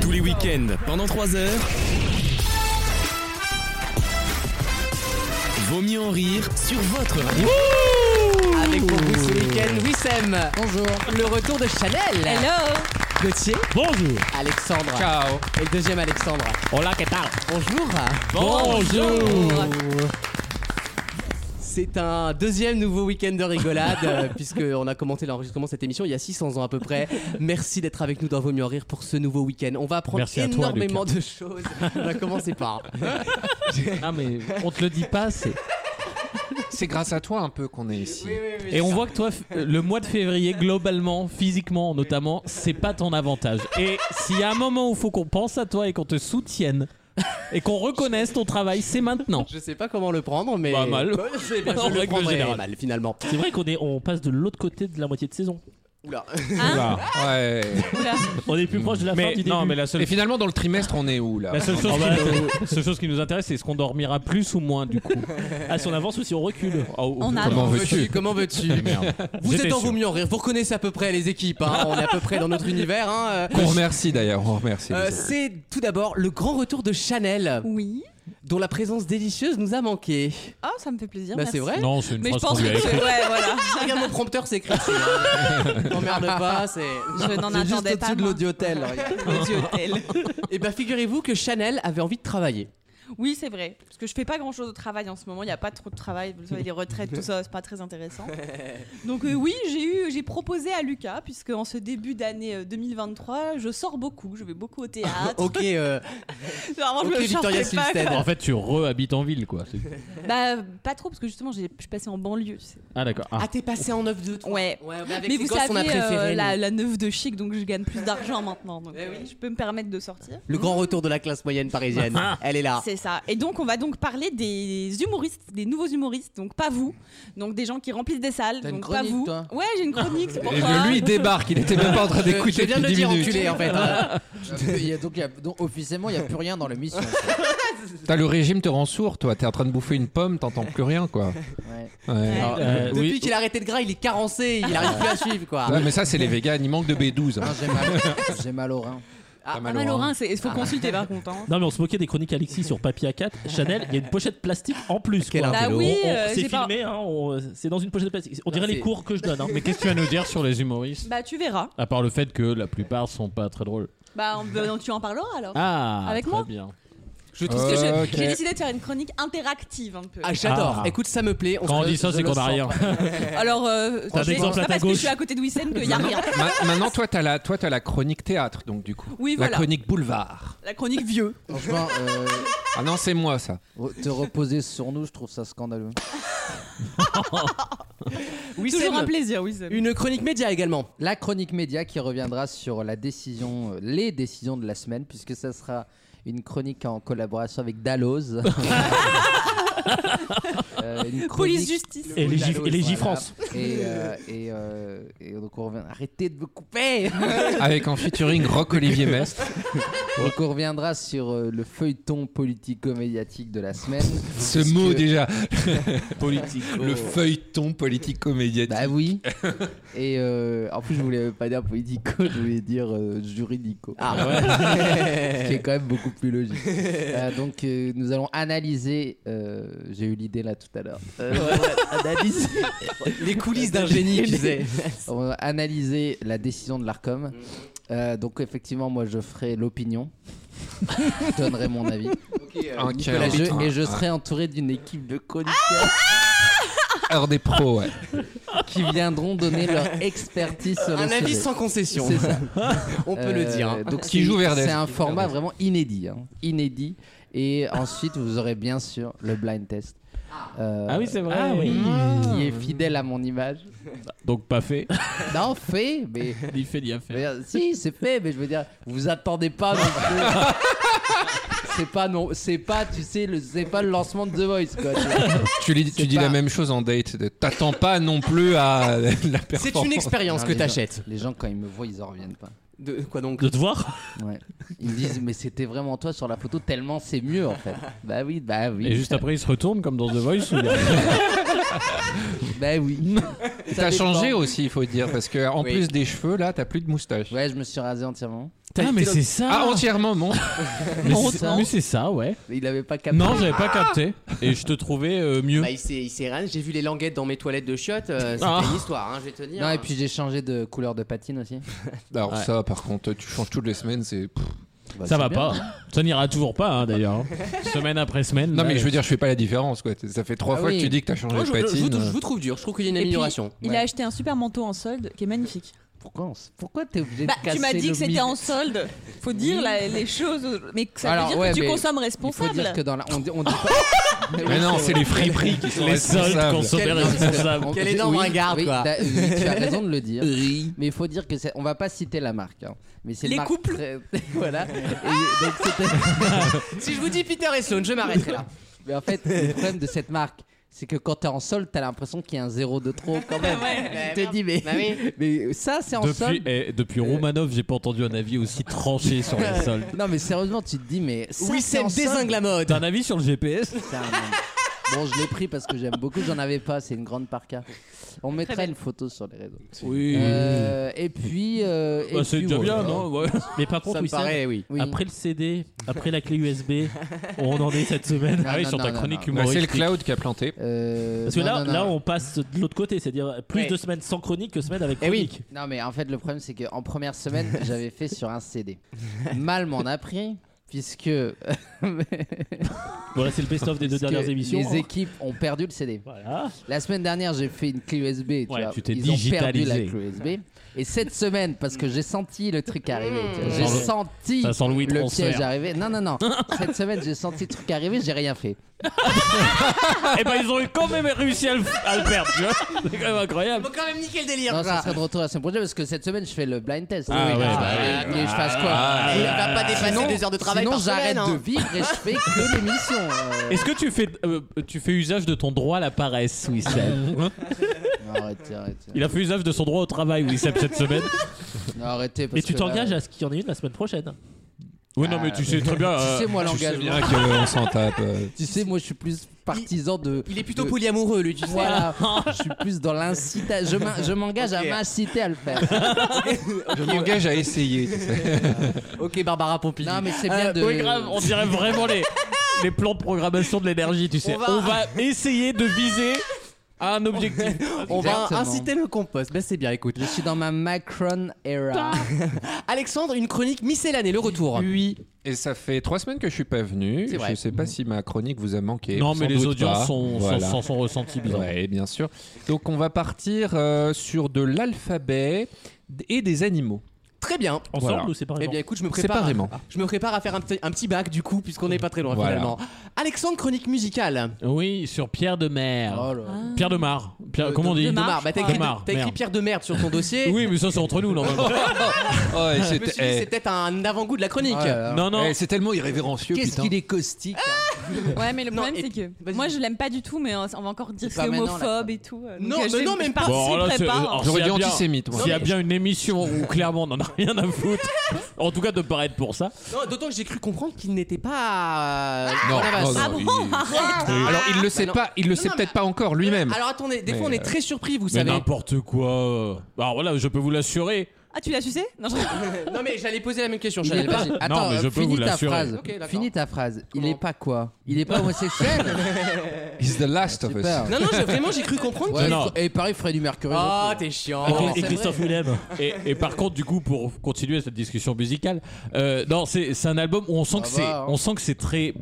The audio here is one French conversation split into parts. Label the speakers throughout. Speaker 1: Tous les week-ends, pendant 3 heures. Vaut mieux en rire sur votre radio.
Speaker 2: Avec pour vous ce week-end, Wissem.
Speaker 3: Bonjour.
Speaker 2: Le retour de Chanel.
Speaker 3: Hello.
Speaker 2: Gauthier.
Speaker 4: Bonjour.
Speaker 2: Alexandre.
Speaker 4: Ciao.
Speaker 2: Et le deuxième Alexandre.
Speaker 4: Hola, Oh que tal?
Speaker 2: Bonjour.
Speaker 4: Bonjour.
Speaker 2: C'est un deuxième nouveau week-end de rigolade, euh, puisqu'on a commenté l'enregistrement de cette émission il y a 600 ans à peu près. Merci d'être avec nous dans Vaut mieux en rire pour ce nouveau week-end. On va apprendre
Speaker 4: Merci à toi,
Speaker 2: énormément de choses. On va commencer par.
Speaker 4: Ah, mais on te le dit pas, c'est.
Speaker 3: C'est grâce à toi un peu qu'on est ici.
Speaker 4: Et on voit que toi, f- le mois de février, globalement, physiquement notamment, c'est pas ton avantage. Et s'il y a un moment où faut qu'on pense à toi et qu'on te soutienne et qu'on reconnaisse ton travail, c'est maintenant.
Speaker 2: Je sais pas comment le prendre, mais.
Speaker 4: Pas mal.
Speaker 2: Bah, c'est bien, je
Speaker 4: En
Speaker 2: le
Speaker 4: règle
Speaker 2: prendrai
Speaker 4: générale.
Speaker 2: mal finalement.
Speaker 5: C'est vrai qu'on est, on passe de l'autre côté de la moitié de saison.
Speaker 2: Oula.
Speaker 6: Hein
Speaker 2: Ah.
Speaker 3: Ouais.
Speaker 5: On est plus proche de la fin
Speaker 4: Mais
Speaker 5: du début.
Speaker 4: non, mais la seule,
Speaker 3: Et finalement, dans le trimestre, on est où là
Speaker 4: la seule chose,
Speaker 5: Oh, bah,
Speaker 4: qui, nous- Ah, seule chose qui nous intéresse, c'est est-ce qu'on dormira plus ou moins du coup.
Speaker 5: Ah, si on avance ou si on recule.
Speaker 4: Ah,
Speaker 6: On a-
Speaker 3: Comment
Speaker 2: veux-tu
Speaker 3: veux-tu
Speaker 2: Comment veux-tu Vous
Speaker 4: J'étais
Speaker 2: êtes en
Speaker 4: sûr.
Speaker 2: vous mieux en rire. Vous reconnaissez à peu près les équipes. hein. On est à peu près dans notre univers. hein. Euh,
Speaker 3: Qu'on remercie d'ailleurs, on remercie.
Speaker 2: euh,
Speaker 3: les autres.
Speaker 2: c'est tout d'abord le grand retour de Chanel,
Speaker 6: Oui.
Speaker 2: dont la présence délicieuse nous a manqué.
Speaker 6: Ah, ça me fait plaisir.
Speaker 2: Bah,
Speaker 6: merci.
Speaker 2: c'est vrai.
Speaker 4: Non, c'est une
Speaker 6: Mais je
Speaker 4: phrase
Speaker 6: pense
Speaker 4: qu'on
Speaker 6: que
Speaker 4: lui a écrite.
Speaker 6: ouais, voilà.
Speaker 2: Regarde mon prompteur, c'est écrit. dessus, hein. T'emmerdes pas, c'est.
Speaker 6: Je n'en
Speaker 2: c'est juste
Speaker 6: attendais pas,
Speaker 2: au-dessus de
Speaker 6: moi.
Speaker 2: l'audiotel. Et ben figurez-vous que Chanel avait envie de travailler.
Speaker 6: Oui, c'est vrai. Parce que je fais pas grand chose au travail en ce moment. Il n'y a pas trop de travail. Vous savez, les retraites, tout ça, c'est pas très intéressant. Donc, euh, oui, j'ai eu, j'ai proposé à Lucas, puisque en ce début d'année euh, 2023, je sors beaucoup. Je vais beaucoup au théâtre.
Speaker 2: Ok, euh,
Speaker 6: Vraiment, Oh, je
Speaker 2: ok,
Speaker 6: me sortais
Speaker 2: Victoria
Speaker 6: pas.
Speaker 2: Silvstedt.
Speaker 4: En fait, tu rehabites en ville, quoi. C'est-
Speaker 6: quoi. Bah, pas trop, parce que justement, j'ai- je suis passée en banlieue. tu sais.
Speaker 4: Ah, d'accord. Ah.
Speaker 2: Ah, t'es passé en 9-2-3.
Speaker 6: Ouais.
Speaker 2: mais avec
Speaker 6: Mais
Speaker 2: les
Speaker 6: vous
Speaker 2: gosses, on a
Speaker 6: savez, euh,
Speaker 2: préféré.
Speaker 6: la,
Speaker 2: nous.
Speaker 6: la neuve de chic, donc je gagne plus d'argent maintenant. Donc,
Speaker 2: Eh oui.
Speaker 6: euh, je peux me permettre de sortir.
Speaker 2: Le grand retour de la classe moyenne parisienne. Elle est là.
Speaker 6: C'est ça. Et donc, on va donc parler des humoristes, des nouveaux humoristes. Donc, pas vous. Donc, des gens qui remplissent des salles.
Speaker 2: T'as une
Speaker 6: donc, pas
Speaker 2: chronique,
Speaker 6: vous.
Speaker 2: toi
Speaker 6: ouais, j'ai une chronique. C'est pour
Speaker 3: Et
Speaker 6: toi.
Speaker 3: que lui, il débarque, il était même pas en train
Speaker 2: Je, je
Speaker 3: d'écouter
Speaker 2: viens de
Speaker 3: depuis
Speaker 2: le
Speaker 3: 10
Speaker 2: dire,
Speaker 3: minutes.
Speaker 2: enculé, en fait. hein.
Speaker 7: Il y a donc, il y a- donc, officiellement, il n'y a plus rien dans l'émission.
Speaker 3: T'as le régime te rend sourd, toi. T'es en train de bouffer une pomme, t'entends plus rien, quoi.
Speaker 7: Ouais.
Speaker 3: Ouais.
Speaker 4: Alors, euh,
Speaker 2: Depuis
Speaker 4: oui.
Speaker 2: qu'il a arrêté de gras, il est carencé, il arrive plus à suivre, quoi.
Speaker 3: Ouais, mais ça, c'est les végans, il manque de B12. hein.
Speaker 7: Non, Ah, J'ai mal, j'ai mal au rein.
Speaker 3: Pas
Speaker 6: Ah,
Speaker 3: mal au
Speaker 6: mal au
Speaker 2: hein,
Speaker 3: rein.
Speaker 6: rein, c'est- il faut consulter par contre. hein.
Speaker 5: Non, mais on se moquait des chroniques Alexis sur Papy A4. Chanel, il y a une pochette plastique en
Speaker 4: Ah,
Speaker 5: plus.
Speaker 2: Quel
Speaker 5: quoi.
Speaker 2: Bah intello.
Speaker 6: oui,
Speaker 5: On- on-
Speaker 6: euh,
Speaker 5: c'est
Speaker 6: j'ai pas-
Speaker 5: filmé, hein, on-
Speaker 4: euh,
Speaker 5: c'est dans une pochette plastique. On dirait
Speaker 2: Merci.
Speaker 5: les cours que je donne. hein.
Speaker 4: Mais qu'est-ce que tu vas nous dire sur les humoristes
Speaker 6: Bah, tu verras.
Speaker 4: À part le fait que la plupart sont pas très drôles.
Speaker 6: Bah, on- bah, tu en parleras alors.
Speaker 4: Ah,
Speaker 6: Avec
Speaker 4: très
Speaker 6: moi
Speaker 4: bien.
Speaker 2: Je trouve
Speaker 6: Parce que je-
Speaker 3: Ok.
Speaker 6: j'ai décidé de faire une chronique interactive un peu.
Speaker 2: Ah, j'adore.
Speaker 4: Ah.
Speaker 2: Écoute, ça me plaît. On
Speaker 4: Quand on
Speaker 2: se-
Speaker 4: dit ça,
Speaker 2: je
Speaker 4: c'est
Speaker 2: le
Speaker 4: qu'on a
Speaker 2: sens.
Speaker 4: rien.
Speaker 6: Alors, euh,
Speaker 5: T'as
Speaker 6: je-
Speaker 5: des exemples
Speaker 6: c'est
Speaker 5: à ta
Speaker 6: parce que je
Speaker 5: gauche.
Speaker 6: suis à côté de Wissem qu'il y a rien.
Speaker 3: Ma- Maintenant, toi, t'as la, toi, t'as la chronique théâtre, donc du coup.
Speaker 6: Oui,
Speaker 3: La
Speaker 6: voilà.
Speaker 3: chronique boulevard.
Speaker 6: La chronique vieux.
Speaker 7: Franchement, euh,
Speaker 3: Ah non, c'est moi, ça.
Speaker 7: re- te reposer sur nous, je trouve ça scandaleux.
Speaker 2: Oui,
Speaker 6: Toujours
Speaker 2: Sam,
Speaker 6: un plaisir, Wissem.
Speaker 2: Une chronique média également.
Speaker 7: La chronique média qui reviendra sur la décision, euh, les décisions de la semaine, puisque ça sera une chronique en collaboration avec Dalloz. Euh, une
Speaker 6: Police
Speaker 7: chronique-
Speaker 6: justice.
Speaker 5: Et les, gif- et les
Speaker 7: Voilà.
Speaker 5: Gifrance.
Speaker 7: Et, euh, et, euh, et donc on revient. Arrêtez de me couper
Speaker 3: Avec en featuring Rock Olivier Mestre.
Speaker 7: Donc on reviendra sur euh, le feuilleton politico-médiatique de la semaine.
Speaker 3: Ce
Speaker 7: Parce
Speaker 3: mot
Speaker 7: que- Oh.
Speaker 3: déjà. Politique. Le feuilleton politico-médiatique.
Speaker 7: Bah oui. Et euh, en plus, je voulais pas dire politico, je voulais dire euh, juridico.
Speaker 2: Ah
Speaker 7: Ce qui est quand même beaucoup plus logique. Euh, donc, euh, nous allons analyser. euh, J'ai eu l'idée là tout à l'heure. Euh, analyser,
Speaker 2: Les coulisses d'un génie, tu sais. Mm.
Speaker 7: on va analyser la décision de l'Arcom. Euh, donc, effectivement, moi, je ferai l'opinion. je donnerai mon avis.
Speaker 3: Ok,
Speaker 7: Et
Speaker 3: alors,
Speaker 7: je, et je
Speaker 3: un-
Speaker 7: serai entouré d'une équipe de chroniqueurs
Speaker 2: Ah
Speaker 3: Heure des pros, ouais.
Speaker 7: qui viendront donner leur expertise sur le
Speaker 2: Un avis
Speaker 7: sujet.
Speaker 2: sans concession.
Speaker 7: C'est ça.
Speaker 2: On peut le
Speaker 7: Euh,
Speaker 2: dire. hein.
Speaker 7: Donc
Speaker 3: Qui
Speaker 7: c'est-
Speaker 3: joue Verdès.
Speaker 7: C'est un format vraiment inédit, hein. inédit. Et ensuite, vous aurez bien sûr le blind test. Euh, mmh.
Speaker 4: Ah oui, c'est vrai.
Speaker 5: Ah oui.
Speaker 7: Qui est fidèle à mon image.
Speaker 4: Donc pas fait.
Speaker 7: Non, fait, mais euh,
Speaker 4: Ni fait ni à faire.
Speaker 7: si c'est fait, mais je veux dire, vous attendez pas. non
Speaker 2: Ah,
Speaker 7: plus. c'est pas non, c'est pas, tu sais, le, c'est pas le lancement de The Voice. Quoi, tu vois.
Speaker 3: Tu, lis- tu
Speaker 7: C'est
Speaker 3: dis
Speaker 7: pas-
Speaker 3: la même chose en date. de- T'attends pas non plus à la performance.
Speaker 2: C'est une expérience
Speaker 7: Non,
Speaker 2: que
Speaker 7: les
Speaker 2: t'achètes.
Speaker 7: Les gens quand ils me voient, ils en reviennent pas.
Speaker 2: De quoi donc
Speaker 5: De te voir
Speaker 7: Ouais. Ils me disent, mais c'était vraiment toi sur la photo, tellement c'est mieux en fait. Bah oui, bah oui.
Speaker 4: Et juste après, il se retourne comme dans The Voice. ou-
Speaker 7: Bah oui.
Speaker 3: Et
Speaker 7: Ça
Speaker 3: t'as
Speaker 7: dépend.
Speaker 3: changé aussi, il faut dire, parce que en
Speaker 2: Oui.
Speaker 3: plus des cheveux, là, t'as plus de moustache.
Speaker 7: Ouais, je me suis rasé entièrement.
Speaker 4: Ah, mais c'est ça
Speaker 3: Ah, entièrement, mon.
Speaker 4: Mais
Speaker 7: honte,
Speaker 4: c'est-
Speaker 7: non
Speaker 4: mais c'est ça, ouais.
Speaker 7: Il avait pas capté.
Speaker 4: Non, j'avais pas capté. Et je te trouvais euh, mieux.
Speaker 2: Bah, il s'est il s'est rien, j'ai vu les languettes dans mes toilettes de chiottes, euh, c'était
Speaker 4: Ah.
Speaker 2: une histoire, hein, je vais te dire.
Speaker 7: Non, et puis j'ai changé de couleur de patine aussi.
Speaker 3: Alors ça, par contre, tu changes toutes les semaines, c'est. pff.
Speaker 7: Bah,
Speaker 4: ça va pas. Ça n'ira toujours pas, hein, d'ailleurs. semaine après semaine.
Speaker 3: Non,
Speaker 4: là,
Speaker 3: mais je veux dire, je fais pas la différence, quoi. Ça fait trois
Speaker 7: Ah
Speaker 3: fois
Speaker 7: oui.
Speaker 3: que tu dis que t'as changé
Speaker 2: Moi, Oh,
Speaker 3: de
Speaker 2: je, je- je vous-
Speaker 3: patine.
Speaker 2: je
Speaker 7: euh.
Speaker 2: vous trouve dur, je trouve qu'il y a une
Speaker 6: Et puis,
Speaker 2: amélioration.
Speaker 6: Il
Speaker 7: Ouais.
Speaker 6: a acheté un super manteau en solde qui est magnifique.
Speaker 7: Pourquoi on s- Pourquoi t'es obligé
Speaker 6: Bah,
Speaker 7: de casser
Speaker 6: tu m'as dit
Speaker 7: le
Speaker 6: que c'était
Speaker 7: mythe
Speaker 6: en solde. Faut dire la- les choses, mais que ça
Speaker 7: Alors,
Speaker 6: veut dire
Speaker 7: ouais,
Speaker 6: que tu
Speaker 7: mais
Speaker 6: consommes
Speaker 7: Il faut
Speaker 6: responsable.
Speaker 7: dire que dans la. On dit, on dit pas.
Speaker 3: Mais non, c'est les friperies qui sont
Speaker 4: Les soldes
Speaker 3: responsables.
Speaker 4: consommés
Speaker 2: Quel-
Speaker 4: responsables.
Speaker 7: On-
Speaker 2: Quel énorme ringard,
Speaker 7: oui,
Speaker 2: quoi.
Speaker 7: t'as- oui, tu as raison de le dire. Mais il faut dire que c'est. On va pas citer la marque. hein. Mais c'est une
Speaker 6: Les
Speaker 7: marque
Speaker 6: couples.
Speaker 7: très- Voilà. Et donc, c'était-
Speaker 2: Si je vous dis Peter et Sloan, je m'arrêterai là.
Speaker 7: Mais en fait, le problème de cette marque, c'est que quand t'es en solde, t'as l'impression qu'il y a un zéro de trop quand même.
Speaker 2: Ouais.
Speaker 7: tu te dis, mais,
Speaker 2: Bah oui.
Speaker 7: mais ça, c'est en
Speaker 4: Depuis,
Speaker 7: solde.
Speaker 4: eh, depuis Romanov, j'ai pas entendu un avis aussi tranché sur les soldes.
Speaker 7: Non, mais sérieusement, tu te dis, mais. Ça,
Speaker 2: Oui,
Speaker 7: c'est
Speaker 2: c'est
Speaker 7: en solde.
Speaker 2: désingue la mode.
Speaker 4: T'as un avis sur le GPS
Speaker 7: Putain, non. Bon, je l'ai pris parce que j'aime beaucoup, j'en avais pas, c'est une grande parka. On mettra une photo sur les réseaux.
Speaker 4: Oui.
Speaker 7: Euh, et puis. euh, et
Speaker 4: Bah, c'est
Speaker 7: puis,
Speaker 4: déjà
Speaker 7: voilà.
Speaker 4: bien, non Ouais.
Speaker 8: Mais par contre,
Speaker 2: Ça me
Speaker 8: Wissem,
Speaker 2: paraît, oui.
Speaker 7: Oui.
Speaker 8: après le CD, après la clé USB, on en est cette semaine.
Speaker 7: Non,
Speaker 4: Ah oui,
Speaker 7: non,
Speaker 4: sur
Speaker 7: non,
Speaker 4: ta
Speaker 7: non,
Speaker 4: chronique
Speaker 7: non.
Speaker 3: Bah, c'est le
Speaker 4: humoristique.
Speaker 3: cloud qui a planté.
Speaker 7: Euh,
Speaker 8: Parce que
Speaker 7: non,
Speaker 8: là,
Speaker 7: non, non.
Speaker 8: là, on passe de l'autre côté, c'est-à-dire plus
Speaker 2: Ouais.
Speaker 8: de semaines sans chronique que semaines avec
Speaker 2: Eh oui.
Speaker 8: chronique.
Speaker 7: Non, mais en fait, le problème, c'est qu'en première semaine, j'avais fait sur un CD. Mal m'en a pris, puisque.
Speaker 8: Voilà, c'est le best-of des deux
Speaker 7: Parce que
Speaker 8: dernières émissions. hein.
Speaker 7: Les équipes ont perdu le CD.
Speaker 8: Voilà.
Speaker 7: La semaine dernière, j'ai fait une clé USB. Tu
Speaker 8: Ouais,
Speaker 7: vois.
Speaker 8: tu t'es
Speaker 7: Ils
Speaker 4: digitalisé.
Speaker 7: ont perdu la clé USB. Et cette semaine, parce que j'ai senti le truc arriver. tu vois,
Speaker 8: Mmh. Ça
Speaker 7: J'ai
Speaker 8: sent le-
Speaker 7: senti
Speaker 8: ça sent le Louis
Speaker 7: le
Speaker 8: transfert.
Speaker 7: piège arriver. Non, non, non. Cette semaine, j'ai senti le truc arriver. J'ai rien fait.
Speaker 4: Eh
Speaker 8: Et ben ils ont quand même réussi à le, à le perdre, tu vois. C'est quand même incroyable.
Speaker 2: Faut quand même niquer le délire.
Speaker 7: Non,
Speaker 2: quoi.
Speaker 7: ça sera de retour la semaine prochaine parce que cette semaine, je fais le blind test.
Speaker 8: Ah oui, bah
Speaker 7: Ah,
Speaker 2: oui.
Speaker 7: Et je fasse quoi
Speaker 2: Il va
Speaker 8: ah,
Speaker 2: pas dépasser
Speaker 7: Sinon-
Speaker 2: deux heures de travail
Speaker 7: Sinon,
Speaker 2: par
Speaker 7: j'arrête
Speaker 2: semaine. hein.
Speaker 7: de vivre et je fais que l'émission. euh.
Speaker 4: Est-ce que tu fais, euh, tu fais usage de ton droit à la paresse, Wissem
Speaker 7: Non, Arrêtez, arrêtez.
Speaker 4: Il a fait usage de son droit au travail, Wissem, cette semaine.
Speaker 7: Non, arrêtez. parce
Speaker 8: Mais tu
Speaker 7: que là-
Speaker 8: t'engages à ce qu'il y en ait une la semaine prochaine.
Speaker 4: Oui, non, mais tu sais très bien. euh,
Speaker 7: Tu sais, moi,
Speaker 3: Tu sais
Speaker 7: l'engagement.
Speaker 3: bien qu'on s'en tape. euh.
Speaker 7: Tu sais, moi, je suis plus partisan de.
Speaker 2: Il est plutôt
Speaker 7: de-
Speaker 2: polyamoureux, lui, tu sais.
Speaker 7: Voilà, je suis plus dans l'incitation. Je m'in- Je m'engage
Speaker 2: Ok.
Speaker 7: à m'inciter à le faire.
Speaker 3: Je m'engage à essayer. tu sais.
Speaker 2: Ok, Barbara Euh, Pompili.
Speaker 7: Non, mais c'est bien de.
Speaker 4: Euh, Oui, grave, on dirait vraiment les, les plans de programmation de l'énergie, tu sais.
Speaker 2: On va-
Speaker 4: On va essayer de viser à Ah, un objectif.
Speaker 2: On va
Speaker 7: Exactement.
Speaker 2: inciter le compost. Bah,
Speaker 7: Ben,
Speaker 2: c'est bien, écoute.
Speaker 7: Je suis dans ma Macron era.
Speaker 2: Alexandre, une chronique miscellanée, le retour.
Speaker 7: Oui.
Speaker 3: Et ça fait trois semaines que je suis pas venu.
Speaker 2: C'est vrai.
Speaker 3: Je sais pas si ma chronique vous a manqué.
Speaker 4: Non,
Speaker 3: Sans
Speaker 4: mais les
Speaker 3: doute
Speaker 4: audiences
Speaker 3: pas.
Speaker 4: sont- sont-
Speaker 3: Voilà.
Speaker 4: s'en sont ressenties bien.
Speaker 3: Ouais, bien sûr. Donc on va partir euh, sur de l'alphabet et des animaux.
Speaker 2: Très bien.
Speaker 8: Ensemble
Speaker 3: Voilà.
Speaker 8: ou séparément
Speaker 2: Eh bien, écoute, je me prépare.
Speaker 3: Séparément.
Speaker 2: Je me prépare à faire un petit, un petit bac, du coup, puisqu'on n'est pas très loin
Speaker 3: Voilà.
Speaker 2: finalement. Alexandre, chronique musicale.
Speaker 4: Oui, sur Pierre de Mer.
Speaker 7: Oh
Speaker 6: Ah.
Speaker 7: là.
Speaker 4: Pierre de Mar. Pierre,
Speaker 2: Euh,
Speaker 4: comment on
Speaker 2: de-
Speaker 4: dit
Speaker 2: de Mar. Bah, t'as écrit,
Speaker 4: De Mar,
Speaker 2: t'as écrit
Speaker 4: merde.
Speaker 2: Pierre de merde sur ton dossier.
Speaker 4: Oui, mais ça, c'est entre nous, normalement.
Speaker 3: Oh,
Speaker 4: Ah,
Speaker 3: et
Speaker 2: Je me suis dit,
Speaker 3: c'est-
Speaker 2: c'est peut-être un avant-goût de la chronique.
Speaker 7: Oh là là.
Speaker 4: non, non.
Speaker 3: eh, eh, c'est tellement irrévérencieux.
Speaker 7: Qu'est-ce
Speaker 3: putain.
Speaker 7: qu'il est caustique.
Speaker 6: Ouais, mais le
Speaker 2: Non,
Speaker 6: problème,
Speaker 2: et-
Speaker 6: c'est que
Speaker 2: vas-y.
Speaker 6: moi, je l'aime pas du tout, mais on on va encore dire que
Speaker 7: C'est pas
Speaker 6: c'est
Speaker 7: maintenant,
Speaker 6: homophobe
Speaker 7: la-
Speaker 6: et tout. euh,
Speaker 2: Non,
Speaker 6: donc, euh,
Speaker 2: mais
Speaker 6: je-
Speaker 2: non, mais
Speaker 6: je
Speaker 2: pas-
Speaker 6: participerai
Speaker 4: Bon, alors là, c'est-
Speaker 6: pas, hein.
Speaker 2: euh, oh,
Speaker 4: alors,
Speaker 3: J'aurais
Speaker 4: S'il y
Speaker 3: dit
Speaker 4: a bien-
Speaker 3: antisémite. moi.
Speaker 4: S'il y a bien une émission où clairement on n'en a rien à foutre, en tout cas de paraître pour ça.
Speaker 2: Non, D'autant que j'ai cru comprendre qu'il n'était pas. euh,
Speaker 3: Non,
Speaker 2: Barnabas.
Speaker 7: Oh,
Speaker 6: Ah
Speaker 3: non, non, il- Alors il le sait
Speaker 2: Ah, non.
Speaker 3: pas, il le
Speaker 2: Non,
Speaker 3: sait
Speaker 2: non,
Speaker 3: peut-être pas encore lui-même.
Speaker 2: Alors attendez, des
Speaker 3: Mais,
Speaker 2: fois on est
Speaker 3: euh,
Speaker 2: très surpris, vous
Speaker 4: Mais
Speaker 2: savez.
Speaker 4: n'importe quoi. Alors voilà, je peux vous l'assurer.
Speaker 6: Ah, tu l'as sucé Non, je-
Speaker 2: Non mais j'allais poser la même question,
Speaker 7: Il
Speaker 2: j'allais
Speaker 7: est
Speaker 2: pas.
Speaker 7: pas... Attends, euh,
Speaker 4: mais je peux
Speaker 7: finis
Speaker 4: vous
Speaker 7: ta
Speaker 4: l'assurer.
Speaker 7: phrase.
Speaker 2: Ok, d'accord.
Speaker 7: finis ta phrase. Il
Speaker 2: Comment
Speaker 7: est pas quoi Il est pas homosexuel
Speaker 3: He's the last of us.
Speaker 7: Super.
Speaker 2: Non non, j'ai- vraiment j'ai cru comprendre
Speaker 7: Ouais,
Speaker 2: qu'il.
Speaker 4: Non. Ah.
Speaker 7: Et pareil, Freddy Mercury.
Speaker 2: Oh t'es
Speaker 7: Ok.
Speaker 2: chiant.
Speaker 7: mais
Speaker 8: Et
Speaker 7: c'est
Speaker 8: Christophe Willem.
Speaker 4: Et, et par contre, du coup, pour continuer cette discussion musicale, euh, non, c'est c'est un album où on sent
Speaker 7: Ça
Speaker 4: que
Speaker 7: va,
Speaker 4: c'est,
Speaker 7: hein.
Speaker 4: on sent que c'est très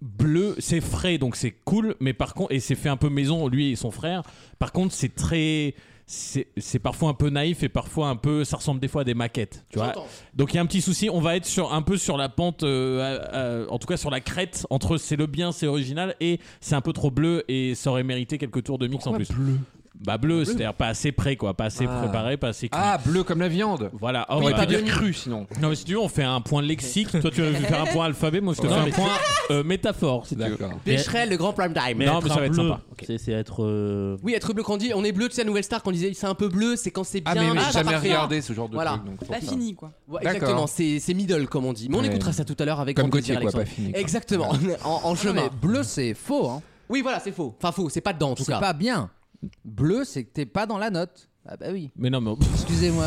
Speaker 4: bleu, c'est frais, donc c'est cool. Mais par contre, et c'est fait un peu maison, lui et son frère. Par contre, c'est très, c'est c'est parfois un peu naïf et parfois un peu, ça ressemble des fois à des maquettes. Tu vois.
Speaker 2: J'entends.
Speaker 4: Donc il y a un petit souci. On va être sur un peu sur la pente, euh, à- à- en tout cas sur la crête entre c'est le bien, c'est original et c'est un peu trop bleu et ça aurait mérité quelques tours de mix en plus. Bleu. Bah bleu, c'est-à-dire pas assez prêt quoi, pas assez
Speaker 3: Ah.
Speaker 4: préparé, pas assez cuit.
Speaker 3: Ah, bleu comme la viande.
Speaker 4: Voilà. Ah,
Speaker 3: On aurait
Speaker 4: bah,
Speaker 3: pu dire cru sinon.
Speaker 4: non, mais si tu veux, on fait un point lexique. Toi, tu veux faire un point alphabet. Moi, je te
Speaker 3: Ouais.
Speaker 4: fais
Speaker 3: Non,
Speaker 4: un
Speaker 3: mais
Speaker 4: point euh, métaphore. si tu veux.
Speaker 3: D'accord.
Speaker 2: Becherel, le grand prime time.
Speaker 4: Mais- Non, ça
Speaker 8: un
Speaker 4: va être
Speaker 8: bleu,
Speaker 4: sympa. Ok.
Speaker 8: C'est c'est être. euh,
Speaker 2: Oui, être bleu quand on dit on est bleu, tu sais, la nouvelle star, quand on disait c'est un peu bleu, c'est quand c'est bien.
Speaker 3: Ah, mais, mais
Speaker 2: ah,
Speaker 3: j'ai
Speaker 2: ça
Speaker 3: jamais
Speaker 2: parfait.
Speaker 3: regardé ce genre de
Speaker 2: Voilà.
Speaker 3: truc. donc pour
Speaker 6: Pas
Speaker 3: ça.
Speaker 6: fini, quoi.
Speaker 2: Ouais,
Speaker 3: D'accord.
Speaker 2: exactement, c'est c'est middle comme on dit. Mais on
Speaker 3: Ouais.
Speaker 2: écoutera ça tout à l'heure avec
Speaker 3: Comme
Speaker 2: grand plaisir,
Speaker 3: Gauthier, quoi, pas
Speaker 2: Alexandre.
Speaker 3: fini. quoi.
Speaker 2: Exactement, en, en
Speaker 7: Non,
Speaker 2: chemin.
Speaker 7: mais bleu, c'est faux. Hein.
Speaker 2: Oui, voilà, c'est faux. Enfin, faux, c'est pas dedans en tout
Speaker 7: C'est
Speaker 2: cas.
Speaker 7: pas bien. Bleu, c'est que t'es pas dans la note. Ah bah oui.
Speaker 4: Mais non, mais.
Speaker 7: Excusez-moi.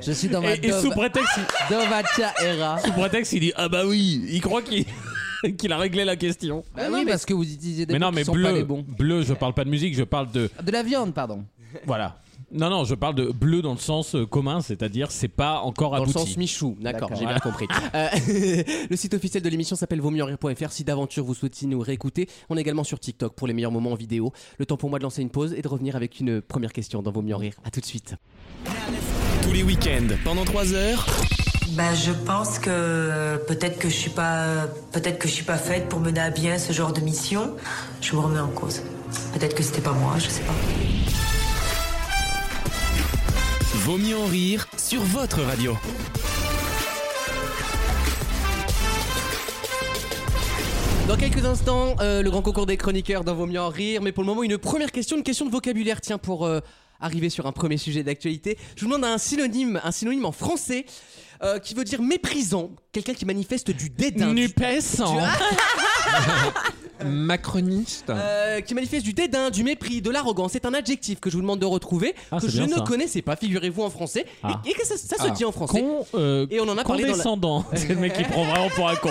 Speaker 7: Je suis dans ma
Speaker 9: Et, et sous
Speaker 7: dova-
Speaker 9: prétexte, il-
Speaker 7: Dovatia era.
Speaker 9: sous prétexte, il dit Ah bah oui, il croit qu'il qu'il a réglé la question.
Speaker 7: Bah oui, parce que vous utilisez des
Speaker 4: Mais
Speaker 7: mots
Speaker 4: non,
Speaker 7: qui
Speaker 4: mais
Speaker 7: sont pas les
Speaker 4: bleu,
Speaker 7: bons.
Speaker 4: bleu, je parle pas de musique, je parle de.
Speaker 7: De la viande, pardon.
Speaker 4: Voilà. Non, non, je parle de bleu dans le sens euh, commun, c'est-à-dire c'est pas encore
Speaker 2: Dans le
Speaker 4: abouti.
Speaker 2: sens Michou, d'accord,
Speaker 7: D'accord.
Speaker 2: j'ai bien compris. Euh, le site officiel de l'émission s'appelle vaut mieux en rire.fr. Si d'aventure vous souhaitez nous réécouter, on est également sur TikTok pour les meilleurs moments en vidéo. Le temps pour moi de lancer une pause et de revenir avec une première question dans Vaut mieux en rire. À tout de suite.
Speaker 10: Tous les week-ends, pendant 3 heures.
Speaker 11: Bah, je pense que peut-être que je suis pas, peut-être que je suis pas faite pour mener à bien ce genre de mission. Je me remets en cause. Peut-être que c'était pas moi, je sais pas.
Speaker 10: Vaut mieux en rire sur votre radio.
Speaker 2: Dans quelques instants, euh, le grand concours des chroniqueurs dans Vaut mieux en rire. Mais pour le moment, une première question, une question de vocabulaire. Tiens, pour euh, arriver sur un premier sujet d'actualité, je vous demande un synonyme, un synonyme en français euh, qui veut dire méprisant, quelqu'un qui manifeste du dédain, du
Speaker 4: Nupescent.
Speaker 3: Macroniste.
Speaker 2: Euh, qui manifeste du dédain, du mépris, de l'arrogance. C'est un adjectif que je vous demande de retrouver,
Speaker 4: Ah,
Speaker 2: que
Speaker 4: c'est
Speaker 2: je
Speaker 4: bien
Speaker 2: ne
Speaker 4: ça.
Speaker 2: connaissais pas, figurez-vous, en français.
Speaker 4: Ah.
Speaker 2: Et, et que ça, ça
Speaker 3: Ah.
Speaker 2: se dit en français.
Speaker 4: Con. euh,
Speaker 2: Et on en a parlé dans la...
Speaker 4: condescendant. C'est le mec qui prend vraiment pour un con.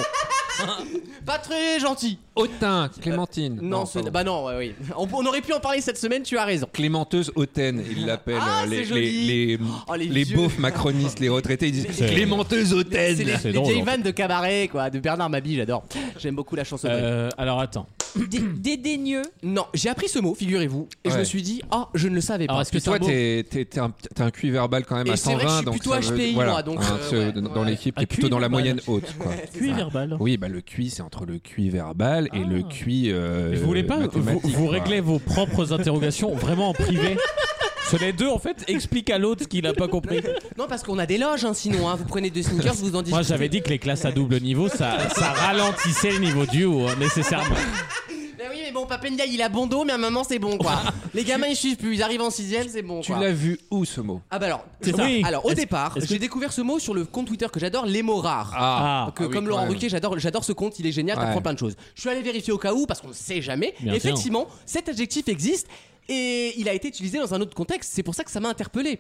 Speaker 2: Pas très gentil.
Speaker 3: Autain, Clémentine.
Speaker 2: Euh, Non, ce-
Speaker 3: pardon.
Speaker 2: bah non, ouais, oui. On, on aurait pu en parler cette semaine, tu as raison.
Speaker 3: Clémenteuse hautaine, ils l'appellent
Speaker 2: Ah,
Speaker 3: euh, les,
Speaker 2: c'est joli.
Speaker 3: les, les,
Speaker 2: Oh, les
Speaker 3: les
Speaker 2: vieux.
Speaker 3: beaufs macronistes, les retraités, ils disent
Speaker 4: C'est-
Speaker 3: Clémenteuse hautaine.
Speaker 2: C'est les,
Speaker 4: c'est
Speaker 2: les
Speaker 4: drôle,
Speaker 2: vieilles
Speaker 4: en fait.
Speaker 2: vannes de cabaret, quoi, de Bernard Mabie, j'adore. J'aime beaucoup la chanson.
Speaker 4: Euh, alors attends.
Speaker 6: Dé- Dédaigneux.
Speaker 2: Non, j'ai appris ce mot, figurez-vous, et je
Speaker 3: Ouais.
Speaker 2: me suis dit, ah, je ne le savais pas.
Speaker 4: Alors, est-ce que
Speaker 3: Puis toi,
Speaker 4: c'est un
Speaker 3: t'es t'es- t'es un, t'es un QI verbal quand même
Speaker 2: Et
Speaker 3: à
Speaker 2: c'est vrai que je
Speaker 3: 120,
Speaker 2: suis
Speaker 3: donc
Speaker 2: plutôt
Speaker 3: ça veut-
Speaker 2: HPI,
Speaker 3: voilà,
Speaker 2: moi, donc,
Speaker 3: hein,
Speaker 2: euh,
Speaker 3: ce-
Speaker 2: ouais,
Speaker 3: dans
Speaker 2: ouais.
Speaker 3: dans l'équipe,
Speaker 4: Un
Speaker 3: t'es plutôt
Speaker 4: QI
Speaker 3: dans la
Speaker 4: verbal.
Speaker 3: moyenne haute. Quoi.
Speaker 4: Cuit verbal.
Speaker 3: Oui, bah le QI, c'est entre le QI verbal et
Speaker 4: Ah.
Speaker 3: le QI. euh,
Speaker 4: Mais vous voulez pas vous,
Speaker 3: mathématique,
Speaker 4: vous
Speaker 3: quoi.
Speaker 4: réglez vos propres interrogations vraiment en privé Parce que les deux en fait expliquent à l'autre ce qu'il a pas compris.
Speaker 2: Non, parce qu'on a des loges, hein, sinon, hein. vous prenez deux sneakers, vous en dites.
Speaker 4: Moi j'avais dit que les classes à double niveau ça, ça ralentissait le niveau du haut hein, nécessairement.
Speaker 2: Bah oui, mais bon, Papenda, il a bon dos, mais à un moment, c'est bon, quoi. Les gamins, ils suivent plus, ils arrivent en sixième, c'est bon,
Speaker 3: Tu
Speaker 2: quoi.
Speaker 3: l'as vu où ce mot
Speaker 2: Ah bah alors,
Speaker 4: C'est ça. Oui.
Speaker 2: alors au
Speaker 4: Est-ce-
Speaker 2: départ,
Speaker 4: est-ce que-
Speaker 2: j'ai découvert ce mot sur le compte Twitter que j'adore, les mots rares.
Speaker 4: Ah,
Speaker 2: Que,
Speaker 3: ah oui,
Speaker 2: comme Laurent
Speaker 3: quand même.
Speaker 2: Ruquier, j'adore, j'adore ce compte, il est génial,
Speaker 3: Ouais.
Speaker 2: t'apprends plein de choses. Je suis allé vérifier au cas où, parce qu'on ne sait jamais.
Speaker 4: Bien
Speaker 2: Et Effectivement, cet adjectif existe et il a été utilisé dans un autre contexte, c'est pour ça que ça m'a interpellé.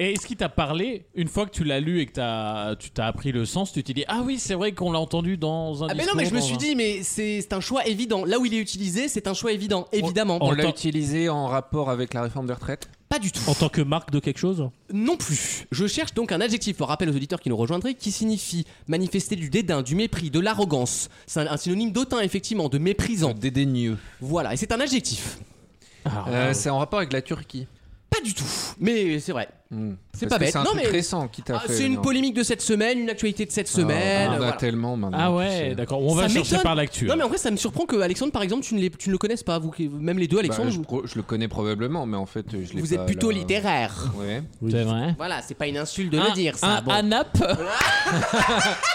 Speaker 3: Ah,
Speaker 4: Et est-ce qu'il t'a parlé une fois que tu l'as lu et que t'as- tu t'as appris le sens Tu t'es dit ah oui c'est vrai qu'on l'a entendu dans un.
Speaker 2: Ah mais non,
Speaker 4: discours,
Speaker 2: mais je me
Speaker 4: dans
Speaker 2: suis
Speaker 4: un-
Speaker 2: dit, mais c'est, c'est un choix évident. Là où il est utilisé, c'est un choix évident, évidemment.
Speaker 3: On l'a
Speaker 4: t'en-
Speaker 3: utilisé en rapport avec la réforme des retraites
Speaker 2: Pas du tout.
Speaker 9: En tant que marque de quelque chose
Speaker 2: Non plus. Je cherche donc un adjectif, pour rappel aux auditeurs qui nous rejoindraient, qui signifie manifester du dédain, du mépris, de l'arrogance. C'est un, un synonyme d'autant, effectivement, de méprisant.
Speaker 3: Dédaigneux.
Speaker 2: Voilà, et c'est un adjectif.
Speaker 4: Ah,
Speaker 3: Euh, c'est en rapport avec la Turquie.
Speaker 2: Pas du tout, mais c'est vrai.
Speaker 3: Hmm.
Speaker 2: C'est
Speaker 3: Parce
Speaker 2: pas
Speaker 3: que
Speaker 2: bête.
Speaker 3: C'est un
Speaker 2: Non,
Speaker 3: truc
Speaker 2: mais-
Speaker 3: récent qui t'a
Speaker 2: Ah,
Speaker 3: fait.
Speaker 2: c'est une
Speaker 3: non.
Speaker 2: polémique de cette semaine, une actualité de cette semaine.
Speaker 3: Ah, on en a
Speaker 2: voilà.
Speaker 3: tellement maintenant.
Speaker 4: Ah
Speaker 3: tu
Speaker 4: ouais
Speaker 3: sais.
Speaker 4: d'accord on va
Speaker 2: Ça
Speaker 4: chercher
Speaker 2: m'étonne.
Speaker 4: par l'actu.
Speaker 2: Non mais en vrai ça me surprend que Alexandre par exemple tu ne, les- tu ne le connaisses pas vous qui- même les deux
Speaker 3: Bah,
Speaker 2: Alexandre
Speaker 3: je,
Speaker 2: vous,
Speaker 3: pro- je le connais probablement, mais en fait, je l'ai
Speaker 2: vous
Speaker 3: pas
Speaker 2: êtes plutôt
Speaker 3: là.
Speaker 2: littéraire.
Speaker 3: Ouais.
Speaker 4: C'est vrai.
Speaker 2: Voilà c'est pas une insulte de
Speaker 4: Un-
Speaker 2: le dire ça.
Speaker 4: un
Speaker 2: bon.
Speaker 4: ANAP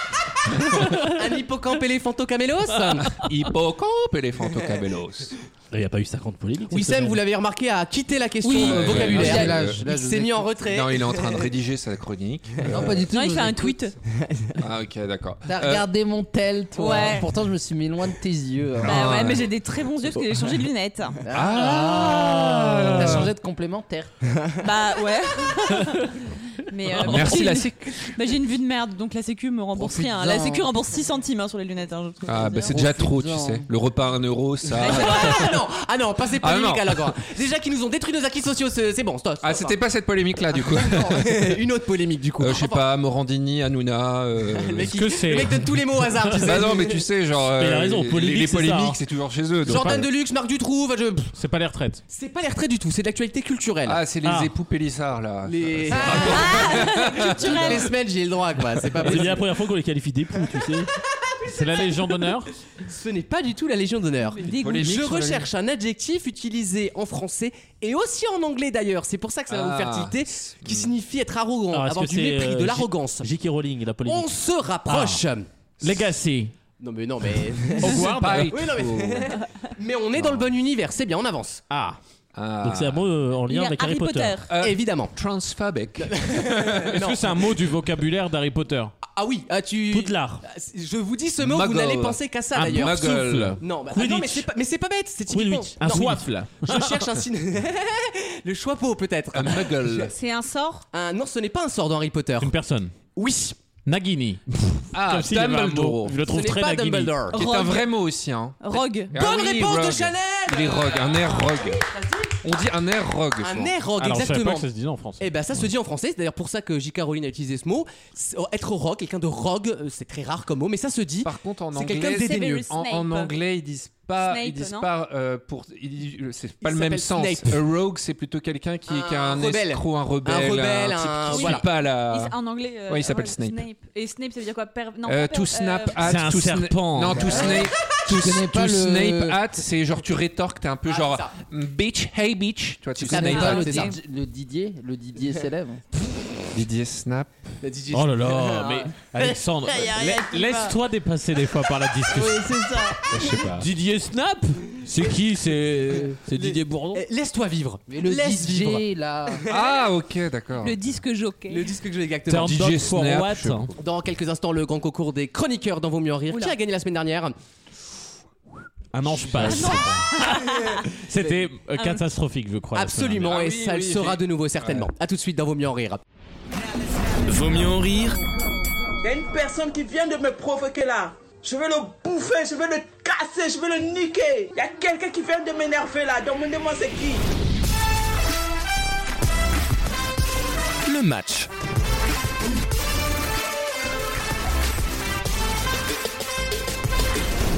Speaker 2: Un hippocampe éléphantocamélos
Speaker 3: Hippocampe éléphantocabelos.
Speaker 9: Il n'y a pas eu 50 polémiques.
Speaker 2: Wissem vous l'avez remarqué a quitté la question
Speaker 3: Oui.
Speaker 2: euh,
Speaker 3: Ouais,
Speaker 2: vocabulaire.
Speaker 3: ouais, ouais.
Speaker 7: Là, je- là,
Speaker 2: il
Speaker 7: je
Speaker 2: s'est
Speaker 7: vous
Speaker 2: mis en
Speaker 7: écoute.
Speaker 2: retrait.
Speaker 3: Euh, Non, il est en train de rédiger sa chronique.
Speaker 7: Non, pas du tout.
Speaker 6: Non, il
Speaker 7: je
Speaker 6: fait
Speaker 7: vous
Speaker 6: un
Speaker 7: écoute.
Speaker 6: tweet.
Speaker 3: Ah, ok, d'accord.
Speaker 7: T'as
Speaker 3: Euh,
Speaker 7: regardé mon tel, toi.
Speaker 6: Ouais.
Speaker 7: Pourtant, je me suis mis loin de tes yeux. hein.
Speaker 6: Bah ouais, mais j'ai des très bons yeux parce que j'ai changé de lunettes.
Speaker 3: Ah.
Speaker 7: Ah
Speaker 3: Euh.
Speaker 7: T'as changé de complémentaire.
Speaker 6: Bah ouais. Mais euh,
Speaker 3: Merci
Speaker 6: j'ai
Speaker 3: la
Speaker 6: une-
Speaker 3: Sécu.
Speaker 6: Bah, j'ai une vue de merde, donc la Sécu me rembourse rien. La
Speaker 7: Profites-en.
Speaker 6: Sécu rembourse 6 centimes hein, sur les lunettes. hein, je-
Speaker 3: Ah,
Speaker 6: je-
Speaker 3: bah c'est déjà trop, tu
Speaker 7: Profites-en.
Speaker 3: sais. Le repas à 1 euro, ça.
Speaker 2: ah non, ah non, passez pas
Speaker 3: Ah
Speaker 2: les
Speaker 3: non.
Speaker 2: mécales encore. Déjà qu'ils nous ont détruit nos acquis sociaux, c'est c'est bon, stop. stop,
Speaker 3: Ah,
Speaker 2: stop.
Speaker 3: c'était pas cette polémique-là, du coup.
Speaker 2: une autre polémique du coup.
Speaker 3: Euh, Je sais
Speaker 2: Enfin,
Speaker 3: pas, Morandini, Hanouna. euh,
Speaker 2: Le mec, il-
Speaker 4: que
Speaker 2: le
Speaker 4: c'est-
Speaker 2: mec donne tous les mots au hasard, tu sais.
Speaker 3: Bah non, mais tu sais, genre.
Speaker 4: Mais il a
Speaker 3: euh,
Speaker 4: raison,
Speaker 3: les-
Speaker 4: polémique,
Speaker 3: Les
Speaker 4: c'est ça, hein.
Speaker 3: polémiques, c'est toujours chez eux. donc-
Speaker 2: Jordan Deluxe, Marc Dutroux, enfin, je- pff,
Speaker 4: c'est pas les retraites.
Speaker 2: c'est pas les retraits du tout, c'est de l'actualité culturelle.
Speaker 3: Ah, c'est les
Speaker 4: Ah.
Speaker 3: époux Pélissard, là.
Speaker 2: les... Toutes
Speaker 6: Culturelle.
Speaker 2: les semaines j'ai le droit quoi, c'est pas
Speaker 9: C'est
Speaker 2: possible.
Speaker 9: bien la première fois qu'on les qualifie d'époux, tu sais.
Speaker 4: C'est la Légion d'honneur.
Speaker 2: Ce n'est pas du tout la Légion d'honneur.
Speaker 3: Polémique
Speaker 2: Je
Speaker 3: sur la
Speaker 2: recherche un adjectif utilisé en français et aussi en anglais d'ailleurs, c'est pour ça que ça va vous faire
Speaker 3: Ah.
Speaker 2: tilter, qui signifie être arrogant,
Speaker 9: Alors, est-ce
Speaker 2: avoir
Speaker 9: que
Speaker 2: du
Speaker 9: c'est,
Speaker 2: mépris,
Speaker 9: euh,
Speaker 2: de
Speaker 9: J- Ah.
Speaker 2: l'arrogance.
Speaker 9: J.K. Rowling, la polémique.
Speaker 2: On se rapproche.
Speaker 9: Legacy.
Speaker 2: Non mais non mais
Speaker 9: Oh.
Speaker 3: Hogwarts.
Speaker 2: Oui, non, mais... mais on est dans le bon univers, c'est bien, on avance.
Speaker 4: Ah.
Speaker 3: Ah.
Speaker 4: Donc c'est un mot euh, en
Speaker 6: Il y
Speaker 4: lien
Speaker 6: a
Speaker 4: avec Harry Potter.
Speaker 3: Euh,
Speaker 2: Évidemment.
Speaker 3: Transphobic.
Speaker 4: Est-ce que c'est un mot du vocabulaire d'Harry Potter
Speaker 2: Ah oui, ah, tu.
Speaker 4: Poudlard.
Speaker 2: Je vous dis ce mot, vous
Speaker 3: Muggle.
Speaker 2: n'allez penser qu'à ça
Speaker 4: Un
Speaker 2: d'ailleurs.
Speaker 3: muggle.
Speaker 4: Souffle.
Speaker 2: Non, bah,
Speaker 4: Quidditch.
Speaker 2: non, mais c'est pas, mais c'est pas bête, c'est typiquement.
Speaker 4: Quidditch. Un
Speaker 2: Non,
Speaker 4: soifle.
Speaker 2: Je cherche un signe. Euh. le choixpeau peut-être.
Speaker 3: Un muggle.
Speaker 6: Euh, C'est un sort
Speaker 2: Un- Non, ce n'est pas un sort d'Harry Potter.
Speaker 4: Une personne.
Speaker 2: Oui,
Speaker 4: Nagini.
Speaker 3: Ah,
Speaker 4: Comme s'il y avait un mot.
Speaker 3: Dumbledore.
Speaker 4: Je le
Speaker 2: ce
Speaker 4: trouve
Speaker 2: n'est
Speaker 4: très
Speaker 2: pas
Speaker 4: Nagini.
Speaker 2: Dumbledore.
Speaker 3: Qui est un vrai mot aussi. Hein.
Speaker 6: Rogue.
Speaker 3: Ah
Speaker 2: Bonne
Speaker 3: oui,
Speaker 2: réponse de
Speaker 3: rogue.
Speaker 2: Chanel
Speaker 3: Il est rogue, un air rogue. On dit un air rogue. je
Speaker 2: Un
Speaker 3: pense.
Speaker 2: air rogue,
Speaker 4: Alors, je savais pas
Speaker 2: Oh, exactement.
Speaker 4: que ça se disait en français.
Speaker 2: Eh ben ça se dit en français, c'est d'ailleurs pour ça que J. Caroline a utilisé ce mot. C'est- Être rogue, quelqu'un de rogue, euh, c'est très rare comme mot, mais ça se dit.
Speaker 3: Par contre, en
Speaker 2: C'est quelqu'un de
Speaker 3: anglais,
Speaker 2: dédaigneux.
Speaker 3: en, en
Speaker 6: Snape.
Speaker 3: anglais, ils disent pas,
Speaker 6: Snape,
Speaker 3: ils disent
Speaker 6: non
Speaker 3: pas euh, pour, ils disent- c'est pas
Speaker 2: Il
Speaker 3: le même sens.
Speaker 2: s'appelle Snape.
Speaker 3: Un rogue, c'est plutôt quelqu'un qui, qui a
Speaker 2: Un
Speaker 3: un
Speaker 2: rebelle.
Speaker 3: escroc, un rebelle,
Speaker 2: Un rebelle,
Speaker 3: type
Speaker 2: un-
Speaker 3: qui suit
Speaker 2: voilà.
Speaker 3: pas
Speaker 6: Il
Speaker 3: la.
Speaker 6: s- en anglais. euh,
Speaker 3: Ouais, il s'appelle Snape.
Speaker 6: Et Snape, ça veut dire quoi per... non,
Speaker 3: Euh,
Speaker 6: pas
Speaker 3: to
Speaker 6: per-
Speaker 3: snap
Speaker 6: euh,
Speaker 3: at,
Speaker 4: C'est un
Speaker 3: to sna-
Speaker 4: serpent.
Speaker 3: Non, to snape, to,
Speaker 7: connais
Speaker 3: to
Speaker 7: pas le-
Speaker 3: snape at, c'est genre tu rétorques, t'es un peu
Speaker 2: Ah,
Speaker 3: genre mm,
Speaker 2: ça.
Speaker 3: bitch, hey bitch, tu vois, tu
Speaker 2: Tu connais
Speaker 3: snape
Speaker 2: pas
Speaker 3: at.
Speaker 7: le,
Speaker 2: c'est ça.
Speaker 7: Didi- le Didier, le Didier s'élève.
Speaker 3: Didier snap.
Speaker 2: La DJ.
Speaker 4: Oh là là, mais Alexandre,
Speaker 6: Il y a rien
Speaker 4: la-
Speaker 6: qui
Speaker 4: laisse-toi dépasser des fois par la discussion.
Speaker 6: c'est ça.
Speaker 4: Je sais pas. Didier Snap C'est qui C'est c'est Didier Bourdon
Speaker 2: Eh, Laisse-toi vivre.
Speaker 7: Mais le
Speaker 2: Laisse vivre.
Speaker 7: Didier, là.
Speaker 3: Ah, ok, d'accord.
Speaker 6: Le disque jockey.
Speaker 2: Le disque que je
Speaker 4: T'es
Speaker 2: exactement.
Speaker 4: un
Speaker 3: Didier
Speaker 4: doc for
Speaker 3: Snap,
Speaker 4: what
Speaker 3: je sais pas.
Speaker 2: Dans quelques instants, le grand concours des chroniqueurs dans Vaut mieux en rire.
Speaker 6: Oula.
Speaker 2: Qui a gagné la semaine
Speaker 4: Ah,
Speaker 2: dernière
Speaker 4: Un ange passe. C'était euh, catastrophique, je crois. la
Speaker 2: Absolument,
Speaker 3: Ah
Speaker 2: et
Speaker 3: oui,
Speaker 2: ça le
Speaker 3: oui,
Speaker 2: sera
Speaker 3: oui.
Speaker 2: de nouveau certainement. A tout de suite dans Vaut mieux en rire.
Speaker 12: Vaut mieux en rire
Speaker 13: Il y a une personne qui vient de me provoquer là. Je vais le bouffer, je vais le casser, je vais le niquer. Il y a quelqu'un qui vient de m'énerver là. Demandez-moi c'est qui.
Speaker 12: le match.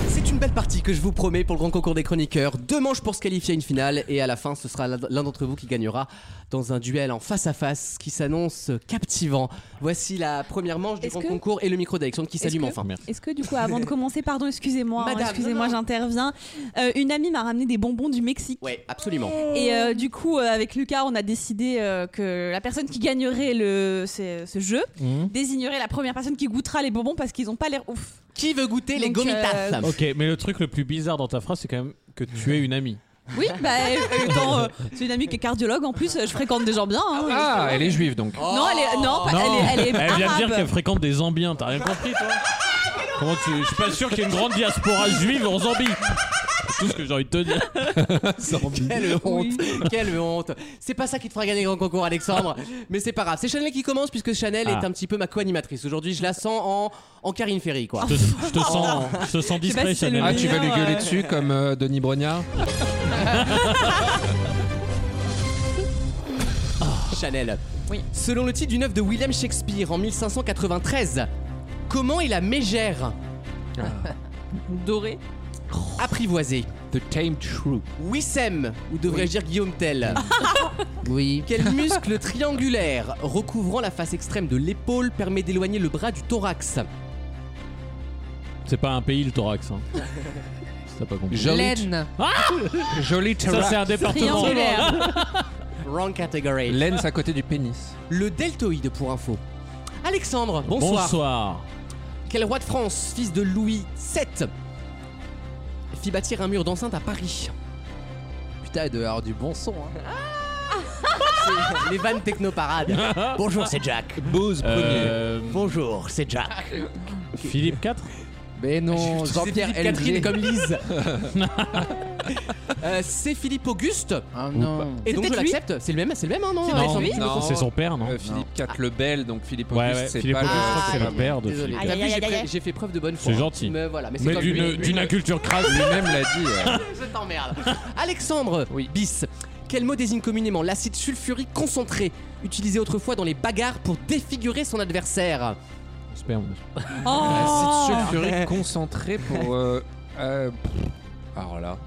Speaker 2: C'est une belle partie que je vous promets pour le grand concours des chroniqueurs. Deux manches pour se qualifier à une finale et à la fin, ce sera l'un d'entre vous qui gagnera dans un duel en face à face qui s'annonce captivant. Voici la première manche du
Speaker 6: Est-ce
Speaker 2: grand
Speaker 6: que-
Speaker 2: concours et le micro d'Alexandre qui
Speaker 6: Est-ce
Speaker 2: s'allume
Speaker 6: que-
Speaker 2: enfin.
Speaker 6: Est-ce que du coup, avant de commencer, pardon, excusez-moi, hein,
Speaker 2: Madame,
Speaker 6: excusez-moi,
Speaker 2: non,
Speaker 6: j'interviens. Euh, une amie m'a ramené des bonbons du Mexique.
Speaker 2: Ouais, absolument.
Speaker 6: Et
Speaker 4: Oh.
Speaker 6: euh, du coup, euh, avec Lucas, on a décidé euh, que la personne qui gagnerait le, ce, ce jeu
Speaker 3: Mhm.
Speaker 4: semaine.
Speaker 6: désignerait la première personne qui goûtera les bonbons parce qu'ils n'ont pas l'air ouf.
Speaker 2: Qui veut goûter les
Speaker 6: Donc,
Speaker 2: gomitas
Speaker 6: euh,
Speaker 4: Hmm. Ok, mais le truc le plus bizarre dans ta phrase, c'est quand même que tu es une amie.
Speaker 6: Oui, bah, euh, étant, euh, c'est une amie qui est cardiologue en plus, euh, je fréquente des gens bien. hein.
Speaker 3: Ah, Oh. elle est juive donc.
Speaker 6: Non, elle est, non, pas- elle est, elle est
Speaker 4: Elle vient de dire
Speaker 6: arabe.
Speaker 4: qu'elle fréquente des Zambiens, t'as rien compris toi Comment tu... Je suis pas sûr qu'il y ait une grande diaspora juive en Zambie C'est tout ce que j'ai envie de te dire.
Speaker 2: Quelle honte, quelle honte. C'est pas ça qui te fera gagner le grand concours, Alexandre. Mais c'est pas grave. C'est Chanel qui commence puisque Chanel
Speaker 4: Ah.
Speaker 2: est un petit peu ma co-animatrice. Aujourd'hui, je la sens en, en Karine Ferry, quoi.
Speaker 4: Je te, je te sens, je te sens
Speaker 6: Oh, sais pas
Speaker 4: discret,
Speaker 6: si c'est le
Speaker 4: Chanel.
Speaker 3: Ah, tu vas lui
Speaker 6: Meilleur,
Speaker 3: gueuler
Speaker 6: euh,
Speaker 3: dessus comme euh, Denis Brognard
Speaker 2: Chanel.
Speaker 6: Oui.
Speaker 2: Selon le titre d'une œuvre de William Shakespeare en 1593, comment est la mégère
Speaker 6: Doré.
Speaker 2: apprivoisée
Speaker 3: The Tame Shrew.
Speaker 2: Wissem, ou devrais-je dire Guillaume Tell
Speaker 7: Oui.
Speaker 2: Quel muscle triangulaire recouvrant la face extrême de l'épaule permet d'éloigner le bras du thorax
Speaker 4: C'est pas un pays le thorax. Hein. T'as pas compris.
Speaker 3: Jolie,
Speaker 7: Laine.
Speaker 3: jolie
Speaker 4: Ça c'est un département.
Speaker 6: Triangulaire.
Speaker 2: Wrong category.
Speaker 3: Laine, c'est à côté du pénis.
Speaker 2: Le deltoïde pour info. Alexandre, bonsoir.
Speaker 4: Bonsoir.
Speaker 2: Quel roi de France, fils de Louis VII, fit bâtir un mur d'enceinte à Paris
Speaker 7: Putain, elle doit avoir du bon son. hein.
Speaker 2: Ah Les vannes technoparades. Bonjour, c'est Jack.
Speaker 3: Bose
Speaker 4: Euh,
Speaker 2: Bonjour, c'est Jack.
Speaker 4: Philippe 4
Speaker 7: Mais
Speaker 2: Je-
Speaker 7: non,
Speaker 2: je-
Speaker 7: Jean-Pierre
Speaker 2: Ah, c'est Catherine
Speaker 7: Elbé.
Speaker 2: comme Lise. Euh, c'est Philippe Auguste.
Speaker 7: Ah non.
Speaker 2: Et donc je
Speaker 6: peut-être lui.
Speaker 2: l'accepte. C'est le même, c'est le même, hein, non
Speaker 4: Non,
Speaker 2: Alexandre
Speaker 4: non, c'est son père, non
Speaker 3: Euh, Philippe IV le Bel, donc Philippe
Speaker 4: Ouais,
Speaker 3: Auguste,
Speaker 4: ouais,
Speaker 3: c'est
Speaker 4: Philippe
Speaker 3: pas
Speaker 4: Auguste, je crois
Speaker 3: le...
Speaker 4: que c'est le père de
Speaker 2: Désolé.
Speaker 4: Philippe.
Speaker 6: Aïe,
Speaker 2: T'as
Speaker 6: aïe,
Speaker 2: vu,
Speaker 6: aïe,
Speaker 2: j'ai
Speaker 6: aïe,
Speaker 2: pré-
Speaker 6: aïe.
Speaker 2: J'ai fait preuve de bonne foi.
Speaker 4: C'est gentil.
Speaker 2: Mais voilà, mais c'est
Speaker 4: Mais
Speaker 2: comme
Speaker 4: d'une d'une inculture crasse.
Speaker 3: Lui-même l'a dit. euh.
Speaker 2: Je t'emmerde. Alexandre
Speaker 3: Oui.
Speaker 2: bis. Quel mot désigne communément l'acide sulfurique concentré, utilisé autrefois dans les bagarres pour défigurer son adversaire
Speaker 4: Sperme.
Speaker 3: Ah,
Speaker 6: Oh
Speaker 3: Acide sulfurique concentré pour... euh, euh, pff,
Speaker 14: ah,
Speaker 3: alors là...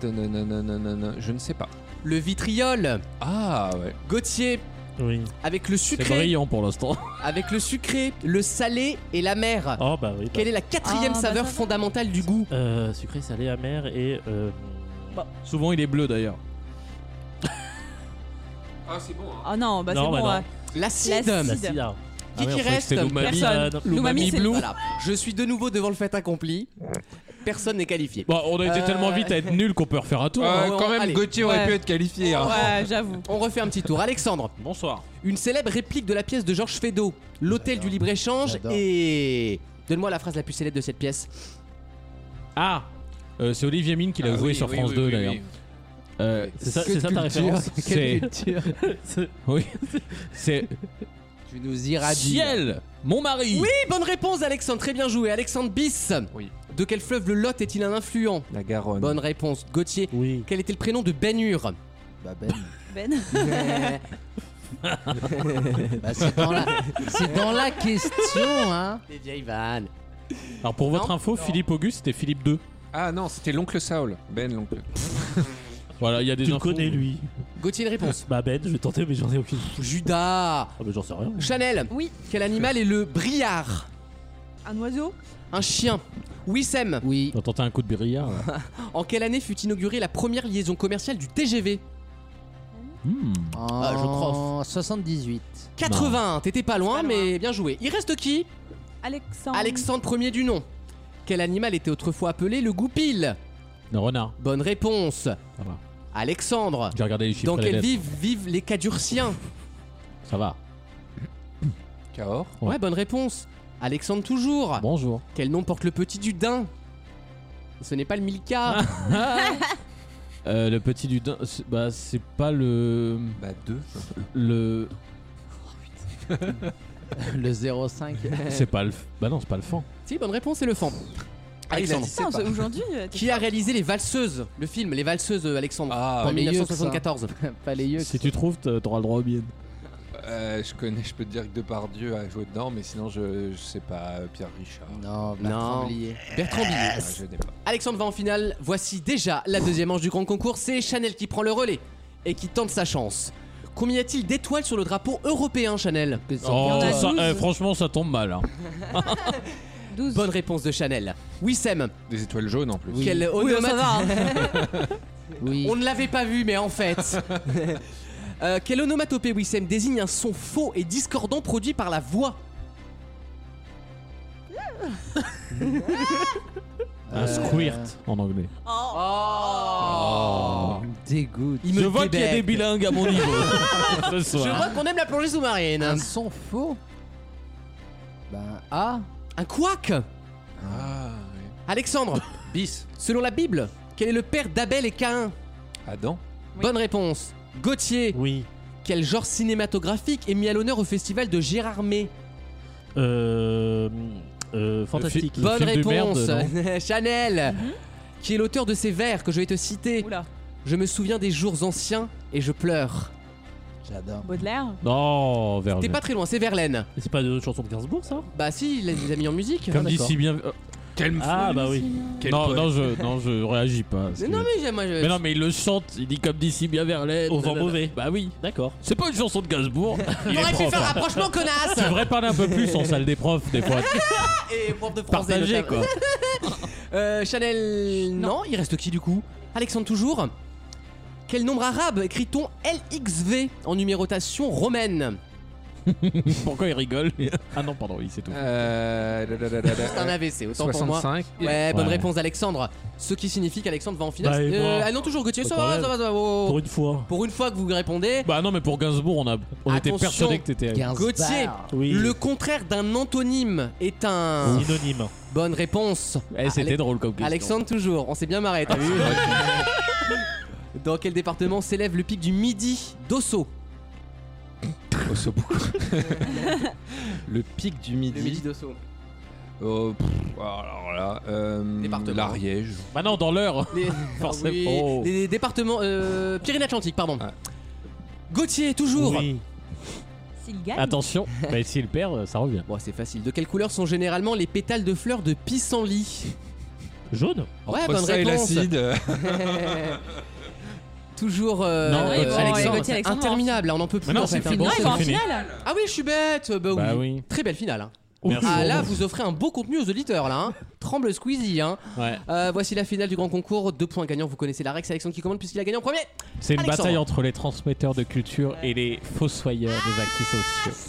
Speaker 3: Tananananana, Je ne sais pas.
Speaker 2: Le vitriol.
Speaker 3: Ah ouais.
Speaker 2: Gauthier,
Speaker 4: Oui.
Speaker 2: avec le
Speaker 4: C'est
Speaker 2: sucré,
Speaker 4: brillant pour l'instant.
Speaker 2: avec le sucré, le salé et l'amère.
Speaker 4: Oh bah oui.
Speaker 2: Quelle est la quatrième
Speaker 6: Ah, bah
Speaker 2: saveur
Speaker 6: ça va.
Speaker 2: fondamentale du goût
Speaker 4: sucré, salé, amer et. euh, Souvent il est bleu d'ailleurs.
Speaker 3: Ah c'est bon.
Speaker 6: Oh non, bah c'est
Speaker 4: Non, bah
Speaker 6: bon.
Speaker 4: non.
Speaker 6: ouais.
Speaker 2: L'acide.
Speaker 4: Ah
Speaker 6: L'acide.
Speaker 2: Qui qui reste
Speaker 4: Personne.
Speaker 6: Personne. Nous, mamie, c'est
Speaker 4: Blue.
Speaker 2: Je suis de nouveau devant le fait accompli. personne n'est qualifié.
Speaker 4: Bon, Bah, on a été
Speaker 2: Euh,
Speaker 4: tellement vite à être nul qu'on peut refaire un tour. hein.
Speaker 14: Euh,
Speaker 2: on-
Speaker 14: quand même,
Speaker 2: Oh, allez.
Speaker 14: Gauthier aurait
Speaker 6: Ouais.
Speaker 14: pu être qualifié. hein.
Speaker 6: Ouais, j'avoue.
Speaker 2: On refait un petit tour. Alexandre,
Speaker 4: Bonsoir.
Speaker 2: une célèbre réplique de la pièce de Georges Feydeau, L'hôtel du libre-échange
Speaker 7: J'adore.
Speaker 2: et. Donne-moi la phrase la plus célèbre de cette pièce.
Speaker 4: Ah Euh, C'est Olivier Mine qui l'a joué sur France 2 d'ailleurs. Euh, c'est ça, c'est ça ta référence C'est. c'est- Oui. C'est.
Speaker 7: Tu nous irradies.
Speaker 4: Ciel Mon mari
Speaker 2: Oui, bonne réponse, Alexandre. Très bien joué. Alexandre Bis.
Speaker 14: Oui.
Speaker 2: De quel fleuve le Lot est-il un influent
Speaker 14: Oh. La Garonne.
Speaker 2: Bonne réponse. Gauthier,
Speaker 15: Oui.
Speaker 2: quel était le prénom de Ben Hur
Speaker 7: Bah ben.
Speaker 6: Ben.
Speaker 7: Bah, c'est dans la, c'est dans la question, hein.
Speaker 2: Les vieilles vannes.
Speaker 4: Alors pour votre info, Philippe Auguste c'était Philippe 2.
Speaker 14: Ah non, c'était l'oncle Saul. Ben, l'oncle.
Speaker 4: Voilà, il y a des
Speaker 15: Tu le
Speaker 4: infos.
Speaker 15: connais lui.
Speaker 2: Gauthier, une réponse.
Speaker 15: Bah Ben, je vais tenter, mais j'en ai aucune.
Speaker 2: Judas.
Speaker 15: Ah, mais j'en sais rien.
Speaker 2: Chanel.
Speaker 6: Oui,
Speaker 2: Quel animal est le briard
Speaker 6: un oiseau
Speaker 2: Un chien. Wissem.
Speaker 7: Oui.
Speaker 4: On va tenter un coup de brillard. là.
Speaker 2: En quelle année fut inaugurée la première liaison commerciale du TGV
Speaker 4: Hmm.
Speaker 7: En
Speaker 2: Ah, je crois.
Speaker 7: 78.
Speaker 2: 80. T'étais pas loin,
Speaker 6: Pas loin.
Speaker 2: mais bien joué. Il reste qui
Speaker 6: Alexandre.
Speaker 2: Alexandre Ier du nom. Quel animal était autrefois appelé le goupil
Speaker 4: Le renard.
Speaker 2: Bonne réponse.
Speaker 4: va.
Speaker 2: Alexandre.
Speaker 4: J'ai regardé les chiffres.
Speaker 2: Dans
Speaker 4: et les
Speaker 2: quelle
Speaker 4: lettres.
Speaker 2: ville vivent les Cadurciens
Speaker 4: Ça va.
Speaker 14: Cahors.
Speaker 2: ouais.
Speaker 4: Ouais.
Speaker 2: bonne réponse. Alexandre toujours.
Speaker 4: Bonjour.
Speaker 2: Quel nom porte le petit du daim Ce n'est pas le Milka.
Speaker 4: Euh, le petit du din- c'est- bah c'est pas le
Speaker 14: Bah, deux.
Speaker 4: le
Speaker 7: Le 05.
Speaker 2: Euh.
Speaker 4: c'est pas le f- bah non c'est pas le fan.
Speaker 2: si, bonne réponse, c'est le fan. Alexandre.
Speaker 6: Putain, aujourd'hui, euh, t'es-
Speaker 2: Qui a réalisé Les Valseuses Le film Les Valseuses, euh, Alexandre.
Speaker 14: Ah,
Speaker 2: en
Speaker 7: les yeux,
Speaker 2: 1974.
Speaker 7: Pas les yeux.
Speaker 4: Si tu trouves t- t'auras le droit au bien.
Speaker 14: Euh, je connais, je peux te dire que Depardieu a joué dedans, mais sinon, je, je sais pas. euh, Pierre Richard.
Speaker 7: Non,
Speaker 2: Non.
Speaker 7: Bertrand Blier.
Speaker 2: Bertrand Blier.
Speaker 14: Ah, je n'ai pas.
Speaker 2: Alexandre va en finale. Voici déjà la deuxième manche du grand concours. C'est Chanel qui prend le relais et qui tente sa chance. Combien y a-t-il d'étoiles sur le drapeau européen, Chanel
Speaker 7: Que ça-
Speaker 4: Oh,
Speaker 6: Il y en a
Speaker 4: ça-
Speaker 6: 12.
Speaker 4: eh, franchement ça tombe mal. hein.
Speaker 6: 12.
Speaker 2: Bonne réponse de Chanel. Wissem,
Speaker 14: Des étoiles jaunes en plus.
Speaker 2: quel
Speaker 6: Oui,
Speaker 2: onomate-
Speaker 6: ça va. hein.
Speaker 7: Oui.
Speaker 2: On ne l'avait pas vu, mais en fait. Euh, quelle onomatopée Wissem désigne un son faux et discordant produit par la voix
Speaker 4: Un squirt en anglais.
Speaker 6: Oh.
Speaker 7: Oh, me dégoûte.
Speaker 2: Il me
Speaker 4: Je vois qu'il y a des
Speaker 2: débecte.
Speaker 4: bilingues à mon niveau ce
Speaker 2: Je
Speaker 4: soir.
Speaker 2: vois qu'on aime la plongée
Speaker 7: Un
Speaker 2: sous-marine.
Speaker 7: son faux. Ben ah.
Speaker 2: Un couac
Speaker 14: Ah, oui.
Speaker 2: Alexandre Bis. Selon la Bible, quel est le père d'Abel et Caïn
Speaker 14: Adam.
Speaker 6: Oui.
Speaker 2: Bonne réponse. Gauthier,
Speaker 15: Oui.
Speaker 2: quel genre cinématographique est mis à l'honneur au festival de Gérardmer
Speaker 15: Euh. euh, fantastique.
Speaker 4: Le
Speaker 2: Bonne
Speaker 4: film de
Speaker 2: réponse.
Speaker 4: merde,
Speaker 2: Chanel, qui est l'auteur de ces vers que je vais te citer.
Speaker 6: Oula.
Speaker 2: Je me souviens des jours anciens et je pleure.
Speaker 7: J'adore.
Speaker 6: Baudelaire
Speaker 4: Non,
Speaker 2: T'es
Speaker 4: Verlaine.
Speaker 2: pas très loin, c'est Verlaine.
Speaker 15: C'est pas de chanson de Gainsbourg ça
Speaker 2: Bah si, il les il les a mis en musique.
Speaker 4: Comme
Speaker 2: Ah,
Speaker 4: dit
Speaker 2: d'accord.
Speaker 4: si bien. euh,
Speaker 15: Ah bah oui.
Speaker 14: Quel
Speaker 4: non,
Speaker 14: poète.
Speaker 4: non, je, non, je réagis pas. parce
Speaker 2: Mais
Speaker 4: que-
Speaker 2: non mais j'ai- moi je...
Speaker 4: Mais non, mais il le chante, il dit comme dit si bien Verlaine.
Speaker 15: Au vent
Speaker 4: nanana.
Speaker 15: mauvais.
Speaker 4: Bah oui.
Speaker 15: D'accord.
Speaker 4: C'est pas une chanson de Gainsbourg. il
Speaker 2: T'aurais
Speaker 4: est
Speaker 2: pu
Speaker 4: prof.
Speaker 2: faire un rapprochement connasse
Speaker 4: Tu devrais parler un peu plus en salle des profs, des fois.
Speaker 2: Et prof de français
Speaker 4: Partager,
Speaker 2: notamment.
Speaker 4: quoi.
Speaker 2: Euh, Chanel... Non. il reste qui du coup Alexandre toujours Quel nombre arabe écrit-on LXV en numérotation romaine
Speaker 4: Pourquoi il rigole Ah non, pardon, oui, c'est tout.
Speaker 14: Euh, da, da, da, da, da.
Speaker 2: C'est un AVC, autant pour moi.
Speaker 14: 65.
Speaker 2: Ouais, bonne
Speaker 4: Ouais.
Speaker 2: réponse d'Alexandre. Ce qui signifie qu'Alexandre va en finale.
Speaker 15: Bah, et
Speaker 2: Euh,
Speaker 15: moi
Speaker 2: ah non, toujours Gauthier,
Speaker 15: Pas
Speaker 2: ça
Speaker 15: de
Speaker 2: va, ça
Speaker 15: problème.
Speaker 2: va, ça va. oh, oh.
Speaker 15: Pour une fois.
Speaker 2: Pour une fois que vous répondez,
Speaker 4: Bah non, mais pour Gainsbourg, on, a, on était
Speaker 2: Attention.
Speaker 4: persuadé que t'étais.
Speaker 7: Gainsbourg.
Speaker 2: Gauthier.
Speaker 15: Oui.
Speaker 2: le contraire d'un antonyme est
Speaker 16: Ah.
Speaker 2: un...
Speaker 15: Synonyme.
Speaker 2: Bonne réponse.
Speaker 4: Eh, c'était
Speaker 2: Ale-
Speaker 4: drôle comme question.
Speaker 2: Alexandre toujours, on s'est bien marré.
Speaker 15: Ah
Speaker 2: t'as vu Dans quel département s'élève le pic du Midi d'Osso
Speaker 14: Au Sobourg. Le pic du midi.
Speaker 2: d'Osso.
Speaker 14: Oh, pff, alors là, euh,
Speaker 2: Département.
Speaker 14: l'Ariège.
Speaker 4: Bah non, dans l'heure.
Speaker 2: Les,
Speaker 4: Forcément.
Speaker 2: oui,
Speaker 4: Oh.
Speaker 2: les départements euh, Pyrénées-Atlantiques, pardon.
Speaker 14: Ah.
Speaker 2: Gauthier toujours.
Speaker 15: Oui.
Speaker 6: S'il gagne
Speaker 4: Attention, bah s'il perd, ça revient.
Speaker 2: Bon, c'est facile. De quelle couleur sont généralement les pétales de fleurs de pissenlit
Speaker 15: Jaune
Speaker 2: Ouais,
Speaker 14: Entre
Speaker 2: Ah, bonne
Speaker 14: ça et
Speaker 2: réponse.
Speaker 14: l'acide. euh,
Speaker 2: Toujours euh,
Speaker 4: Non,
Speaker 2: euh,
Speaker 4: Gauthier.
Speaker 2: Alexandre.
Speaker 6: Ouais, Gauthier, Alexandre.
Speaker 2: Interminable, là, on en peut plus.
Speaker 4: non,
Speaker 2: en fait,
Speaker 4: c'est
Speaker 2: hein.
Speaker 4: fini.
Speaker 6: Non, il
Speaker 4: c'est
Speaker 6: va en
Speaker 4: fini.
Speaker 6: finale
Speaker 2: Ah oui, je suis bête. Bah oui.
Speaker 4: Bah oui.
Speaker 2: Très belle finale. hein.
Speaker 4: Merci.
Speaker 2: Ah là, vous offrez un beau contenu aux auditeurs là. hein. Tremble Squeezie. Hein.
Speaker 4: Ouais.
Speaker 2: Euh, voici la finale du grand concours. Deux points gagnants. Vous connaissez la Rex Alexandre qui commande puisqu'il a gagné en premier.
Speaker 4: C'est une
Speaker 2: Alexandre.
Speaker 4: bataille entre les transmetteurs de culture et les fossoyeurs des acquis sociaux.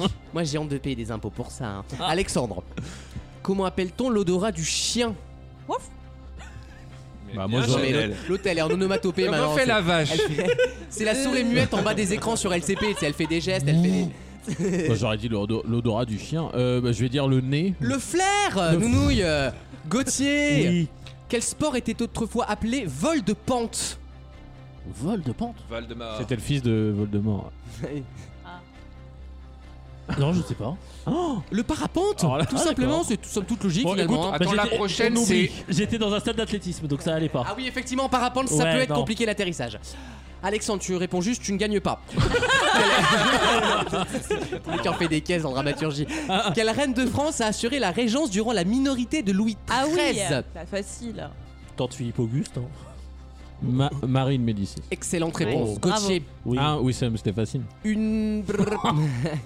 Speaker 4: Ah.
Speaker 2: Moi j'ai honte de payer des impôts pour ça. hein. Alexandre. Comment appelle-t-on l'odorat du chien
Speaker 6: Ouf.
Speaker 4: Bah, moi,
Speaker 2: Non, mais l'autre- L'autre, elle est en onomatopée
Speaker 14: Comment
Speaker 2: maintenant.
Speaker 14: fait la vache
Speaker 2: c'est- elle fait- C'est la souris muette en bas des écrans sur LCP. tu sais, Elle fait des gestes, elle fait des.
Speaker 4: j'aurais- moi, j'aurais dit l'odo- l'odorat du chien. Euh, bah, je vais dire le nez.
Speaker 2: Le flair Nounouille euh, Gauthier
Speaker 4: Oui.
Speaker 2: Quel sport était autrefois appelé vol de pente
Speaker 4: Vol de pente.
Speaker 14: Valdemar.
Speaker 4: C'était le fils de Voldemort. non, je sais pas.
Speaker 2: Le parapente
Speaker 4: Alors là,
Speaker 2: Tout
Speaker 4: ah,
Speaker 2: simplement,
Speaker 4: d'accord.
Speaker 2: c'est tout- somme toute logique
Speaker 4: Bon,
Speaker 2: finalement,
Speaker 4: écoute,
Speaker 2: hein.
Speaker 14: Attends,
Speaker 4: Bah,
Speaker 14: la
Speaker 4: j'étais-
Speaker 14: prochaine,
Speaker 4: on
Speaker 14: c'est.
Speaker 4: oublie. J'étais dans un stade d'athlétisme, donc ça allait pas.
Speaker 2: Ah oui, effectivement, parapente, ça
Speaker 4: Ouais,
Speaker 2: peut être
Speaker 4: non.
Speaker 2: compliqué l'atterrissage. Alexandre, tu réponds juste, tu ne gagnes pas. Le mec en fait des caisses en dramaturgie.
Speaker 4: Ah,
Speaker 2: Quelle reine de France a assuré la régence durant la minorité de Louis XIII
Speaker 6: Ah oui bah, Facile.
Speaker 4: Tante Philippe Auguste. Marine Médicis.
Speaker 2: Excellente réponse.
Speaker 6: Oh.
Speaker 2: Gauthier,
Speaker 4: Oui. Ah oui, Sam, c'était facile.
Speaker 2: une...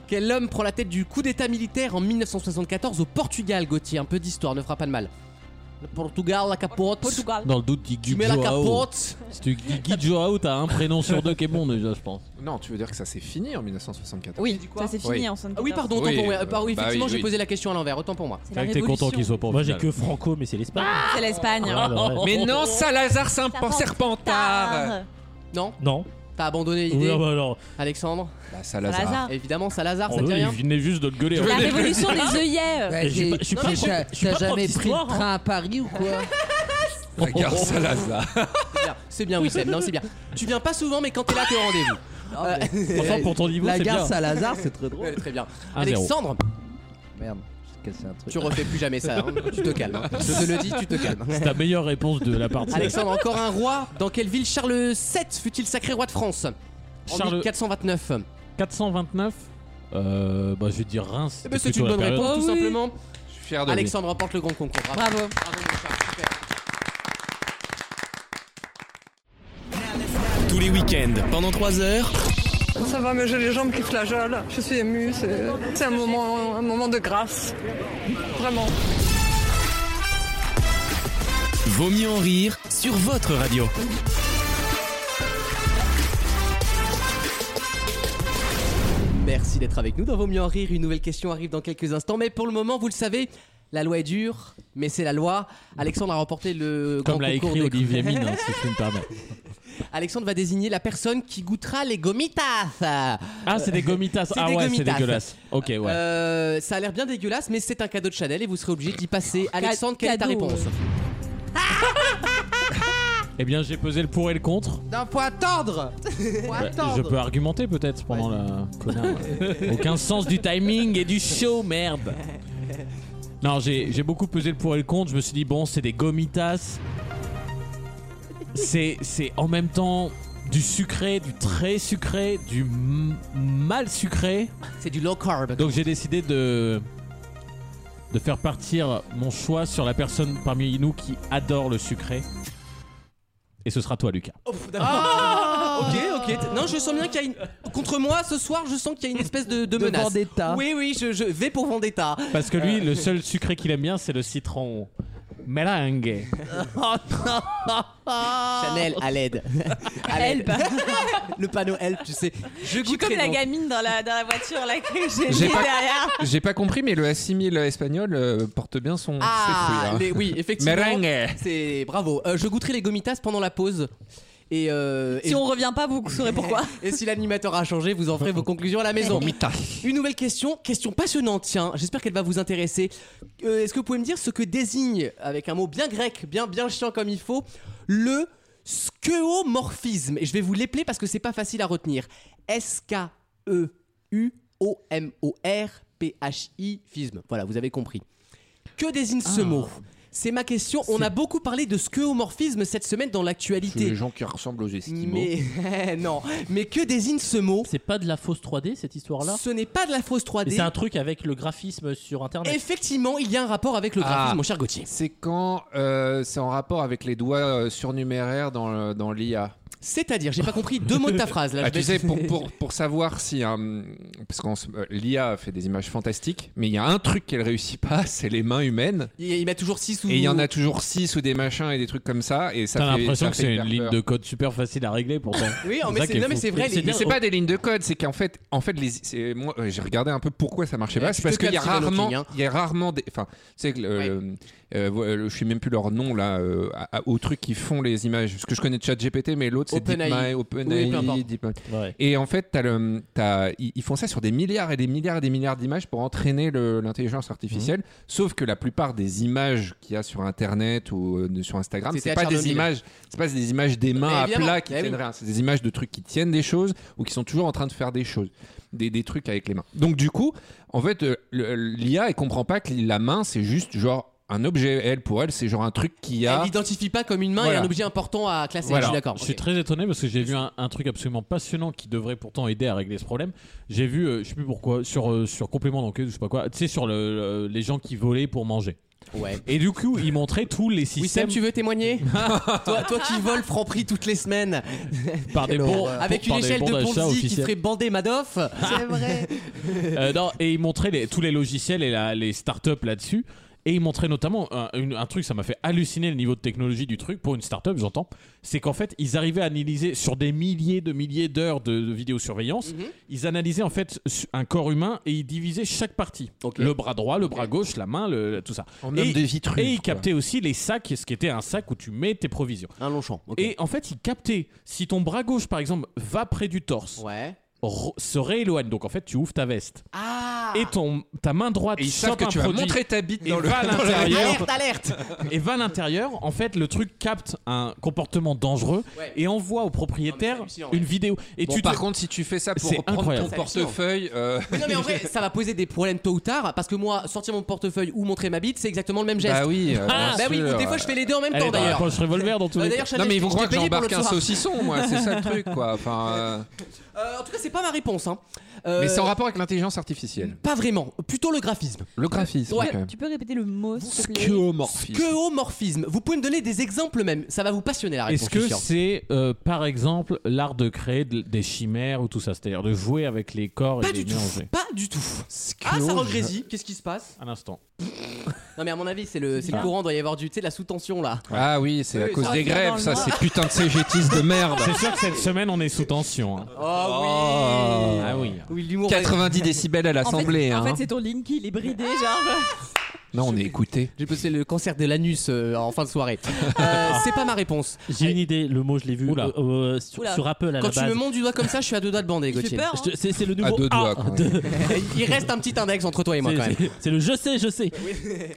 Speaker 2: Quel homme prend la tête du coup d'état militaire en 1974 au Portugal, Gauthier Un peu d'histoire, ne fera pas de mal. Le Portugal, la capote.
Speaker 6: Portugal.
Speaker 4: Dans le doute, dis
Speaker 2: Tu
Speaker 4: Guy
Speaker 2: mets la
Speaker 4: Joao.
Speaker 2: capote
Speaker 4: Si tu dis Guy Joao, t'as un prénom sur deux qui est bon déjà, je pense.
Speaker 3: Non, tu veux dire que ça s'est fini en 1974
Speaker 2: Oui,
Speaker 6: Ça c'est fini
Speaker 3: Oui.
Speaker 6: en
Speaker 2: Ah oui, pardon, autant
Speaker 3: Oui,
Speaker 2: pour moi.
Speaker 3: euh,
Speaker 2: Par- oui,
Speaker 3: bah
Speaker 2: effectivement,
Speaker 3: oui,
Speaker 2: j'ai
Speaker 3: oui.
Speaker 2: posé la question à l'envers, autant pour moi.
Speaker 6: C'est
Speaker 4: C'est
Speaker 6: la
Speaker 4: vrai que t'es
Speaker 6: révolution.
Speaker 4: content qu'il soit pas au
Speaker 15: Moi j'ai
Speaker 4: final.
Speaker 15: que Franco, mais c'est l'Espagne.
Speaker 4: Ah
Speaker 6: C'est l'Espagne.
Speaker 15: Ouais, ouais.
Speaker 4: Oh.
Speaker 3: Mais non, Salazar Simpan- Serpentard
Speaker 6: Tard.
Speaker 2: Non
Speaker 15: Non.
Speaker 2: T'as abandonné
Speaker 15: Oui,
Speaker 2: l'idée,
Speaker 15: ah bah alors.
Speaker 2: Alexandre
Speaker 3: Bah,
Speaker 6: Salazar.
Speaker 3: Salazar.
Speaker 2: Évidemment, Salazar, ça
Speaker 4: Oh,
Speaker 2: te dit
Speaker 4: il
Speaker 2: rien
Speaker 4: venait juste de le gueuler.
Speaker 6: La révolution des œillets.
Speaker 7: Ouais,
Speaker 15: j'ai
Speaker 7: j'ai-
Speaker 15: pas- je suis
Speaker 7: t'as-
Speaker 15: pas prof-
Speaker 7: t'as-
Speaker 15: je suis pas
Speaker 7: T'as jamais
Speaker 15: prof
Speaker 7: pris le
Speaker 15: d'histoire, hein.
Speaker 7: train à Paris ou quoi
Speaker 3: Regarde
Speaker 4: Oh.
Speaker 3: Salazar.
Speaker 2: C'est bien, C'est bien, Wissem, non, c'est bien. Tu viens pas souvent, mais quand t'es là, t'es au rendez-vous. Euh,
Speaker 4: Enfin, pour ton niveau,
Speaker 7: La
Speaker 4: c'est bien.
Speaker 7: gare Salazar, c'est très drôle.
Speaker 2: ouais, Très bien.
Speaker 4: 1-0.
Speaker 2: Alexandre,
Speaker 7: Merde, j'ai cassé un truc.
Speaker 2: tu refais plus jamais ça. hein. Tu te calmes. hein. Je te le dis, tu te calmes.
Speaker 4: C'est ta meilleure réponse de la partie.
Speaker 2: Alexandre, encore un roi. Dans quelle ville Charles VII fut-il sacré roi de France En
Speaker 4: Charles-
Speaker 2: 1429.
Speaker 4: 429 euh, bah, je vais dire Reims.
Speaker 2: Eh ben, c'est
Speaker 4: plutôt
Speaker 2: une
Speaker 4: la
Speaker 2: bonne
Speaker 4: période.
Speaker 2: réponse, tout
Speaker 6: Oh oui.
Speaker 2: simplement.
Speaker 3: Je suis fier de lui.
Speaker 2: Alexandre remporte le grand concours. Bravo.
Speaker 6: Bravo.
Speaker 1: Tous les week-ends, pendant 3 heures,
Speaker 17: Ça va, mais j'ai les jambes qui flageolent. Je suis émue. C'est un moment, un moment de grâce. Vraiment.
Speaker 1: Vaut mieux en rire sur votre radio.
Speaker 2: Merci d'être avec nous dans Vaut mieux en rire. Une nouvelle question arrive dans quelques instants. Mais pour le moment, vous le savez, la loi est dure, mais c'est la loi. Alexandre a remporté le
Speaker 4: Comme
Speaker 2: grand
Speaker 4: l'a
Speaker 2: concours
Speaker 4: écrit
Speaker 2: des-
Speaker 4: Olivier Mine, hein, si je me permets.
Speaker 2: Alexandre va désigner la personne qui goûtera les gomitas.
Speaker 4: Ah, c'est des gomitas. Ah
Speaker 2: des
Speaker 4: ouais, c'est
Speaker 2: gomitas.
Speaker 4: dégueulasse. Ok, ouais.
Speaker 2: Euh, ça a l'air bien dégueulasse, mais c'est un cadeau de Chanel et vous serez obligé d'y passer. Alexandre, quelle est ta
Speaker 6: cadeau.
Speaker 2: réponse
Speaker 4: Eh bien, j'ai pesé le pour et le contre.
Speaker 2: D'un point tendre Point
Speaker 4: Bah,
Speaker 2: tendre.
Speaker 4: je peux argumenter peut-être pendant la. Connard. Aucun sens du timing et du show, merde. Non, j'ai j'ai beaucoup pesé le pour et le contre. Je me suis dit, bon, c'est des gomitas. C'est c'est en même temps du sucré, du très sucré, du m- mal sucré.
Speaker 2: C'est du low carb.
Speaker 4: Donc j'ai décidé de de faire partir mon choix sur la personne parmi nous qui adore le sucré. Et ce sera toi, Lucas.
Speaker 2: Ah ok, ok. Non, je sens bien qu'il y a une. Contre moi, ce soir, je sens qu'il y a une espèce de, de menace.
Speaker 7: Vendetta.
Speaker 2: Oui, oui, je, je vais pour Vendetta.
Speaker 4: Parce que
Speaker 2: Euh.
Speaker 4: lui, le seul sucré qu'il aime bien, c'est le citron mélangue.
Speaker 2: Chanel, à l'aide. À l'aide. Le panneau help, tu sais. Je
Speaker 6: Je suis comme
Speaker 2: goûterai
Speaker 6: la
Speaker 2: donc.
Speaker 6: gamine dans la, dans la voiture là que j'ai mis
Speaker 3: J'ai pas-
Speaker 6: derrière.
Speaker 3: J'ai pas compris, mais le assimile espagnol euh, porte bien son ses
Speaker 2: Ah,
Speaker 3: fruits. hein.
Speaker 2: les- oui, effectivement.
Speaker 3: Merengue.
Speaker 2: C'est bravo. Euh, je goûterai les gomitas pendant la pause. Et, euh, et-
Speaker 6: Si on revient pas, vous saurez pourquoi.
Speaker 2: et si l'animateur a changé, vous en ferez vos conclusions à la maison. Une nouvelle question, question passionnante, tiens, j'espère qu'elle va vous intéresser. Euh, Est-ce que vous pouvez me dire ce que désigne, avec un mot bien grec, bien, bien chiant comme il faut, le skeomorphisme Et je vais vous l'épeler parce que c'est pas facile à retenir. E S-K-E-U-O-M-O-R-P-H-I-phisme. Voilà, vous avez compris. Que désigne ce mot C'est ma question. On a beaucoup parlé de skeomorphisme cette semaine dans l'actualité.
Speaker 3: gens qui ressemblent aux estimaux.
Speaker 2: Mais non, mais que désigne ce mot
Speaker 4: C'est pas de la fausse 3D cette histoire-là
Speaker 2: ce n'est pas de la fausse 3D.
Speaker 4: truc avec le graphisme sur internet.
Speaker 2: Effectivement, il y a un rapport avec le graphisme,
Speaker 3: Ah.
Speaker 2: mon cher Gauthier.
Speaker 3: C'est quand euh, c'est en rapport avec les doigts euh, surnuméraires dans, le- dans l'IA.
Speaker 2: C'est-à-dire, j'ai pas compris deux mots de ta phrase. Là, Bah,
Speaker 3: Ah,
Speaker 2: je vais-
Speaker 3: tu sais, pour, pour, pour savoir si un. Parce que l'IA fait des images fantastiques, mais il y a un truc qu'elle réussit pas, c'est les mains humaines.
Speaker 2: Il, il met toujours 6 ou.
Speaker 3: Et il y en a toujours 6 ou des machins et des trucs comme ça. Et ça
Speaker 4: T'as
Speaker 3: fait-
Speaker 4: l'impression
Speaker 3: ça
Speaker 4: que
Speaker 3: fait
Speaker 4: c'est
Speaker 3: hyper
Speaker 4: une ligne
Speaker 3: peur.
Speaker 4: de code super facile à régler pourtant.
Speaker 2: Oui,
Speaker 4: C'est
Speaker 2: mais
Speaker 4: ça
Speaker 2: c'est-
Speaker 4: qui est
Speaker 2: non, mais
Speaker 4: fou.
Speaker 2: c'est vrai,
Speaker 4: C'est
Speaker 2: les-
Speaker 4: bien-
Speaker 3: C'est pas des lignes de code, c'est qu'en fait, en fait, les, c'est- moi, euh, j'ai regardé un peu pourquoi ça marchait
Speaker 2: Eh,
Speaker 3: pas.
Speaker 2: tu
Speaker 3: C'est parce
Speaker 2: te
Speaker 3: qu'il y a
Speaker 2: calmes, Stephen
Speaker 3: rarement,
Speaker 2: Hawking, hein.
Speaker 3: il y a rarement des. Enfin, c'est que euh, euh, voilà, je sais même plus leur nom là euh, à- à- aux trucs qui font les images. Parce que je connais ChatGPT, mais l'autre c'est
Speaker 2: OpenAI.
Speaker 3: DeepMind, OpenAI,
Speaker 2: Oui, peu importe.
Speaker 3: DeepMind.
Speaker 4: Ouais.
Speaker 3: Et en fait, t'as le- t'as- ils ils font ça sur des milliards et des milliards et des milliards d'images pour entraîner le- l'intelligence artificielle. Sauf que la plupart des images qu'il y a sur Internet ou euh, sur Instagram,
Speaker 2: C'était
Speaker 3: c'est
Speaker 2: à
Speaker 3: pas des
Speaker 2: Tchernobyl.
Speaker 3: images, c'est pas des images des
Speaker 2: Mais
Speaker 3: mains à
Speaker 2: évidemment.
Speaker 3: plat qui
Speaker 2: Eh oui.
Speaker 3: tiennent rien. C'est des images de trucs qui tiennent des choses ou qui sont toujours en train de faire des choses, des, des trucs avec les mains. Donc du coup, en fait, euh, le- l'IA elle comprend pas que la main c'est juste genre un objet. Elle pour elle, c'est genre un truc qui a.
Speaker 2: Elle l'identifie pas comme une main et
Speaker 3: Voilà.
Speaker 2: un objet important à classer.
Speaker 3: Voilà.
Speaker 2: Je suis d'accord.
Speaker 4: Je suis
Speaker 2: ok.
Speaker 4: très étonné parce que j'ai vu un, un truc absolument passionnant qui devrait pourtant aider à régler ce problème. J'ai vu, euh, je sais plus pourquoi, sur, euh, sur complément d'enquête, je sais pas quoi, tu sais, sur le- le- les gens qui volaient pour manger.
Speaker 2: Ouais.
Speaker 4: Et du coup, ils montraient tous les
Speaker 2: Oui, Sam,
Speaker 4: systèmes
Speaker 2: tu veux témoigner toi, toi qui voles Franprix toutes les semaines
Speaker 4: par des bons,
Speaker 2: avec une
Speaker 4: par des
Speaker 2: échelle
Speaker 4: bons
Speaker 2: de
Speaker 4: d'achat
Speaker 2: Ponzi qui
Speaker 4: officiels.
Speaker 2: ferait bander Madoff. C'est vrai.
Speaker 4: Euh, non, et ils montraient les- tous les logiciels et la- les startups là-dessus. Et ils montraient notamment un, une- un truc, ça m'a fait halluciner le niveau de technologie du truc pour une startup, j'entends. C'est qu'en fait, ils arrivaient à analyser sur des milliers de milliers d'heures de, de vidéosurveillance,
Speaker 2: Mhm.
Speaker 4: ils analysaient en fait su- un corps humain et ils divisaient chaque partie. Le bras droit, le bras gauche, la main, le, tout ça.
Speaker 3: En
Speaker 4: et-
Speaker 3: homme de vitruve.
Speaker 4: Et ils
Speaker 3: quoi.
Speaker 4: captaient aussi les sacs, ce qui était un sac où tu mets tes provisions.
Speaker 2: Un long champ. ok.
Speaker 4: Et en fait, ils captaient si ton bras gauche, par exemple, va près du torse,
Speaker 2: Ouais.
Speaker 4: re- se rééloigne. Donc en fait, tu ouvres ta veste
Speaker 2: Ah
Speaker 4: et ton, ta main droite
Speaker 3: Et ils savent
Speaker 4: chope
Speaker 3: que
Speaker 4: un
Speaker 3: tu vas
Speaker 4: produit
Speaker 3: montrer ta bite
Speaker 4: et
Speaker 3: dans le.
Speaker 4: va à
Speaker 3: dans le-
Speaker 4: l'intérieur
Speaker 2: Alerte, alerte
Speaker 4: et va à l'intérieur en fait le truc capte un comportement dangereux
Speaker 2: Ouais.
Speaker 4: et envoie au propriétaire
Speaker 2: Non, mais c'est hallucinant,
Speaker 4: une
Speaker 2: ouais.
Speaker 4: vidéo et
Speaker 3: Bon,
Speaker 4: tu te-
Speaker 3: par contre, si tu fais ça pour
Speaker 4: C'est
Speaker 3: reprendre
Speaker 4: incroyable.
Speaker 3: ton portefeuille, euh,
Speaker 2: Mais non, mais en vrai, ça va poser des problèmes tôt ou tard parce que moi, sortir mon portefeuille ou montrer ma bite, c'est exactement le même geste.
Speaker 3: bah oui. euh,
Speaker 4: Ah,
Speaker 3: bien
Speaker 2: bah oui,
Speaker 3: sûr.
Speaker 2: ou des fois je fais les deux en même
Speaker 4: elle
Speaker 2: temps
Speaker 4: est dans la
Speaker 2: d'ailleurs.
Speaker 4: poche Eh, bah, revolver dans tous
Speaker 2: Euh,
Speaker 4: les
Speaker 2: d'ailleurs, Chanel,
Speaker 3: Non mais ils vont
Speaker 2: je t'ai
Speaker 3: croire que
Speaker 2: payé pour
Speaker 3: j'embarque
Speaker 2: l'autre
Speaker 3: un
Speaker 2: soir.
Speaker 3: saucisson, moi, c'est ça le truc, quoi. Enfin, euh,
Speaker 2: Euh, en tout cas, c'est pas ma réponse. Hein. Euh,
Speaker 3: Mais c'est en rapport avec l'intelligence artificielle.
Speaker 2: Pas vraiment. Plutôt le graphisme.
Speaker 3: Le graphisme.
Speaker 2: Ouais,
Speaker 3: ok.
Speaker 6: Tu peux répéter le mot s'il te plaît
Speaker 3: Skeuomorphisme.
Speaker 2: Skeomorphisme. Vous pouvez me donner des exemples même. Ça va vous passionner la réponse.
Speaker 4: est-ce
Speaker 2: je
Speaker 4: que
Speaker 2: suis sûr.
Speaker 4: c'est euh, par exemple l'art de créer de- des chimères ou tout ça c'est-à-dire de jouer avec les corps
Speaker 2: Pas
Speaker 4: et les
Speaker 2: du tout.
Speaker 4: mélanger
Speaker 2: Pas du tout. Ah, ça regrésit. Qu'est-ce qui se passe
Speaker 4: un instant
Speaker 2: Non, mais à mon avis, c'est le, c'est le courant. doit y avoir du, tu sais, de la sous-tension là.
Speaker 3: Ah oui, c'est à
Speaker 2: Oui,
Speaker 3: cause
Speaker 2: ça
Speaker 3: des
Speaker 2: revient dans
Speaker 3: grèves,
Speaker 2: le
Speaker 3: ça,
Speaker 2: noir.
Speaker 3: ces putains de cégétistes de merde.
Speaker 4: c'est sûr que cette semaine on est sous tension hein.
Speaker 2: Oh,
Speaker 4: ah oui
Speaker 2: oui. Oui, l'humour.
Speaker 3: 90 décibels à
Speaker 6: En fait,
Speaker 3: l'Assemblée,
Speaker 6: en
Speaker 3: hein.
Speaker 6: fait, c'est ton Linky, il est bridé, genre.
Speaker 3: Non, on est écouté.
Speaker 2: J'ai posté le cancer de l'anus euh, en fin de soirée. Euh, c'est pas ma réponse.
Speaker 16: J'ai une idée, le mot je l'ai vu
Speaker 4: Oula.
Speaker 16: euh, euh, sur,
Speaker 6: Oula.
Speaker 16: sur Apple à
Speaker 2: Quand
Speaker 16: la
Speaker 2: tu
Speaker 16: base.
Speaker 2: me montes du doigt comme ça, je suis à deux doigts de bander,
Speaker 6: Il fait
Speaker 2: Gauthier.
Speaker 6: peur. hein.
Speaker 16: Je te- C'est c'est le
Speaker 3: À
Speaker 16: nouveau
Speaker 3: deux
Speaker 16: A
Speaker 2: ah,
Speaker 3: doigts, Ah, quand même.
Speaker 16: de-
Speaker 2: Il reste un petit index entre toi et moi
Speaker 16: C'est-
Speaker 2: quand même.
Speaker 16: c'est- C'est le je sais, je sais.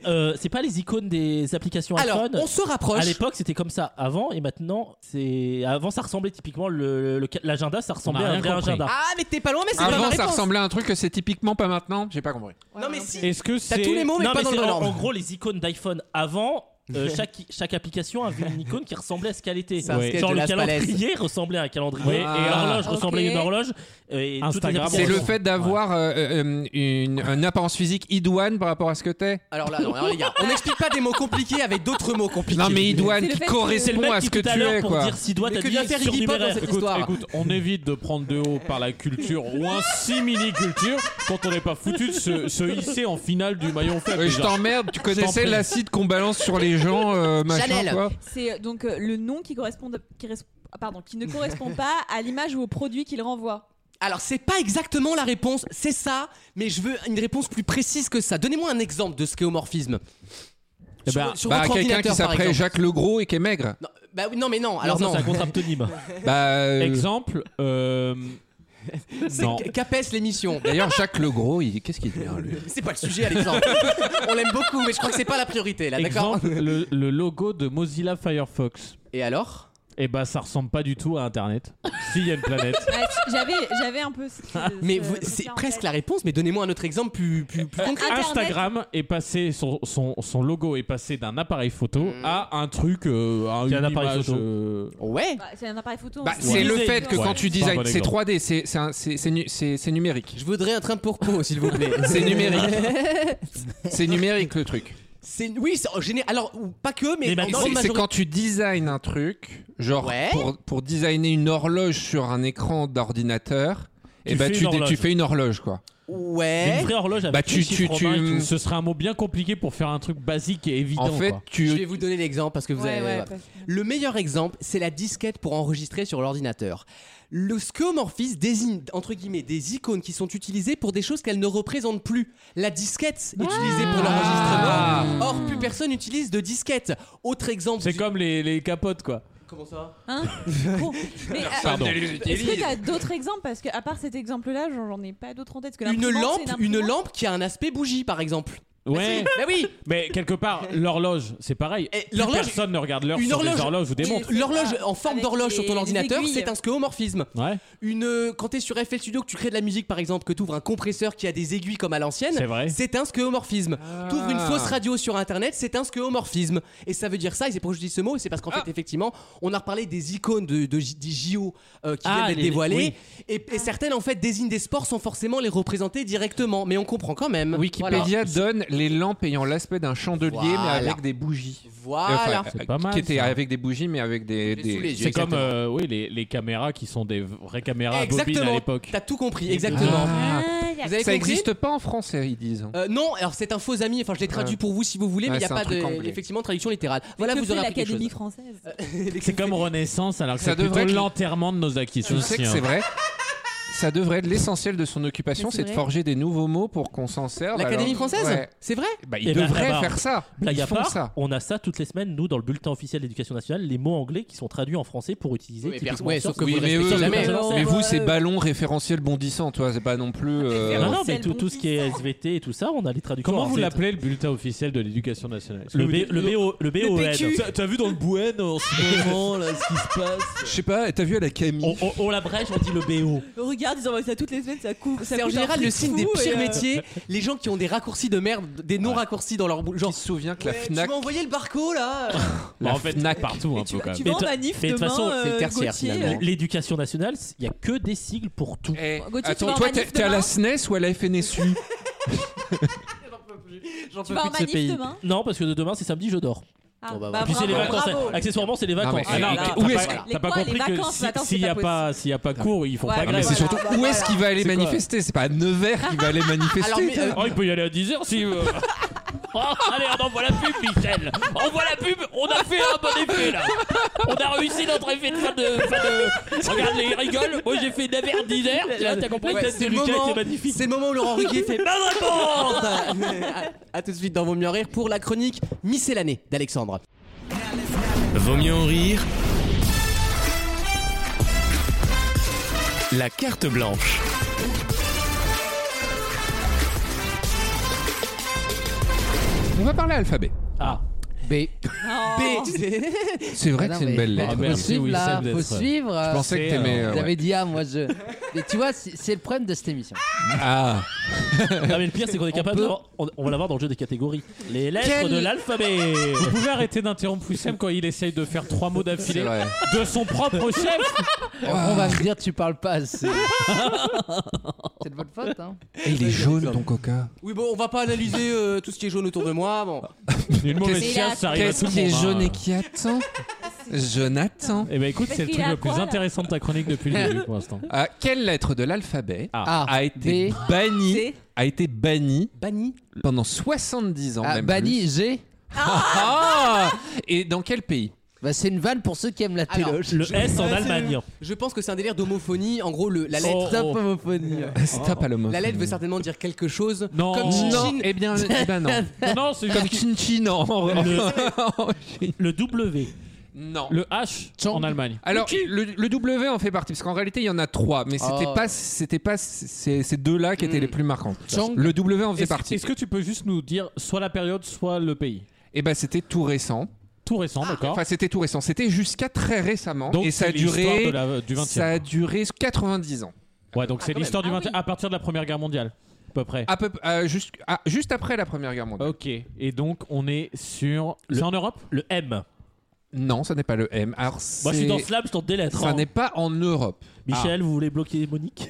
Speaker 16: Euh, c'est pas les icônes des applications
Speaker 2: Alors,
Speaker 16: iPhone.
Speaker 2: on se rapproche.
Speaker 16: À l'époque, c'était comme ça avant, et maintenant, c'est. Avant, ça ressemblait typiquement le- le- l'agenda, ça ressemblait
Speaker 4: On a
Speaker 16: à un
Speaker 4: rien
Speaker 16: vrai
Speaker 4: compris.
Speaker 16: agenda.
Speaker 2: Ah, mais t'es pas loin, mais c'est pas ma
Speaker 3: Avant, ça
Speaker 2: réponse.
Speaker 3: ressemblait à un truc que c'est typiquement pas maintenant. J'ai pas compris.
Speaker 2: Non, mais si.
Speaker 4: est-ce que
Speaker 2: T'as
Speaker 4: c'est
Speaker 2: tous les mots, mais
Speaker 16: non,
Speaker 2: pas dans le
Speaker 16: c'est-
Speaker 2: bon
Speaker 16: en, en
Speaker 2: ordre.
Speaker 16: gros, les icônes d'iPhone avant. euh, chaque, chaque application avait une icône qui ressemblait à ce qu'elle était.
Speaker 2: C'est un sketch
Speaker 16: Genre
Speaker 2: de
Speaker 16: le
Speaker 2: Las Palais.
Speaker 16: calendrier ressemblait à un calendrier,
Speaker 4: Ah.
Speaker 16: et l'horloge
Speaker 6: Ok.
Speaker 16: ressemblait à une horloge. Et toutes les
Speaker 4: Instagram,
Speaker 3: Ah. C'est le
Speaker 16: applications-
Speaker 3: fait d'avoir euh, euh, une, une apparence physique idoine par rapport à ce que t'es.
Speaker 2: Alors là, non, alors les gars, on n'explique pas des mots compliqués avec d'autres mots compliqués.
Speaker 3: Non, mais
Speaker 6: C'est
Speaker 3: idoine
Speaker 6: le fait
Speaker 3: qui
Speaker 6: que-
Speaker 16: C'est le
Speaker 3: correspond
Speaker 16: mec
Speaker 3: à
Speaker 16: qui
Speaker 3: ce que
Speaker 16: tout à
Speaker 3: tu
Speaker 16: l'heure
Speaker 3: es,
Speaker 16: pour
Speaker 3: quoi.
Speaker 16: dire six doigts,
Speaker 2: Mais
Speaker 16: t'as
Speaker 2: que
Speaker 16: dit
Speaker 2: vient faire Iggy Pop dans
Speaker 16: surnuméraire.
Speaker 2: cette
Speaker 4: Écoute,
Speaker 2: histoire
Speaker 4: écoute, on évite de prendre de haut par la culture ou un simili-culture quand on n'est pas foutu de se, se hisser en finale du maillon faible.
Speaker 3: Ouais, Euh, je t'emmerde, tu connaissais
Speaker 4: prie.
Speaker 3: l'acide qu'on balance sur les gens, euh, machin,
Speaker 2: Chanel.
Speaker 3: quoi.
Speaker 6: C'est euh, donc euh, le nom qui correspond, de- qui res- ah, pardon, qui ne correspond pas à l'image ou au produit qu'il renvoie.
Speaker 2: Alors, c'est pas exactement la réponse, c'est ça, mais je veux une réponse plus précise que ça. Donnez-moi un exemple de schéomorphisme.
Speaker 4: Eh
Speaker 2: Sur,
Speaker 4: ben,
Speaker 2: sur
Speaker 3: Bah,
Speaker 2: votre
Speaker 3: quelqu'un qui
Speaker 2: ordinateur, par
Speaker 3: s'appelait
Speaker 2: exemple.
Speaker 3: Jacques Legros et qui est maigre.
Speaker 2: Non, bah, oui, non, mais non, alors
Speaker 16: Alors, ça,
Speaker 2: non.
Speaker 16: c'est un contre-aptonyme.
Speaker 3: Bah, euh,
Speaker 4: Exemple, euh, non.
Speaker 2: C'est Capes l'émission.
Speaker 3: D'ailleurs, Jacques Legros, il... qu'est-ce qu'il devient, lui
Speaker 2: C'est pas le sujet, Alexandre. on l'aime beaucoup, mais je crois que c'est pas la priorité, là, d'accord
Speaker 4: Exemple, le, le logo de Mozilla Firefox.
Speaker 2: Et alors
Speaker 4: Eh ben, ça ressemble pas du tout à Internet. S'il y a une planète.
Speaker 6: Ouais, Ah, J'avais, j'avais un peu. ce- ce-
Speaker 2: Mais
Speaker 6: ce
Speaker 2: vous-
Speaker 6: truc-là
Speaker 2: c'est
Speaker 6: en
Speaker 2: presque
Speaker 6: tête.
Speaker 2: la réponse, mais donnez-moi un autre exemple plus, plus, plus
Speaker 4: Euh,
Speaker 2: concret.
Speaker 6: Internet.
Speaker 4: Instagram est passé, son, son, son logo est passé d'un appareil photo
Speaker 2: Mm.
Speaker 4: à un truc, euh, à une
Speaker 16: un appareil
Speaker 4: image,
Speaker 16: photo.
Speaker 4: euh,
Speaker 2: Ouais.
Speaker 6: Bah, c'est un appareil photo.
Speaker 3: Bah,
Speaker 6: on sait.
Speaker 3: c'est le
Speaker 16: design.
Speaker 3: fait que
Speaker 4: Ouais,
Speaker 3: quand tu
Speaker 4: c'est un
Speaker 3: design,
Speaker 4: bon
Speaker 3: c'est
Speaker 4: exemple.
Speaker 3: 3D, c'est- c'est un- c'est- c'est nu- c'est- c'est numérique.
Speaker 2: Je voudrais un train pour con, s'il vous plaît.
Speaker 3: C'est numérique. c'est numérique le truc.
Speaker 2: C'est oui, c'est en général. Alors ou- pas que, mais, en grande
Speaker 3: C'est- C'est
Speaker 2: majorité.
Speaker 3: quand tu designes un truc, genre
Speaker 2: Ouais.
Speaker 3: pour, pour designer une horloge sur un écran d'ordinateur,
Speaker 16: Tu
Speaker 3: et bah
Speaker 16: fais
Speaker 3: tu,
Speaker 16: une
Speaker 3: dé- tu
Speaker 16: horloge.
Speaker 3: fais une horloge quoi.
Speaker 2: Ouais.
Speaker 16: Une vraie horloge avec
Speaker 3: Bah,
Speaker 16: des
Speaker 3: tu- tu-
Speaker 16: chiffres
Speaker 3: tu-
Speaker 16: romains et tout.
Speaker 4: Ce serait un mot bien compliqué pour faire un truc basique et évident.
Speaker 3: En fait,
Speaker 4: quoi.
Speaker 2: Je
Speaker 3: tu
Speaker 2: vais vous donner l'exemple parce que vous
Speaker 6: Ouais,
Speaker 2: avez.
Speaker 6: ouais,
Speaker 2: voilà.
Speaker 6: parce que-
Speaker 2: Le meilleur exemple, c'est la disquette pour enregistrer sur l'ordinateur. Le skeuomorphisme désigne, entre guillemets, des icônes qui sont utilisées pour des choses qu'elles ne représentent plus. La disquette utilisée pour
Speaker 3: Ah.
Speaker 2: l'enregistrement. Or, plus personne n'utilise de disquette. Autre exemple.
Speaker 4: c'est
Speaker 2: du-
Speaker 4: comme les, les capotes quoi.
Speaker 2: Comment ça
Speaker 6: Hein Bon,
Speaker 3: Ah,
Speaker 6: mais, euh,
Speaker 4: Pardon.
Speaker 6: Est-ce que t'as d'autres exemples Parce que à part cet exemple-là, j'en j'en ai pas d'autres en tête. Parce que
Speaker 2: Une
Speaker 6: l'imprimante,
Speaker 2: lampe,
Speaker 6: c'est
Speaker 2: une
Speaker 6: imprimante.
Speaker 2: lampe qui a un aspect bougie, par exemple.
Speaker 4: Ouais,
Speaker 2: Bah oui
Speaker 4: mais quelque part, l'horloge, c'est pareil.
Speaker 2: Et
Speaker 4: Plus
Speaker 2: l'horloge-
Speaker 4: Personne ne regarde l'heure
Speaker 2: une
Speaker 4: sur
Speaker 2: horloge-
Speaker 4: des horloges ou des montres.
Speaker 2: Une- L'horloge
Speaker 6: Ah,
Speaker 2: en forme
Speaker 6: avec
Speaker 2: d'horloge sur
Speaker 6: les-
Speaker 2: ton
Speaker 6: les
Speaker 2: ordinateur,
Speaker 6: aiguilles.
Speaker 2: c'est un skeuomorphisme.
Speaker 4: Ouais,
Speaker 2: Une, euh, quand t'es sur FL Studio, que tu crées de la musique par exemple, que t'ouvres un compresseur qui a des aiguilles comme à l'ancienne,
Speaker 4: c'est vrai.
Speaker 2: c'est un skeuomorphisme. T'ouvres une fausse radio sur internet, c'est un skeuomorphisme. Et ça veut dire ça, et c'est pourquoi je dis ce mot, c'est parce qu'en fait, effectivement, on a reparlé des icônes de, de J- des JO euh, qui
Speaker 16: Ah,
Speaker 2: viennent d'être
Speaker 16: les- les-
Speaker 2: dévoilées,
Speaker 16: oui.
Speaker 2: et, et certaines en fait désignent des sports sans forcément les représenter directement, mais on comprend quand même. Voilà.
Speaker 3: Wikipédia donne les lampes ayant l'aspect d'un chandelier mais
Speaker 2: Voilà.
Speaker 3: avec des bougies.
Speaker 2: Voilà.
Speaker 3: Enfin, euh,
Speaker 4: C'est pas mal,
Speaker 3: Qui était
Speaker 4: ça.
Speaker 3: avec des bougies mais avec des.
Speaker 2: J'ai sous
Speaker 3: des-
Speaker 2: les yeux.
Speaker 4: C'est comme
Speaker 2: Exactement.
Speaker 4: euh, oui, les, les caméras qui sont des vraies caméras à bobines à
Speaker 2: Exactement.
Speaker 4: l'époque.
Speaker 2: T'as tout compris, exactement.
Speaker 3: Ah.
Speaker 6: Ah, y a-
Speaker 2: Vous avez
Speaker 3: Ça
Speaker 2: compris
Speaker 3: n'existe pas en français, ils disent. hein.
Speaker 2: Euh, non, alors c'est un faux ami, enfin je l'ai traduit
Speaker 3: Ouais.
Speaker 2: pour vous si vous voulez, mais
Speaker 3: Ouais,
Speaker 2: il n'y a
Speaker 3: c'est un
Speaker 2: pas de,
Speaker 3: truc anglais.
Speaker 2: effectivement, traduction littérale. Voilà,
Speaker 6: que
Speaker 2: vous
Speaker 6: fait
Speaker 2: aurez appris quelque
Speaker 6: l'Académie
Speaker 2: chose.
Speaker 6: française.
Speaker 4: C'est comme Renaissance alors que
Speaker 3: Ça
Speaker 4: c'est plutôt
Speaker 3: devrait être-
Speaker 4: l'enterrement de nos acquisitions.
Speaker 3: Je sais que c'est vrai. Ça devrait être l'essentiel de son occupation,
Speaker 6: Mais c'est
Speaker 3: c'est de
Speaker 6: vrai.
Speaker 3: forger des nouveaux mots pour qu'on s'en serve.
Speaker 2: L'Académie
Speaker 3: alors-
Speaker 2: française
Speaker 3: Ouais.
Speaker 2: C'est vrai
Speaker 3: Bah, ils
Speaker 16: Eh ben,
Speaker 3: devraient
Speaker 16: eh ben,
Speaker 3: faire ça.
Speaker 16: Blague
Speaker 3: ils
Speaker 16: à
Speaker 3: font
Speaker 16: part,
Speaker 3: ça.
Speaker 16: on a ça toutes les semaines, nous, dans le bulletin officiel de l'éducation nationale, les mots anglais qui sont traduits en français pour utiliser.
Speaker 2: mais
Speaker 16: typiquement
Speaker 2: perso- ouais,
Speaker 16: en sorte
Speaker 2: sauf que vous le
Speaker 3: mais,
Speaker 2: respectez
Speaker 3: eux,
Speaker 2: jamais.
Speaker 3: mais- mais vous, c'est ballon référentiel bondissant, toi, c'est pas non plus. euh,
Speaker 16: Non, non, mais
Speaker 6: Référentiel,
Speaker 16: tout, tout ce qui est SVT et tout ça, on a les traductions.
Speaker 4: Comment
Speaker 16: Alors,
Speaker 4: vous
Speaker 16: c'est-
Speaker 4: l'appelez le bulletin officiel de l'éducation nationale
Speaker 16: le, B- le, BO, le BON.
Speaker 4: T'as vu dans le Bouen en ce moment là ce qui se passe
Speaker 3: Je sais pas, t'as vu à la Camille
Speaker 16: On, on- on la brèche, on dit le BO.
Speaker 6: Regarde, ils envoient ça toutes les semaines, ça coupe. ça
Speaker 2: C'est en
Speaker 6: coûte un
Speaker 2: général
Speaker 6: truc
Speaker 2: le signe des
Speaker 6: fou, et,
Speaker 2: pires
Speaker 6: euh,
Speaker 2: métiers, les gens qui ont des raccourcis de merde, des non-raccourcis dans leur boule. Genre,
Speaker 3: Qui se souvient que la
Speaker 2: Ouais, tu
Speaker 3: Fnac.
Speaker 2: m'as envoyé le barco là
Speaker 4: Bah,
Speaker 3: La
Speaker 4: En fait,
Speaker 3: Fnac.
Speaker 4: partout un peu quand
Speaker 6: Tu
Speaker 4: même.
Speaker 16: Mais
Speaker 6: vas en
Speaker 16: de-
Speaker 6: manif
Speaker 16: mais de
Speaker 6: demain,
Speaker 16: toute façon,
Speaker 2: c'est le
Speaker 6: euh,
Speaker 2: tertiaire,
Speaker 6: Gauthier,
Speaker 2: finalement.
Speaker 16: L'éducation nationale, il n'y a que des sigles pour tout.
Speaker 3: Eh,
Speaker 6: Gauthier, tu vas
Speaker 3: attends,
Speaker 6: en
Speaker 3: toi,
Speaker 6: manif
Speaker 3: t'es t'es à la
Speaker 6: demain
Speaker 3: SNES ou à la FNSU
Speaker 2: J'en
Speaker 6: Tu vas en manif demain
Speaker 16: Non, parce que de demain, c'est samedi, je dors.
Speaker 6: Ah,
Speaker 2: Bon, bah,
Speaker 6: bah,
Speaker 2: voilà.
Speaker 16: Puis c'est les
Speaker 6: bravo,
Speaker 16: vacances.
Speaker 6: bravo.
Speaker 16: Accessoirement, c'est les
Speaker 3: mais-
Speaker 16: vacances. Ah,
Speaker 3: Ah,
Speaker 4: non,
Speaker 3: là,
Speaker 4: t'as-
Speaker 3: là,
Speaker 4: t'as
Speaker 3: où
Speaker 4: pas- T'as
Speaker 3: est-ce-
Speaker 4: pas compris
Speaker 6: Les quoi, les
Speaker 4: que
Speaker 6: vacances,
Speaker 4: si-
Speaker 6: attends, c'est
Speaker 4: s'il n'y
Speaker 6: pas
Speaker 4: a pas s'il y a pas cours, ils font
Speaker 6: Ouais,
Speaker 4: pas
Speaker 3: Ah,
Speaker 6: Bah,
Speaker 3: mais c'est
Speaker 6: voilà,
Speaker 3: surtout
Speaker 6: bah,
Speaker 3: où est-ce
Speaker 6: voilà.
Speaker 3: qu'il va aller
Speaker 4: C'est quoi
Speaker 3: manifester C'est pas à Nevers qu'il va aller manifester.
Speaker 2: Alors, mais, euh,
Speaker 4: Oh, il peut y aller à 10h si. euh.
Speaker 16: Oh, allez, on envoie la pub, Michel. On voit la pub. On a fait un bon effet là. On a réussi notre effet de fin de. fin de- Regarde, les rigolent. Moi, j'ai fait 9h, 10h. Là, t'as compris
Speaker 2: ouais,
Speaker 16: Peut-être
Speaker 2: c'est
Speaker 16: que
Speaker 2: le
Speaker 16: Lucas
Speaker 2: moment-
Speaker 16: était magnifique.
Speaker 2: c'est le moment où Laurent Ruquier fait pas réponse à, à tout de suite dans Vaut mieux en rire pour la chronique miscellanée d'Alexandre.
Speaker 1: Vaut mieux en rire. La carte blanche.
Speaker 3: On va parler alphabet.
Speaker 16: Ah.
Speaker 7: B.
Speaker 6: Oh.
Speaker 2: B, tu sais.
Speaker 3: C'est vrai que
Speaker 7: Ah non,
Speaker 3: c'est une
Speaker 7: Ah, mais-
Speaker 3: belle lettre.
Speaker 4: Ah,
Speaker 7: Faut
Speaker 4: merci,
Speaker 7: suivre
Speaker 4: oui,
Speaker 7: là,
Speaker 4: Seb,
Speaker 7: faut
Speaker 4: d'être-
Speaker 7: suivre. euh,
Speaker 3: Je pensais que t'aimais. euh,
Speaker 7: Vous
Speaker 3: ouais.
Speaker 7: avez dit ah moi je. Mais tu vois c'est c'est le problème de cette émission.
Speaker 3: Ah
Speaker 16: Non, mais le pire, c'est qu'on est capable.
Speaker 7: peut-
Speaker 16: de- On, on va l'avoir dans le jeu des catégories. Les lettres
Speaker 7: Quel-
Speaker 16: de l'alphabet.
Speaker 4: Vous pouvez arrêter d'interrompre Wissem quand il essaye de faire trois mots
Speaker 3: C'est
Speaker 4: d'affilée
Speaker 3: vrai.
Speaker 4: de son propre chef.
Speaker 7: On va me dire tu parles pas assez. c'est de votre faute hein.
Speaker 3: Eh, Il est jaune ton coca.
Speaker 2: Oui, bon, on va pas analyser euh, tout ce qui est jaune autour de moi. Bon.
Speaker 4: Une
Speaker 3: Qu'est-ce-
Speaker 4: mauvaise chiasse, ça
Speaker 18: Ah,
Speaker 4: arrive à tout
Speaker 3: Qu'est-ce
Speaker 4: le
Speaker 3: qui est
Speaker 4: monde, hein.
Speaker 3: jaune et qui attend Jonathan.
Speaker 4: Eh ben écoute, c'est le
Speaker 6: qu'il
Speaker 4: truc
Speaker 6: a
Speaker 4: le plus
Speaker 6: quoi, là
Speaker 4: intéressant de ta chronique depuis le début pour l'instant.
Speaker 3: Ah, quelle lettre de l'alphabet
Speaker 7: A,
Speaker 3: a été
Speaker 7: B,
Speaker 3: bannie
Speaker 6: C.
Speaker 3: a été bannie
Speaker 2: Banni.
Speaker 3: pendant 70 ans
Speaker 7: Ah,
Speaker 3: même
Speaker 7: banni G.
Speaker 3: Ah Et dans quel pays
Speaker 7: Bah, c'est une vanne pour ceux qui aiment la
Speaker 2: Alors,
Speaker 7: téloche.
Speaker 16: Le S en Allemagne.
Speaker 2: Je pense que c'est un délire d'homophonie. En gros, le- la
Speaker 3: Oh.
Speaker 2: lettre.
Speaker 7: Stop homophonie.
Speaker 3: Stop à l'homme.
Speaker 2: La lettre veut certainement dire quelque chose.
Speaker 4: Non.
Speaker 2: Comme Chin
Speaker 3: Non,
Speaker 2: Chin.
Speaker 3: eh bien, eh ben non.
Speaker 4: Non, c'est
Speaker 3: Comme
Speaker 4: juste
Speaker 3: Chin Chin en- en-
Speaker 16: Le W.
Speaker 3: Non.
Speaker 4: le H
Speaker 7: Chang.
Speaker 4: en Allemagne.
Speaker 3: Alors, le, le W en fait partie, parce qu'en réalité, il y en a trois, mais c'était
Speaker 7: Oh.
Speaker 3: pas, c'était pas ces, ces deux-là qui étaient
Speaker 2: Hmm.
Speaker 3: les plus marquants.
Speaker 7: Chang.
Speaker 3: Le W en fait
Speaker 4: Est-ce
Speaker 3: partie.
Speaker 4: est-ce que tu peux juste nous dire soit la période, soit le pays
Speaker 3: Eh ben, c'était tout récent.
Speaker 4: Tout récent, d'accord.
Speaker 3: Enfin, c'était tout récent. C'était jusqu'à très récemment.
Speaker 4: Donc
Speaker 3: Ah, et ça a
Speaker 4: c'est l'histoire
Speaker 3: duré.
Speaker 4: de la- du 20
Speaker 3: Ça a duré 90 ans.
Speaker 4: Ouais, donc c'est
Speaker 2: quand
Speaker 4: l'histoire du 20
Speaker 6: Ah oui.
Speaker 4: à partir de la Première Guerre mondiale, à peu près.
Speaker 3: À peu, euh, jusqu'- ah, juste après la Première Guerre mondiale.
Speaker 4: Ok, et donc on est sur. C'est en Europe
Speaker 16: Le M.
Speaker 3: Non, ça n'est pas le M. Alors,
Speaker 16: Moi, je suis
Speaker 3: c'est-
Speaker 16: dans Slam, je tente des lettres.
Speaker 3: Ça
Speaker 16: hein.
Speaker 3: n'est pas en Europe.
Speaker 4: Ah.
Speaker 16: Michel, vous voulez bloquer Monique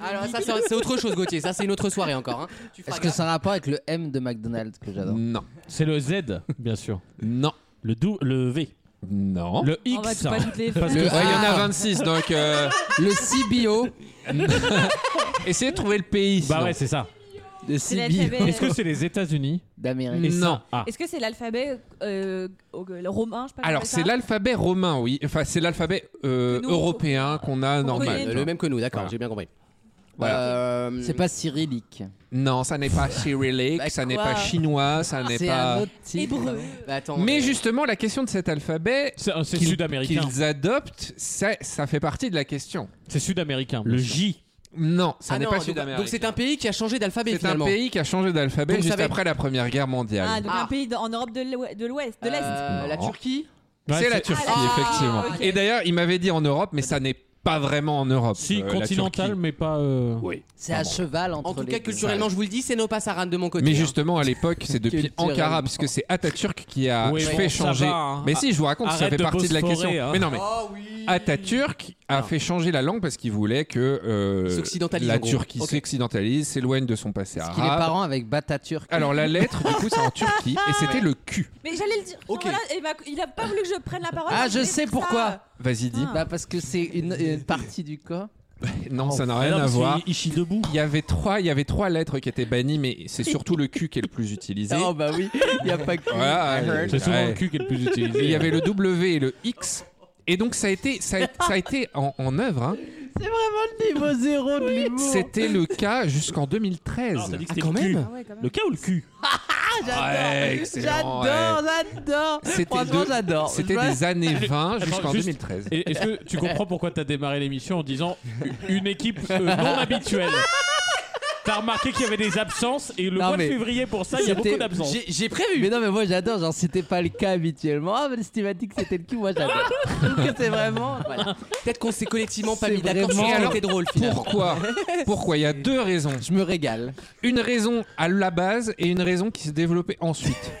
Speaker 2: Alors ça c'est c'est autre chose Gauthier, ça c'est une autre soirée encore. hein. Tu feras
Speaker 7: Est-ce que ça a un rapport avec le M de McDonald's que j'adore
Speaker 3: Non.
Speaker 4: C'est le Z, bien sûr.
Speaker 3: Non.
Speaker 16: Le, dou- le V.
Speaker 3: Non.
Speaker 4: Le
Speaker 6: On va
Speaker 4: X.
Speaker 6: tout pas
Speaker 4: hein.
Speaker 6: toutes les
Speaker 4: Parce
Speaker 3: Ouais,
Speaker 4: que
Speaker 3: Il y en a
Speaker 7: Ah.
Speaker 3: 26, donc euh,
Speaker 7: Le CBO.
Speaker 3: essayez de trouver le pays.
Speaker 4: Bah
Speaker 3: sinon.
Speaker 4: ouais, c'est ça.
Speaker 7: Le
Speaker 6: C'est
Speaker 7: CBO
Speaker 6: l'alphabet-
Speaker 4: Est-ce que c'est les États-Unis
Speaker 7: d'Amérique.
Speaker 4: Et ça-
Speaker 3: Non.
Speaker 4: Ah.
Speaker 6: Est-ce que c'est l'alphabet euh, au- le romain je sais pas
Speaker 3: Alors,
Speaker 6: comment
Speaker 3: c'est
Speaker 6: ça
Speaker 3: l'alphabet romain, oui. Enfin, c'est l'alphabet euh,
Speaker 6: Que nous,
Speaker 3: européen qu'on a normal.
Speaker 6: connaît,
Speaker 2: Le même que nous, d'accord,
Speaker 3: Voilà.
Speaker 2: j'ai bien compris.
Speaker 3: Voilà.
Speaker 2: Euh,
Speaker 7: C'est pas cyrillique.
Speaker 3: Non, ça n'est pas cyrillique,
Speaker 2: Bah, Ah,
Speaker 3: ça n'est
Speaker 6: quoi
Speaker 3: pas chinois, ça n'est
Speaker 7: C'est un
Speaker 3: pas. Mmh.
Speaker 7: autre type.
Speaker 6: Hébreu.
Speaker 2: bah, attends,
Speaker 3: Mais
Speaker 2: euh,
Speaker 3: justement, la question de cet alphabet
Speaker 4: C'est euh, c'est
Speaker 3: qu'ils-
Speaker 4: sud-américain.
Speaker 3: qu'ils adoptent, ça, ça fait partie de la question.
Speaker 4: C'est sud-américain.
Speaker 16: Le J.
Speaker 3: Non, ça
Speaker 2: ah
Speaker 3: n'est
Speaker 2: non,
Speaker 3: pas
Speaker 2: donc-
Speaker 3: sud-américain.
Speaker 2: Donc c'est un pays qui a changé d'alphabet
Speaker 3: C'est un
Speaker 2: finalement.
Speaker 3: pays qui a changé d'alphabet
Speaker 2: Donc, ça
Speaker 3: juste
Speaker 2: va être-
Speaker 3: après la Première Guerre mondiale.
Speaker 6: Ah, donc
Speaker 2: Ah.
Speaker 6: un pays dans- en Europe de l'Ouest, de l'Ouest, de l'Est.
Speaker 2: Euh, La
Speaker 3: Non.
Speaker 2: Turquie
Speaker 4: Ouais,
Speaker 3: c'est la Turquie,
Speaker 6: Ah,
Speaker 3: effectivement.
Speaker 6: ok.
Speaker 3: Et d'ailleurs, il m'avait dit en Europe, mais ça n'est pas vraiment en Europe.
Speaker 4: Si,
Speaker 3: euh, la
Speaker 4: continentale,
Speaker 3: Turquie.
Speaker 4: mais pas. euh,
Speaker 7: C'est à cheval entre
Speaker 2: En tout
Speaker 7: les
Speaker 2: cas
Speaker 7: deux.
Speaker 2: culturellement je vous le dis, c'est nos passaran de mon côté.
Speaker 3: Mais
Speaker 2: hein.
Speaker 3: justement, à l'époque, c'est depuis
Speaker 7: Culturellement.
Speaker 3: Ankara, parce que c'est Atatürk qui a
Speaker 4: Oui,
Speaker 3: fait
Speaker 4: bon, ça
Speaker 3: changer.
Speaker 4: va, hein.
Speaker 3: Mais si, je vous raconte, ça
Speaker 4: Arrête
Speaker 3: fait
Speaker 4: de
Speaker 3: partie de la
Speaker 4: phosphorer,
Speaker 3: question.
Speaker 4: hein.
Speaker 3: Mais non, mais
Speaker 2: Ah
Speaker 3: Atatürk a fait changer la langue parce qu'il voulait que euh,
Speaker 2: S'occidentalise, en
Speaker 3: la
Speaker 2: gros.
Speaker 3: Turquie
Speaker 2: Ok.
Speaker 3: s'occidentalise, s'éloigne de son passé
Speaker 7: Parce qu'il est
Speaker 3: arabe.
Speaker 7: parent avec Bataturk.
Speaker 3: Alors la lettre, du coup, c'est en Turquie,
Speaker 2: Ah,
Speaker 3: et c'était le Q.
Speaker 6: Mais j'allais le dire.
Speaker 2: Ok.
Speaker 6: Voilà, il m'a- il a pas voulu que je prenne la parole.
Speaker 7: Ah,
Speaker 6: mais
Speaker 7: je
Speaker 6: voulais
Speaker 7: sais
Speaker 6: dire
Speaker 7: pourquoi.
Speaker 6: ça.
Speaker 3: Vas-y, dis.
Speaker 2: Ah.
Speaker 7: Bah parce que c'est une, une partie du corps.
Speaker 3: Non, ça
Speaker 4: Oh,
Speaker 3: n'a
Speaker 16: Ah non,
Speaker 3: rien à
Speaker 16: parce qu'il-
Speaker 3: voir.
Speaker 16: Il chie debout.
Speaker 3: Il y avait trois, il y avait trois lettres qui étaient bannies, mais c'est surtout le Q qui est le plus utilisé.
Speaker 7: Oh bah oui, il y a pas que.
Speaker 3: Voilà, euh,
Speaker 4: C'est souvent
Speaker 3: ouais.
Speaker 4: le cul qui est le plus
Speaker 3: Il
Speaker 4: utilisé.
Speaker 3: y avait le W et le X. Et donc ça a été, ça a, ça a été en, en œuvre. hein.
Speaker 7: Niveau zéro de l'humour.
Speaker 3: C'était le cas jusqu'en
Speaker 16: Non, t'as
Speaker 3: 2013.
Speaker 16: dit que c'était le cul.
Speaker 6: Ah ouais, quand même.
Speaker 16: Le K ou le cul
Speaker 3: Ouais, excellent, ouais.
Speaker 7: j'adore.
Speaker 3: C'était de-
Speaker 7: j'adore.
Speaker 3: C'était
Speaker 7: Je vois-
Speaker 3: des années 20 jusqu'en
Speaker 4: juste-
Speaker 3: 2013.
Speaker 4: Et Est-ce que tu comprends pourquoi t'as démarré l'émission en disant une équipe euh, non habituelle T'as remarqué qu'il y avait des absences et le
Speaker 7: Non,
Speaker 4: mois de
Speaker 7: mais
Speaker 4: février pour ça, il y a
Speaker 7: c'était-
Speaker 4: beaucoup d'absences.
Speaker 2: J'ai- J'ai prévu
Speaker 7: Mais non, mais moi j'adore. Genre, c'était pas le cas habituellement. Ah, mais le stématique c'était le cul. Moi j'adore. Je trouve que c'est vraiment.
Speaker 2: Voilà. Peut-être qu'on s'est collectivement pas
Speaker 7: C'est
Speaker 2: mis d'accord sur
Speaker 7: vraiment-
Speaker 2: ce qui
Speaker 3: Alors,
Speaker 2: était drôle finalement.
Speaker 3: Pourquoi Pourquoi Il y a deux raisons.
Speaker 7: Je me régale.
Speaker 3: Une raison à la base et une raison qui s'est développée ensuite.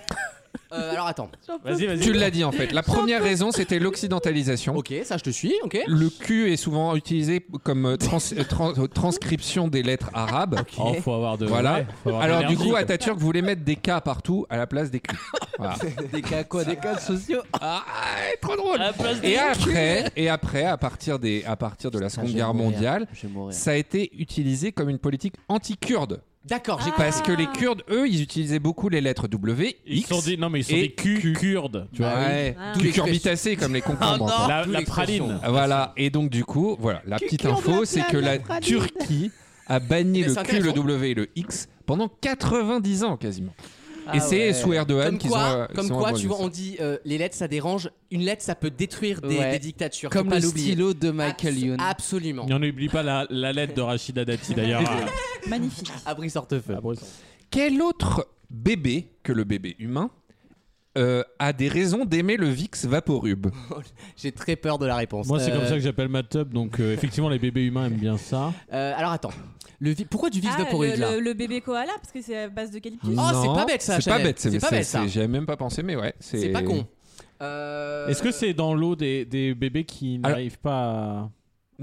Speaker 2: Euh, alors attends.
Speaker 4: Vas-y, vas-y.
Speaker 3: Tu l'as dit en fait. La première raison, c'était l'occidentalisation.
Speaker 2: Ok, ça je te suis, ok.
Speaker 3: Le Q est souvent utilisé comme euh, trans- euh, trans- euh, transcription des lettres arabes.
Speaker 4: Oh, faut avoir de.
Speaker 3: Voilà.
Speaker 4: ouais, faut avoir de
Speaker 3: Alors du
Speaker 4: l'énergie,
Speaker 3: coup,
Speaker 4: quoi.
Speaker 3: Atatürk voulait mettre des K partout à la place des Q. Voilà.
Speaker 7: Des cas quoi Des cas sociaux.
Speaker 3: Ah, trop drôle.
Speaker 16: À la place
Speaker 3: Et
Speaker 16: des
Speaker 3: après, et après, à partir des, à partir de la Seconde
Speaker 7: je vais
Speaker 3: Guerre
Speaker 7: mourir.
Speaker 3: mondiale,
Speaker 7: Je vais mourir.
Speaker 3: ça a été utilisé comme une politique anti-kurde.
Speaker 2: D'accord, j'ai
Speaker 3: Parce que les Kurdes, eux, ils utilisaient beaucoup les lettres W,
Speaker 4: Ils
Speaker 3: X.
Speaker 4: sont dit, non, mais ils sont
Speaker 3: et
Speaker 4: des culs
Speaker 3: Q.
Speaker 4: kurdes. Tu vois.
Speaker 3: Ouais.
Speaker 6: Ah.
Speaker 3: Tous les curbitacés, comme les
Speaker 2: Ah,
Speaker 3: concombres. quoi.
Speaker 4: La,
Speaker 2: D'où
Speaker 4: la
Speaker 2: l'expression.
Speaker 4: praline.
Speaker 3: Voilà, et donc du coup, voilà, la petite info, c'est que la Turquie a banni
Speaker 2: Mais
Speaker 3: le
Speaker 2: c'est
Speaker 3: Q, le
Speaker 2: intéressant.
Speaker 3: W et le X pendant 90 ans quasiment.
Speaker 7: Ah
Speaker 3: et c'est
Speaker 7: ouais.
Speaker 3: sous Erdogan
Speaker 2: Comme
Speaker 3: qu'ils
Speaker 2: quoi,
Speaker 3: ont. euh,
Speaker 2: comme
Speaker 3: ils ont
Speaker 2: quoi
Speaker 3: aboli
Speaker 2: tu vois,
Speaker 3: ça.
Speaker 2: on dit euh, les lettres ça dérange. Une lettre ça peut détruire des,
Speaker 7: Ouais.
Speaker 2: des dictatures.
Speaker 7: Comme
Speaker 2: Faut pas
Speaker 7: le
Speaker 2: l'oublier. Ah,
Speaker 7: stylo de Michael
Speaker 2: Abs-
Speaker 7: Youn.
Speaker 2: Absolument.
Speaker 4: Et on n'oublie pas la, la lettre de Rachida Dati d'ailleurs. à-
Speaker 6: Magnifique.
Speaker 2: Abri sortefeu.
Speaker 4: à Bruxelles.
Speaker 3: Quel autre bébé que le bébé humain euh, a des raisons d'aimer le Vix Vaporub
Speaker 2: Oh, J'ai très peur de la réponse.
Speaker 4: Moi, c'est
Speaker 2: Euh,
Speaker 4: comme ça que j'appelle ma tub. Donc, euh, effectivement, les bébés humains aiment bien ça.
Speaker 2: euh, alors attends. Le vi- Pourquoi du vice
Speaker 6: Ah,
Speaker 2: vaporub là
Speaker 6: le, le- le bébé koala, parce que c'est à base de calyptus.
Speaker 2: Oh, c'est
Speaker 3: Non,
Speaker 2: pas bête, ça,
Speaker 3: C'est pas
Speaker 2: Chanel.
Speaker 3: bête, c'est
Speaker 2: C'est pas
Speaker 3: c'est-
Speaker 2: bête, ça.
Speaker 3: c'est- J'y avais même pas pensé, mais ouais.
Speaker 2: C'est pas con. Euh,
Speaker 4: Est-ce que c'est dans l'eau des, des bébés qui
Speaker 3: Alors-
Speaker 4: n'arrivent pas à,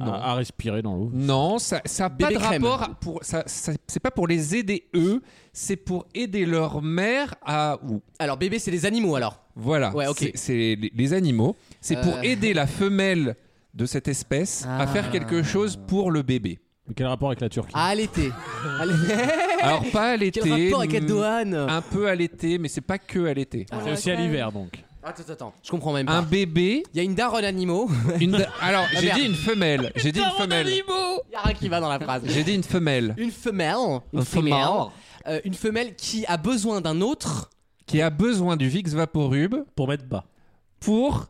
Speaker 3: Non.
Speaker 4: à- à respirer dans l'eau
Speaker 3: Non, ça n'a pas
Speaker 2: Bébé
Speaker 3: de
Speaker 2: crème.
Speaker 3: rapport. Pour, ça, ça- c'est pas pour les aider eux, c'est pour aider leur mère à. ou-
Speaker 2: Alors bébé, c'est les animaux alors.
Speaker 3: Voilà,
Speaker 2: Ouais, ok.
Speaker 3: c'est- c'est les, les animaux. C'est
Speaker 2: Euh.
Speaker 3: pour aider la femelle de cette espèce à
Speaker 7: Ah.
Speaker 3: faire quelque chose pour le bébé.
Speaker 4: Mais Quel rapport avec la Turquie
Speaker 2: À l'été.
Speaker 3: Alors pas à l'été. mm,
Speaker 2: Quel rapport avec la douane
Speaker 3: Un peu à l'été, mais c'est pas que à l'été.
Speaker 4: C'est aussi à l'hiver donc.
Speaker 2: Attends, attends. Je comprends même
Speaker 3: Un
Speaker 2: pas.
Speaker 3: bébé.
Speaker 2: Il y a une daronne animaux.
Speaker 3: une da- Alors
Speaker 2: Ah,
Speaker 3: j'ai
Speaker 2: merde.
Speaker 3: dit une femelle. J'ai dit une femelle.
Speaker 2: Il y a rien qui va dans la phrase.
Speaker 3: J'ai dit une femelle
Speaker 2: Une femelle. Une
Speaker 3: Un
Speaker 2: femelle.
Speaker 3: femelle.
Speaker 2: euh, une femelle qui a besoin d'un autre.
Speaker 3: qui a besoin du Vix Vaporub
Speaker 16: Pour mettre bas.
Speaker 3: pour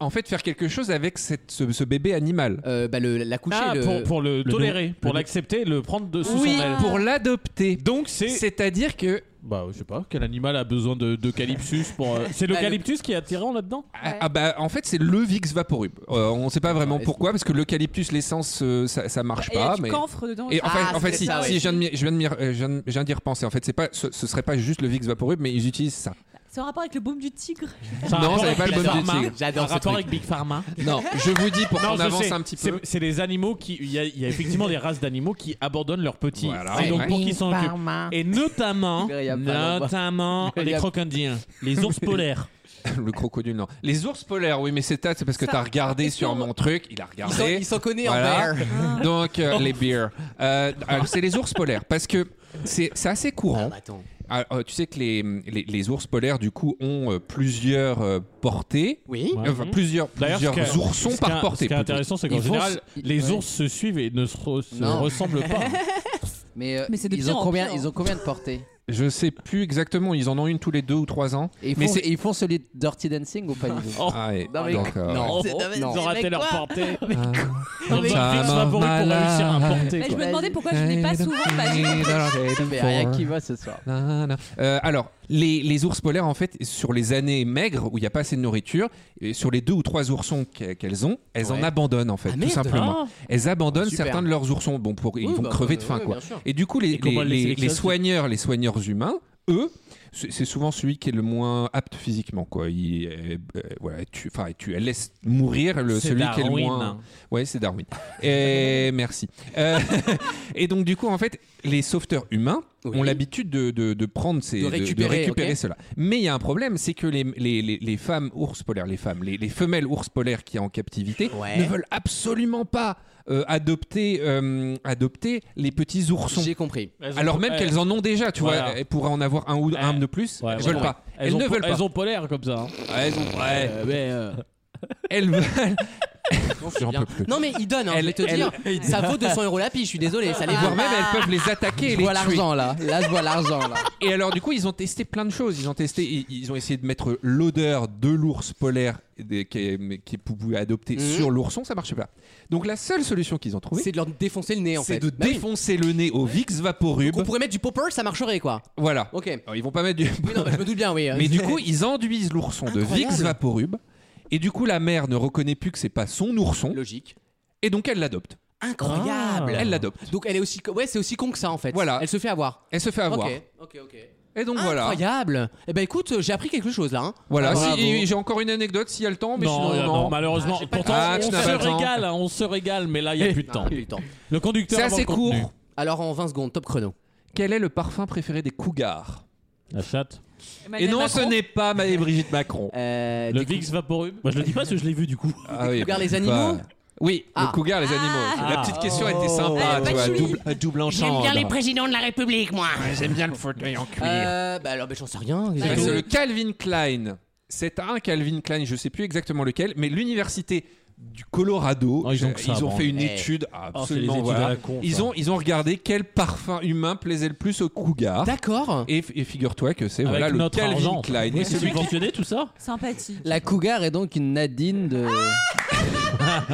Speaker 3: en fait faire quelque chose avec cette- ce, ce bébé animal.
Speaker 2: Euh, bah, le, la coucher.
Speaker 4: Ah,
Speaker 2: le...
Speaker 4: pour, pour le,
Speaker 16: le
Speaker 4: tolérer, pour
Speaker 16: le-
Speaker 4: l'accepter, le prendre de sous
Speaker 3: Oui,
Speaker 4: son aile.
Speaker 3: pour l'adopter.
Speaker 4: Donc c'est.
Speaker 3: C'est-à-dire que
Speaker 4: Bah, je sais pas, quel animal a besoin de, de calypsus pour. euh, C'est le
Speaker 2: Bah, le-
Speaker 4: calyptus qui est attirant là-dedans
Speaker 3: ah, ah bah, en fait c'est le Vix Vaporub. Euh, on ne sait pas vraiment
Speaker 4: Ah,
Speaker 2: est-ce
Speaker 3: pourquoi parce que l'eucalyptus l'essence euh, ça, ça marche
Speaker 6: Et il y a
Speaker 3: pas
Speaker 6: du
Speaker 3: mais
Speaker 6: camphre dedans.
Speaker 3: et en
Speaker 2: Ah,
Speaker 3: fait, en fait,
Speaker 2: c'est
Speaker 3: si,
Speaker 2: ça, ouais.
Speaker 3: si, je viens de m'y- je viens de m'y- euh, je viens de- je viens d'y repenser. En fait, c'est pas, ce, ce serait pas juste le Vix Vaporub, mais ils utilisent ça.
Speaker 6: C'est un rapport avec le baume du tigre.
Speaker 4: Ça a
Speaker 3: Non,
Speaker 4: rapport
Speaker 3: j'avais
Speaker 4: avec
Speaker 3: pas le
Speaker 4: Big
Speaker 3: baume du
Speaker 4: Pharma.
Speaker 3: tigre. J'adore
Speaker 4: Un
Speaker 3: ce
Speaker 4: rapport
Speaker 3: truc.
Speaker 4: avec Big Pharma.
Speaker 3: Non, je vous dis pour
Speaker 4: Non,
Speaker 3: qu'on
Speaker 4: je
Speaker 3: avance
Speaker 4: sais.
Speaker 3: un petit
Speaker 4: C'est-
Speaker 3: peu.
Speaker 4: C'est des animaux qui. Il y, a- il y a effectivement des races d'animaux qui abandonnent leurs petits.
Speaker 3: Voilà.
Speaker 4: Et donc
Speaker 3: Ouais.
Speaker 4: pour qu'ils s'en occupent.
Speaker 7: Pharma.
Speaker 4: Et notamment,
Speaker 7: Il y a pas d'endroit.
Speaker 4: notamment
Speaker 7: Il y a-
Speaker 4: les crocodiles, les ours polaires.
Speaker 3: Le crocodile, non. Les ours polaires, oui, mais c'est ta- c'est parce que
Speaker 6: Ça-
Speaker 3: t'as regardé
Speaker 6: est-ce
Speaker 3: sur
Speaker 6: qu'on-
Speaker 3: mon truc. Il a
Speaker 2: Il s'en-
Speaker 3: regardé.
Speaker 2: il s'en connaît en
Speaker 3: Voilà.
Speaker 2: bear.
Speaker 4: Ah.
Speaker 3: Donc, euh, les beers. Euh, alors, c'est les ours polaires parce que c'est c'est assez courant.
Speaker 2: bah, Attends.
Speaker 3: Ah, euh, tu sais que les, les, les ours polaires, du coup, ont euh, plusieurs euh, portées.
Speaker 2: Oui.
Speaker 4: Ouais.
Speaker 3: Enfin, plusieurs,
Speaker 4: D'ailleurs,
Speaker 3: plusieurs
Speaker 4: ce que-
Speaker 3: oursons
Speaker 4: ce qui
Speaker 3: par
Speaker 4: est- Ce qui
Speaker 3: portée.
Speaker 4: est
Speaker 3: plutôt.
Speaker 4: intéressant, c'est qu'en
Speaker 3: Ils vont
Speaker 4: général,
Speaker 7: ils-
Speaker 4: les
Speaker 7: ouais.
Speaker 4: ours se suivent et ne se, re- se
Speaker 7: Non.
Speaker 4: ressemblent pas.
Speaker 7: Mais, euh,
Speaker 6: Mais c'est de
Speaker 7: ils
Speaker 6: pire
Speaker 7: ont
Speaker 6: en
Speaker 7: combien
Speaker 6: pire, hein.
Speaker 7: Ils ont combien de portées
Speaker 3: Je sais plus exactement, ils en ont une tous les deux ou trois ans.
Speaker 7: Et ils font,
Speaker 3: Mais c'est-
Speaker 7: et ils font celui de Dirty Dancing ou pas du tout
Speaker 4: Oh,
Speaker 3: Ah, et-
Speaker 7: Non, mais-
Speaker 3: donc, euh,
Speaker 4: oh,
Speaker 7: c'est-
Speaker 4: ils
Speaker 7: non.
Speaker 4: ont raté leur portée.
Speaker 3: Ah.
Speaker 4: Ils ont
Speaker 3: mais-
Speaker 4: fixe favori pour
Speaker 3: Maman,
Speaker 4: réussir à
Speaker 3: malade.
Speaker 4: porter.
Speaker 6: Bah,
Speaker 4: quoi.
Speaker 6: je me demandais pourquoi je n'ai pas souvent. Bah, j'ai-
Speaker 7: Mais y a rien qui va ce soir.
Speaker 3: Na, na. Euh, alors, les, les ours polaires, en fait, sur les années maigres où il n'y a pas assez de nourriture, et sur les deux ou trois oursons qu'e- qu'elles ont, elles en
Speaker 2: Ouais.
Speaker 3: abandonnent, en fait,
Speaker 2: Ah,
Speaker 3: tout
Speaker 2: merde.
Speaker 3: simplement. Elles abandonnent
Speaker 2: Super.
Speaker 3: certains de leurs oursons. Bon, pour, ils
Speaker 2: Oui,
Speaker 3: vont
Speaker 2: bah,
Speaker 3: crever de
Speaker 2: euh,
Speaker 3: faim,
Speaker 2: ouais,
Speaker 3: quoi.
Speaker 2: bien sûr.
Speaker 3: Et du coup, les,
Speaker 4: comment
Speaker 3: les,
Speaker 4: elles les
Speaker 3: les- les
Speaker 4: sélectionnent
Speaker 3: soigneurs, les soigneurs humains, eux, c'est c'est souvent celui qui est le moins apte physiquement, quoi. Il, euh, voilà, tu, enfin, tu, elle laisse mourir le,
Speaker 4: C'est
Speaker 3: celui qui est
Speaker 4: Darwin,
Speaker 3: le moins.
Speaker 4: hein.
Speaker 3: Ouais, c'est Darwin. Et merci. Euh, et donc, du coup, en fait, les sauveteurs humains
Speaker 2: Oui.
Speaker 3: ont l'habitude de, de- de prendre ces.
Speaker 2: De récupérer, ok.
Speaker 3: cela. Mais il y a un problème, c'est que les, les- les- les femmes ours polaires, les femmes, les, les femelles ours polaires qui est en captivité
Speaker 2: Ouais.
Speaker 3: ne veulent absolument pas euh, adopter, euh, adopter les petits oursons.
Speaker 2: J'ai compris.
Speaker 4: Elles ont-
Speaker 3: Alors même
Speaker 4: eh,
Speaker 3: qu'elles en ont déjà, tu
Speaker 4: Voilà.
Speaker 3: vois, elles pourraient en avoir un ou un de plus,
Speaker 4: Ouais,
Speaker 3: elles
Speaker 4: voilà.
Speaker 3: veulent pas.
Speaker 4: elles
Speaker 3: Elles
Speaker 4: ont
Speaker 3: ne
Speaker 4: po-
Speaker 3: veulent pas.
Speaker 4: Elles ont polaire comme ça. hein.
Speaker 3: Elles ont- ouais,
Speaker 4: Euh, mais, euh,
Speaker 3: elles veulent. J'en peux plus.
Speaker 2: Non mais ils donnent, hein, je
Speaker 3: Elle-
Speaker 2: vais te
Speaker 3: elle-
Speaker 2: dire, ça vaut 200 euros la pige, je suis désolé,
Speaker 7: Ah,
Speaker 2: ça les vaut.
Speaker 3: Voire même, elles peuvent les attaquer et
Speaker 7: Je
Speaker 3: les
Speaker 7: vois
Speaker 3: tuer.
Speaker 7: l'argent là. Là, je vois l'argent là.
Speaker 3: Et alors du coup ils ont testé plein de choses. Ils ont testé, ils, ils ont essayé de mettre l'odeur de l'ours polaire des- qui, qui pouvait adopter
Speaker 2: Mhm.
Speaker 3: sur l'ourson, ça marchait pas. Donc la seule solution qu'ils ont trouvée,
Speaker 2: C'est de leur défoncer le nez en fait.
Speaker 3: c'est de
Speaker 2: Bah oui.
Speaker 3: défoncer le nez au Vix Vaporub.
Speaker 2: Donc on pourrait mettre du popper, ça marcherait quoi.
Speaker 3: Voilà.
Speaker 2: Ok.
Speaker 3: Alors, ils vont pas mettre du.
Speaker 2: Oui, non, bah, je me doute bien, oui.
Speaker 3: Mais du coup ils enduisent l'ourson de Vix Vaporub. Et du coup la mère ne reconnaît plus que c'est pas son ourson.
Speaker 2: logique.
Speaker 3: Et donc elle l'adopte.
Speaker 2: Incroyable.
Speaker 3: Elle l'adopte.
Speaker 2: Donc elle est aussi, ouais, c'est aussi con que ça en fait.
Speaker 3: Ah. Voilà.
Speaker 2: Elle se fait avoir.
Speaker 3: Elle se fait avoir.
Speaker 2: Ok, ok, ok.
Speaker 3: Et donc voilà.
Speaker 2: Incroyable. Eh ben écoute, euh, j'ai appris quelque chose là. hein.
Speaker 3: Voilà.
Speaker 2: Bravo.
Speaker 3: Si- et- et j'ai encore une anecdote s'il y a le temps, mais
Speaker 4: non,
Speaker 3: sinon
Speaker 4: non,
Speaker 3: non.
Speaker 4: malheureusement. Pourtant,
Speaker 3: Ah,
Speaker 4: on
Speaker 3: tu
Speaker 4: se
Speaker 3: n'as pas le temps.
Speaker 4: régale, hein, on se régale, mais là, il n'y a plus de temps.
Speaker 2: Ah, plus le temps.
Speaker 4: Le conducteur
Speaker 3: C'est
Speaker 4: avant
Speaker 3: assez
Speaker 4: le contenu.
Speaker 3: court.
Speaker 2: Alors en 20 secondes, top chrono.
Speaker 3: Quel est le parfum préféré des cougars
Speaker 4: La chatte.
Speaker 3: Et
Speaker 6: Emmanuel
Speaker 3: non,
Speaker 6: Macron.
Speaker 3: ce n'est pas Marie Brigitte Macron.
Speaker 2: Euh,
Speaker 4: Le
Speaker 2: des
Speaker 4: Vix Vaporub. Moi, je le dis pas parce que je l'ai vu du coup.
Speaker 3: Ah oui,
Speaker 2: cougars,
Speaker 3: bah,
Speaker 2: les
Speaker 3: pas-
Speaker 2: animaux
Speaker 3: Oui,
Speaker 2: Ah.
Speaker 3: le cougar, les animaux.
Speaker 6: Ah.
Speaker 3: La petite question
Speaker 2: Oh.
Speaker 3: était
Speaker 6: Ah,
Speaker 3: sympa, tu
Speaker 6: pas
Speaker 3: vois,
Speaker 6: joli.
Speaker 3: double, euh, double enchant. alors.
Speaker 16: présidents de la République, moi.
Speaker 3: J'aime bien le fauteuil en cuir.
Speaker 2: Euh, bah alors, bah, j'en sais rien.
Speaker 4: Ah,
Speaker 3: Ouais,
Speaker 2: J'ai-
Speaker 3: c'est le Calvin Klein. C'est un Calvin Klein, je sais plus exactement lequel, mais l'université du Colorado,
Speaker 4: Oh, ils ont
Speaker 3: je-
Speaker 4: que ça, bon.
Speaker 3: fait une
Speaker 2: Eh.
Speaker 3: étude
Speaker 4: Oh, c'est les
Speaker 3: absolument.
Speaker 4: études
Speaker 3: voilà.
Speaker 4: à la hein. con.
Speaker 3: ils,
Speaker 4: ça.
Speaker 3: ont, ils ont regardé quel parfum humain plaisait le plus au cougar.
Speaker 2: D'accord.
Speaker 3: Et, et figure-toi que c'est
Speaker 4: Avec
Speaker 3: voilà, le
Speaker 4: notre
Speaker 3: Calvin
Speaker 4: argent.
Speaker 3: Klein.
Speaker 4: Oui,
Speaker 3: Et
Speaker 4: c'est
Speaker 3: celui qui-
Speaker 4: subventionné tout ça
Speaker 6: Sympathique.
Speaker 7: La cougar est donc une Nadine de.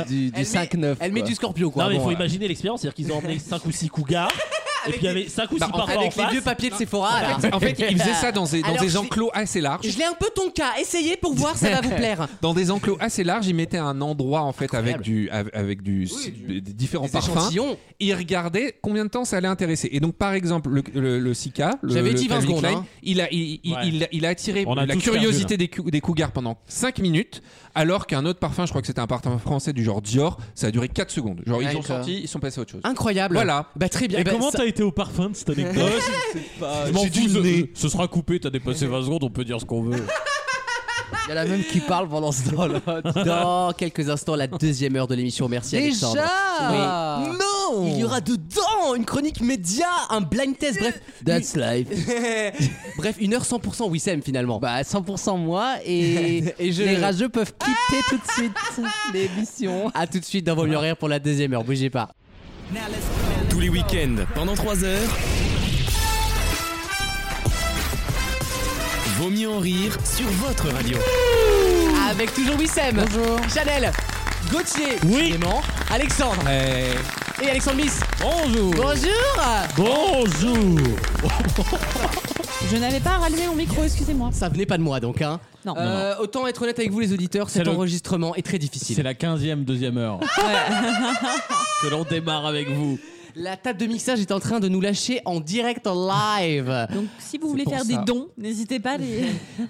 Speaker 7: du du
Speaker 2: met-
Speaker 7: 5-9.
Speaker 2: Ah Elle met
Speaker 7: quoi.
Speaker 2: du scorpion quoi.
Speaker 16: non, mais il
Speaker 2: Bon,
Speaker 16: faut
Speaker 2: euh,
Speaker 16: imaginer l'expérience, c'est-à-dire qu'ils ont emmené 5 ou 6 cougars, et puis il y avait 5 ou 6
Speaker 3: Bah, en
Speaker 16: parfois en
Speaker 2: Avec les
Speaker 16: face.
Speaker 2: vieux papiers de Sephora là.
Speaker 3: En fait, ils faisaient ça dans des, dans
Speaker 2: Alors,
Speaker 3: des
Speaker 2: je-
Speaker 3: enclos assez larges.
Speaker 2: Je l'ai un peu ton cas. Essayez pour voir, ça va vous plaire.
Speaker 3: dans des enclos assez larges, ils mettaient un endroit en fait avec du av- avec du, des- des différents
Speaker 2: Des
Speaker 3: parfums.
Speaker 2: échantillons.
Speaker 3: Ils regardaient combien de temps ça allait intéresser. Et donc par exemple le le, le Sika, le,
Speaker 2: J'avais
Speaker 3: le
Speaker 2: dit 20
Speaker 3: Calvin
Speaker 2: secondes,
Speaker 3: Klein,
Speaker 2: hein.
Speaker 3: il a il, il-
Speaker 4: Ouais.
Speaker 3: il- il a attiré
Speaker 4: On a
Speaker 3: la
Speaker 4: tous
Speaker 3: curiosité des, cou- des cougars pendant 5 minutes, alors qu'un autre parfum, je crois que c'était un parfum français du genre Dior, ça a duré 4 secondes. Genre ils ont
Speaker 7: D'accord.
Speaker 3: sorti, ils sont passés à autre chose.
Speaker 2: Incroyable.
Speaker 3: Voilà.
Speaker 2: Bah très bien.
Speaker 4: Et
Speaker 2: Eh ben,
Speaker 4: comment
Speaker 2: ça-
Speaker 4: t'as été au parfum de cette anecdote Je m'en
Speaker 3: J'ai
Speaker 4: fous,
Speaker 3: du
Speaker 4: ce,
Speaker 3: nez.
Speaker 4: ce sera coupé, t'as dépassé 20 secondes, on peut dire ce qu'on veut.
Speaker 7: Il y en a même qui parle pendant ce temps là.
Speaker 2: Dans quelques instants, la deuxième heure de l'émission. Merci Alexandre.
Speaker 7: Déjà
Speaker 2: Oui. Non Il y aura dedans une chronique média, un blind test, bref.
Speaker 7: That's life.
Speaker 2: bref, une heure 100% Wissem finalement.
Speaker 7: Bah 100% moi et,
Speaker 2: Et je-
Speaker 7: les rageux peuvent quitter tout de suite l'émission.
Speaker 2: A tout de suite dans Vaut mieux rire pour la deuxième heure, bougez pas.
Speaker 1: Tous les week-ends, pendant 3 heures. Vaut mieux en rire sur votre radio.
Speaker 2: Avec toujours Wissem. Bonjour. Chanel. Gauthier. Oui. Alexandre. Et Alexandre Miss.
Speaker 4: Bonjour
Speaker 2: Bonjour.
Speaker 4: Bonjour
Speaker 6: Je n'avais pas rallumé mon micro, excusez-moi.
Speaker 2: Ça venait pas de moi donc hein.
Speaker 6: Non.
Speaker 2: Euh, Autant être honnête avec vous les auditeurs, cet
Speaker 4: C'est le-
Speaker 2: enregistrement est très
Speaker 4: C'est
Speaker 2: difficile.
Speaker 4: la 15 e deuxième heure que l'on démarre avec vous.
Speaker 2: La table de mixage est en train de nous lâcher en direct en live.
Speaker 6: Donc si vous voulez
Speaker 2: pour
Speaker 6: faire
Speaker 2: ça.
Speaker 6: des dons, n'hésitez pas. à Les...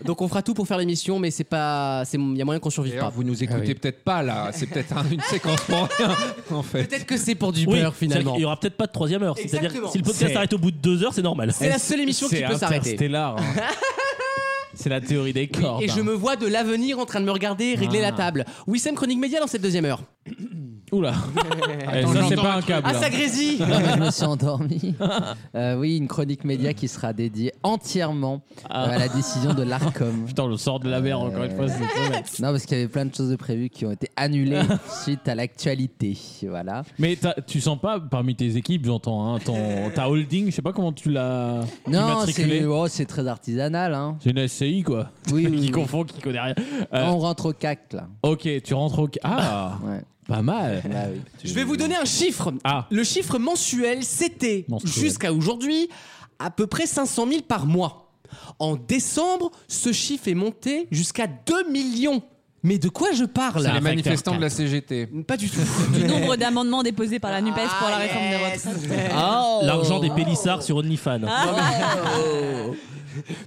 Speaker 2: Donc on fera tout pour faire l'émission, mais c'est pas, c'est il y a moyen qu'on survive pas.
Speaker 3: D'ailleurs, vous nous écoutez
Speaker 2: Ah oui.
Speaker 3: peut-être pas là. C'est peut-être un- une séquence pour rien, en fait.
Speaker 2: Peut-être que c'est pour du
Speaker 16: Oui,
Speaker 2: beurre finalement.
Speaker 16: Il y aura peut-être pas de troisième heure. C'est-à-dire que
Speaker 2: Exactement.
Speaker 16: si le podcast
Speaker 2: C'est-
Speaker 16: s'arrête au bout de deux heures, c'est normal.
Speaker 2: C'est la seule émission qui peut s'arrêter.
Speaker 4: Interstellar, hein. C'est la théorie des cordes. hein.
Speaker 2: Et je me vois de l'avenir en train de me regarder régler
Speaker 3: Ah.
Speaker 2: la table. Wissem Chronique Média dans cette deuxième heure.
Speaker 4: Oula.
Speaker 7: Attends,
Speaker 4: ça, c'est
Speaker 7: j'entends
Speaker 4: pas un
Speaker 7: un truc.
Speaker 4: câble. hein.
Speaker 2: Ah, ça grésille
Speaker 7: je me suis endormi. Euh, oui, une chronique média qui sera dédiée entièrement euh, à la décision de l'ARCOM.
Speaker 4: Putain, on sort de la mer encore une fois. c'est trop bête.
Speaker 7: Non, parce qu'il y avait plein de choses de prévues qui ont été annulées suite à l'actualité. Voilà.
Speaker 4: Mais t'as- tu sens pas parmi tes équipes, j'entends, hein, ton, ta holding, je sais pas comment tu l'as
Speaker 7: Non, c'est
Speaker 4: immatriculée.
Speaker 7: oh, c'est très artisanal. Hein.
Speaker 4: C'est une SCI quoi.
Speaker 7: Oui, oui,
Speaker 4: qui
Speaker 7: oui.
Speaker 4: confond, qui connaît rien. Euh,
Speaker 7: On rentre au CAC là.
Speaker 4: Ok, tu rentres au. Ah,
Speaker 7: Ouais.
Speaker 4: pas mal.
Speaker 7: Bah oui.
Speaker 2: Je vais vous donner un chiffre.
Speaker 4: Ah.
Speaker 2: Le chiffre mensuel, c'était
Speaker 4: Mensuel.
Speaker 2: jusqu'à aujourd'hui à peu près 500 000 par mois. En décembre, ce chiffre est monté jusqu'à 2 millions. Mais de quoi je parle
Speaker 4: C'est
Speaker 3: Les
Speaker 4: un
Speaker 3: manifestants
Speaker 4: facteur
Speaker 3: de la CGT.
Speaker 2: Pas du tout.
Speaker 6: Du nombre d'amendements déposés par la NUPES pour la réforme des retraites.
Speaker 18: Ah.
Speaker 16: L'argent
Speaker 4: Oh.
Speaker 16: des pélissards sur OnlyFans.
Speaker 6: Ah.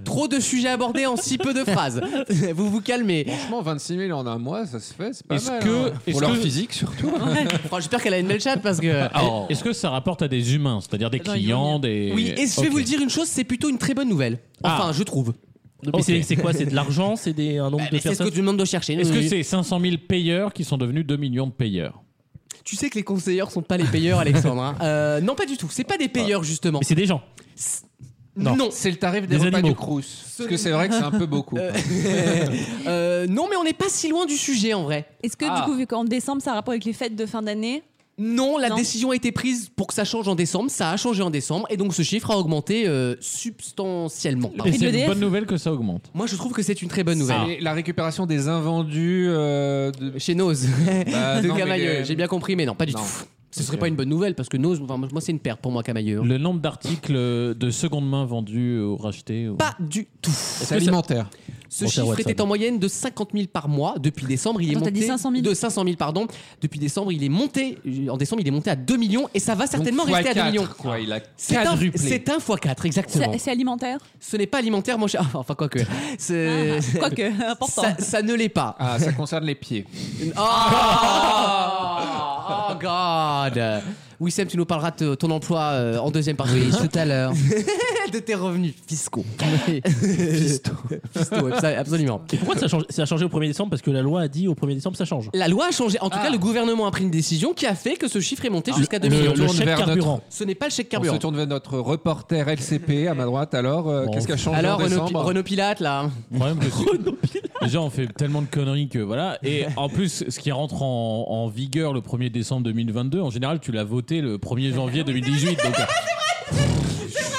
Speaker 2: Trop de sujets abordés en si peu de phrases. vous vous calmez.
Speaker 3: Franchement, 26 000 en un mois, ça se fait, c'est pas
Speaker 4: Est-ce
Speaker 3: mal.
Speaker 4: que-
Speaker 3: hein.
Speaker 4: est-ce
Speaker 3: Pour leur
Speaker 4: que-
Speaker 3: physique, surtout.
Speaker 2: Enfin, J'espère qu'elle a une belle chatte parce que.
Speaker 4: Est-ce que ça rapporte à des humains, c'est-à-dire des
Speaker 6: Non,
Speaker 4: clients, des.
Speaker 2: Ah Oui, et je vais vous le dire une chose, c'est plutôt une très bonne nouvelle. Enfin,
Speaker 16: Ah.
Speaker 2: je trouve.
Speaker 16: Mais
Speaker 4: Ok. Bah,
Speaker 16: c'est- c'est quoi C'est de l'argent C'est des- un nombre de
Speaker 2: C'est ce que
Speaker 16: personnes
Speaker 2: tu me demandes de chercher.
Speaker 4: Est-ce que c'est 500 000 payeurs qui sont devenus 2 millions de payeurs
Speaker 2: Tu sais que les conseilleurs sont pas les payeurs, Alexandre. hein. Euh, non, pas du tout. C'est pas des payeurs justement.
Speaker 16: Mais c'est des gens.
Speaker 2: Non. Non.
Speaker 3: C'est le tarif des,
Speaker 16: Des
Speaker 3: repas
Speaker 16: animaux.
Speaker 3: du Crous. Parce que c'est vrai que c'est un peu beaucoup.
Speaker 2: Euh, non, mais on n'est pas si loin du sujet en vrai.
Speaker 6: Est-ce que
Speaker 3: Ah.
Speaker 6: du coup, vu qu'en décembre, ça a rapport avec les fêtes de fin d'année,
Speaker 2: Non, la
Speaker 6: Non.
Speaker 2: décision a été prise pour que ça change en décembre. Ça a changé en décembre et donc ce chiffre a augmenté euh, substantiellement.
Speaker 4: Et
Speaker 6: prix de
Speaker 4: c'est une
Speaker 6: l'EDF
Speaker 4: bonne nouvelle que ça augmente.
Speaker 2: Moi, je trouve que c'est une très bonne nouvelle.
Speaker 3: C'est la récupération des invendus euh, de-
Speaker 2: Chez Nose
Speaker 3: Bah,
Speaker 2: de
Speaker 3: non, mais
Speaker 2: Camailleux.
Speaker 3: les-
Speaker 2: J'ai bien compris, mais non, pas du
Speaker 3: Non.
Speaker 2: tout. Ce serait pas une bonne nouvelle parce que Nose, enfin, moi, c'est une perte pour moi, Camailleux.
Speaker 4: Le nombre d'articles de seconde main vendus ou rachetés. ou-
Speaker 2: Pas du tout.
Speaker 3: C'est alimentaire.
Speaker 2: Ce
Speaker 16: Mon cher
Speaker 2: chiffre
Speaker 16: Watson.
Speaker 2: était en moyenne de 50 000 par mois depuis décembre. Il est
Speaker 6: Attends, t'as
Speaker 2: monté
Speaker 6: dit 500 000.
Speaker 2: de 500 000 pardon. Depuis décembre, il est monté en décembre, il est monté à 2 millions et ça va certainement
Speaker 3: Donc, fois
Speaker 2: rester à 2
Speaker 3: quatre,
Speaker 2: millions. Ah.
Speaker 3: quoi. Il a
Speaker 2: C'est un,
Speaker 3: quadruplé.
Speaker 2: c'est un fois 4 exactement.
Speaker 6: c'est c'est alimentaire Ah,
Speaker 2: Ce n'est pas alimentaire, mon cher. Ah, Enfin, quoique.
Speaker 6: bah,
Speaker 2: C'est-
Speaker 6: Quoique, important.
Speaker 2: Ça, ça ne l'est pas.
Speaker 3: Ah, ça concerne les pieds.
Speaker 2: Oh, oh God. Wissem, tu nous parleras de ton emploi euh, en deuxième partie.
Speaker 7: Oui, tout à l'heure.
Speaker 2: de tes revenus fiscaux.
Speaker 7: Fisto.
Speaker 2: Fiscaux, abso- absolument.
Speaker 16: Pourquoi ça, change, ça a changé au 1er décembre Parce que la loi a dit au 1er décembre ça change.
Speaker 2: La loi a changé. En tout cas, le gouvernement a pris une décision qui a fait que ce chiffre est monté jusqu'à 2
Speaker 16: Le,
Speaker 2: millions.
Speaker 16: le
Speaker 3: tourne
Speaker 16: chèque
Speaker 3: vers
Speaker 16: carburant.
Speaker 2: Ce n'est pas le chèque
Speaker 3: On
Speaker 2: carburant.
Speaker 3: se tourne vers notre reporter LCP à ma droite. Alors, euh,
Speaker 4: Bon.
Speaker 3: qu'est-ce qui a changé
Speaker 2: Alors,
Speaker 3: en
Speaker 2: Renaud,
Speaker 3: décembre
Speaker 2: Renaud Pilate, là.
Speaker 4: Le problème que c'est- Déjà, on fait tellement de conneries que voilà. Et en plus, ce qui rentre en, en vigueur le 1er décembre 2022, en général, tu l'as voté le 1er janvier 2018. Donc,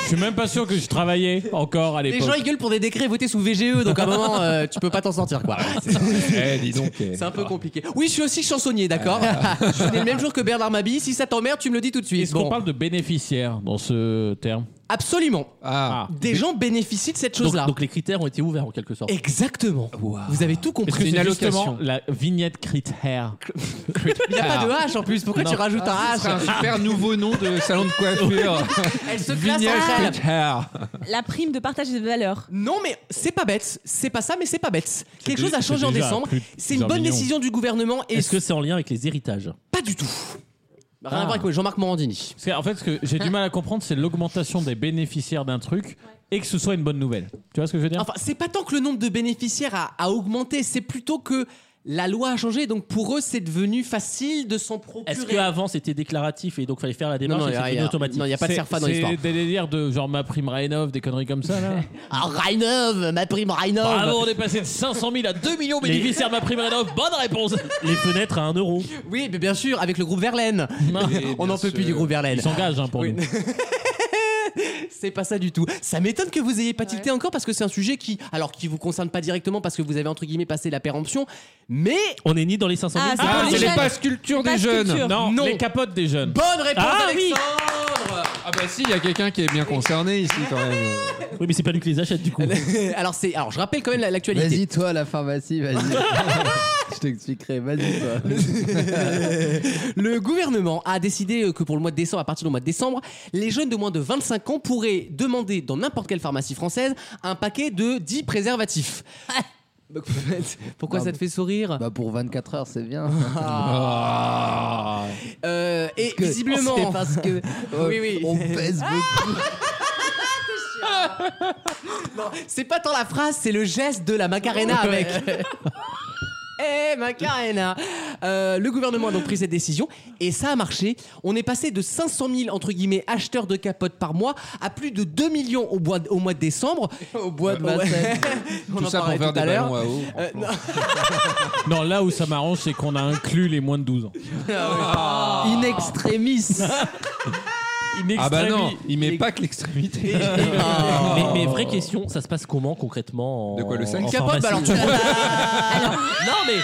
Speaker 4: je suis même pas sûr que je travaillais encore à
Speaker 2: Les
Speaker 4: l'époque.
Speaker 2: gens, ils gueulent pour des décrets votés sous VGE, donc à un moment, euh, tu peux pas t'en sortir, quoi.
Speaker 3: Eh, dis donc. eh.
Speaker 2: C'est un peu compliqué. Oui, je suis aussi chansonnier, d'accord Je suis né le même jour que Bernard Mabie. Si ça t'emmerde, tu me le dis tout de suite.
Speaker 4: Est-ce qu'on
Speaker 2: Bon.
Speaker 4: parle de bénéficiaires dans ce terme
Speaker 2: Absolument.
Speaker 4: Ah.
Speaker 3: Ah,
Speaker 2: Des gens bénéficient de cette
Speaker 16: Donc,
Speaker 2: chose-là.
Speaker 16: donc les critères ont été ouverts en quelque sorte.
Speaker 2: Exactement. Vous avez tout
Speaker 4: Est-ce
Speaker 2: compris.
Speaker 4: que c'est
Speaker 2: Justement,
Speaker 4: justement la vignette critère
Speaker 2: Il n'y a pas de H en plus. Pourquoi tu rajoutes Ah, un
Speaker 3: ce serait un
Speaker 2: H
Speaker 3: super nouveau nom de salon de coiffure. Ah,
Speaker 2: Elle se classe
Speaker 3: Vignette
Speaker 2: en elle.
Speaker 3: Hair.
Speaker 6: La prime de partage des valeurs.
Speaker 2: Non, mais c'est pas bête. C'est pas ça, mais c'est pas bête. Quelque
Speaker 4: dé-
Speaker 2: chose a
Speaker 4: c'est
Speaker 2: changé en
Speaker 4: déjà
Speaker 2: décembre.
Speaker 4: plus de
Speaker 2: C'est une
Speaker 4: 1
Speaker 2: bonne
Speaker 4: million.
Speaker 2: décision du gouvernement et
Speaker 16: Est-ce que c'est en lien avec les héritages
Speaker 2: pas du tout. Rien à
Speaker 4: Ah.
Speaker 2: voir avec Jean-Marc Morandini.
Speaker 4: Parce que, en fait, ce que j'ai du mal à comprendre, c'est l'augmentation des bénéficiaires d'un truc et que ce soit une bonne nouvelle. Tu vois ce que je veux dire
Speaker 2: Enfin, c'est pas tant que le nombre de bénéficiaires a, a augmenté, c'est plutôt que la loi a changé. Donc pour eux, c'est devenu facile de s'en procurer.
Speaker 16: Est-ce qu'avant c'était déclaratif et donc fallait faire la démarche
Speaker 2: non,
Speaker 16: et
Speaker 2: il y a-
Speaker 16: c'était
Speaker 2: il y a-
Speaker 16: automatique
Speaker 2: non, il y a pas de
Speaker 4: C'est-
Speaker 2: serfa dans l'histoire.
Speaker 4: C'est des délires de genre ma prime Rénov, des conneries comme ça là.
Speaker 2: Ah, Rhinov, ma prime Rhinov.
Speaker 4: Bravo, on est passé de 500 000 à 2 millions de
Speaker 16: Les-
Speaker 4: bénéficiaires de ma prime Rénov. Bonne réponse
Speaker 16: Les fenêtres à 1 euro.
Speaker 2: Oui, mais bien sûr, avec le groupe Verlaine. On n'en peut plus du groupe Verlaine.
Speaker 4: Ils s'engagent hein, pour
Speaker 2: Oui.
Speaker 4: nous.
Speaker 2: C'est pas ça du tout. Ça m'étonne que vous ayez pas tilté encore parce que c'est un sujet qui, alors qui vous concerne pas directement parce que vous avez entre guillemets passé la péremption, mais
Speaker 16: On est ni dans les 500 000.
Speaker 6: Ah, c'est
Speaker 3: Ah,
Speaker 6: pour
Speaker 3: c'est
Speaker 6: les
Speaker 3: les
Speaker 6: jeunes.
Speaker 3: passes culture des
Speaker 6: Passe
Speaker 3: jeunes.
Speaker 6: culture.
Speaker 4: Non,
Speaker 2: Non.
Speaker 4: les capotes des jeunes.
Speaker 2: bonne réponse
Speaker 16: Ah oui.
Speaker 2: Alexandre.
Speaker 3: Ah bah si, il y a quelqu'un qui est bien concerné ici quand même.
Speaker 15: Oui, mais c'est pas lui qui les achète du coup.
Speaker 2: alors c'est alors je rappelle quand même la- l'actualité.
Speaker 7: Vas-y, toi, la pharmacie, vas-y. Je t'expliquerai, vas-y, toi.
Speaker 2: Le gouvernement a décidé euh, que pour le mois de décembre, à partir du mois de décembre, les jeunes de moins de 25 ans pourraient demander dans n'importe quelle pharmacie française un paquet de 10 préservatifs. Donc, Pourquoi
Speaker 7: Non,
Speaker 2: ça te fait sourire
Speaker 7: Bah pour 24 heures, c'est bien.
Speaker 2: Ah. Euh, Et
Speaker 7: que-
Speaker 2: visiblement,
Speaker 7: c'est parce que euh,
Speaker 2: oui, oui.
Speaker 7: on pèse beaucoup.
Speaker 2: Non, c'est pas tant la phrase, c'est le geste de la Macarena avec. Eh Macarena Euh, Le gouvernement a donc pris cette décision et ça a marché. On est passé de 500 000 entre guillemets acheteurs de capotes par mois à plus de 2 millions au, bois- au mois de décembre.
Speaker 7: au bois de
Speaker 2: Ouais.
Speaker 7: Vincennes.
Speaker 2: On
Speaker 3: Tout
Speaker 2: en
Speaker 3: ça pour
Speaker 2: parlait
Speaker 3: faire
Speaker 2: tout
Speaker 3: des
Speaker 2: à l'heure.
Speaker 3: ballons à eau.
Speaker 2: Euh, non.
Speaker 4: Non, là où ça m'arrange, c'est qu'on a inclus les moins de 12 ans.
Speaker 7: In extremis.
Speaker 3: Ah bah non, il met pas que l'extrémité.
Speaker 15: Mais, mais vraie question, ça se passe comment concrètement en,
Speaker 3: De quoi, le sac
Speaker 15: en
Speaker 2: Capote,
Speaker 15: pharmacie
Speaker 2: bah alors tu
Speaker 15: Alors,
Speaker 16: Non, mais.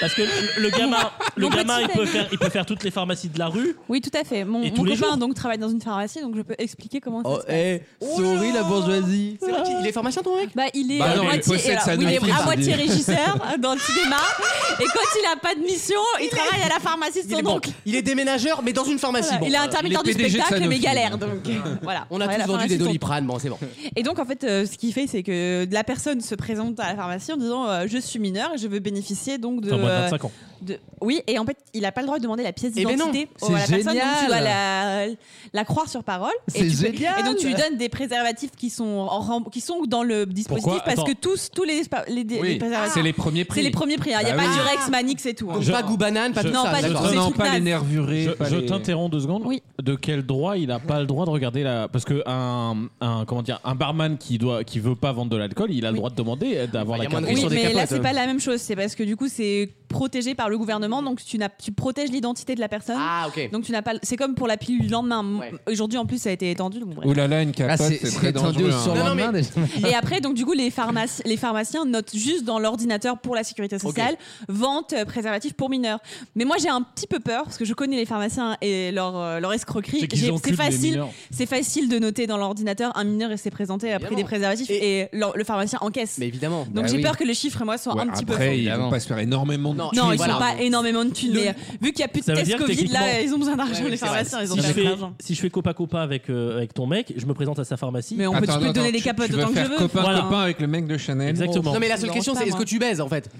Speaker 16: Parce que le le
Speaker 2: Ah,
Speaker 16: gamin, le
Speaker 6: mon
Speaker 16: gamin
Speaker 6: petit
Speaker 16: il, peut
Speaker 6: ami.
Speaker 16: faire, il peut faire toutes les pharmacies de la rue.
Speaker 2: Euh,
Speaker 6: Oui, tout à fait. Mon,
Speaker 16: Et
Speaker 6: mon
Speaker 16: tous les
Speaker 6: copain
Speaker 16: jours.
Speaker 6: donc travaille dans une pharmacie, donc je peux expliquer comment
Speaker 7: Oh,
Speaker 6: ça se passe.
Speaker 7: eh, souris la bourgeoisie.
Speaker 2: C'est vrai qu'il est pharmacien ton mec
Speaker 6: Bah, il est
Speaker 3: Bah
Speaker 6: à
Speaker 3: non, il
Speaker 6: moitié,
Speaker 3: possède
Speaker 6: alors,
Speaker 3: sa
Speaker 6: oui, il est
Speaker 3: nourriture,
Speaker 6: à
Speaker 3: c'est
Speaker 6: moitié
Speaker 3: dit.
Speaker 6: régisseur dans le cinéma. Et quand il a pas de mission, il, travaille à la pharmacie de
Speaker 2: il est,
Speaker 6: son
Speaker 2: bon.
Speaker 6: oncle.
Speaker 2: il est déménageur mais dans une pharmacie.
Speaker 6: Voilà,
Speaker 2: Bon,
Speaker 6: il est
Speaker 2: euh,
Speaker 6: intermittent
Speaker 3: les
Speaker 6: du
Speaker 3: PDG de
Speaker 6: spectacle, mais
Speaker 3: Sanofi.
Speaker 6: galère. Donc, euh, voilà.
Speaker 2: on a
Speaker 6: Ouais, la
Speaker 2: tous vendu
Speaker 6: pharmacie
Speaker 2: des
Speaker 6: de son-
Speaker 2: doliprane, bon c'est bon.
Speaker 6: Et donc, en fait, euh, ce qu'il fait, c'est que la personne se présente à la pharmacie en disant euh, Je suis mineur et je veux bénéficier donc de.
Speaker 16: Enfin, moins de
Speaker 6: euh,
Speaker 16: 25 ans.
Speaker 6: de- Oui, et en fait, il n'a pas le droit de demander la pièce
Speaker 2: Eh ben non,
Speaker 6: d'identité
Speaker 7: c'est
Speaker 6: à la personne, donc tu
Speaker 7: génial.
Speaker 6: dois la, la croire sur parole.
Speaker 7: C'est
Speaker 6: et tu peux-
Speaker 7: génial.
Speaker 6: Et donc, tu lui donnes des préservatifs qui sont, en rem- qui sont dans le dispositif
Speaker 4: Pourquoi
Speaker 6: parce
Speaker 4: Attends.
Speaker 6: que tous, tous les, les- les
Speaker 3: Oui,
Speaker 6: préservatifs. Ah.
Speaker 3: c'est les premiers prix.
Speaker 6: C'est les premiers prix. hein. Il n'y a
Speaker 3: Bah
Speaker 6: pas
Speaker 3: oui.
Speaker 6: Durex, Manix et tout. hein.
Speaker 2: Donc
Speaker 4: Je-
Speaker 2: pas goût banane, pas
Speaker 4: je-
Speaker 2: tout
Speaker 6: Non,
Speaker 2: ça.
Speaker 6: pas du
Speaker 2: d'accord.
Speaker 6: tout.
Speaker 3: Non,
Speaker 6: C'est
Speaker 3: non,
Speaker 6: trucs
Speaker 3: pas les
Speaker 6: nazes.
Speaker 3: nervurés.
Speaker 4: Je,
Speaker 3: pas
Speaker 4: je
Speaker 3: les-
Speaker 4: t'interromps deux secondes.
Speaker 6: Oui.
Speaker 4: De quel droit il a pas le droit de regarder la parce que un, un comment dire un barman qui doit qui veut pas vendre de l'alcool, il a le
Speaker 6: Oui.
Speaker 4: droit de demander euh, d'avoir la
Speaker 2: Enfin, il y a
Speaker 4: carte.
Speaker 2: moins de
Speaker 6: Oui,
Speaker 2: sur des
Speaker 6: mais là
Speaker 2: capotes,
Speaker 6: c'est
Speaker 2: hein.
Speaker 6: pas la même chose. C'est parce que du coup c'est protégé par le gouvernement, donc tu n'as, tu protèges l'identité de la personne.
Speaker 2: Ah ok.
Speaker 6: Donc tu n'as pas. C'est comme pour la pilule du lendemain. M-
Speaker 2: Ouais.
Speaker 6: Aujourd'hui en plus ça a été étendu. donc bref.
Speaker 3: Ouh là là, une
Speaker 7: Ah,
Speaker 3: capote,
Speaker 7: c'est
Speaker 3: c'est très
Speaker 7: c'est tendu
Speaker 3: dangereux.
Speaker 7: au
Speaker 3: hein.
Speaker 7: surlendemain déjà.
Speaker 6: Et après donc du coup les pharmacies, les pharmaciens notent juste dans l'ordinateur pour la sécurité sociale vente euh, préservatif pour mineurs. Mais moi j'ai un petit peu peur parce que je connais les pharmaciens et leur euh, leur escroquerie. J'ai-
Speaker 4: enculent les
Speaker 6: facile,
Speaker 4: mineurs.
Speaker 6: c'est facile de noter dans l'ordinateur un mineur et s'est présenté après des
Speaker 2: Évidemment.
Speaker 6: préservatifs et, le, le pharmacien encaisse.
Speaker 2: Mais évidemment.
Speaker 6: donc
Speaker 7: Bah
Speaker 6: j'ai
Speaker 7: oui.
Speaker 6: peur que les chiffres et moi soient
Speaker 3: Ouais,
Speaker 6: un petit peu faux.
Speaker 3: après, ils
Speaker 7: Évidemment.
Speaker 3: vont pas se faire énormément
Speaker 2: Non,
Speaker 3: de
Speaker 6: Non,
Speaker 2: Tu
Speaker 6: ils
Speaker 2: vois,
Speaker 6: sont
Speaker 2: là,
Speaker 6: pas énormément de thunes, mais euh, vu qu'il n'y a plus de
Speaker 16: Ça veut
Speaker 6: test
Speaker 16: dire que
Speaker 6: Covid, là,
Speaker 16: techniquement-
Speaker 6: ils ont besoin d'argent,
Speaker 2: Ouais, oui,
Speaker 6: les
Speaker 2: c'est vrai.
Speaker 6: pharmaciens, ils ont
Speaker 16: Si je,
Speaker 6: besoin
Speaker 16: fais,
Speaker 6: d'argent.
Speaker 16: si je fais copa copa avec, euh, avec ton mec, je me présente à sa pharmacie.
Speaker 6: Mais on peut,
Speaker 3: Attends,
Speaker 6: je peux te
Speaker 3: attends,
Speaker 6: donner
Speaker 3: tu-
Speaker 6: des capotes
Speaker 3: tu vas
Speaker 6: autant que je
Speaker 3: faire
Speaker 6: veux.
Speaker 3: copain
Speaker 16: Voilà.
Speaker 3: copain avec le mec de Chanel.
Speaker 16: Exactement.
Speaker 2: Non mais la seule
Speaker 6: Non,
Speaker 2: question
Speaker 6: ça,
Speaker 2: c'est est-ce que
Speaker 6: moi.
Speaker 2: tu baises en fait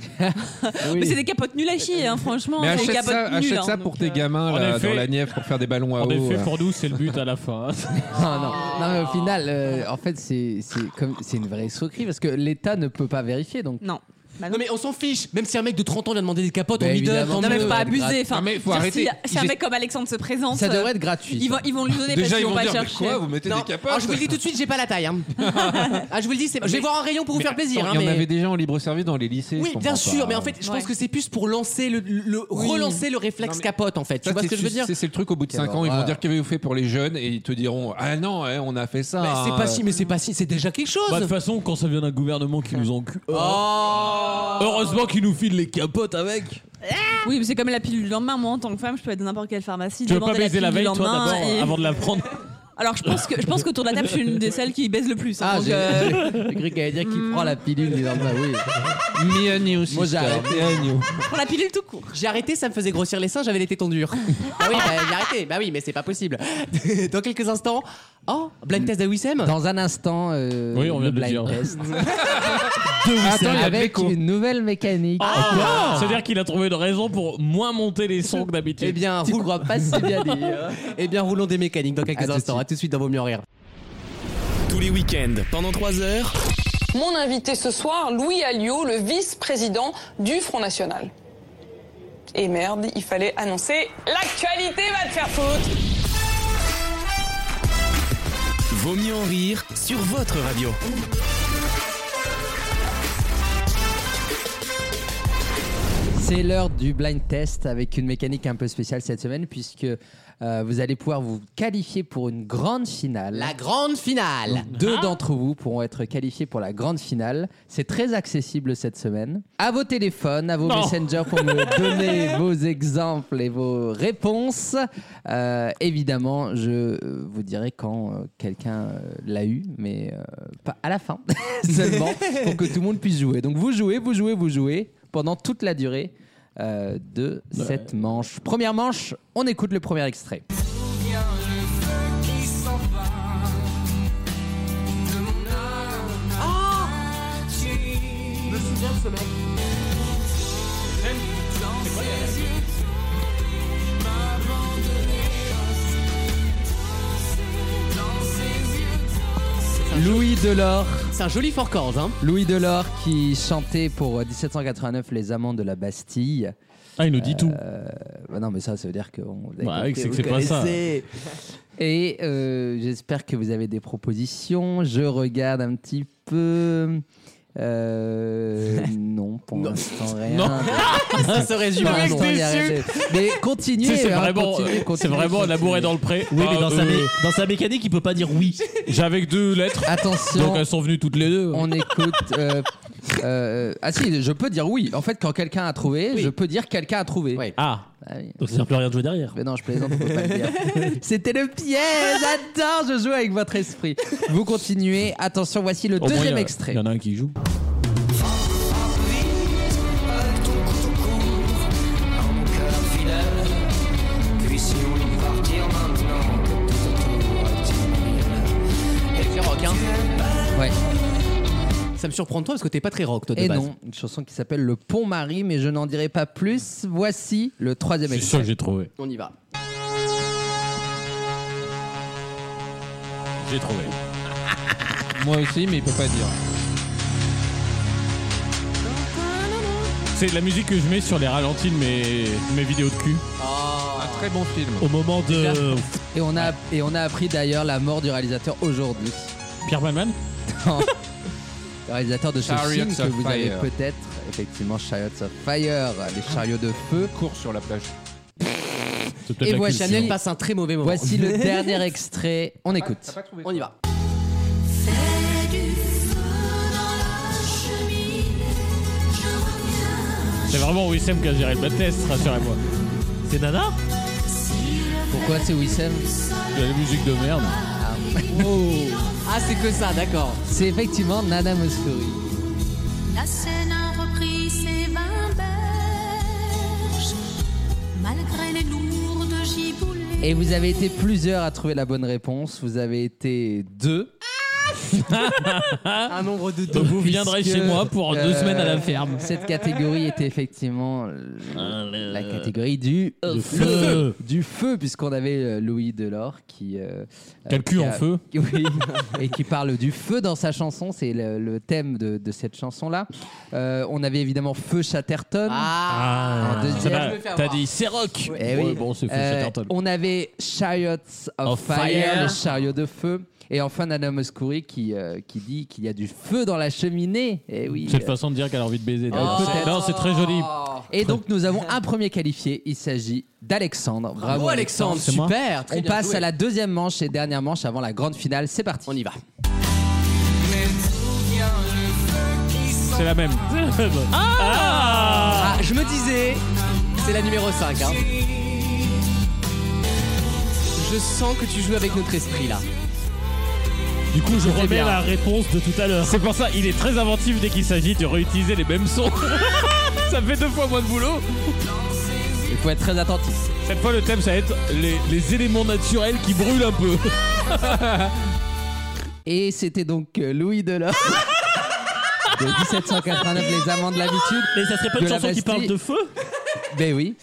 Speaker 6: Mais c'est des capotes nulles à chier, hein, franchement.
Speaker 3: Mais
Speaker 6: c'est des
Speaker 3: achète
Speaker 6: capotes
Speaker 3: ça,
Speaker 6: nulles,
Speaker 3: achète
Speaker 6: hein,
Speaker 3: ça
Speaker 6: donc,
Speaker 3: pour tes
Speaker 6: euh,
Speaker 3: gamins
Speaker 4: en
Speaker 3: là,
Speaker 4: effet-
Speaker 3: dans la Nièvre pour faire des ballons à
Speaker 4: En
Speaker 3: eau.
Speaker 4: effet,
Speaker 3: euh.
Speaker 4: pour nous, c'est le but à la fin.
Speaker 7: Non, non. Non, mais au final, euh, en fait, c'est c'est comme- c'est une vraie escroquerie parce que l'l'État ne peut pas vérifier. Donc,
Speaker 6: Non. Bah non.
Speaker 2: Non mais on s'en fiche, même si un mec de 30 ans vient demander des capotes, on
Speaker 7: Bah,
Speaker 2: lui donne. tant
Speaker 7: évidemment.
Speaker 6: Non, mais
Speaker 2: mieux.
Speaker 6: faut pas abuser.
Speaker 3: Non,
Speaker 6: Enfin,
Speaker 3: mais faut
Speaker 6: c'est-à-dire
Speaker 3: arrêter.
Speaker 6: Si, si un mec comme Alexandre se présente,
Speaker 7: ça
Speaker 6: euh,
Speaker 7: devrait être hein. gratuit.
Speaker 6: ils, vont, ils vont lui donner parce
Speaker 3: Déjà,
Speaker 6: qu'ils
Speaker 3: ils
Speaker 6: vont
Speaker 3: vont
Speaker 6: pas
Speaker 3: dire mais
Speaker 6: chercher.
Speaker 3: quoi Vous mettez
Speaker 2: Non.
Speaker 3: des capotes
Speaker 2: Ah, je vous le dis tout de suite, j'ai pas la taille. hein. ah, je vous le dis, c'est... je vais voir un rayon pour vous faire plaisir. hein,
Speaker 3: Il y en
Speaker 2: mais-
Speaker 3: avait déjà en libre service dans les lycées. je
Speaker 2: Oui,
Speaker 3: comprends
Speaker 2: bien
Speaker 3: pas.
Speaker 2: sûr, mais en fait, je
Speaker 6: Ouais.
Speaker 2: pense que c'est plus pour lancer le, le- relancer le réflexe capote en fait. Tu
Speaker 3: Ça,
Speaker 2: vois ce
Speaker 3: c'est
Speaker 2: que je veux
Speaker 3: su-
Speaker 2: dire
Speaker 3: C'est c'est le truc au bout de
Speaker 7: Quelle
Speaker 3: 5 ans, ils vont
Speaker 7: horreur.
Speaker 3: dire qu'avez-vous fait pour les jeunes et ils te diront Ah non, hein, on a fait ça.
Speaker 2: Bah, C'est
Speaker 3: hein.
Speaker 2: pas si, mais c'est pas si, c'est déjà quelque chose.
Speaker 4: Bah, de toute façon, quand ça vient d'un gouvernement qui nous encule.
Speaker 2: Oh.
Speaker 4: Oh. Heureusement qu'il nous file les capotes avec.
Speaker 6: Oui, mais c'est comme la pilule du lendemain. Moi, en tant que femme, je peux être dans n'importe quelle pharmacie.
Speaker 4: Tu veux
Speaker 6: demander
Speaker 4: pas baiser la
Speaker 6: pilule
Speaker 4: veille,
Speaker 6: du
Speaker 4: toi,
Speaker 6: lendemain
Speaker 4: d'abord,
Speaker 6: et-
Speaker 4: avant de la prendre
Speaker 6: Alors, je pense que je pense qu'autour de la table, je suis une des celles qui baise le plus. hein,
Speaker 7: Ah,
Speaker 6: donc,
Speaker 7: j'ai
Speaker 6: euh,
Speaker 7: j'ai cru qu'elle allait dire qu'il prend la pilule. mais non, bah oui.
Speaker 3: Me and you,
Speaker 7: Moi,
Speaker 3: sister.
Speaker 7: j'arrête.
Speaker 3: Me and you.
Speaker 6: Pour la pilule tout court.
Speaker 2: J'ai arrêté, ça me faisait grossir les seins, j'avais les tétons durs. ah oui, bah, j'ai arrêté. Bah oui, mais c'est pas possible. Dans quelques instants, oh, blind test de Wissem.
Speaker 7: Dans un instant, euh,
Speaker 4: Oui, on vient
Speaker 7: le
Speaker 4: de le
Speaker 7: blind
Speaker 4: dire.
Speaker 7: test.
Speaker 3: Attends, il y a de
Speaker 7: avec
Speaker 3: l'écho.
Speaker 7: une nouvelle mécanique.
Speaker 4: Ah. C'est-à-dire qu'il a trouvé une raison pour moins monter les sons que
Speaker 2: Eh
Speaker 4: d'habitude.
Speaker 2: bien,
Speaker 7: tu
Speaker 2: roule-
Speaker 7: crois pas si bien dire.
Speaker 2: eh bien, roulons des mécaniques dans quelques
Speaker 7: À tout de
Speaker 2: instants.
Speaker 7: suite.
Speaker 2: À tout de suite dans Vos mieux en rire.
Speaker 1: Tous les week-ends, pendant 3 heures,
Speaker 19: Mon invité ce soir, Louis Alliot, le vice-président du Front National. Et merde, il fallait annoncer l'actualité va te faire faute.
Speaker 1: Vaut mieux en rire sur votre radio.
Speaker 7: C'est l'heure du blind test avec une mécanique un peu spéciale cette semaine puisque euh, vous allez pouvoir vous qualifier pour une grande finale.
Speaker 2: La grande finale
Speaker 7: Donc, Deux d'entre vous pourront être qualifiés pour la grande finale. C'est très accessible cette semaine. À vos téléphones, à vos
Speaker 2: Non.
Speaker 7: messengers pour me donner vos exemples et vos réponses. Euh, évidemment, je euh, vous dirai quand euh, quelqu'un euh, l'a eu, mais euh, pas à la fin seulement pour que tout le monde puisse jouer. Donc vous jouez, vous jouez, vous jouez pendant toute la durée euh, de cette manche. Première manche, on écoute le premier extrait.
Speaker 13: Vient le feu qui s'en va de mon âme. Je me souviens de ce mec. Dans ses yeux, m'abandonner. Dans ses yeux,
Speaker 7: Louis Delors.
Speaker 2: C'est un joli fort corps, hein.
Speaker 7: Louis Delors qui chantait pour euh, 1789 Les Amants de la Bastille.
Speaker 4: Ah, il nous dit tout.
Speaker 7: bah non, mais ça, ça veut dire que. on- vous avez
Speaker 4: Bah,
Speaker 7: compris,
Speaker 4: c'est que
Speaker 7: vous
Speaker 4: c'est pas ça.
Speaker 7: connaissez. Et euh, j'espère que vous avez des propositions. Je regarde un petit peu. Euh, non, pour l'instant rien.
Speaker 4: Non.
Speaker 7: Mais-
Speaker 4: Ça se résume.
Speaker 7: Pour
Speaker 4: Le mec
Speaker 7: l'instant, il y a rien.
Speaker 4: déçu.
Speaker 7: Mais continuez.
Speaker 4: Tu sais, c'est
Speaker 7: hein,
Speaker 4: vraiment,
Speaker 7: continuez,
Speaker 4: euh, c'est
Speaker 7: continuez,
Speaker 4: vraiment
Speaker 7: continuez.
Speaker 4: labouré dans le pré.
Speaker 15: Oui, mais
Speaker 4: Ah,
Speaker 15: dans, sa
Speaker 4: euh,
Speaker 15: mé- dans sa mécanique, il peut pas dire oui.
Speaker 4: J'avais que deux lettres.
Speaker 7: Attention.
Speaker 4: Donc euh, elles sont venues toutes les deux.
Speaker 7: On écoute. euh, euh, ah si, je peux dire oui. En fait, quand quelqu'un a trouvé, je peux dire quelqu'un a trouvé.
Speaker 15: Ah.
Speaker 7: oui.
Speaker 15: Donc ça sert plus à rien de jouer derrière.
Speaker 7: Mais non, je plaisante, on peut pas le dire. C'était le piège. J'adore, je joue avec votre esprit. Vous continuez. Attention, voici le
Speaker 15: Au moins,
Speaker 7: deuxième
Speaker 15: il y a-
Speaker 7: extrait.
Speaker 15: Il y en a un qui joue.
Speaker 13: Avec ton cou tout court, à mon cœur fidèle. Puis si on y partir maintenant, que tout autour est immobile. Et
Speaker 2: rock, hein.
Speaker 7: Ouais.
Speaker 2: Ça me surprend de toi parce que t'es pas très rock, toi, de
Speaker 7: Et
Speaker 2: base.
Speaker 7: non, une chanson qui s'appelle Le Pont Marie, mais je n'en dirai pas plus. Voici le troisième
Speaker 4: Je suis
Speaker 7: extrait.
Speaker 4: sûr que j'ai trouvé.
Speaker 2: On y va.
Speaker 4: J'ai trouvé.
Speaker 3: Moi aussi, mais il peut pas dire.
Speaker 4: C'est de la musique que je mets sur les ralentis de mes, mes vidéos de cul.
Speaker 3: Un très bon film.
Speaker 4: Au moment de.
Speaker 7: Et on a et on a appris d'ailleurs la mort du réalisateur aujourd'hui.
Speaker 4: Pierre Balman
Speaker 7: Non. Le réalisateur de ce
Speaker 3: Chariots
Speaker 7: film que
Speaker 3: of
Speaker 7: vous avez
Speaker 3: Fire.
Speaker 7: peut-être effectivement Chariots of Fire, les chariots de feu.
Speaker 3: Cours sur la plage.
Speaker 7: Et voici
Speaker 2: Chanel passe un très mauvais moment.
Speaker 7: Voici le dernier extrait. On écoute.
Speaker 2: On y va.
Speaker 13: Fais du feu dans la cheminée, je reviens.
Speaker 4: C'est vraiment Wissem qui a géré le blind test, rassurez-moi.
Speaker 15: C'est Nana
Speaker 7: Pourquoi c'est Wissem
Speaker 4: De la musique de merde.
Speaker 2: Ah, c'est que ça, d'accord.
Speaker 7: C'est effectivement Nana Mouskouri.
Speaker 13: La Seine a repris ses vingt berges, malgré les lourdes giboulées.
Speaker 7: Et vous avez été plusieurs à trouver la bonne réponse. Vous avez été deux.
Speaker 2: Un nombre de deux.
Speaker 15: Donc vous viendrez
Speaker 7: puisque,
Speaker 15: chez moi pour deux
Speaker 7: euh,
Speaker 15: semaines à la ferme.
Speaker 7: Cette catégorie était effectivement
Speaker 18: Euh,
Speaker 15: le-
Speaker 7: la catégorie du
Speaker 15: Le
Speaker 7: feu.
Speaker 15: feu.
Speaker 7: Du feu, puisqu'on avait euh, Louis Delors qui. euh,
Speaker 4: Qui a le
Speaker 7: euh,
Speaker 4: cul en feu.
Speaker 7: Oui, et qui parle du feu dans sa chanson. C'est le, le thème de, de cette chanson-là. Euh, on avait évidemment Feu Chatterton.
Speaker 2: Ah,
Speaker 7: En deuxième.
Speaker 2: ça va,
Speaker 15: T'as dit c'est rock
Speaker 7: Eh oui.
Speaker 15: Ouais, Bon, c'est fou,
Speaker 7: Euh,
Speaker 15: c'est Tartan.
Speaker 7: On avait Chariots of,
Speaker 15: Of
Speaker 7: Fire,
Speaker 15: Fire.
Speaker 7: les chariots de feu. Et enfin, Nana Mouskouri qui, euh, qui dit qu'il y a du feu dans la cheminée. Eh oui.
Speaker 4: C'est une façon de dire qu'elle a envie de baiser. d'ailleurs.
Speaker 7: Oh.
Speaker 4: C'est- non, c'est très joli.
Speaker 7: Et donc, nous avons un premier qualifié. Il s'agit d'Alexandre. Bravo,
Speaker 2: Bravo, Alexandre,
Speaker 15: c'est moi.
Speaker 2: super. Très
Speaker 7: On
Speaker 2: bien
Speaker 7: passe
Speaker 2: joué.
Speaker 7: à la deuxième manche et dernière manche avant la grande finale. C'est parti.
Speaker 2: On y va.
Speaker 13: Mais d'où vient le feu qui s'en
Speaker 4: C'est la même.
Speaker 2: Ah, je me disais, c'est la numéro 5. Hein. Je sens que tu joues avec notre esprit là.
Speaker 4: Du coup,
Speaker 15: Je
Speaker 4: je
Speaker 15: remets
Speaker 4: bien.
Speaker 15: la réponse de tout à l'heure.
Speaker 4: C'est pour ça, il est très inventif dès qu'il s'agit de réutiliser les mêmes sons. ça fait deux fois moins de boulot.
Speaker 7: Il faut être très attentif.
Speaker 4: Cette fois, le thème, ça va être les, les éléments naturels qui brûlent un peu.
Speaker 7: Et c'était donc euh, Louis Delors. De 1789, les amants de l'habitude.
Speaker 15: Mais ça serait pas
Speaker 7: De
Speaker 15: une
Speaker 7: la
Speaker 15: chanson qui
Speaker 7: Bastille.
Speaker 15: parle de feu
Speaker 7: Ben oui.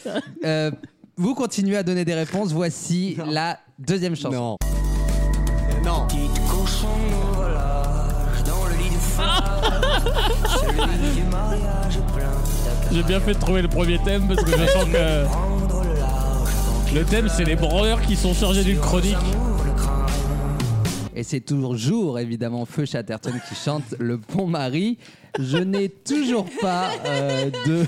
Speaker 7: Euh, vous continuez à donner des réponses. Voici la deuxième chanson.
Speaker 2: Non. Non.
Speaker 13: Petite cochon, nous voilà dans le lit du feu. Celui du mariage plein
Speaker 4: J'ai bien fait de trouver le premier thème parce que je sens que
Speaker 13: d'accords. Le large,
Speaker 4: le thème, c'est les branleurs qui sont chargés d'une chronique.
Speaker 13: l'amour, le crâne.
Speaker 7: Et c'est toujours évidemment Feu Chatterton qui chante Le Bon Mari. Je n'ai toujours pas euh, de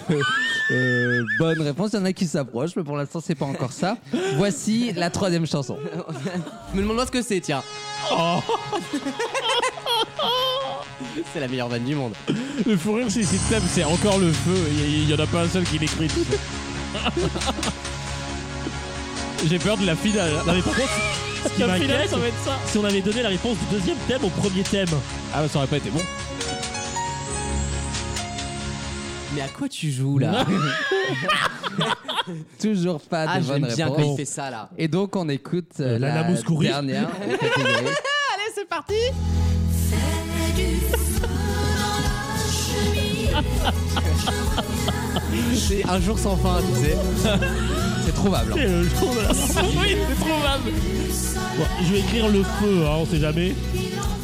Speaker 7: euh, bonne réponse. Il y en a qui s'approchent, mais pour l'instant, c'est pas encore ça. Voici la troisième chanson.
Speaker 2: Je me demande pas ce que c'est, tiens. c'est la meilleure vanne du monde.
Speaker 4: Le fou rire, c'est système, c'est encore le feu. Il n'y en a pas un seul qui l'écrit. J'ai peur de la finale.
Speaker 16: Non, mais par contre, ce qui
Speaker 4: La finale,
Speaker 16: m'inquiète,
Speaker 4: ça va être ça.
Speaker 16: si on avait donné la réponse du deuxième thème au premier thème.
Speaker 4: Ah, ça aurait pas été bon.
Speaker 2: Mais à quoi tu joues là
Speaker 7: Toujours pas de
Speaker 2: Ah,
Speaker 7: bonne
Speaker 2: j'aime bien
Speaker 7: réponse.
Speaker 2: quand il fait ça, là.
Speaker 7: Et donc, on écoute euh,
Speaker 2: Lala
Speaker 7: la,
Speaker 2: Mouskouri.
Speaker 7: dernière.
Speaker 6: Allez, c'est parti
Speaker 2: C'est un jour sans fin, tu sais.
Speaker 7: C'est trouvable.
Speaker 16: C'est le jour de la-
Speaker 2: Oui, c'est trouvable.
Speaker 16: Bon, je vais écrire le feu, hein, on sait jamais.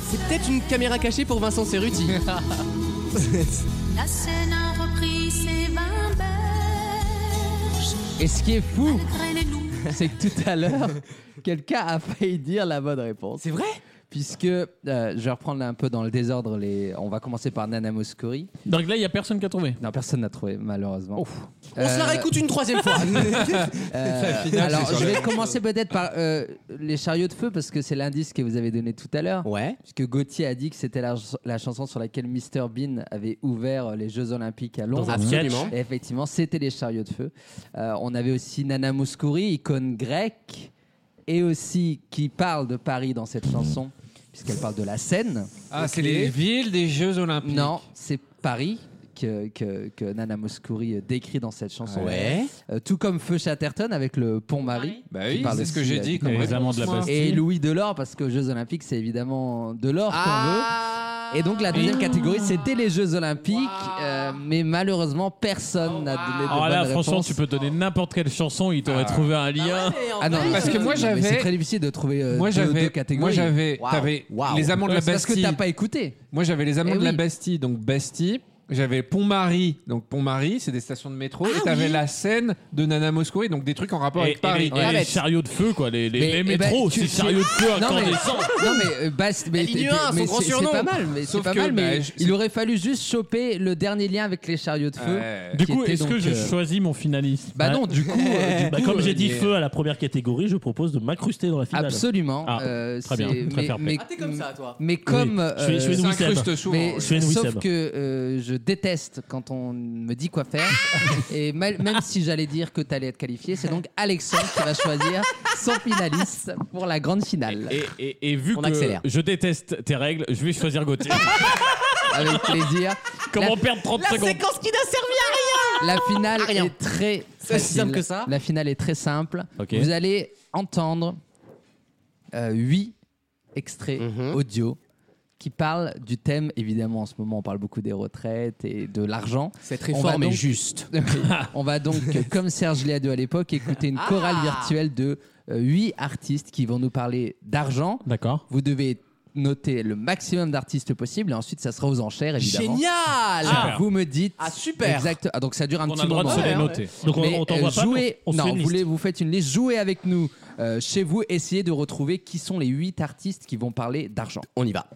Speaker 2: C'est peut-être une caméra cachée pour Vincent Cerruti.
Speaker 20: La scène a repris ses vingt berges.
Speaker 7: hein. Et ce qui est fou,
Speaker 20: Malgré les loups.
Speaker 7: c'est que tout à l'heure, quelqu'un a failli dire la bonne réponse. C'est
Speaker 2: vrai
Speaker 7: Puisque, euh, je vais reprendre un peu dans le désordre, les... on va commencer par Nana Mouskouri.
Speaker 15: Donc là, il n'y a personne qui a trouvé.
Speaker 7: Non, personne n'a trouvé, malheureusement.
Speaker 2: On se la réécoute une troisième fois.
Speaker 7: Euh,
Speaker 2: La finale, c'est
Speaker 7: alors,
Speaker 2: sur
Speaker 7: je
Speaker 2: la
Speaker 7: vais
Speaker 2: même
Speaker 7: commencer peut-être par euh, les chariots de feu parce que c'est l'indice que vous avez donné tout à l'heure.
Speaker 2: Ouais.
Speaker 7: Puisque Gauthier a dit que c'était la, la chanson sur laquelle Mr Bean avait ouvert euh, les Jeux Olympiques à Londres.
Speaker 2: Dans un Absolument. sketch.
Speaker 7: Et effectivement, c'était les chariots de feu. Euh, on avait aussi Nana Mouskouri, icône grecque, et aussi qui parle de Paris dans cette chanson, puisqu'elle parle de la Seine.
Speaker 14: Ah, c'est les villes des Jeux Olympiques.
Speaker 7: Non, c'est Paris que, que, que Nana Mouskouri décrit dans cette chanson.
Speaker 2: Ouais.
Speaker 7: Euh, tout comme Feu Chatterton avec le Pont Marie.
Speaker 3: Bah
Speaker 7: qui
Speaker 3: oui,
Speaker 7: parle
Speaker 3: c'est ce que
Speaker 7: aussi,
Speaker 3: j'ai
Speaker 7: euh,
Speaker 3: dit,
Speaker 7: du
Speaker 3: comme
Speaker 7: Pont Marie.
Speaker 3: réponse, moi.
Speaker 7: Et Louis Delors, parce qu'aux Jeux Olympiques, c'est évidemment Delors
Speaker 2: Ah.
Speaker 3: Ah.
Speaker 7: qu'on veut. Et donc la deuxième catégorie, c'était les Jeux Olympiques, euh, mais malheureusement, personne n'a donné de
Speaker 3: Oh
Speaker 4: Alors
Speaker 7: bonne
Speaker 4: Ah là,
Speaker 7: réponse.
Speaker 4: franchement, tu peux donner n'importe quelle chanson, il t'aurait
Speaker 7: Ah.
Speaker 4: trouvé un lien.
Speaker 7: Ah non,
Speaker 3: Parce que moi,
Speaker 7: mais
Speaker 3: j'avais-
Speaker 7: C'est très difficile de trouver euh,
Speaker 3: Moi
Speaker 7: deux- deux
Speaker 3: j'avais,
Speaker 7: catégories.
Speaker 3: moi j'avais,
Speaker 7: Waouh.
Speaker 3: t'avais
Speaker 7: Waouh.
Speaker 3: les amants de la
Speaker 7: C'est Parce
Speaker 3: Bastille.
Speaker 7: que t'as pas écouté.
Speaker 3: Moi j'avais les amants
Speaker 7: Eh
Speaker 3: de la
Speaker 7: oui.
Speaker 3: Bastille, donc Bastille. J'avais Pont-Marie, donc Pont-Marie, c'est des stations de métro.
Speaker 2: Ah
Speaker 3: et t'avais la scène de Nana Mouskouri, donc des trucs en rapport
Speaker 4: Et,
Speaker 3: Ah avec Paris.
Speaker 4: et les, et les chariots de feu, quoi. Les, les,
Speaker 3: Mais-
Speaker 4: les
Speaker 3: eh ben,
Speaker 4: métros,
Speaker 3: tu-
Speaker 4: ces
Speaker 3: tu-
Speaker 4: chariots de feu
Speaker 3: Non, mais-
Speaker 4: incandescents.
Speaker 7: Non mais euh, Bast, mais,
Speaker 3: La ligne
Speaker 7: t'es-
Speaker 3: un, son
Speaker 7: mais
Speaker 3: grand
Speaker 7: c'est- c'est
Speaker 3: surnom.
Speaker 7: pas mal, mais c'est
Speaker 3: Sauf
Speaker 7: pas
Speaker 3: que,
Speaker 7: mal, mais
Speaker 3: bah, je-
Speaker 7: il aurait fallu juste choper le dernier lien avec les chariots de feu.
Speaker 3: Ouais.
Speaker 16: Du
Speaker 7: qui
Speaker 16: coup,
Speaker 7: était
Speaker 16: est-ce que
Speaker 7: donc,
Speaker 16: je
Speaker 7: euh,
Speaker 16: choisis mon finaliste
Speaker 7: Bah non, du coup, euh, du
Speaker 16: Bah,
Speaker 7: coup,
Speaker 16: comme
Speaker 7: euh,
Speaker 16: j'ai dit
Speaker 7: les-
Speaker 16: feu à la première catégorie, je propose de m'incruster dans la finale.
Speaker 7: Absolument. euh,
Speaker 16: Ah, très
Speaker 7: c'est-
Speaker 16: bien, très
Speaker 7: mais-
Speaker 16: fair play.
Speaker 7: mais-
Speaker 16: Ah,
Speaker 2: comme ça, toi.
Speaker 7: Mais comme.
Speaker 16: Oui, je suis- je suis une
Speaker 7: euh,
Speaker 16: Wissem.
Speaker 7: s'incruste souvent,
Speaker 16: Mais-
Speaker 7: ouais.
Speaker 16: je suis une
Speaker 7: Sauf
Speaker 16: Wissem.
Speaker 7: que euh, je déteste quand on me dit quoi faire. et mal- même si j'allais dire que t'allais être qualifié, c'est donc Alexandre qui va choisir son finaliste pour la grande finale.
Speaker 4: Et, et- et vu
Speaker 7: On
Speaker 4: que
Speaker 7: accélère.
Speaker 4: je déteste tes règles, je vais choisir Gauthier.
Speaker 7: Avec plaisir.
Speaker 4: Comment
Speaker 7: La-
Speaker 4: perdre 30
Speaker 2: La
Speaker 4: secondes
Speaker 2: séquence qui n'a servi à Ah, rien
Speaker 7: La finale est très
Speaker 2: C'est aussi
Speaker 7: facile.
Speaker 2: simple que ça
Speaker 7: La finale est très simple.
Speaker 2: Ok.
Speaker 7: Vous allez entendre 8 extraits
Speaker 2: Mhm.
Speaker 7: audio qui parlent du thème. Évidemment, en ce moment, on parle beaucoup des retraites et de l'argent.
Speaker 2: Cette
Speaker 7: On
Speaker 2: réforme
Speaker 7: va
Speaker 2: est
Speaker 7: donc-
Speaker 2: juste.
Speaker 7: Oui. on va donc, euh, comme Serge Léadeux à l'époque,
Speaker 2: Ah.
Speaker 7: écouter une chorale virtuelle de 8 artistes qui vont nous parler d'argent.
Speaker 15: D'accord.
Speaker 7: Vous devez noter le maximum d'artistes possible et ensuite ça sera aux enchères évidemment.
Speaker 2: Génial
Speaker 7: Ah, Vous me dites
Speaker 2: Ah, super
Speaker 7: Exact. Ah, donc ça dure un
Speaker 2: On a
Speaker 7: petit
Speaker 2: le droit de
Speaker 7: moment.
Speaker 2: se les noter.
Speaker 16: Donc, on-
Speaker 7: Mais,
Speaker 16: on t'envoie
Speaker 7: euh,
Speaker 16: pas,
Speaker 7: jouez-
Speaker 16: on- on se fait
Speaker 7: non,
Speaker 16: une
Speaker 7: vous,
Speaker 16: liste.
Speaker 7: les- vous faites une liste. Jouez avec nous euh, chez vous. Essayez de retrouver qui sont les 8 artistes qui vont parler d'argent.
Speaker 2: On y va.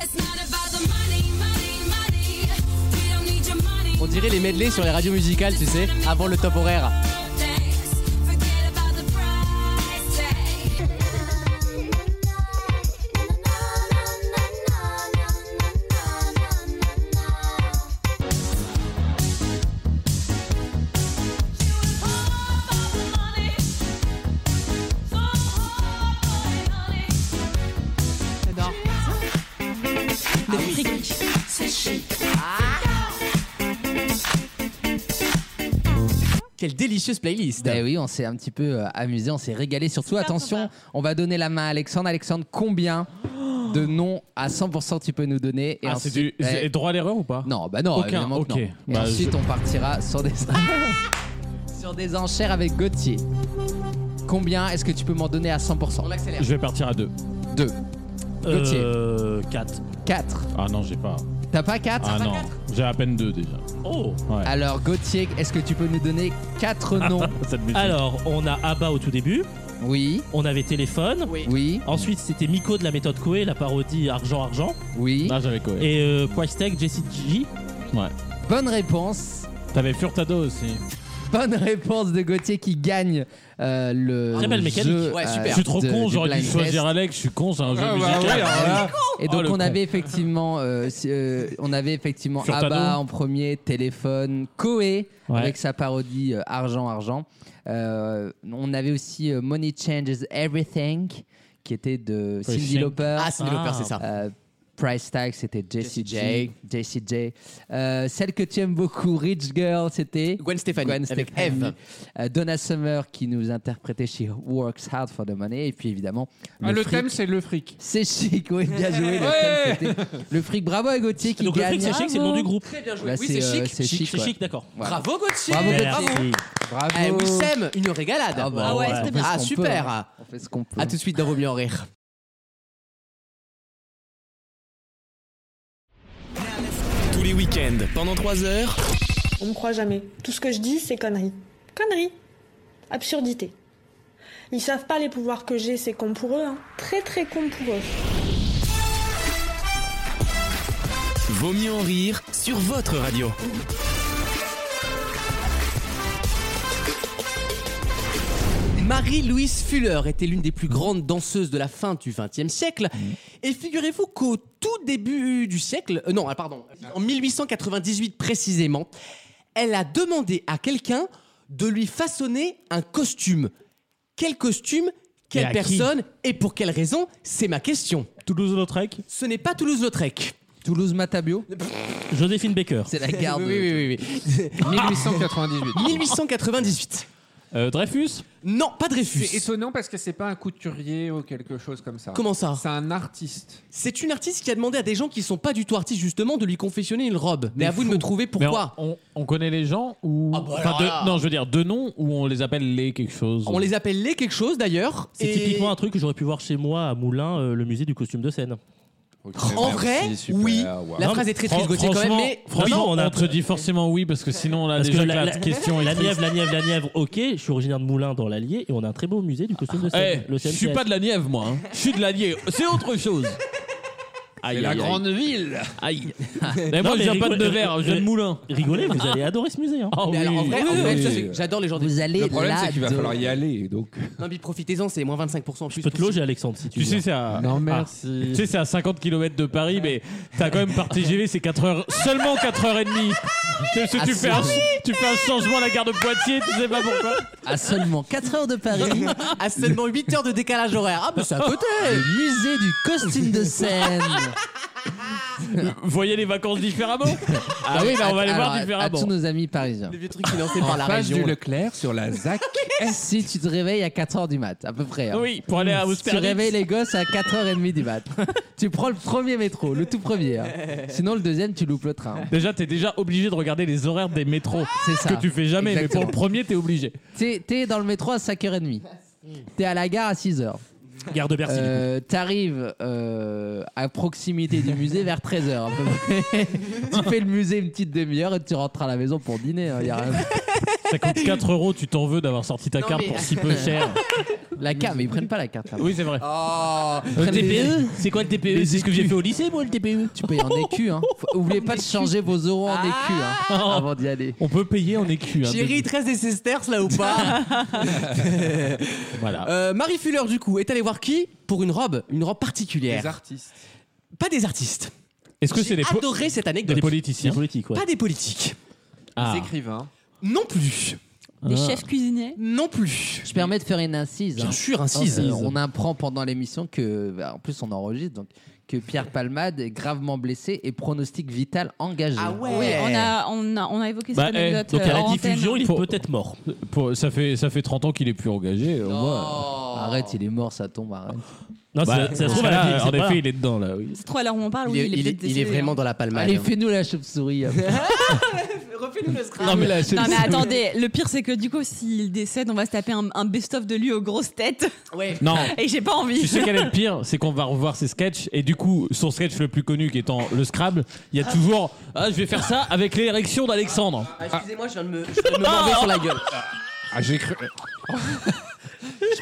Speaker 20: It's not about the money, money, money. We don't need your money.
Speaker 2: On dirait les medley sur les radios musicales, tu sais, avant le top horaire.
Speaker 20: Thanks. Forget about the price tag.
Speaker 6: J'adore.
Speaker 20: C'est chic.
Speaker 2: Quelle délicieuse playlist.
Speaker 7: Ben oui, on s'est un petit peu euh, amusé, on s'est régalé. Surtout, attention, on va donner la main à Alexandre. Alexandre, combien de noms à 100% tu peux nous donner
Speaker 4: Ah, c'est du-
Speaker 7: Eh.
Speaker 4: c'est droit à l'erreur ou pas
Speaker 7: Non, bah non,
Speaker 4: Aucun,
Speaker 7: évidemment que
Speaker 4: ok.
Speaker 7: non. Et
Speaker 4: Bah,
Speaker 7: ensuite,
Speaker 4: je-
Speaker 7: on partira sur des... sur des enchères avec Gauthier. Combien est-ce que tu peux m'en donner à 100% On accélère.
Speaker 4: Je vais partir à 2.
Speaker 7: 2. Gauthier.
Speaker 4: Euh, 4.
Speaker 7: 4.
Speaker 4: Ah non, j'ai pas.
Speaker 7: T'as pas 4
Speaker 4: Ah non, j'ai à peine 2 déjà.
Speaker 7: Oh
Speaker 4: Ouais.
Speaker 7: Alors, Gauthier, est-ce que tu peux nous donner 4
Speaker 4: Ah.
Speaker 7: noms
Speaker 18: Alors, on a Abba au tout début.
Speaker 7: Oui.
Speaker 18: On avait téléphone.
Speaker 2: Oui.
Speaker 18: Ensuite, c'était Miko de la méthode Koé, la parodie Argent Argent.
Speaker 7: Oui.
Speaker 4: Ah, j'avais Koé.
Speaker 18: Et euh, Poistec, Jessie G.
Speaker 4: Ouais.
Speaker 7: Bonne réponse.
Speaker 4: T'avais Furtado aussi.
Speaker 7: Bonne réponse de Gauthier qui gagne euh, le
Speaker 4: Très belle mécanique.
Speaker 7: jeu,
Speaker 4: Ouais,
Speaker 7: euh,
Speaker 4: super. Je suis trop
Speaker 7: de-
Speaker 4: con,
Speaker 7: du
Speaker 4: j'aurais dû
Speaker 7: blind
Speaker 4: choisir
Speaker 7: test.
Speaker 4: Alex, je suis con, c'est un jeu
Speaker 7: Ah, bah
Speaker 4: musical.
Speaker 7: oui, alors là- Et
Speaker 4: Oh,
Speaker 7: donc
Speaker 4: le
Speaker 7: on
Speaker 4: con.
Speaker 7: avait effectivement, euh, si- euh, on avait effectivement
Speaker 4: Furtado.
Speaker 7: Abba en premier, téléphone, Koé
Speaker 4: Ouais.
Speaker 7: avec sa parodie euh, Argent Argent. Euh, on avait aussi euh, Money Changes Everything qui était de
Speaker 2: Oui,
Speaker 7: Cindy
Speaker 2: Shank.
Speaker 7: Lauper.
Speaker 2: Ah, Cyndi Lauper, Ah. c'est ça.
Speaker 7: Euh, Price Tag, c'était Jessie J.
Speaker 2: J.
Speaker 7: Jessie J. Euh, celle que tu aimes beaucoup, Rich Girl, c'était
Speaker 2: Gwen Stefani avec Eve.
Speaker 7: Euh, Donna Summer qui nous interprétait She Works Hard for the Money. Et puis évidemment,
Speaker 3: Ah, le thème,
Speaker 7: c'est le fric. C'est chic, oui, bien joué. Le,
Speaker 3: Ouais.
Speaker 7: thème, c'était le fric, bravo à Gauthier qui
Speaker 18: Donc, le
Speaker 7: gagne.
Speaker 18: fric, c'est chic, c'est le nom du groupe. Très bien joué.
Speaker 7: Bah,
Speaker 18: Oui, c'est
Speaker 7: euh,
Speaker 18: chic.
Speaker 7: C'est
Speaker 18: Chic,
Speaker 7: chic,
Speaker 18: c'est
Speaker 7: ouais.
Speaker 18: chic, d'accord.
Speaker 7: Voilà.
Speaker 2: Bravo Gauthier.
Speaker 7: Bravo
Speaker 2: Merci.
Speaker 7: Gauthier. Bravo.
Speaker 2: Eh, Wissem, une régalade.
Speaker 7: Ah, bah, Ah ouais, ouais. c'était bien.
Speaker 2: Ah,
Speaker 7: On fait ce qu'on
Speaker 2: super.
Speaker 7: peut, hein. On fait ce qu'on peut.
Speaker 2: À tout de suite dans Vaut mieux en rire.
Speaker 1: Tous les week-ends, pendant 3 heures.
Speaker 21: On me croit jamais. Tout ce que je dis, c'est conneries. Conneries. Absurdité. Ils savent pas les pouvoirs que j'ai, c'est con pour eux. hein. Très très con pour eux.
Speaker 1: Vaut mieux en rire sur votre radio.
Speaker 2: Marie-Louise Fuller était l'une des plus grandes danseuses de la fin du XXe siècle. Et figurez-vous qu'au tout début du siècle, euh, non, ah, pardon, en 1898 précisément, elle a demandé à quelqu'un de lui façonner un costume. Quel costume
Speaker 15: à
Speaker 2: Quelle
Speaker 15: qui
Speaker 2: personne Et pour quelle raison C'est ma question.
Speaker 18: Toulouse-Lautrec
Speaker 2: Ce n'est pas Toulouse-Lautrec.
Speaker 7: Toulouse-Matabio
Speaker 18: Joséphine Baker.
Speaker 2: C'est la garde.
Speaker 18: de-
Speaker 2: Oui, oui, oui. oui.
Speaker 16: hein.
Speaker 3: 1898.
Speaker 2: 1898.
Speaker 4: Dreyfus
Speaker 2: Non, pas Dreyfus.
Speaker 3: C'est étonnant parce que c'est pas un couturier ou quelque chose comme ça.
Speaker 2: Comment ça
Speaker 3: C'est un artiste.
Speaker 2: C'est une artiste qui a demandé à des gens qui sont pas du tout artistes justement de lui confectionner une robe. Mais à vous de me trouver pourquoi.
Speaker 4: on, on connaît les gens ou. Enfin,
Speaker 2: alors
Speaker 4: de-
Speaker 2: là.
Speaker 4: Non, je veux dire deux noms ou on les appelle les quelque chose.
Speaker 2: On les appelle les quelque chose d'ailleurs.
Speaker 18: C'est
Speaker 2: et-
Speaker 18: typiquement un truc que j'aurais pu voir chez moi à Moulin, euh, le musée du costume de scène.
Speaker 2: En vrai, oui. La phrase est très triste, Gauthier, quand même. Mais
Speaker 4: franchement,
Speaker 18: Non,
Speaker 4: on,
Speaker 18: non, on a-
Speaker 4: te dit forcément oui parce que sinon on a
Speaker 18: Parce que
Speaker 4: déjà
Speaker 18: Ah, la,
Speaker 4: la,
Speaker 18: la-
Speaker 4: question. est
Speaker 18: la
Speaker 4: triste.
Speaker 18: Nièvre, la Nièvre, la Nièvre, ok, je suis originaire de Moulins dans l'Allier et on a un très beau musée du costume de
Speaker 4: Eh,
Speaker 18: scène. le
Speaker 4: je suis
Speaker 18: CNCS.
Speaker 4: pas de la Nièvre, moi. hein. Je suis de la Nièvre. C'est autre chose. Aïe,
Speaker 18: la grande
Speaker 4: ville. Aïe.
Speaker 18: Non, euh,
Speaker 4: Mais moi, je viens
Speaker 18: rigole-
Speaker 4: pas de Nevers, je viens de
Speaker 18: ri-
Speaker 4: Moulins.
Speaker 18: Rigolez, vous
Speaker 4: Ah.
Speaker 18: allez adorer ce musée. hein.
Speaker 2: Mais alors, en vrai, en vrai, ça, c'est- j'adore les gens des-
Speaker 3: Le problème, c'est qu'il va falloir y aller. Donc.
Speaker 2: Non, mais profitez-en, c'est moins 25% en plus.
Speaker 18: Je peux te loger, Alexandre, si
Speaker 4: Tu
Speaker 18: tu, veux.
Speaker 4: sais, c'est à,
Speaker 18: Non,
Speaker 4: ah,
Speaker 18: merci.
Speaker 4: tu sais, c'est à 50 km de Paris, mais t'as quand même par TGV, c'est 4 heures, seulement 4 heures et demie. Tu, sais,
Speaker 2: Ah,
Speaker 4: tu, fais un,
Speaker 2: c'est-
Speaker 4: tu fais un changement à la gare de Poitiers, tu sais pas pourquoi.
Speaker 7: À seulement 4 heures de Paris.
Speaker 2: à seulement 8 heures de décalage horaire. Ah, mais c'est à côté.
Speaker 7: Le musée du costume de scène.
Speaker 4: Voyez les vacances différemment Ah oui, bah, on va les
Speaker 7: Alors,
Speaker 4: voir
Speaker 7: à- À
Speaker 4: différemment.
Speaker 7: tous nos amis parisiens.
Speaker 2: Le vieux truc financé
Speaker 7: En
Speaker 2: par la
Speaker 7: face
Speaker 2: région.
Speaker 7: du
Speaker 2: là.
Speaker 7: Leclerc sur la ZAC. si tu te réveilles à 4h du mat, à peu près. hein.
Speaker 2: Oui,
Speaker 4: Mm.
Speaker 2: pour aller à
Speaker 7: Tu
Speaker 2: Austerlitz.
Speaker 7: réveilles les gosses à 4h30 du mat. tu prends le premier métro, le tout premier. hein. Sinon, le deuxième, tu loupes le train.
Speaker 4: Déjà, t'es déjà obligé de regarder les horaires des métros.
Speaker 7: C'est ça.
Speaker 18: Ah,
Speaker 4: Que tu fais jamais, mais
Speaker 7: Exactement.
Speaker 4: pour le premier, t'es obligé.
Speaker 7: T'es t'es dans le métro à 5h30. T'es à la gare à 6h.
Speaker 18: Gare de Bercy.
Speaker 7: Euh, T'arrives euh, à proximité du musée vers 13h. tu fais le musée une petite demi-heure et tu rentres à la maison pour dîner. hein, y a rien.
Speaker 4: 54 euros, tu t'en veux d'avoir sorti ta
Speaker 7: Non,
Speaker 4: carte
Speaker 7: mais-
Speaker 4: pour
Speaker 18: euh,
Speaker 4: si peu cher.
Speaker 7: La carte, mais ils prennent pas la carte. là-bas.
Speaker 4: Oui, c'est vrai.
Speaker 2: Oh.
Speaker 7: Ils
Speaker 18: Le
Speaker 7: prennent les-
Speaker 4: E?
Speaker 18: TPE E, C'est quoi le TPE C'est ce que j'ai fait au lycée, moi, le E. TPE
Speaker 7: Tu payes en écu. Hein. Faut- oubliez pas de changer vos euros en écu hein,
Speaker 2: Ah.
Speaker 7: avant d'y aller.
Speaker 4: On peut payer en écu. hein,
Speaker 2: Chérie, il te reste des sesterces là ou
Speaker 7: Ah.
Speaker 2: pas
Speaker 4: Voilà.
Speaker 2: Euh, Marie Fuller, du coup, est allée voir qui Pour une robe, une robe particulière.
Speaker 3: Des artistes.
Speaker 2: Pas des artistes.
Speaker 4: Est-ce que
Speaker 2: J'ai
Speaker 4: c'est des po-
Speaker 2: adoré cette anecdote.
Speaker 4: Des politiciens. Des
Speaker 18: politiques,
Speaker 2: Pas des politiques.
Speaker 4: Ah.
Speaker 3: écrivains.
Speaker 2: Non plus.
Speaker 6: Des
Speaker 7: Ah.
Speaker 6: chefs cuisiniers
Speaker 2: Non plus.
Speaker 7: Je permets de faire une incise.
Speaker 2: Bien
Speaker 7: hein.
Speaker 2: sûr, incise.
Speaker 7: Euh, on apprend pendant l'émission que, bah, en plus, on enregistre donc que Pierre Palmade est gravement blessé et pronostic vital engagé.
Speaker 6: Ah ouais. Oui, on a, on a, on a évoqué
Speaker 7: Bah,
Speaker 6: cette
Speaker 7: eh,
Speaker 6: anecdote.
Speaker 7: donc,
Speaker 6: euh,
Speaker 7: à la
Speaker 6: hors
Speaker 7: diffusion,
Speaker 6: antenne.
Speaker 7: il est peut-être
Speaker 18: mort.
Speaker 4: Pour- ça, fait, ça fait 30 ans qu'il est plus engagé.
Speaker 7: Oh.
Speaker 4: au
Speaker 2: Oh.
Speaker 4: moins.
Speaker 2: Ah
Speaker 7: Arrête, il est mort, ça tombe, arrête.
Speaker 4: Bah,
Speaker 18: Non, Ah, ça- ça se trouve,
Speaker 4: là,
Speaker 18: à la vie,
Speaker 4: en
Speaker 18: c'est pas
Speaker 4: effet,
Speaker 18: là.
Speaker 4: il est dedans, là, oui.
Speaker 6: C'est trop à l'heure où on parle. oui, il est, peut-être décédé, hein.
Speaker 2: dans la palmade.
Speaker 7: Allez, fais-nous la chauve-souris. hein.
Speaker 2: Refais-nous le
Speaker 7: Non, mais- la
Speaker 6: Non, mais
Speaker 7: chauve-souris.
Speaker 6: attendez, le pire c'est que du coup, s'il décède, on va se taper un, un best-of de lui aux grosses têtes.
Speaker 2: Ouais.
Speaker 4: Non.
Speaker 6: Et j'ai pas envie.
Speaker 4: Tu sais quel est le pire C'est qu'on va revoir ses sketchs et du coup, son sketch le plus connu qui étant le Scrabble, il y a toujours Ah, je vais faire ça avec l'érection d'Alexandre.
Speaker 2: Ah, excusez-moi, je viens de me, je viens de me morver sur la gueule.
Speaker 3: Ah, j'ai cru.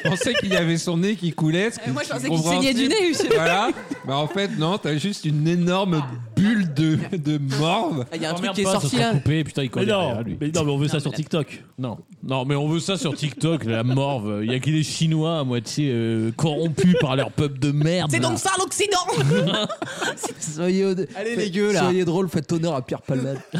Speaker 3: je pensais qu'il y avait son nez qui coulait. ce qui-
Speaker 6: Euh, moi, je
Speaker 3: ce qui
Speaker 6: pensais qu'il saignait du nez, monsieur.
Speaker 3: Voilà. Bah, en fait, non, t'as juste une énorme bulle de, de morve.
Speaker 2: Il y a un truc
Speaker 4: Merde
Speaker 2: qui est
Speaker 4: pas, ça
Speaker 2: sorti
Speaker 4: sera
Speaker 2: là.
Speaker 4: coupé, putain, il
Speaker 18: Mais
Speaker 4: connaît
Speaker 18: non,
Speaker 4: rien, lui.
Speaker 18: mais non, mais on veut ça sur TikTok.
Speaker 4: Non, non, mais on veut ça sur TikTok, la morve. Il y a que les Chinois à moitié euh, corrompus par leur peuple de merde.
Speaker 2: C'est
Speaker 4: là.
Speaker 2: donc ça l'Occident
Speaker 7: Soyez,
Speaker 2: Allez,
Speaker 7: fait-
Speaker 2: les gueux, là.
Speaker 7: Soyez drôle, faites honneur à Pierre Palmade.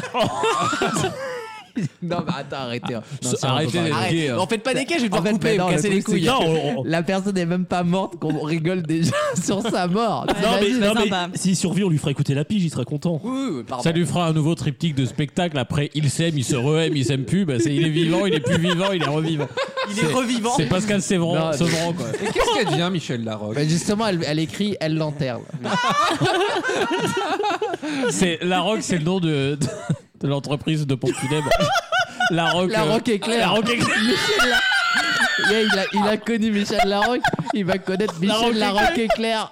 Speaker 7: non, mais attends, arrêtez. hein. Non,
Speaker 4: Ce-
Speaker 7: c'est vrai,
Speaker 4: arrêtez
Speaker 7: faut pas
Speaker 4: les
Speaker 7: arrêter.
Speaker 4: gays, hein.
Speaker 2: En faites pas des gays, je vais devoir
Speaker 7: En fait,
Speaker 2: couper,
Speaker 7: mais
Speaker 2: vous
Speaker 7: le
Speaker 2: casser les
Speaker 7: truc,
Speaker 2: couilles.
Speaker 7: c'est que
Speaker 2: Non, on-
Speaker 7: La personne n'est même pas morte, qu'on rigole déjà sur sa mort.
Speaker 2: bah,
Speaker 18: Non, mais,
Speaker 7: T'imagines
Speaker 18: non, mais s'il survit, on lui fera écouter la pige, il sera
Speaker 2: hein.
Speaker 18: content.
Speaker 4: Ça lui fera un nouveau triptyque de spectacle. Après, il s'aime, il se re-aime, il s'aime plus. Bah, c'est, il est vivant, il est plus vivant, il est revivant.
Speaker 2: Il est revivant.
Speaker 4: C'est Pascal Sevran,
Speaker 3: Non,
Speaker 4: Sevran quoi.
Speaker 3: Et qu'est-ce qu'elle devient, Michel Larocque
Speaker 7: Mais Bah, justement, elle, elle écrit, elle l'enterre.
Speaker 4: C'est, la Rock, c'est le nom de, de, de l'entreprise de pompes funèbres. La Rock,
Speaker 7: La
Speaker 4: euh,
Speaker 7: Roque est claire.
Speaker 4: La Rock est claire.
Speaker 7: Michel La- Yeah, il, a, il a connu Michel Larocque, il va connaître Michel
Speaker 20: La Roque
Speaker 7: Larocque est claire.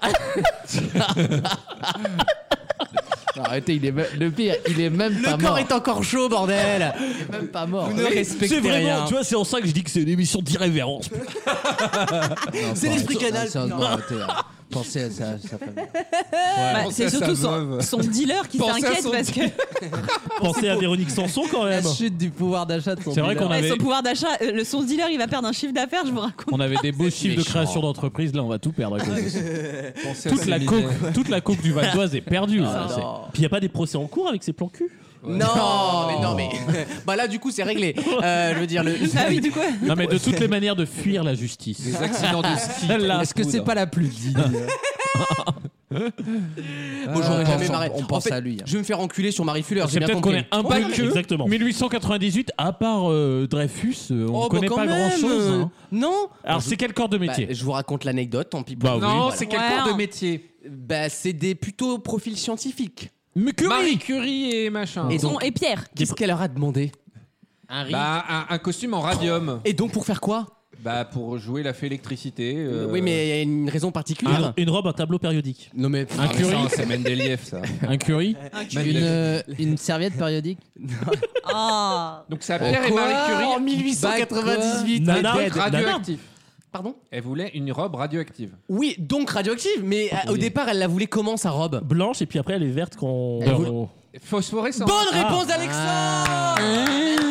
Speaker 7: Arrêtez, il est me- le pire, il est même pas
Speaker 2: Le
Speaker 7: mort.
Speaker 2: corps est encore chaud, bordel
Speaker 7: Il est même pas mort.
Speaker 2: Vous ne
Speaker 7: Oui,
Speaker 2: respectez
Speaker 7: c'est vraiment,
Speaker 2: rien.
Speaker 7: tu
Speaker 4: vois, c'est en ça que je dis que c'est une émission d'irrévérence.
Speaker 2: C'est l'esprit
Speaker 7: Non,
Speaker 2: canal.
Speaker 7: sérieusement,
Speaker 2: Non.
Speaker 7: arrêtez, hein. Pensez à sa, sa famille.
Speaker 6: Bah,
Speaker 7: Pensez
Speaker 6: c'est
Speaker 7: à sa
Speaker 6: surtout son,
Speaker 7: veuve.
Speaker 6: son dealer qui
Speaker 7: Pensez à
Speaker 6: s'inquiète
Speaker 7: son-
Speaker 6: parce que
Speaker 18: Pensez à Véronique Sanson quand
Speaker 7: La
Speaker 18: même.
Speaker 7: chute du pouvoir d'achat de son
Speaker 4: C'est vrai
Speaker 7: dealer.
Speaker 4: qu'on avait-
Speaker 6: son pouvoir d'achat, euh, le son dealer, il va perdre un chiffre d'affaires, je vous raconte.
Speaker 4: On avait des beaux chiffres de
Speaker 3: méchant.
Speaker 4: création d'entreprise. Là, on va tout perdre. à cause de ça.
Speaker 3: Pensez à
Speaker 4: Toute
Speaker 3: ces
Speaker 4: la
Speaker 3: milliers.
Speaker 4: coque, toute la coque du Val d'Oise est perdue.
Speaker 18: Ah,
Speaker 4: ça,
Speaker 18: non.
Speaker 4: c'est-
Speaker 18: Puis il n'y a pas des procès en cours avec ses plans cul
Speaker 2: Non, mais non, mais. Bah là, du coup, c'est réglé. Euh, je veux dire, le.
Speaker 6: Ah oui, du coup.
Speaker 4: Non mais de toutes les manières de fuir la justice.
Speaker 3: Des accidents de ski.
Speaker 4: Là,
Speaker 7: Est-ce que c'est
Speaker 4: poudre.
Speaker 7: pas la plus digne
Speaker 2: Moi, j'aurais
Speaker 7: Ah on
Speaker 2: jamais
Speaker 7: pense-
Speaker 2: marré.
Speaker 7: on
Speaker 2: En
Speaker 7: pense
Speaker 2: fait,
Speaker 7: à lui, hein.
Speaker 2: Je vais me faire enculer sur Marie Fuller.
Speaker 4: C'est
Speaker 2: j'ai bien
Speaker 4: peut-être qu'on
Speaker 2: compris. Oh,
Speaker 4: est un peu
Speaker 18: Ouais,
Speaker 4: que
Speaker 18: exactement.
Speaker 4: 1898, à part euh, Dreyfus, euh, on
Speaker 2: Oh, bah,
Speaker 4: connaît
Speaker 2: quand
Speaker 4: pas
Speaker 2: même,
Speaker 4: grand-chose.
Speaker 2: euh,
Speaker 4: hein.
Speaker 2: Non
Speaker 4: Alors c'est quel corps de
Speaker 2: Bah,
Speaker 4: métier
Speaker 2: Je vous raconte l'anecdote, tant pis. pour
Speaker 4: Bah
Speaker 2: vous.
Speaker 4: oui.
Speaker 3: Non,
Speaker 2: Voilà.
Speaker 3: c'est quel
Speaker 6: Ouais,
Speaker 3: corps
Speaker 6: hein.
Speaker 3: de métier
Speaker 2: Bah, c'est des plutôt profils scientifiques.
Speaker 3: Marie Curie et machin.
Speaker 2: Et
Speaker 6: Son-
Speaker 2: donc,
Speaker 6: et Pierre.
Speaker 2: qu'est-ce qu'elle leur a demandé Un riz.
Speaker 3: Bah, un, un costume en radium.
Speaker 2: Et donc, pour faire quoi
Speaker 3: Bah, pour jouer la fée électricité. euh,
Speaker 2: Oui, mais il y a une raison particulière.
Speaker 18: Une- Une robe, un tableau périodique.
Speaker 2: Non, mais.
Speaker 3: ah,
Speaker 4: Un
Speaker 3: mais
Speaker 4: Curie
Speaker 3: ça, C'est Mendeleev, ça.
Speaker 4: Un Curie
Speaker 7: une, euh, une serviette périodique
Speaker 6: Ah.
Speaker 3: Donc, ça Pierre et
Speaker 2: Bah, Quoi
Speaker 3: Marie Curie.
Speaker 2: En 1898,
Speaker 18: Nana,
Speaker 2: elle est dead.
Speaker 3: radioactive.
Speaker 2: Pardon
Speaker 3: Elle voulait une robe radioactive.
Speaker 2: Oui, donc radioactive, mais euh, au
Speaker 18: Oui.
Speaker 2: départ, elle la voulait comment sa robe
Speaker 18: Blanche, et puis après, elle est verte quand.
Speaker 7: Elle
Speaker 18: on-
Speaker 3: Phosphorescente.
Speaker 2: Bonne réponse Ah. d'Alexandre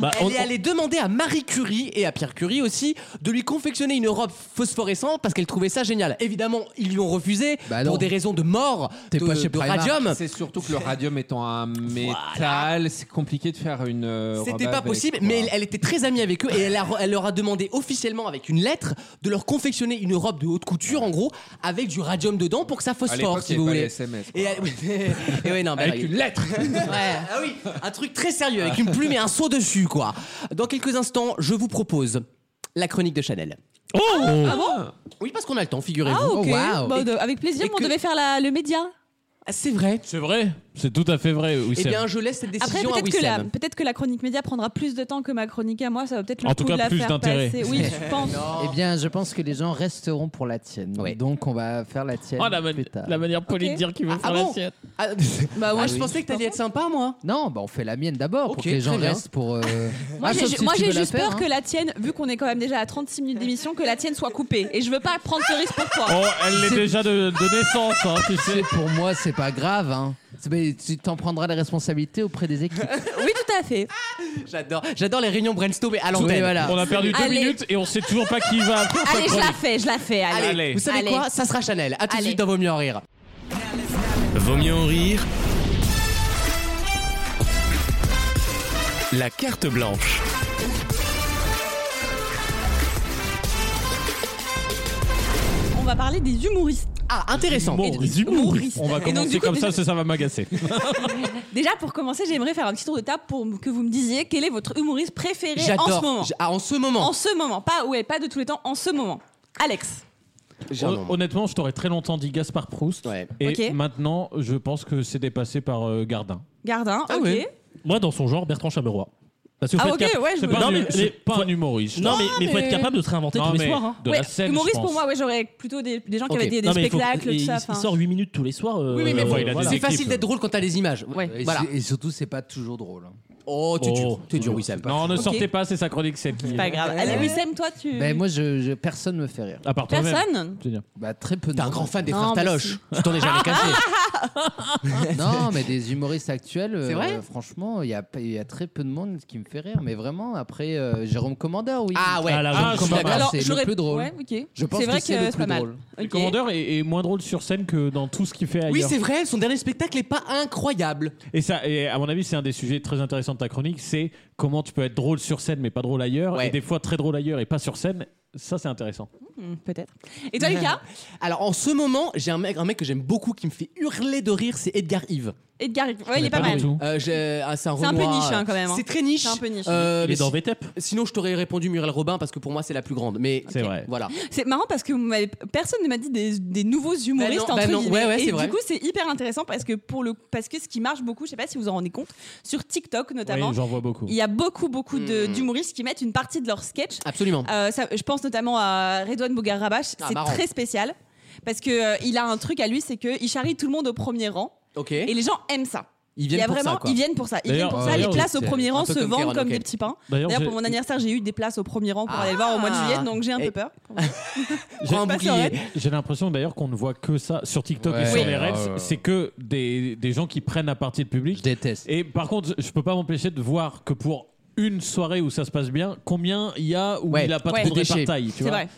Speaker 18: Bah,
Speaker 2: Elle
Speaker 18: on-
Speaker 2: est allée demander à Marie Curie et à Pierre Curie aussi de lui confectionner une robe phosphorescente parce qu'elle trouvait ça génial. Évidemment, ils lui ont refusé
Speaker 7: Bah non.
Speaker 2: pour des raisons de mort,
Speaker 7: T'es
Speaker 2: de,
Speaker 7: pas chez
Speaker 2: de
Speaker 7: Primark,
Speaker 2: radium.
Speaker 3: C'est surtout que le radium étant un métal, c'est compliqué de faire une. euh, robe
Speaker 2: C'était pas
Speaker 3: avec,
Speaker 2: possible,
Speaker 3: quoi.
Speaker 2: mais elle, elle était très amie avec eux et elle, a- elle leur a demandé officiellement avec une lettre de leur confectionner une robe de haute couture en gros avec du radium dedans pour que ça
Speaker 3: À
Speaker 2: phosphore
Speaker 3: l'époque,
Speaker 2: si
Speaker 3: il y avait
Speaker 2: vous
Speaker 3: pas les
Speaker 2: voulez.
Speaker 3: SMS. quoi.
Speaker 2: Et, elle- oui. Et ouais, non, bah,
Speaker 3: Avec une lettre.
Speaker 2: Ouais, ah oui, un truc très sérieux avec une plume et un seau dessus quoi. Dans quelques instants, je vous propose la chronique de Chanel.
Speaker 18: Oh
Speaker 6: Ah bon
Speaker 2: Oui, parce qu'on a le temps, figurez-vous.
Speaker 6: Ah ok.
Speaker 7: Oh, wow.
Speaker 6: Bah, de- avec plaisir,
Speaker 2: Et
Speaker 6: mais on
Speaker 2: que-
Speaker 6: devait faire la- le média.
Speaker 2: Ah, C'est vrai.
Speaker 4: C'est vrai, c'est tout à fait vrai.
Speaker 2: Eh
Speaker 4: Wissem.
Speaker 2: bien, je laisse cette
Speaker 6: Après,
Speaker 2: décision à
Speaker 6: peut-être que, la,
Speaker 2: Wissem.
Speaker 6: peut-être que la chronique média prendra plus de temps que ma chronique à moi. Ça va peut-être le
Speaker 4: En tout
Speaker 6: coup
Speaker 4: cas,
Speaker 6: de la
Speaker 4: plus
Speaker 6: faire
Speaker 4: d'intérêt.
Speaker 6: passer. Oui, je pense.
Speaker 7: Eh bien, je pense que les gens resteront pour la tienne.
Speaker 2: Ouais.
Speaker 7: Donc, on va faire la tienne
Speaker 4: Oh, la, mani-
Speaker 7: plus tard.
Speaker 4: la manière polie
Speaker 6: Ok.
Speaker 4: de dire qu'il veut
Speaker 2: Ah,
Speaker 4: faire
Speaker 2: ah
Speaker 4: la
Speaker 2: bon
Speaker 4: sienne.
Speaker 2: Ah,
Speaker 6: Bah ouais,
Speaker 2: moi,
Speaker 7: Ah
Speaker 2: je
Speaker 7: oui.
Speaker 2: pensais que t'allais être sympa, moi.
Speaker 7: Non, bah on fait la mienne d'abord pour
Speaker 2: Ok,
Speaker 7: que les gens
Speaker 2: très bien.
Speaker 7: restent pour. euh,
Speaker 6: Moi,
Speaker 7: ah,
Speaker 6: j'ai
Speaker 7: sauf
Speaker 6: ju-
Speaker 7: si
Speaker 6: moi,
Speaker 7: tu
Speaker 6: j'ai
Speaker 7: veux la
Speaker 6: juste
Speaker 7: faire,
Speaker 6: peur
Speaker 7: hein.
Speaker 6: que la tienne, vu qu'on est quand même déjà à 36 minutes d'émission, que la tienne soit coupée. Et je veux pas prendre ce risque pour toi.
Speaker 4: Oh, elle l'est
Speaker 7: C'est-
Speaker 4: déjà de, de naissance, hein, tu sais.
Speaker 7: C'est pour moi, c'est pas grave. Hein. C'est- mais tu t'en prendras les responsabilités auprès des équipes.
Speaker 6: Oui, tout à fait.
Speaker 2: J'adore, j'adore les réunions brainstorm et à
Speaker 7: Oui,
Speaker 2: l'antenne.
Speaker 7: voilà.
Speaker 4: On a perdu deux
Speaker 6: Allez.
Speaker 4: minutes et on sait toujours pas qui va. faire sa
Speaker 6: Allez, je la
Speaker 4: chronique.
Speaker 6: fais, je la fais. Allez.
Speaker 2: Allez, vous savez
Speaker 6: Allez.
Speaker 2: quoi Ça sera Chanel. À tout de
Speaker 6: Allez.
Speaker 2: suite dans Vaut mieux en rire.
Speaker 1: Vaut mieux en rire. La carte blanche.
Speaker 6: On va parler des humoristes.
Speaker 2: Ah, intéressant.
Speaker 4: Humoristes.
Speaker 6: Humoristes.
Speaker 4: On va
Speaker 6: Et donc,
Speaker 4: commencer
Speaker 6: du coup,
Speaker 4: comme ça,
Speaker 6: déjà-
Speaker 4: ça, ça va m'agacer.
Speaker 6: Déjà, pour commencer, j'aimerais faire un petit tour de table pour que vous me disiez quel est votre humoriste préféré en
Speaker 2: J'adore.
Speaker 6: ce moment.
Speaker 2: J- ah, en ce moment.
Speaker 6: En ce moment, pas ouais, pas de tous les temps, en ce moment. Alex.
Speaker 4: Hon- Honnêtement, je t'aurais très longtemps dit Gaspard Proust. Et
Speaker 6: Ok.
Speaker 4: maintenant, je pense que c'est dépassé par euh, Gardin.
Speaker 6: Gardin, ok.
Speaker 18: Moi, dans son genre, Bertrand Chameroy. Parce
Speaker 6: Ah,
Speaker 18: faut être
Speaker 6: ok,
Speaker 18: capable-
Speaker 6: ouais, je
Speaker 18: C'est
Speaker 6: me-
Speaker 18: pas
Speaker 6: Non,
Speaker 18: un-
Speaker 6: mais-
Speaker 18: c'est
Speaker 4: mais-
Speaker 18: pas un humoriste. Non, mais, mais faut être capable de se réinventer
Speaker 4: Non,
Speaker 18: tous les
Speaker 4: mais
Speaker 18: soirs. hein.
Speaker 4: de la scène,
Speaker 6: humoriste
Speaker 4: je
Speaker 6: pour
Speaker 4: pense.
Speaker 6: moi, ouais, j'aurais plutôt des, des gens qui
Speaker 18: Ok.
Speaker 6: avaient des, des
Speaker 18: Non, mais il faut-
Speaker 6: spectacles,
Speaker 18: et
Speaker 6: tout ça.
Speaker 18: il, il
Speaker 6: enfin.
Speaker 18: sort 8 minutes tous les soirs. euh,
Speaker 2: Oui, oui, mais bon,
Speaker 18: euh, voilà.
Speaker 2: c'est facile d'être drôle quand t'as les images.
Speaker 7: Et,
Speaker 2: Voilà.
Speaker 7: c'est- et surtout, c'est pas toujours drôle. hein.
Speaker 2: Oh, tu es dur. Tu es dur, oui, ça.
Speaker 4: Non, ne
Speaker 6: Ok.
Speaker 4: sortez pas, c'est sa chronique, celle qui.
Speaker 6: C'est pas grave. Allez, Wissem, toi, tu.
Speaker 7: Ben, moi, je, je- personne me fait rire.
Speaker 4: À part toi-même.
Speaker 6: Personne
Speaker 7: Bah, très peu.
Speaker 2: T'es un grand fan des
Speaker 7: Non,
Speaker 2: frères
Speaker 7: mais
Speaker 2: Taloche. Tu t'en es jamais caché.
Speaker 7: non, mais des humoristes actuels, euh,
Speaker 2: C'est vrai
Speaker 7: franchement, il y a, pas- il y a très peu de monde qui me fait rire. Mais vraiment, après euh, Jérôme Commandeur, oui.
Speaker 2: Ah ouais. Ah, là, Jérôme
Speaker 7: Jérôme
Speaker 2: Commandeur,
Speaker 7: Commandeur, c'est
Speaker 6: j'aurais-
Speaker 7: le plus drôle.
Speaker 6: Ouais, ok.
Speaker 7: Je pense
Speaker 6: C'est vrai
Speaker 7: que c'est
Speaker 6: que
Speaker 7: le
Speaker 6: c'est
Speaker 7: plus
Speaker 6: pas mal.
Speaker 7: drôle.
Speaker 4: Le
Speaker 6: Ok.
Speaker 4: commandeur est, est moins drôle sur scène que dans tout ce qu'il fait ailleurs.
Speaker 2: Oui, c'est vrai, son dernier spectacle est pas incroyable.
Speaker 4: Et ça, et à mon avis, c'est un des sujets très intéressants de ta chronique, c'est comment tu peux être drôle sur scène mais pas drôle ailleurs, et des fois très drôle ailleurs et pas sur scène. Ça, c'est intéressant.
Speaker 6: Hmm, Peut-être. Et toi, Lucas
Speaker 2: Alors, en ce moment, j'ai un mec, un mec que j'aime beaucoup qui me fait hurler de rire, c'est Edgar Yves.
Speaker 6: Edgar, ouais, il est pas, mal.
Speaker 2: Euh, j'ai- ah, c'est un,
Speaker 6: C'est un peu
Speaker 2: Renoir,
Speaker 6: niche, hein,
Speaker 2: euh,
Speaker 6: quand même, hein.
Speaker 2: C'est très niche.
Speaker 6: C'est un peu niche.
Speaker 18: Il est dans
Speaker 2: VTEP. Sinon, je t'aurais répondu Muriel Robin parce que pour moi, c'est la plus grande. Mais
Speaker 4: c'est vrai.
Speaker 2: Voilà.
Speaker 6: C'est marrant parce que vous m'avez- personne ne m'a dit des, des nouveaux humoristes
Speaker 2: non, bah
Speaker 6: entre
Speaker 2: non,
Speaker 6: guillemets.
Speaker 2: ouais, ouais,
Speaker 6: et
Speaker 2: c'est
Speaker 6: du
Speaker 2: vrai.
Speaker 6: coup, c'est hyper intéressant parce que pour le parce que ce qui marche beaucoup, je sais pas si vous en rendez compte, sur TikTok notamment.
Speaker 4: Oui, j'en vois beaucoup.
Speaker 6: Il y a beaucoup beaucoup de-
Speaker 4: Hmm.
Speaker 6: d'humoristes qui mettent une partie de leur sketch.
Speaker 2: Absolument.
Speaker 6: Euh, ça- je pense notamment à Redouane Bougarrabache.
Speaker 2: Ah,
Speaker 6: c'est
Speaker 2: marrant.
Speaker 6: très spécial parce que euh, il a un truc à lui, c'est que il charrie tout le monde au premier rang
Speaker 2: Ok.
Speaker 6: et les gens aiment ça.
Speaker 2: Eh Ils
Speaker 6: Il y
Speaker 2: viennent
Speaker 6: a
Speaker 2: pour ça,
Speaker 6: vraiment,
Speaker 2: quoi.
Speaker 6: ils viennent pour ça. Ils viennent
Speaker 2: D'ailleurs,
Speaker 6: pour
Speaker 2: euh,
Speaker 6: ça. Les
Speaker 2: d'ailleurs,
Speaker 6: places au
Speaker 2: c'est
Speaker 6: premier
Speaker 2: un
Speaker 6: rang
Speaker 2: peu
Speaker 6: se
Speaker 2: comme
Speaker 6: vendent
Speaker 2: Kéron,
Speaker 6: comme
Speaker 2: ok.
Speaker 6: des petits pains.
Speaker 2: D'ailleurs,
Speaker 6: D'ailleurs, pour
Speaker 2: j'ai-
Speaker 6: mon anniversaire, j'ai eu des places au premier rang pour
Speaker 2: Ah.
Speaker 6: aller le voir au mois de juillet, donc j'ai un peu peur.
Speaker 4: J'ai-
Speaker 2: Prends un
Speaker 4: J'ai-
Speaker 2: bouclier.
Speaker 4: J'ai l'impression d'ailleurs qu'on ne voit que ça sur TikTok
Speaker 2: Ouais.
Speaker 4: et sur
Speaker 2: Oui.
Speaker 4: les Reels.
Speaker 2: Ah ouais.
Speaker 4: C'est que des, des gens qui prennent à partie le public. Je
Speaker 7: déteste.
Speaker 4: Et par contre, je peux pas m'empêcher de voir que pour une soirée où ça se passe bien, combien il y a où il a pas
Speaker 6: Ouais.
Speaker 4: trop de départail.
Speaker 6: C'est vrai.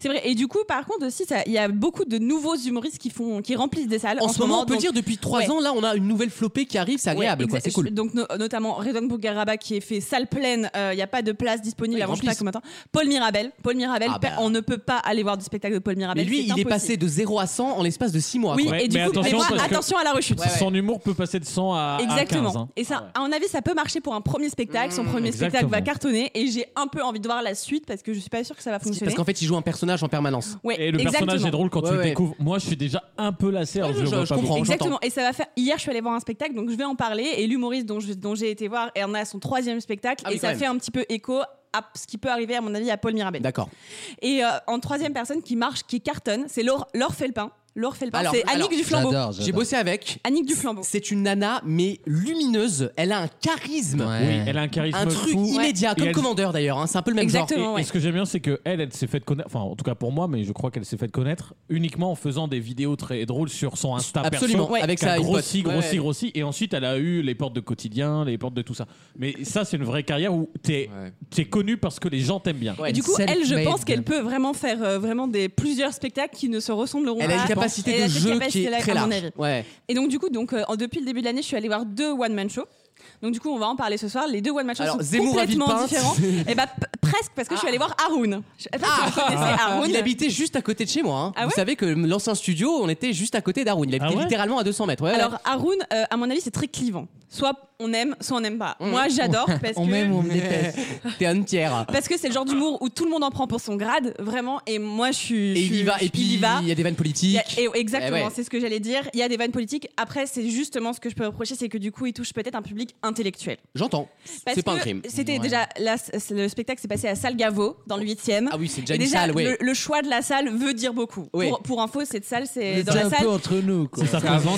Speaker 6: C'est vrai. Et du coup, par contre aussi, ça- il y a beaucoup de nouveaux humoristes qui font, qui remplissent des salles.
Speaker 2: En, ce moment, on peut
Speaker 6: donc-
Speaker 2: dire depuis 3
Speaker 6: Ouais.
Speaker 2: ans, là, on a une nouvelle flopée qui arrive, c'est agréable,
Speaker 6: Ouais,
Speaker 2: quoi,
Speaker 6: exa-
Speaker 2: c'est cool.
Speaker 6: Donc no- notamment Redon Bougaraba qui est fait salle pleine, euh, il n'y a pas de place disponible
Speaker 2: Oui,
Speaker 6: avant je sais
Speaker 2: remplis.
Speaker 6: pas combien de temps. Paul Mirabel, Paul Mirabel,
Speaker 2: Ah bah.
Speaker 6: on ne peut pas aller voir du spectacle de Paul Mirabel.
Speaker 2: Mais lui,
Speaker 6: c'est
Speaker 2: il est
Speaker 6: impossible.
Speaker 2: passé de 0 à 100 en l'espace de 6 mois.
Speaker 6: Oui,
Speaker 2: quoi.
Speaker 6: et du coup, mais moi,
Speaker 4: parce que
Speaker 6: attention à la rechute.
Speaker 4: Son humour peut passer de 100 à, à 15.
Speaker 6: Exactement.
Speaker 4: hein.
Speaker 6: Et ça, à mon avis, ça peut marcher pour un premier spectacle. Son premier
Speaker 4: Mmh, exactement.
Speaker 6: spectacle va cartonner et j'ai un peu envie de voir la suite parce que je suis pas sûre que ça va fonctionner.
Speaker 2: Parce qu'en fait, il joue un personnage en permanence.
Speaker 6: Ouais,
Speaker 4: Et le personnage
Speaker 6: exactement.
Speaker 4: est drôle quand tu
Speaker 2: Ouais,
Speaker 4: le
Speaker 2: ouais.
Speaker 4: découvres. Moi, je suis déjà un peu lassé. alors je, le vois pas beaucoup.
Speaker 6: Exactement. Et ça va faire. Hier, je suis allée voir un spectacle, donc je vais en parler. Et l'humoriste dont je- dont j'ai été voir, en a son troisième spectacle,
Speaker 2: Ah
Speaker 6: et
Speaker 2: oui,
Speaker 6: ça
Speaker 2: quand même.
Speaker 6: fait un petit peu écho à ce qui peut arriver, à mon avis, à Paul Mirabel.
Speaker 2: D'accord.
Speaker 6: Et euh, en troisième personne qui marche, qui cartonne, c'est Laure, Laure Felpin. Laure Felpin,
Speaker 2: Alors,
Speaker 6: c'est Annick
Speaker 2: alors,
Speaker 6: Duflambeau.
Speaker 2: J'ai bossé avec.
Speaker 6: Annick Duflambeau.
Speaker 2: C'est une nana, mais lumineuse. Elle a un charisme.
Speaker 4: Oui, elle a un charisme
Speaker 2: Un truc
Speaker 4: fou.
Speaker 2: immédiat,
Speaker 4: Et
Speaker 2: comme
Speaker 4: elle-
Speaker 2: Commandeur d'ailleurs. hein, C'est un peu le même
Speaker 4: Et-
Speaker 2: genre.
Speaker 4: et, ce que j'aime bien, c'est que elle, elle s'est faite connaître. Enfin, en tout cas pour moi, mais je crois qu'elle s'est faite connaître uniquement en faisant des vidéos très drôles sur son Insta
Speaker 2: Absolument,
Speaker 4: perso,
Speaker 2: ouais, avec
Speaker 4: qu'elle
Speaker 2: sa
Speaker 4: a grossi,
Speaker 2: iPod. Ouais,
Speaker 4: grossi,
Speaker 2: ouais.
Speaker 4: grossi, et ensuite elle a eu les portes de quotidien, les portes de tout ça. Mais ça, c'est une vraie carrière où t'es es connu parce que les gens t'aiment bien.
Speaker 6: Et du coup, elle, je pense qu'elle peut vraiment faire euh, vraiment des plusieurs spectacles qui ne se ressembleront
Speaker 2: Elle
Speaker 6: pas.
Speaker 2: a une capacité
Speaker 6: Elle
Speaker 2: de
Speaker 6: a cette
Speaker 2: jeu qui est
Speaker 6: capacité-là,
Speaker 2: très
Speaker 6: à mon
Speaker 2: large.
Speaker 6: avis.
Speaker 2: Ouais.
Speaker 6: Et donc du coup, donc euh, en- depuis le début de l'année, je suis allée voir deux one man shows. Donc du coup, on va en parler ce soir. Les deux one man shows
Speaker 2: Alors,
Speaker 6: sont
Speaker 2: Zemmour à
Speaker 6: complètement
Speaker 2: Villepinte.
Speaker 6: différents. Et bah p- presque parce que je suis allée voir Haroun. Je- parce que vous connaissez Haroun.
Speaker 2: Ah. Il habitait juste à côté de chez moi. hein. Vous savez que l'ancien studio, on était juste à côté d'Arun. Il habitait
Speaker 6: Ah ouais
Speaker 2: littéralement à 200 mètres. Ouais, ouais.
Speaker 6: Alors Haroun, euh, à mon avis, c'est très clivant. Soit on aime, soit on n'aime pas. Moi, j'adore parce
Speaker 2: Mm. on
Speaker 6: que
Speaker 2: m'aime ou on me déteste. T'es un tiers.
Speaker 6: Parce que c'est le genre d'humour où tout le monde en prend pour son grade, vraiment. Et moi, je suis.
Speaker 2: Et
Speaker 6: je
Speaker 2: il y
Speaker 6: suis-
Speaker 2: va. Et puis,
Speaker 6: il y va.
Speaker 2: il y a des vannes
Speaker 6: Il y
Speaker 2: politiques.
Speaker 6: a- et- exactement,
Speaker 2: Eh ouais.
Speaker 6: c'est ce que j'allais dire. Il y a des vannes politiques. Après, c'est justement ce que je peux reprocher, c'est que du coup, il touche peut-être un public intellectuel.
Speaker 2: J'entends.
Speaker 6: Parce
Speaker 2: C'est pas un
Speaker 6: que
Speaker 2: crime.
Speaker 6: C'était
Speaker 2: Ouais.
Speaker 6: déjà là, c'est- le spectacle s'est passé à Salgavo dans le 8e.
Speaker 2: Ah oui, c'est déjà
Speaker 6: Et
Speaker 2: une salle, ouais.
Speaker 6: le, le choix de la salle veut dire beaucoup.
Speaker 2: Ouais.
Speaker 6: Pour, pour info, cette salle, c'est
Speaker 7: C'est
Speaker 6: dans la
Speaker 7: un
Speaker 6: salle.
Speaker 7: peu entre nous. quoi.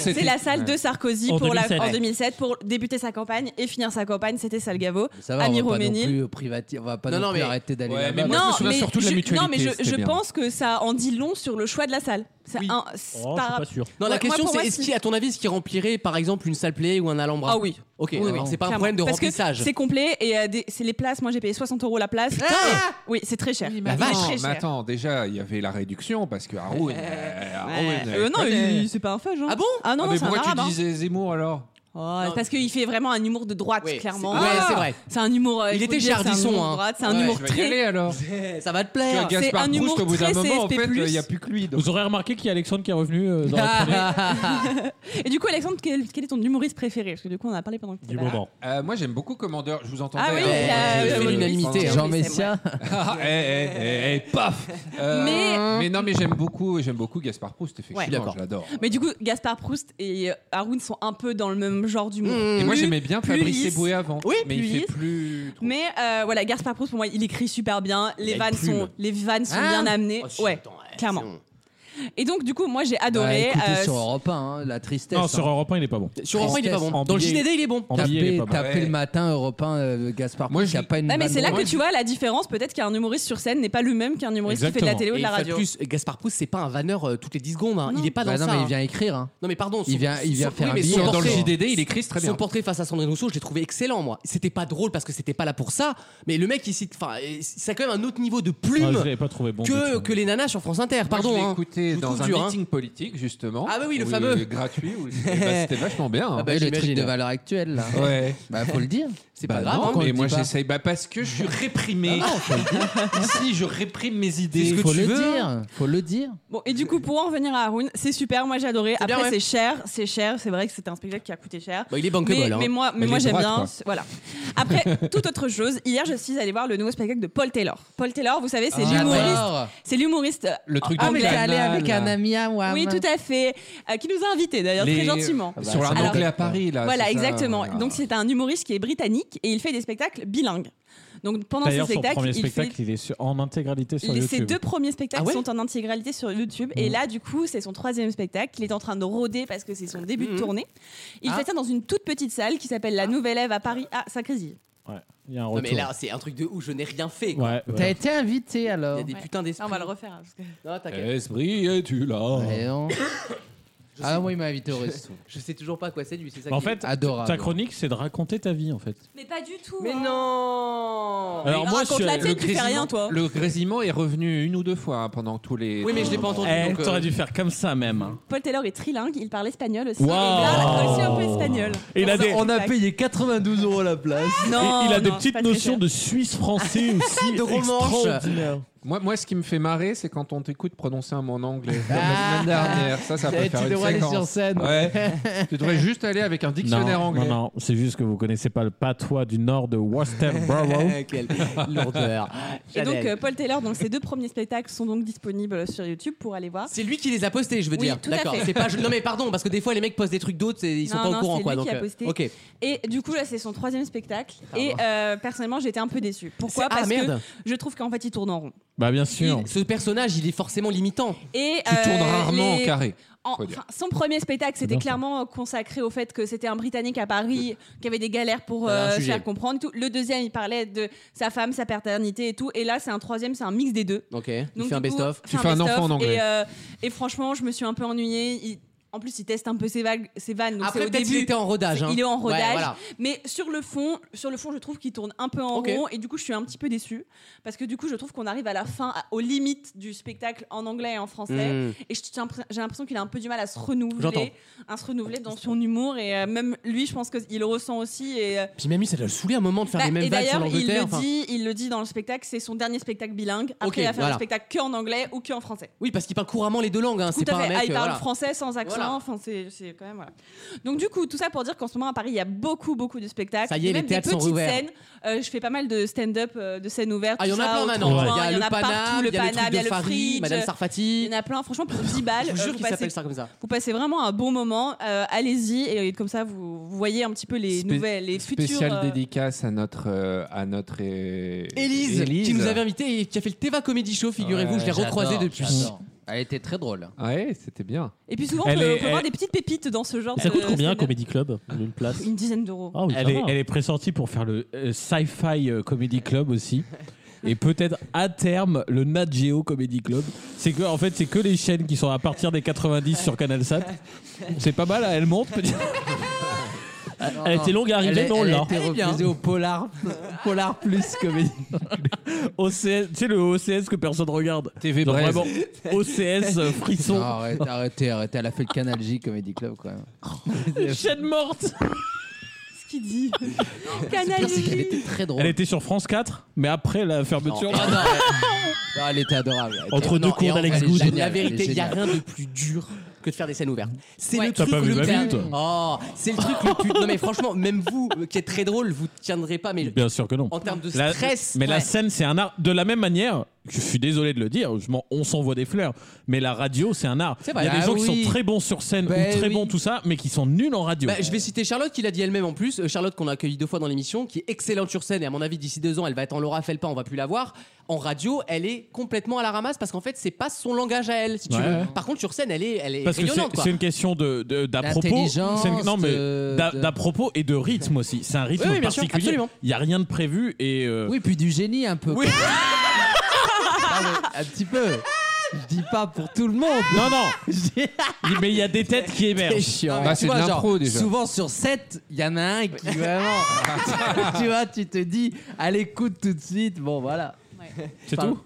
Speaker 6: C'est la salle de Sarkozy
Speaker 7: En
Speaker 6: pour la-
Speaker 7: 2007.
Speaker 6: en 2007 pour débuter sa campagne et finir sa campagne. C'était Salgavo,
Speaker 7: Ça va,
Speaker 6: Annie
Speaker 7: on va pas non
Speaker 6: Roménil.
Speaker 7: plus euh, privati- on va pas
Speaker 2: Non,
Speaker 7: non,
Speaker 2: non,
Speaker 7: plus
Speaker 2: mais-
Speaker 7: arrêter d'aller
Speaker 2: Ouais,
Speaker 7: là-bas.
Speaker 2: mais moi, je me souviens surtout de la
Speaker 6: non, mais
Speaker 2: mutualité,
Speaker 6: je, je
Speaker 2: c'était bien. Oh,
Speaker 6: pense que ça en dit long sur le choix de la salle. C'est un- c'est par-
Speaker 2: Non, la
Speaker 6: Ouais,
Speaker 2: question
Speaker 6: moi, pour
Speaker 2: c'est
Speaker 6: moi,
Speaker 2: est-ce qui, à ton avis, ce qui remplirait par exemple une salle play ou un alhambra
Speaker 6: Ah oui.
Speaker 2: Ok,
Speaker 6: Oui, oui,
Speaker 2: alors c'est pas un
Speaker 6: clairement.
Speaker 2: problème de
Speaker 6: Parce que
Speaker 2: remplissage.
Speaker 6: C'est complet et euh, des- c'est les places. Moi, j'ai payé 60 euros la place. Ah oui, c'est très cher.
Speaker 2: La vache.
Speaker 6: C'est très
Speaker 3: mais
Speaker 6: cher.
Speaker 3: attends, déjà, il y avait la réduction parce que Haroun. euh, Haroun,
Speaker 6: Euh, non,
Speaker 3: connaît.
Speaker 6: il- c'est pas un fudge. hein.
Speaker 2: Ah bon
Speaker 6: Ah non,
Speaker 3: Ah,
Speaker 6: non,
Speaker 3: mais
Speaker 6: c'est un
Speaker 3: pourquoi tu
Speaker 6: arabe. hein.
Speaker 3: disais Zemmour alors
Speaker 6: Oh, parce qu'il fait vraiment un humour de droite, clairement.
Speaker 2: c'est- ouais, Ah c'est vrai.
Speaker 6: C'est un humour. euh,
Speaker 2: Il
Speaker 6: faut
Speaker 2: était
Speaker 6: le dire, c'est un
Speaker 2: Jardisson,
Speaker 6: humour de
Speaker 2: hein.
Speaker 6: droite, C'est un
Speaker 2: Ouais,
Speaker 6: humour
Speaker 2: je vais y
Speaker 6: très.
Speaker 2: aller, alors.
Speaker 6: Ça va te
Speaker 2: plaire.
Speaker 6: C'est un humour très CSP+.
Speaker 3: que lui.
Speaker 4: Vous aurez remarqué qu'il y a Alexandre qui est revenu euh, dans
Speaker 2: Ah,
Speaker 4: la
Speaker 6: Et du coup, Alexandre, quel, quel est ton humoriste préféré Parce que du coup, on en a parlé pendant que t'étais
Speaker 2: ah,
Speaker 6: pas là.
Speaker 3: Euh, moi, j'aime beaucoup Commandeur. Je vous entendais.
Speaker 6: Ah oui,
Speaker 3: euh,
Speaker 6: il y a-
Speaker 3: je-
Speaker 6: il y a
Speaker 3: je-
Speaker 6: l'unanimité,
Speaker 3: je-
Speaker 6: hein. Jean Messia.
Speaker 3: Ah, eh, eh, eh, eh, paf Euh,
Speaker 6: Mais-
Speaker 3: mais non, mais j'aime beaucoup, j'aime beaucoup Gaspard Proust. Effectivement,
Speaker 6: Ouais. Je suis d'accord.
Speaker 3: je l'adore.
Speaker 6: Mais du coup, Gaspard Proust et Haroun sont un peu dans le même genre d'humour.
Speaker 2: Mmh.
Speaker 3: Et moi,
Speaker 6: Plus-
Speaker 3: j'aimais bien
Speaker 6: plus
Speaker 3: Fabrice
Speaker 6: lisse.
Speaker 3: Eboué avant.
Speaker 6: Oui,
Speaker 3: mais
Speaker 6: plus
Speaker 3: il
Speaker 6: lisse.
Speaker 3: fait plus.
Speaker 6: Mais euh, voilà, Gaspard Proust, pour moi, il écrit super bien.
Speaker 3: Il a
Speaker 6: Les
Speaker 3: une
Speaker 6: vannes
Speaker 3: plume. Ah
Speaker 6: sont, les vannes sont
Speaker 7: Hein
Speaker 6: bien
Speaker 2: Oh,
Speaker 6: amenées. ouais, clairement. Et donc, du coup, moi, j'ai adoré.
Speaker 7: Bah, écoutez,
Speaker 6: euh,
Speaker 7: sur Europe 1, hein, la tristesse.
Speaker 4: Non, sur
Speaker 7: hein.
Speaker 4: Europe 1, il est pas bon.
Speaker 2: Sur Europe 1, il est pas bon. Dans le
Speaker 7: billet.
Speaker 2: JDD, il est bon.
Speaker 4: En
Speaker 7: Tapez,
Speaker 4: billet, il est pas bon.
Speaker 7: tapez
Speaker 4: Ouais.
Speaker 7: le matin Europe 1, euh, Gaspard Proust, il n'y a pas une
Speaker 6: ouais, mais
Speaker 7: vanne
Speaker 6: c'est là que
Speaker 7: drôle.
Speaker 6: tu vois la différence. Peut-être qu'un humoriste sur scène n'est pas le même qu'un humoriste qui fait de la télé ou de
Speaker 2: Et
Speaker 6: la
Speaker 2: une fois
Speaker 6: radio.
Speaker 2: plus, euh, Gaspard Proust, c'est pas un vanneur euh, toutes les 10 secondes. hein. Il est pas dans
Speaker 7: Bah non,
Speaker 2: ça.
Speaker 7: mais
Speaker 2: hein.
Speaker 7: il vient écrire. hein.
Speaker 2: Non mais pardon,
Speaker 7: Il vient- il vient faire un
Speaker 2: mais
Speaker 7: billet.
Speaker 2: son
Speaker 7: Dans le
Speaker 2: portrait-
Speaker 7: JDD, il écrit, c'est très bien.
Speaker 2: Son portrait face à Sandrine Rousseau, je l'ai trouvé excellent moi. C'était pas drôle parce que c'était pas là pour ça, mais le mec il cite enfin euh, c'est quand même un autre niveau de
Speaker 4: Ah,
Speaker 2: plume
Speaker 4: je l'avais pas trouvé bon. du
Speaker 2: que,
Speaker 4: tout.
Speaker 2: que les nanas sur France Inter, pardon
Speaker 3: Moi, je l'ai
Speaker 2: hein.
Speaker 3: écouté
Speaker 2: Je vous
Speaker 3: dans
Speaker 2: trouve
Speaker 3: un
Speaker 2: dur, hein.
Speaker 3: meeting politique justement.
Speaker 2: Ah bah oui, le
Speaker 3: Où,
Speaker 2: fameux.
Speaker 3: euh, gratuit. où- et bah, C'était vachement bien. hein.
Speaker 7: Ah bah,
Speaker 3: Ouais,
Speaker 7: le truc de valeur actuelle, là.
Speaker 3: Ouais.
Speaker 7: Bah, faut le dire.
Speaker 2: C'est
Speaker 3: Bah
Speaker 7: grave,
Speaker 3: non,
Speaker 7: hein, qu'on
Speaker 3: mais
Speaker 7: le
Speaker 3: moi
Speaker 7: dit pas.
Speaker 3: j'essaye bah, parce que je suis réprimé. si je réprime mes idées,
Speaker 7: faut le dire. Faut le dire.
Speaker 6: Bon, et du coup, pour en revenir à Haroun, c'est super. Moi, j'ai adoré. Après,
Speaker 2: bien, ouais.
Speaker 6: c'est cher, c'est cher. C'est vrai que c'était un spectacle qui a coûté cher.
Speaker 2: Bah, il est bankable,
Speaker 6: Mais,
Speaker 2: hein.
Speaker 6: mais moi, mais
Speaker 2: Mais
Speaker 6: moi,
Speaker 2: il est
Speaker 6: j'aime
Speaker 2: droite,
Speaker 6: bien.
Speaker 2: quoi.
Speaker 6: ce- Voilà. Après, toute autre chose. Hier, je suis allée voir le nouveau spectacle de Paul Taylor. Paul Taylor, vous savez, c'est
Speaker 7: Ah, j'adore.
Speaker 6: l'humoriste. C'est l'humoriste. euh,
Speaker 3: Le truc
Speaker 7: Ah,
Speaker 3: de
Speaker 7: mais t'es allé
Speaker 3: Canal.
Speaker 7: avec un ami à moi.
Speaker 6: Oui, tout à fait. euh, qui nous a invités d'ailleurs
Speaker 3: Les-
Speaker 6: très gentiment.
Speaker 4: Ah,
Speaker 3: Sur l'art
Speaker 6: Alors,
Speaker 3: anglais à Paris, là.
Speaker 6: voilà,
Speaker 3: c'est ça.
Speaker 6: exactement.
Speaker 3: Voilà.
Speaker 6: Donc c'est un humoriste qui est britannique et il fait des spectacles bilingues. Donc pendant ces
Speaker 4: D'ailleurs, son
Speaker 6: spectacles,
Speaker 4: premier
Speaker 6: il
Speaker 4: spectacle,
Speaker 6: fait
Speaker 4: il est sur- en intégralité sur
Speaker 6: les-
Speaker 4: YouTube.
Speaker 6: ses deux premiers spectacles
Speaker 4: Ah ouais
Speaker 6: sont en intégralité sur YouTube. Et
Speaker 4: Mmh.
Speaker 6: là, du coup, c'est son troisième spectacle. Il est en train de rôder parce que c'est son début de tournée. Il
Speaker 2: Ah.
Speaker 6: fait ça dans une toute petite salle qui s'appelle La Nouvelle Ève à Paris. Ah, ça grésille.
Speaker 4: Ouais, il y a un
Speaker 2: Non
Speaker 4: retour.
Speaker 2: mais là c'est un truc de ouf, je n'ai rien fait quoi.
Speaker 4: Ouais,
Speaker 7: T'as été invité alors.
Speaker 2: Il y a des putains d'esprits.
Speaker 6: On va le refaire. hein, parce que-
Speaker 2: Non, t'inquiète.
Speaker 4: Esprit, es-tu là
Speaker 7: hein. Ah, moi, il m'a invité au resto.
Speaker 2: Je sais toujours pas à quoi c'est lui, c'est ça
Speaker 4: En
Speaker 2: qui est-
Speaker 4: fait, ta chronique, c'est de raconter ta vie, en fait.
Speaker 6: Mais pas du tout.
Speaker 2: Mais non
Speaker 4: Alors moi, je suis- le grésillement-
Speaker 3: Le grésillement est revenu une ou deux fois hein, pendant tous les.
Speaker 2: Oui, mais je l'ai pas entendu, euh,
Speaker 4: Eh,
Speaker 6: euh,
Speaker 4: t'aurais dû faire comme ça même. hein.
Speaker 6: Paul Taylor est trilingue, il parle espagnol aussi.
Speaker 4: Wow.
Speaker 6: Et là, aussi un peu espagnol.
Speaker 4: Et il a des-
Speaker 7: payé 92 euros la place.
Speaker 6: Non,
Speaker 4: il a des
Speaker 6: non,
Speaker 4: petites
Speaker 6: pas très
Speaker 4: notions
Speaker 6: cher.
Speaker 4: de suisse français aussi. extraordinaires.
Speaker 3: Moi, moi, ce qui me fait marrer, c'est quand on t'écoute prononcer un mot en anglais. Comme la semaine dernière, ça, ça peut
Speaker 7: Eh, tu
Speaker 3: faire une
Speaker 7: devrais aller
Speaker 3: séquence.
Speaker 7: sur scène.
Speaker 3: Ouais. tu devrais juste aller avec un dictionnaire
Speaker 4: non, Non,
Speaker 3: anglais.
Speaker 4: non, c'est juste que vous connaissez pas le patois du nord de Westerborough.
Speaker 2: Ah, Quelle lourdeur.
Speaker 6: Et donc,
Speaker 2: Chanel.
Speaker 6: euh, Paul Taylor, donc, ses deux premiers spectacles sont donc disponibles sur YouTube pour aller voir.
Speaker 2: C'est lui qui les a postés, je veux
Speaker 6: Oui,
Speaker 2: dire.
Speaker 6: tout à
Speaker 2: D'accord.
Speaker 6: fait.
Speaker 2: C'est pas. je- Non mais pardon, parce que des fois les mecs postent des trucs d'autres, c'est- ils sont
Speaker 6: Non,
Speaker 2: pas
Speaker 6: non,
Speaker 2: au courant
Speaker 6: c'est
Speaker 2: quoi.
Speaker 6: lui
Speaker 2: donc,
Speaker 6: qui a
Speaker 2: euh,
Speaker 6: posté.
Speaker 2: Ok.
Speaker 6: Et du coup, là, c'est son troisième spectacle.
Speaker 4: Ah,
Speaker 6: et
Speaker 2: bon.
Speaker 6: euh, personnellement, j'étais un peu déçue. Pourquoi
Speaker 2: C'est- ah,
Speaker 6: Parce
Speaker 2: merde.
Speaker 6: que je trouve qu'en fait, il tourne en rond.
Speaker 4: Bah bien sûr.
Speaker 2: Il- ce personnage, il est forcément limitant.
Speaker 6: Et,
Speaker 2: Qui tourne rarement
Speaker 6: Euh, les-
Speaker 2: au carré,
Speaker 6: en-
Speaker 2: faut dire.
Speaker 6: enfin, son premier spectacle, c'était clairement consacré au fait que c'était un Britannique à Paris qui avait des galères pour
Speaker 2: Ça a Bah, un
Speaker 6: euh, se
Speaker 2: sujet.
Speaker 6: faire comprendre. et Tout. Le deuxième, il parlait de sa femme, sa paternité et tout. Et là, c'est un troisième, c'est un mix des deux.
Speaker 2: Ok. Il
Speaker 6: Donc,
Speaker 2: fait un
Speaker 6: du coup,
Speaker 2: best-of.
Speaker 6: fait best-of, Et, euh, et franchement, je me suis un peu ennuyée. Il- en plus, il teste un peu ses, vagues, ses vannes. donc
Speaker 2: Après,
Speaker 6: c'est au
Speaker 2: peut-être
Speaker 6: début.
Speaker 2: qu'il était en rodage,
Speaker 6: C'est-
Speaker 2: hein.
Speaker 6: Il est en
Speaker 2: Ouais,
Speaker 6: rodage.
Speaker 2: voilà.
Speaker 6: Mais sur le fond, sur le fond, je trouve qu'il tourne un peu en
Speaker 2: Ok.
Speaker 6: rond. Et du coup, je suis un petit peu déçue parce que du coup, je trouve qu'on arrive à la fin, à- aux limites du spectacle en anglais et en français.
Speaker 2: Mm.
Speaker 6: Et je- j'ai l'impr- j'ai l'impression qu'il a un peu du mal à se
Speaker 2: J'entends.
Speaker 6: renouveler, à se renouveler dans son humour. Et euh, même lui, je pense qu'il le ressent aussi. Et euh,
Speaker 2: Puis même lui, ça doit le saouler un moment de faire
Speaker 6: bah,
Speaker 2: les mêmes
Speaker 6: et
Speaker 2: vagues sur
Speaker 6: d'ailleurs, il le
Speaker 2: l'Angleterre. enfin.
Speaker 6: dit, il le dit dans le spectacle, c'est son dernier spectacle bilingue. Après,
Speaker 2: Ok,
Speaker 6: il va faire
Speaker 2: voilà.
Speaker 6: un spectacle que en anglais ou que en français.
Speaker 2: Oui, parce qu'il parle couramment les deux langues. hein,
Speaker 6: Tout
Speaker 2: C'est
Speaker 6: à
Speaker 2: pas un
Speaker 6: fait.
Speaker 2: mec.
Speaker 6: Ah, il
Speaker 2: euh,
Speaker 6: parle
Speaker 2: voilà.
Speaker 6: français sans accent.
Speaker 2: Voilà.
Speaker 6: Enfin, c'est c'est quand même voilà. Donc du coup, tout ça pour dire qu'en ce moment à Paris, il y a beaucoup, beaucoup de spectacles.
Speaker 2: Ça y est,
Speaker 6: même
Speaker 2: les
Speaker 6: des
Speaker 2: théâtres sont
Speaker 6: petites
Speaker 2: ouverts.
Speaker 6: scènes. Euh, je fais pas mal de stand-up, euh, de scènes ouvertes.
Speaker 2: Ah, il y en
Speaker 6: tout
Speaker 2: a
Speaker 6: ça,
Speaker 2: plein
Speaker 6: au
Speaker 2: maintenant.
Speaker 6: Tourcoing,
Speaker 2: Il y a le
Speaker 6: en partout,
Speaker 2: Paname, il y a le truc de Farid,
Speaker 6: Fridge.
Speaker 2: Madame Sarfati.
Speaker 6: Il y en a plein. Franchement, pour 10 balles,
Speaker 2: Je
Speaker 6: euh,
Speaker 2: jure
Speaker 6: vous
Speaker 2: qu'il
Speaker 6: passez-
Speaker 2: s'appelle ça comme ça.
Speaker 6: Vous passez vraiment un bon moment. Euh, Allez-y et comme ça, vous vous voyez un petit peu les
Speaker 3: Spé-
Speaker 6: nouvelles, les futures.
Speaker 3: Spéciale
Speaker 6: euh,
Speaker 3: dédicace à notre. euh, à notre euh,
Speaker 2: Élise,
Speaker 3: Élise.
Speaker 2: qui nous avait invité et qui a fait le Teva Comedy Show, figurez-vous.
Speaker 3: Ouais,
Speaker 2: je l'ai recroisée
Speaker 3: j'adore,
Speaker 2: depuis.
Speaker 3: j'adore.
Speaker 7: Elle était très drôle.
Speaker 3: Ouais, c'était bien.
Speaker 6: Et puis souvent, on
Speaker 4: Elle
Speaker 6: peut,
Speaker 4: est-
Speaker 6: on peut voir
Speaker 4: elle-
Speaker 6: des petites pépites dans ce genre.
Speaker 18: Ça
Speaker 6: de
Speaker 18: coûte combien,
Speaker 6: stand-up.
Speaker 18: Comedy Club Une place
Speaker 6: Une dizaine d'euros.
Speaker 18: Ah oui, ça
Speaker 4: elle, est,
Speaker 18: va.
Speaker 4: elle est pressortie pour faire le euh, Sci-Fi euh, Comedy Club aussi. Et peut-être à terme le Nat Geo Comedy Club. C'est que en fait c'est que les chaînes qui hein, sont à partir des 90 sur CanalSat. C'est pas mal, elle monte. peut-être.
Speaker 7: Non,
Speaker 18: elle
Speaker 7: non.
Speaker 18: était longue à arriver,
Speaker 7: Elle est-
Speaker 18: mais on
Speaker 7: elle
Speaker 18: l'a.
Speaker 7: a été Elle est bien. reprisée au Polar. Polar plus comédie.
Speaker 15: OCS, tu sais le OCS que personne regarde. TV
Speaker 7: Bref.
Speaker 15: Vraiment, OCS euh, frisson.
Speaker 7: Non, arrête, arrêtez, arrêtez. Elle a fait le Canal J Comedy Club, quoi.
Speaker 15: Chaîne morte.
Speaker 6: Ce qu'il dit.
Speaker 7: Le
Speaker 6: Canal
Speaker 7: pire, c'est qu'elle
Speaker 6: J.
Speaker 7: était très drôle.
Speaker 15: Elle était sur France 4, mais après la fermeture.
Speaker 7: Non. Ah, non, Ah, elle- non, elle était adorable. Elle était-
Speaker 15: Entre deux
Speaker 7: non,
Speaker 15: cours
Speaker 7: et en
Speaker 15: d'Alex
Speaker 7: vrai, elle est
Speaker 15: Good.
Speaker 7: géniale,
Speaker 2: La vérité,
Speaker 7: elle est
Speaker 2: il n'y a
Speaker 7: géniale.
Speaker 2: rien de plus dur que de faire des scènes ouvertes. C'est
Speaker 7: Ouais.
Speaker 2: le
Speaker 7: T'as
Speaker 2: truc
Speaker 7: pas vu
Speaker 2: le
Speaker 7: ma
Speaker 2: plus-
Speaker 7: vie, toi
Speaker 2: Oh, c'est le truc le plus. Non mais franchement, même vous, euh, qui êtes très drôle, vous tiendrez pas. Mais
Speaker 4: Bien sûr que non.
Speaker 2: En termes de
Speaker 4: La-
Speaker 2: stress.
Speaker 4: mais la
Speaker 2: ouais.
Speaker 4: scène, c'est un art. De la même manière, je suis désolé de le dire, je m'en- on s'envoie des fleurs, mais la radio, c'est un art. Il
Speaker 2: C'est
Speaker 4: y
Speaker 2: vrai.
Speaker 4: a des
Speaker 2: Ah
Speaker 4: gens qui
Speaker 2: oui.
Speaker 4: sont très bons sur scène
Speaker 2: Ben
Speaker 4: ou très
Speaker 2: oui.
Speaker 4: bons, tout ça, mais qui sont nuls en radio.
Speaker 2: Bah, je vais citer Charlotte qui l'a dit elle-même en plus. Euh, Charlotte qu'on a accueillie deux fois dans l'émission, qui est excellente sur scène et à mon avis d'ici deux ans elle va être en Laura Felpin, on va plus la voir. En radio, elle est complètement à la ramasse parce qu'en fait c'est pas son langage à elle. Si tu
Speaker 4: Ouais,
Speaker 2: veux.
Speaker 4: ouais.
Speaker 2: Par contre sur scène elle est, elle est
Speaker 4: Parce que c'est
Speaker 2: rayonnante. quoi.
Speaker 4: c'est une question de de- d'à propos,
Speaker 2: D'intelligence,
Speaker 4: c'est une- non mais
Speaker 2: de-
Speaker 4: d'à-
Speaker 2: de-
Speaker 4: d'à propos et de rythme aussi. C'est un rythme
Speaker 2: Oui, oui, bien sûr,
Speaker 4: particulier.
Speaker 2: absolument.
Speaker 4: Il y a rien de prévu et euh,
Speaker 7: Oui, puis du génie un peu.
Speaker 4: Oui.
Speaker 7: quoi. Non, mais un petit peu. Je dis pas pour tout le monde.
Speaker 4: Non, non. mais il y a des têtes qui émergent.
Speaker 7: C'est chiant.
Speaker 3: Bah,
Speaker 7: Tu
Speaker 3: c'est
Speaker 7: vois,
Speaker 3: de
Speaker 7: genre,
Speaker 3: l'impro, déjà.
Speaker 7: Souvent sur 7, il y en a un qui vraiment. tu vois, tu te dis, à l'écoute tout de suite. Bon, voilà.
Speaker 4: C'est
Speaker 7: Enfin,
Speaker 4: tout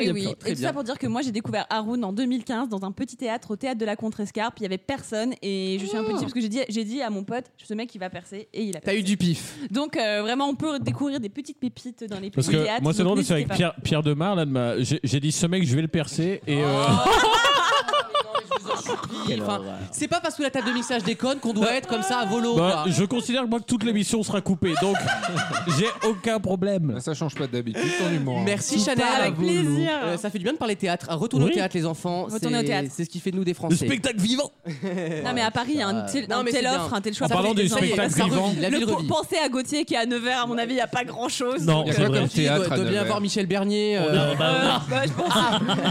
Speaker 7: Il y
Speaker 6: Et
Speaker 7: a
Speaker 6: oui,
Speaker 7: plein-
Speaker 6: et
Speaker 7: très
Speaker 6: tout ça
Speaker 7: bien.
Speaker 6: pour dire que moi j'ai découvert Haroun en 2015 dans un petit théâtre au théâtre de la Contrescarpe. Il y avait personne et je suis un peu petit parce que j'ai dit, j'ai dit à mon pote, ce mec il va percer et il a
Speaker 2: T'as
Speaker 6: percé.
Speaker 2: eu du pif.
Speaker 6: Donc euh, vraiment on peut découvrir des petites pépites dans les petits
Speaker 4: Parce
Speaker 6: théâtres.
Speaker 4: que moi, c'est
Speaker 6: donc
Speaker 4: drôle, c'est
Speaker 6: n'hésitez
Speaker 4: avec
Speaker 6: pas.
Speaker 4: Pierre, Pierre Demar, là, de ma- j'ai j'ai dit ce mec, je vais le percer. Et, euh,
Speaker 2: Oh, Enfin, c'est pas parce que la table de mixage déconne qu'on doit être comme ça à volo.
Speaker 4: bah,
Speaker 2: quoi.
Speaker 4: je considère que moi que toute l'émission sera coupée, donc j'ai aucun problème.
Speaker 3: Bah, Ça change pas d'habitude ton humour. hein.
Speaker 2: Merci Chanel. Euh, ça fait du bien de parler théâtre. Euh, Retournez
Speaker 3: Oui.
Speaker 2: au théâtre les enfants. C'est-
Speaker 6: Retournez au théâtre.
Speaker 2: C'est ce qui fait de nous des Français.
Speaker 4: spectacle vivant.
Speaker 6: Non mais à Paris, il y a un, tel-
Speaker 2: Non,
Speaker 6: un
Speaker 2: mais
Speaker 6: tel
Speaker 2: c'est bien.
Speaker 6: offre, un tel choix.
Speaker 2: En
Speaker 6: Ça
Speaker 2: parlant
Speaker 6: fait des
Speaker 2: du
Speaker 6: gens-
Speaker 2: spectacle
Speaker 6: ça revit,
Speaker 2: vivant. La
Speaker 6: le
Speaker 2: ville
Speaker 6: po-
Speaker 2: revit.
Speaker 6: Pensez à Gauthier qui est à Nevers, à mon avis, il n'y a pas euh, grand chose.
Speaker 18: Non,
Speaker 2: Il y a
Speaker 18: c'est
Speaker 2: quoi
Speaker 18: vrai.
Speaker 2: comme théâtre doit, doit bien avoir Michel Bernier.
Speaker 18: On
Speaker 2: euh,
Speaker 18: a- bah, on a-
Speaker 6: Ouais, je pense.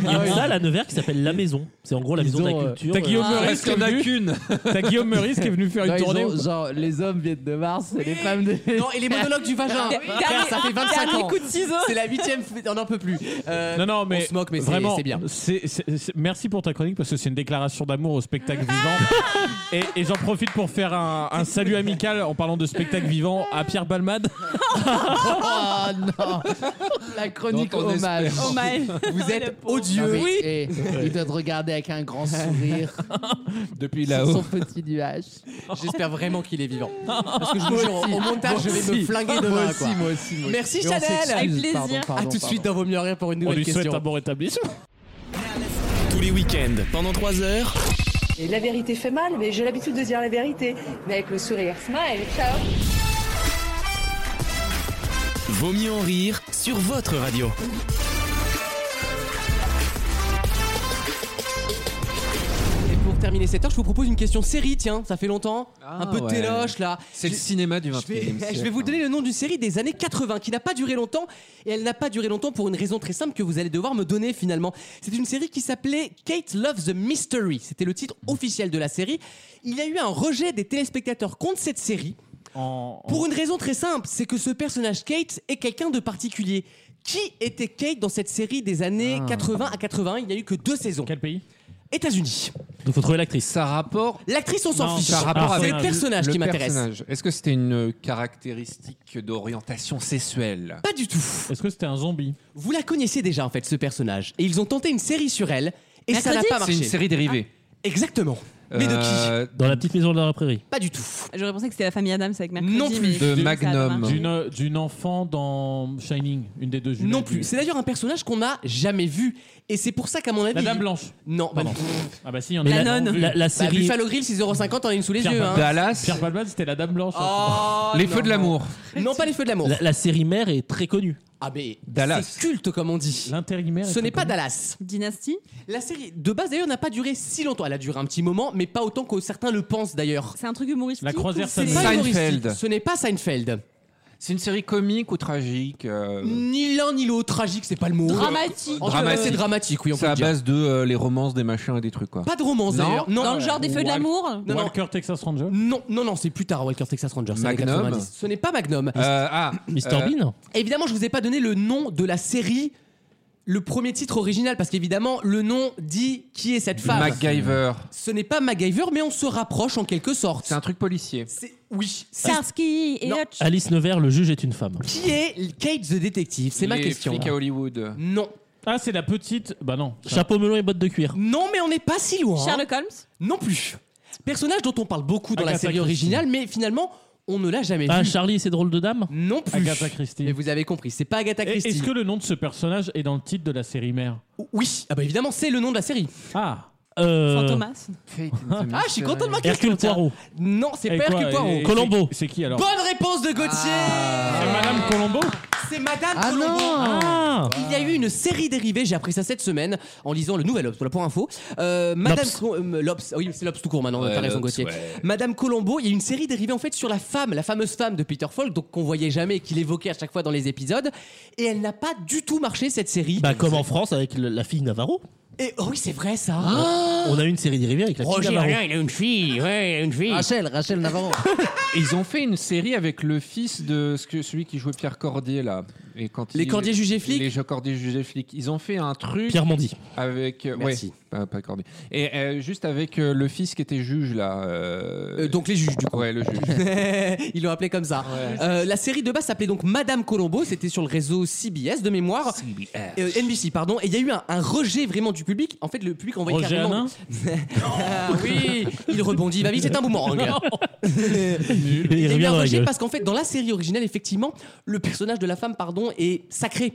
Speaker 18: Il y a une salle à Nevers qui s'appelle La Maison. C'est en gros la maison de la culture. euh,
Speaker 4: T'as Guillaume
Speaker 6: Ah,
Speaker 4: Meurice qui est venu- T'as Guillaume Meurice qui est venu faire
Speaker 7: Non,
Speaker 4: une
Speaker 7: ils
Speaker 4: tournée.
Speaker 7: ont, genre, les hommes viennent de Mars et les femmes de.
Speaker 2: Non, et les monologues du vagin.
Speaker 7: Dernier-
Speaker 2: Frère, Ah, ça fait 25
Speaker 7: dernier
Speaker 2: ans.
Speaker 7: coup de ciseau.
Speaker 2: C'est la huitième. f- On n'en peut plus. Euh,
Speaker 4: Non, non, mais,
Speaker 2: on se moque, mais c'est-
Speaker 4: vraiment,
Speaker 2: c'est bien.
Speaker 4: c'est- c'est- c'est- merci pour ta chronique parce que c'est une déclaration d'amour au spectacle vivant. et et j'en profite pour faire un, un salut amical en parlant de spectacle vivant à Pierre Balmade.
Speaker 7: Oh non La chronique
Speaker 4: Dont on
Speaker 7: hommage.
Speaker 4: espère.
Speaker 6: Oh,
Speaker 4: Hommage.
Speaker 7: Vous êtes
Speaker 2: odieux.
Speaker 7: oui.
Speaker 2: Oui.
Speaker 7: il doit te regarder avec un grand sourire
Speaker 4: Depuis
Speaker 7: sur son petit nuage.
Speaker 2: J'espère vraiment qu'il est vivant. Parce que je vous jure,
Speaker 7: Moi aussi.
Speaker 2: au montage, je
Speaker 7: Moi
Speaker 2: vais me
Speaker 7: aussi.
Speaker 2: flinguer demain.
Speaker 7: Moi aussi,
Speaker 2: quoi.
Speaker 7: moi aussi, moi aussi.
Speaker 2: Merci
Speaker 7: Et on
Speaker 2: Chanel.
Speaker 7: s'excuse. Avec plaisir. Pardon,
Speaker 2: à
Speaker 7: pardon,
Speaker 2: tout de suite dans Vos Mieux en Rire pour une
Speaker 4: On
Speaker 2: nouvelle
Speaker 4: lui souhaite
Speaker 2: question.
Speaker 4: un bon rétablissement.
Speaker 1: Tous les week-ends, pendant 3 heures.
Speaker 22: Et la vérité fait mal, mais j'ai l'habitude de dire la vérité. Mais avec le sourire, smile, ciao
Speaker 1: Vaut mieux en rire sur votre radio.
Speaker 7: hein.
Speaker 2: Et pour terminer cette heure, je vous propose une question série, tiens, ça fait longtemps.
Speaker 7: Ah,
Speaker 2: un peu
Speaker 3: ouais.
Speaker 2: de téloche là.
Speaker 3: C'est
Speaker 2: Je-
Speaker 3: le cinéma du
Speaker 2: Je vais,
Speaker 3: 21e siècle. hein.
Speaker 2: je vais vous donner le nom d'une série des années 80 qui n'a pas duré longtemps et elle n'a pas duré longtemps pour une raison très simple que vous allez devoir me donner finalement. C'est une série qui s'appelait Kate Loves the Mystery. C'était le titre officiel de la série. Il y a eu un rejet des téléspectateurs contre cette série pour une raison très simple, c'est que ce personnage Kate est quelqu'un de particulier. Qui était Kate dans cette série des années 80 à 80 Il n'y a eu que deux saisons. Quel
Speaker 4: pays
Speaker 2: États-Unis.
Speaker 18: Donc faut trouver l'actrice.
Speaker 3: Ça rapport.
Speaker 2: L'actrice, on s'en fiche.
Speaker 3: Ça a rapport
Speaker 2: Ah, c'est
Speaker 3: avec
Speaker 2: le personnage qui m'intéresse.
Speaker 3: personnage. Est-ce que c'était une euh, caractéristique d'orientation sexuelle
Speaker 2: Pas du tout.
Speaker 4: Est-ce que c'était un zombie
Speaker 2: Vous la connaissez déjà en fait ce personnage et ils ont tenté une série sur elle et ça n'a pas
Speaker 3: Mercredi
Speaker 2: marché.
Speaker 3: C'est une série dérivée.
Speaker 2: Exactement. Mais de qui
Speaker 3: Euh,
Speaker 18: Dans la petite maison de la prairie.
Speaker 2: Pas du tout.
Speaker 6: J'aurais pensé que c'était la famille Adams avec Mercredi.
Speaker 2: Non plus.
Speaker 6: mais
Speaker 2: De
Speaker 6: ça a
Speaker 2: Magnum.
Speaker 6: pas marché.
Speaker 4: D'une euh, d'une enfant dans Shining, une des deux jumelles.
Speaker 2: Non
Speaker 4: eh ben du-
Speaker 2: plus. C'est d'ailleurs un personnage qu'on n'a jamais vu et c'est pour ça qu'à mon avis.
Speaker 4: La Dame
Speaker 2: il-
Speaker 4: Blanche.
Speaker 2: Non. bah,
Speaker 4: Pardon.
Speaker 2: pff.
Speaker 4: Ah bah si, il y en
Speaker 18: Mais
Speaker 4: a
Speaker 18: la-
Speaker 4: non, vu.
Speaker 18: la- la
Speaker 2: Bah,
Speaker 18: série-
Speaker 2: Buffalo Grill 6,50€ on a une sous les
Speaker 4: Pierre
Speaker 2: yeux.
Speaker 4: Palmade.
Speaker 2: hein.
Speaker 4: Pierre Palmade, c'était la Dame Blanche.
Speaker 2: Oh,
Speaker 4: Les Feux de
Speaker 2: non.
Speaker 4: l'amour.
Speaker 2: Non, pas les feux de l'amour.
Speaker 18: La, la série mère est très connue.
Speaker 2: Ah, mais
Speaker 18: Dallas.
Speaker 2: c'est culte, comme on dit.
Speaker 4: L'intérimaire.
Speaker 2: Ce n'est pas Dallas.
Speaker 6: Dynasty
Speaker 2: La série, de base d'ailleurs, n'a pas duré si longtemps. Elle a duré un petit moment, mais pas autant que certains le pensent d'ailleurs.
Speaker 6: C'est un truc humoristique.
Speaker 4: La croisière
Speaker 2: C'est
Speaker 4: s'amuse.
Speaker 2: pas
Speaker 3: Seinfeld.
Speaker 2: humoristique. Ce n'est pas Seinfeld.
Speaker 3: C'est une série comique ou tragique euh,
Speaker 2: Ni l'un ni l'autre. Tragique, c'est pas le mot.
Speaker 6: Dramatique. euh,
Speaker 2: En tout cas, C'est dramatique, oui, on
Speaker 3: C'est
Speaker 2: peut
Speaker 3: à
Speaker 2: le dire.
Speaker 3: base de euh, les romances, des machins et des trucs quoi.
Speaker 2: Pas de romance
Speaker 3: Non.
Speaker 2: d'ailleurs. Non.
Speaker 6: Dans le genre des feux de l'amour
Speaker 2: Non, non.
Speaker 4: Walker Texas Ranger.
Speaker 2: Non, non, non, c'est plus tard Walker Texas Ranger. c'est
Speaker 3: Magnum.
Speaker 2: les 90. Ce n'est pas Magnum.
Speaker 3: Euh, ah,
Speaker 18: Mr.
Speaker 3: euh,
Speaker 18: Bean
Speaker 2: Évidemment, je vous ai pas donné le nom de la série le premier titre original parce qu'évidemment le nom dit qui est cette femme.
Speaker 3: MacGyver.
Speaker 2: Ce n'est pas MacGyver mais on se rapproche en quelque sorte. C'est un
Speaker 3: truc policier.
Speaker 2: Oui. c'est-
Speaker 6: Starsky et
Speaker 2: Non.
Speaker 6: Hutch.
Speaker 18: Alice Nevers, le juge est une femme.
Speaker 2: Qui est Kate the détective C'est ma
Speaker 18: Les
Speaker 2: question.
Speaker 18: flics à
Speaker 3: Hollywood.
Speaker 2: Non.
Speaker 4: Ah, c'est la petite. Bah non.
Speaker 18: Chapeau melon et bottes de cuir.
Speaker 2: Non, mais on n'est pas si loin.
Speaker 6: Sherlock Holmes
Speaker 2: Non plus. Personnage dont on parle beaucoup dans la
Speaker 18: Agatha
Speaker 2: série
Speaker 18: Christie.
Speaker 2: originale, mais finalement, on ne l'a jamais
Speaker 18: Ah,
Speaker 2: vu.
Speaker 18: Charlie et ses drôles de dames
Speaker 2: Non plus.
Speaker 4: Agatha Christie.
Speaker 2: Mais vous avez compris, c'est pas Agatha
Speaker 4: Et-
Speaker 2: Christie.
Speaker 4: Est-ce que le nom de ce personnage est dans le titre de la série mère
Speaker 2: Oui, ah bah évidemment, c'est le nom de la série.
Speaker 4: Ah.
Speaker 2: Euh,
Speaker 6: Fantomas.
Speaker 2: Ah, je suis content de ma question.
Speaker 4: Hercule
Speaker 2: tiens.
Speaker 4: Poirot.
Speaker 2: Non, c'est pas Hercule Poirot.
Speaker 4: C'est qui alors
Speaker 2: Bonne réponse de Gauthier
Speaker 18: Ah.
Speaker 4: C'est Euh, Madame Colombo
Speaker 2: C'est Madame
Speaker 4: Ah
Speaker 2: Colombo
Speaker 4: non Ah.
Speaker 2: Il y a eu une série dérivée, j'ai appris ça cette semaine en lisant le nouvel Obs, voilà pour info. Euh, Madame
Speaker 18: L'Obs.
Speaker 2: Co- euh, l'Obs, oui, c'est l'Obs tout court maintenant,
Speaker 18: Ouais,
Speaker 2: t'as raison
Speaker 18: l'Obs,
Speaker 2: Gauthier.
Speaker 18: ouais.
Speaker 2: Madame Colombo, il y a une série dérivée en fait sur la femme, la fameuse femme de Peter Falk, donc qu'on voyait jamais et qu'il évoquait à chaque fois dans les épisodes. Et elle n'a pas du tout marché cette série.
Speaker 18: Bah, comme en France avec le- la fille Navarro.
Speaker 2: Et oh oui, c'est vrai ça.
Speaker 4: Ah.
Speaker 18: On a eu une série dérivée avec la fille
Speaker 16: Ah. Roger,
Speaker 18: Navarro. Ah,
Speaker 16: Alain, il a une fille, ouais, il a une fille.
Speaker 7: Rachel, Rachel Navarro.
Speaker 3: Ils ont fait une série avec le fils de ce que- celui qui jouait Pierre Cordier là. Et quand
Speaker 2: Les
Speaker 3: il-
Speaker 2: Cordier jugés flics
Speaker 3: Les Cordier jugés flics. Ils ont fait un truc.
Speaker 18: Pierre Mandy.
Speaker 3: Avec euh,
Speaker 2: Merci.
Speaker 3: ouais, pas, pas Cordier. Et euh, juste avec euh, le fils qui était juge là. euh,
Speaker 2: donc les juges du coup.
Speaker 3: Ouais le juge.
Speaker 2: Ils l'ont appelé comme ça. Euh, la série de base s'appelait donc Madame Colombo, c'était sur le réseau CBS de mémoire. Euh, NBC, pardon. Et il y a eu un, un rejet vraiment du public. En fait, le public envoyait
Speaker 4: Roger
Speaker 2: carrément. Ah oui, il rebondit, il va vite, c'est un boomerang.
Speaker 18: Il
Speaker 2: Il y a
Speaker 18: revient
Speaker 2: eu un
Speaker 18: dans la
Speaker 2: rejet
Speaker 18: gueule.
Speaker 2: parce qu'en fait, dans la série originale, effectivement, le personnage de la femme, pardon, est sacré.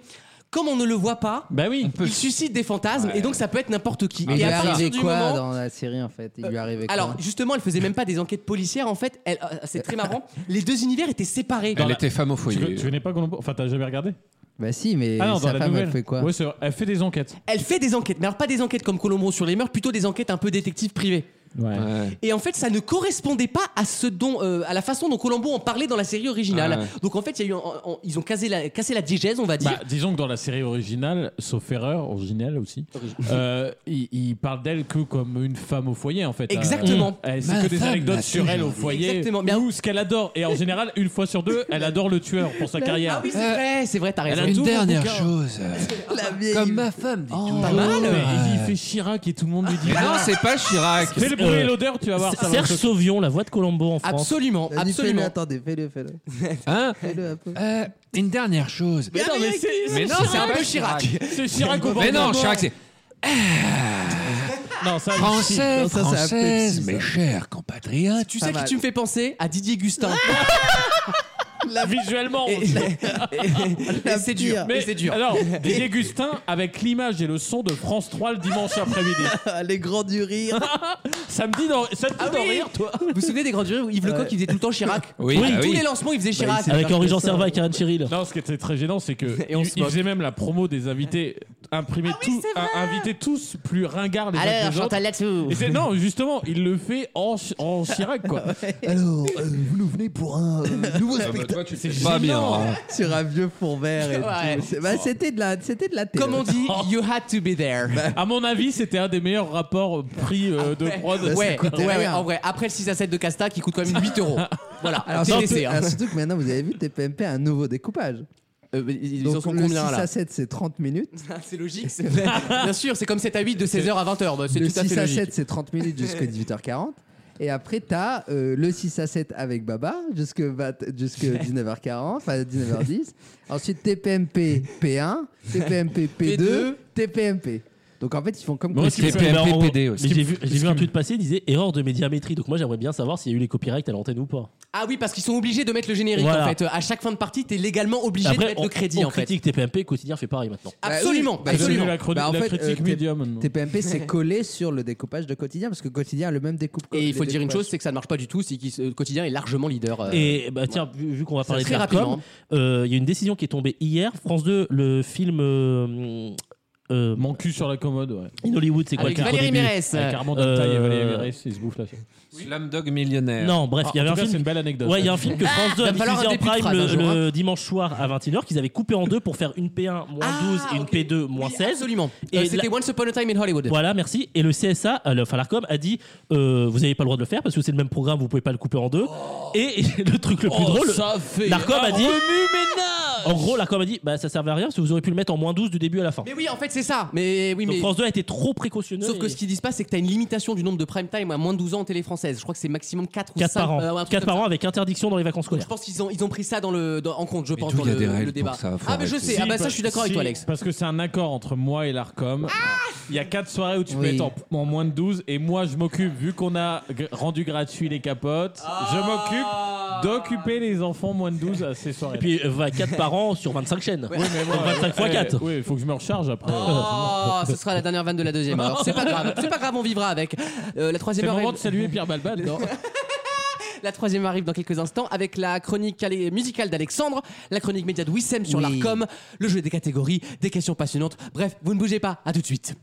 Speaker 2: Comme on ne le voit pas,
Speaker 4: bah oui,
Speaker 2: il suscite des fantasmes et donc ça peut être n'importe qui.
Speaker 7: Mais il
Speaker 2: et
Speaker 7: lui
Speaker 2: à partir
Speaker 7: arrivait
Speaker 2: du
Speaker 7: quoi
Speaker 2: moment-
Speaker 7: dans la série en fait Il lui arrivait quoi
Speaker 2: Euh, alors justement, elle faisait même pas des enquêtes policières. En fait, elle- euh, c'est très marrant. Les deux univers étaient séparés.
Speaker 3: Elle était femme au foyer.
Speaker 4: Tu, tu connais pas Colombo Enfin, t'as jamais regardé
Speaker 7: Bah si, mais
Speaker 4: Ah non, dans
Speaker 7: sa
Speaker 4: la
Speaker 7: femme
Speaker 4: nouvelle.
Speaker 7: elle fait quoi
Speaker 4: Ouais, c'est vrai. Elle fait des enquêtes.
Speaker 2: Elle fait des enquêtes, mais alors pas des enquêtes comme Colombo sur les mœurs, plutôt des enquêtes un peu détectives privées.
Speaker 4: Ouais.
Speaker 2: Et en fait, ça ne correspondait pas à ce dont, euh, à la façon dont Colombo en parlait dans la série originale.
Speaker 4: Ah ouais.
Speaker 2: Donc en fait, il y a eu, un- un- ils ont cassé la, cassé la diégèse, on va dire.
Speaker 4: Bah, disons que dans la série originale, sauf erreur, originelle aussi, euh, il, il parle d'elle que comme une femme au foyer en fait.
Speaker 2: Exactement.
Speaker 4: Euh, elle-
Speaker 2: Ma
Speaker 4: c'est que des
Speaker 2: femme
Speaker 4: anecdotes
Speaker 2: m'a
Speaker 4: sur elle au
Speaker 2: toujours-
Speaker 4: foyer.
Speaker 2: Exactement. Mais- ah
Speaker 4: Ou ce qu'elle adore. Et en général, une fois sur deux, elle adore le tueur pour sa carrière.
Speaker 2: Ah oui, c'est vrai, c'est vrai, t'as raison.
Speaker 4: tout pour bouquin.
Speaker 2: La vieille-
Speaker 7: femme
Speaker 2: Oh, pas mal.
Speaker 4: Mais il fait Chirac et tout le monde lui dit.
Speaker 3: Ah, bah,
Speaker 4: Euh,
Speaker 3: Mais non, c'est pas Chirac.
Speaker 4: Fais le bruit et l'odeur, tu vas voir. ça va.
Speaker 18: Serge Sauvion, la voix de Colombo en France.
Speaker 2: Absolument,
Speaker 7: Vas-y,
Speaker 2: absolument.
Speaker 7: fais-le, attendez, fais-le, fais-le.
Speaker 3: Hein
Speaker 7: Fais-le un peu.
Speaker 3: Euh, une dernière chose.
Speaker 2: Mais non, mais c'est-
Speaker 3: Mais non, c'est
Speaker 2: Chirac.
Speaker 3: pas
Speaker 2: C'est Chirac.
Speaker 4: C'est Chirac au bord
Speaker 3: Mais
Speaker 4: de la
Speaker 3: non,
Speaker 4: mort.
Speaker 3: Chirac, c'est.
Speaker 4: Non, ça,
Speaker 3: Français,
Speaker 4: Non, ça, c'est un
Speaker 3: française,
Speaker 4: Pepsi, ça.
Speaker 3: mes chers compatriotes.
Speaker 2: Tu sais
Speaker 7: Pas
Speaker 2: qui
Speaker 7: mal. Ah,
Speaker 2: tu me fais penser À Didier Gustin.
Speaker 4: Visuellement,
Speaker 2: Et- et- Ah, et c'est dur, mais c'est dur.
Speaker 4: Alors, Didier Gustin avec l'image et le son de France 3 le dimanche après-midi.
Speaker 7: Les grands du rire.
Speaker 4: Samedi dans, samedi
Speaker 2: Ah
Speaker 4: dans
Speaker 2: oui.
Speaker 4: rire, toi.
Speaker 2: Vous vous souvenez des grands jurés où Yves Lecoq il faisait tout le temps Chirac
Speaker 3: Oui, bah
Speaker 2: tous
Speaker 3: oui.
Speaker 2: les lancements il faisait Chirac.
Speaker 18: Avec Henri-Jean Servat et Karen Cheryl.
Speaker 4: Non, ce qui était très gênant, c'est que
Speaker 2: on
Speaker 4: il,
Speaker 2: se
Speaker 4: il
Speaker 2: moque.
Speaker 4: faisait même la promo des invités, imprimer
Speaker 2: Ah
Speaker 4: tous, un- invités tous plus ringards les uns que
Speaker 2: Alors,
Speaker 4: les autres.
Speaker 2: Chantal là-dessous.
Speaker 4: Et c'est- non, justement, il le fait en, chi- en Chirac, quoi.
Speaker 7: Alors, euh, vous nous venez pour un euh, nouveau spectacle
Speaker 4: C'est
Speaker 3: Pas bien.
Speaker 4: gênant.
Speaker 3: hein.
Speaker 7: sur un vieux fond vert. et
Speaker 2: Ouais.
Speaker 7: tout. C'est- bah, C'était de la, c'était de la télé.
Speaker 2: Comme on dit, you had to be there.
Speaker 7: Bah
Speaker 4: À mon avis, c'était un des meilleurs rapports prix euh, de prod.
Speaker 2: Ouais, Ah,
Speaker 7: coûtait
Speaker 2: ouais, ouais,
Speaker 7: rien.
Speaker 2: en vrai. Après le 6 à 7 de Casta qui coûte quand même 8 euros. Voilà,
Speaker 7: Alors, surtout,
Speaker 2: TDC. hein.
Speaker 7: alors, surtout que maintenant, vous avez vu, TPMP a un nouveau découpage.
Speaker 2: Euh, mais ils ils
Speaker 7: Donc,
Speaker 2: en sont
Speaker 7: le
Speaker 2: combien
Speaker 7: 6
Speaker 2: là
Speaker 7: à 7, c'est 30 minutes.
Speaker 2: C'est logique. c'est- hein. Bien sûr, c'est comme 7 à 8 de 16h à 20h. bah, c'est
Speaker 7: le
Speaker 2: tout à fait
Speaker 7: 6 à
Speaker 2: logique.
Speaker 7: 7, c'est 30 minutes jusqu'à 18h40. Et après, t'as euh, le 6 à 7 avec Baba jusque 20 jusque 19h40, enfin 19h10. Ensuite, TPMP P1, TPMP P2, TPMP. Donc en fait, ils font comme
Speaker 18: Moi,
Speaker 3: Et
Speaker 18: ce qui me fait
Speaker 3: TPMP,
Speaker 18: marrant,
Speaker 3: PD
Speaker 18: mais
Speaker 3: aussi.
Speaker 18: J'ai vu, j'ai vu un tweet passer, il disait erreur de médiamétrie. Donc moi, j'aimerais bien savoir s'il y a eu les copyrights à l'antenne ou pas.
Speaker 2: Ah oui, parce qu'ils sont obligés de mettre le générique
Speaker 18: Voilà.
Speaker 2: en fait. À chaque fin de partie, t'es légalement obligé de mettre
Speaker 18: on,
Speaker 2: le crédit
Speaker 18: on
Speaker 2: en fait.
Speaker 18: critique TPMP, quotidien fait pareil maintenant.
Speaker 7: Bah oui,
Speaker 2: Absolument,
Speaker 7: bah
Speaker 2: absolument.
Speaker 4: J'ai vu La, chronique-
Speaker 7: Bah, en
Speaker 4: la
Speaker 7: fait,
Speaker 4: critique
Speaker 7: euh,
Speaker 4: médium. maintenant.
Speaker 7: TPMP s'est collé sur le découpage de quotidien parce que quotidien a le même découpe.
Speaker 2: Et il faut dire une chose, c'est que ça ne marche pas du tout, c'est que ce- le quotidien est largement leader. euh,
Speaker 18: Et bah tiens, vu, vu qu'on va
Speaker 2: Ça,
Speaker 18: parler de
Speaker 2: très
Speaker 18: l'ARCOM,
Speaker 2: rapidement.
Speaker 18: euh, il y a une décision qui est tombée hier. France 2, le film euh, euh,
Speaker 4: Mon cul sur la commode, ouais.
Speaker 18: In Hollywood, c'est quoi
Speaker 2: Avec
Speaker 18: le titre Ah, au
Speaker 2: Valérie
Speaker 18: début
Speaker 2: Mérès.
Speaker 4: Avec Armand Altaï
Speaker 2: euh,
Speaker 4: et Valérie Mérès, ils se bouffent la chaîne.
Speaker 3: Slamdog millionnaire.
Speaker 18: Non, bref,
Speaker 4: Ah,
Speaker 18: il y
Speaker 4: en
Speaker 18: avait un
Speaker 4: tout cas, c'est
Speaker 18: film.
Speaker 4: une belle anecdote.
Speaker 18: Ouais, il y a un film que France 2
Speaker 2: Ah, va
Speaker 18: a
Speaker 2: falloir
Speaker 18: diffusé
Speaker 2: un
Speaker 18: en
Speaker 2: début de
Speaker 18: prime
Speaker 2: phrase hein. un
Speaker 18: le,
Speaker 2: jour,
Speaker 18: le dimanche soir à 21h, qu'ils avaient coupé en deux pour faire une P1 moins 12 et une P2 moins 16.
Speaker 2: Ah, Absolument.
Speaker 18: Et
Speaker 2: Euh, C'était Once Upon a Time in Hollywood.
Speaker 18: Voilà, merci. Et le CSA, euh, le- enfin l'ARCOM, a dit euh, vous n'avez pas le droit de le faire parce que c'est le même
Speaker 2: Oh.
Speaker 18: programme, vous pouvez pas le couper en deux. Et le truc le plus drôle,
Speaker 16: ça fait
Speaker 18: l'ARCOM a dit En gros, la com a dit bah, ça servait à rien parce que vous auriez pu le mettre en moins 12 du début à la fin.
Speaker 2: Mais oui, en fait, c'est ça. Mais oui,
Speaker 18: Donc
Speaker 2: mais
Speaker 18: France 2 a été trop précautionneux.
Speaker 2: Sauf que ce qu'ils disent pas, c'est que t'as une limitation du nombre de prime time à moins de 12 ans en télé française. Je crois que c'est maximum 4 ou euh, 5
Speaker 18: 4 par an. 4 par an avec interdiction dans les vacances
Speaker 2: Je
Speaker 18: scolaires.
Speaker 2: pense qu'ils ont, ils ont pris ça dans le, dans- en compte, je pense,
Speaker 18: d'où
Speaker 2: dans
Speaker 18: il y a
Speaker 2: le,
Speaker 18: des règles
Speaker 2: le débat.
Speaker 18: pour ça, faut
Speaker 2: ah, bah je
Speaker 18: arrêter.
Speaker 2: sais, ah, bah ça, je suis d'accord avec
Speaker 4: Si,
Speaker 2: toi, Alex. Ah
Speaker 4: Parce que c'est un accord entre moi et l'ARCOM. Il y a 4 soirées où tu peux
Speaker 2: Oui.
Speaker 4: être en, en moins de 12 et moi je m'occupe, vu qu'on a gr- rendu gratuit les capotes,
Speaker 2: Ah
Speaker 4: je m'occupe d'occuper les enfants moins de 12 à ces soirées.
Speaker 18: Et puis euh, va, 4 par an sur 25 chaînes.
Speaker 4: Oui, mais moi,
Speaker 18: Donc, 25
Speaker 4: ouais, Eh,
Speaker 18: x 4.
Speaker 4: Oui, il faut que je me recharge après.
Speaker 18: Ah.
Speaker 2: Oh, ce sera la dernière vanne de la deuxième. Alors, c'est pas grave, c'est pas grave, on vivra avec. Euh, la
Speaker 4: C'est
Speaker 2: troisième
Speaker 4: le
Speaker 2: heure.
Speaker 4: moment
Speaker 2: elle-
Speaker 4: de saluer Pierre Balbal. non
Speaker 2: La troisième arrive dans quelques instants avec la chronique allez, musicale d'Alexandre, la chronique média de Wissem sur
Speaker 1: Oui.
Speaker 2: l'ARCOM, le jeu des catégories, des questions passionnantes. Bref, vous ne bougez pas, à tout de suite.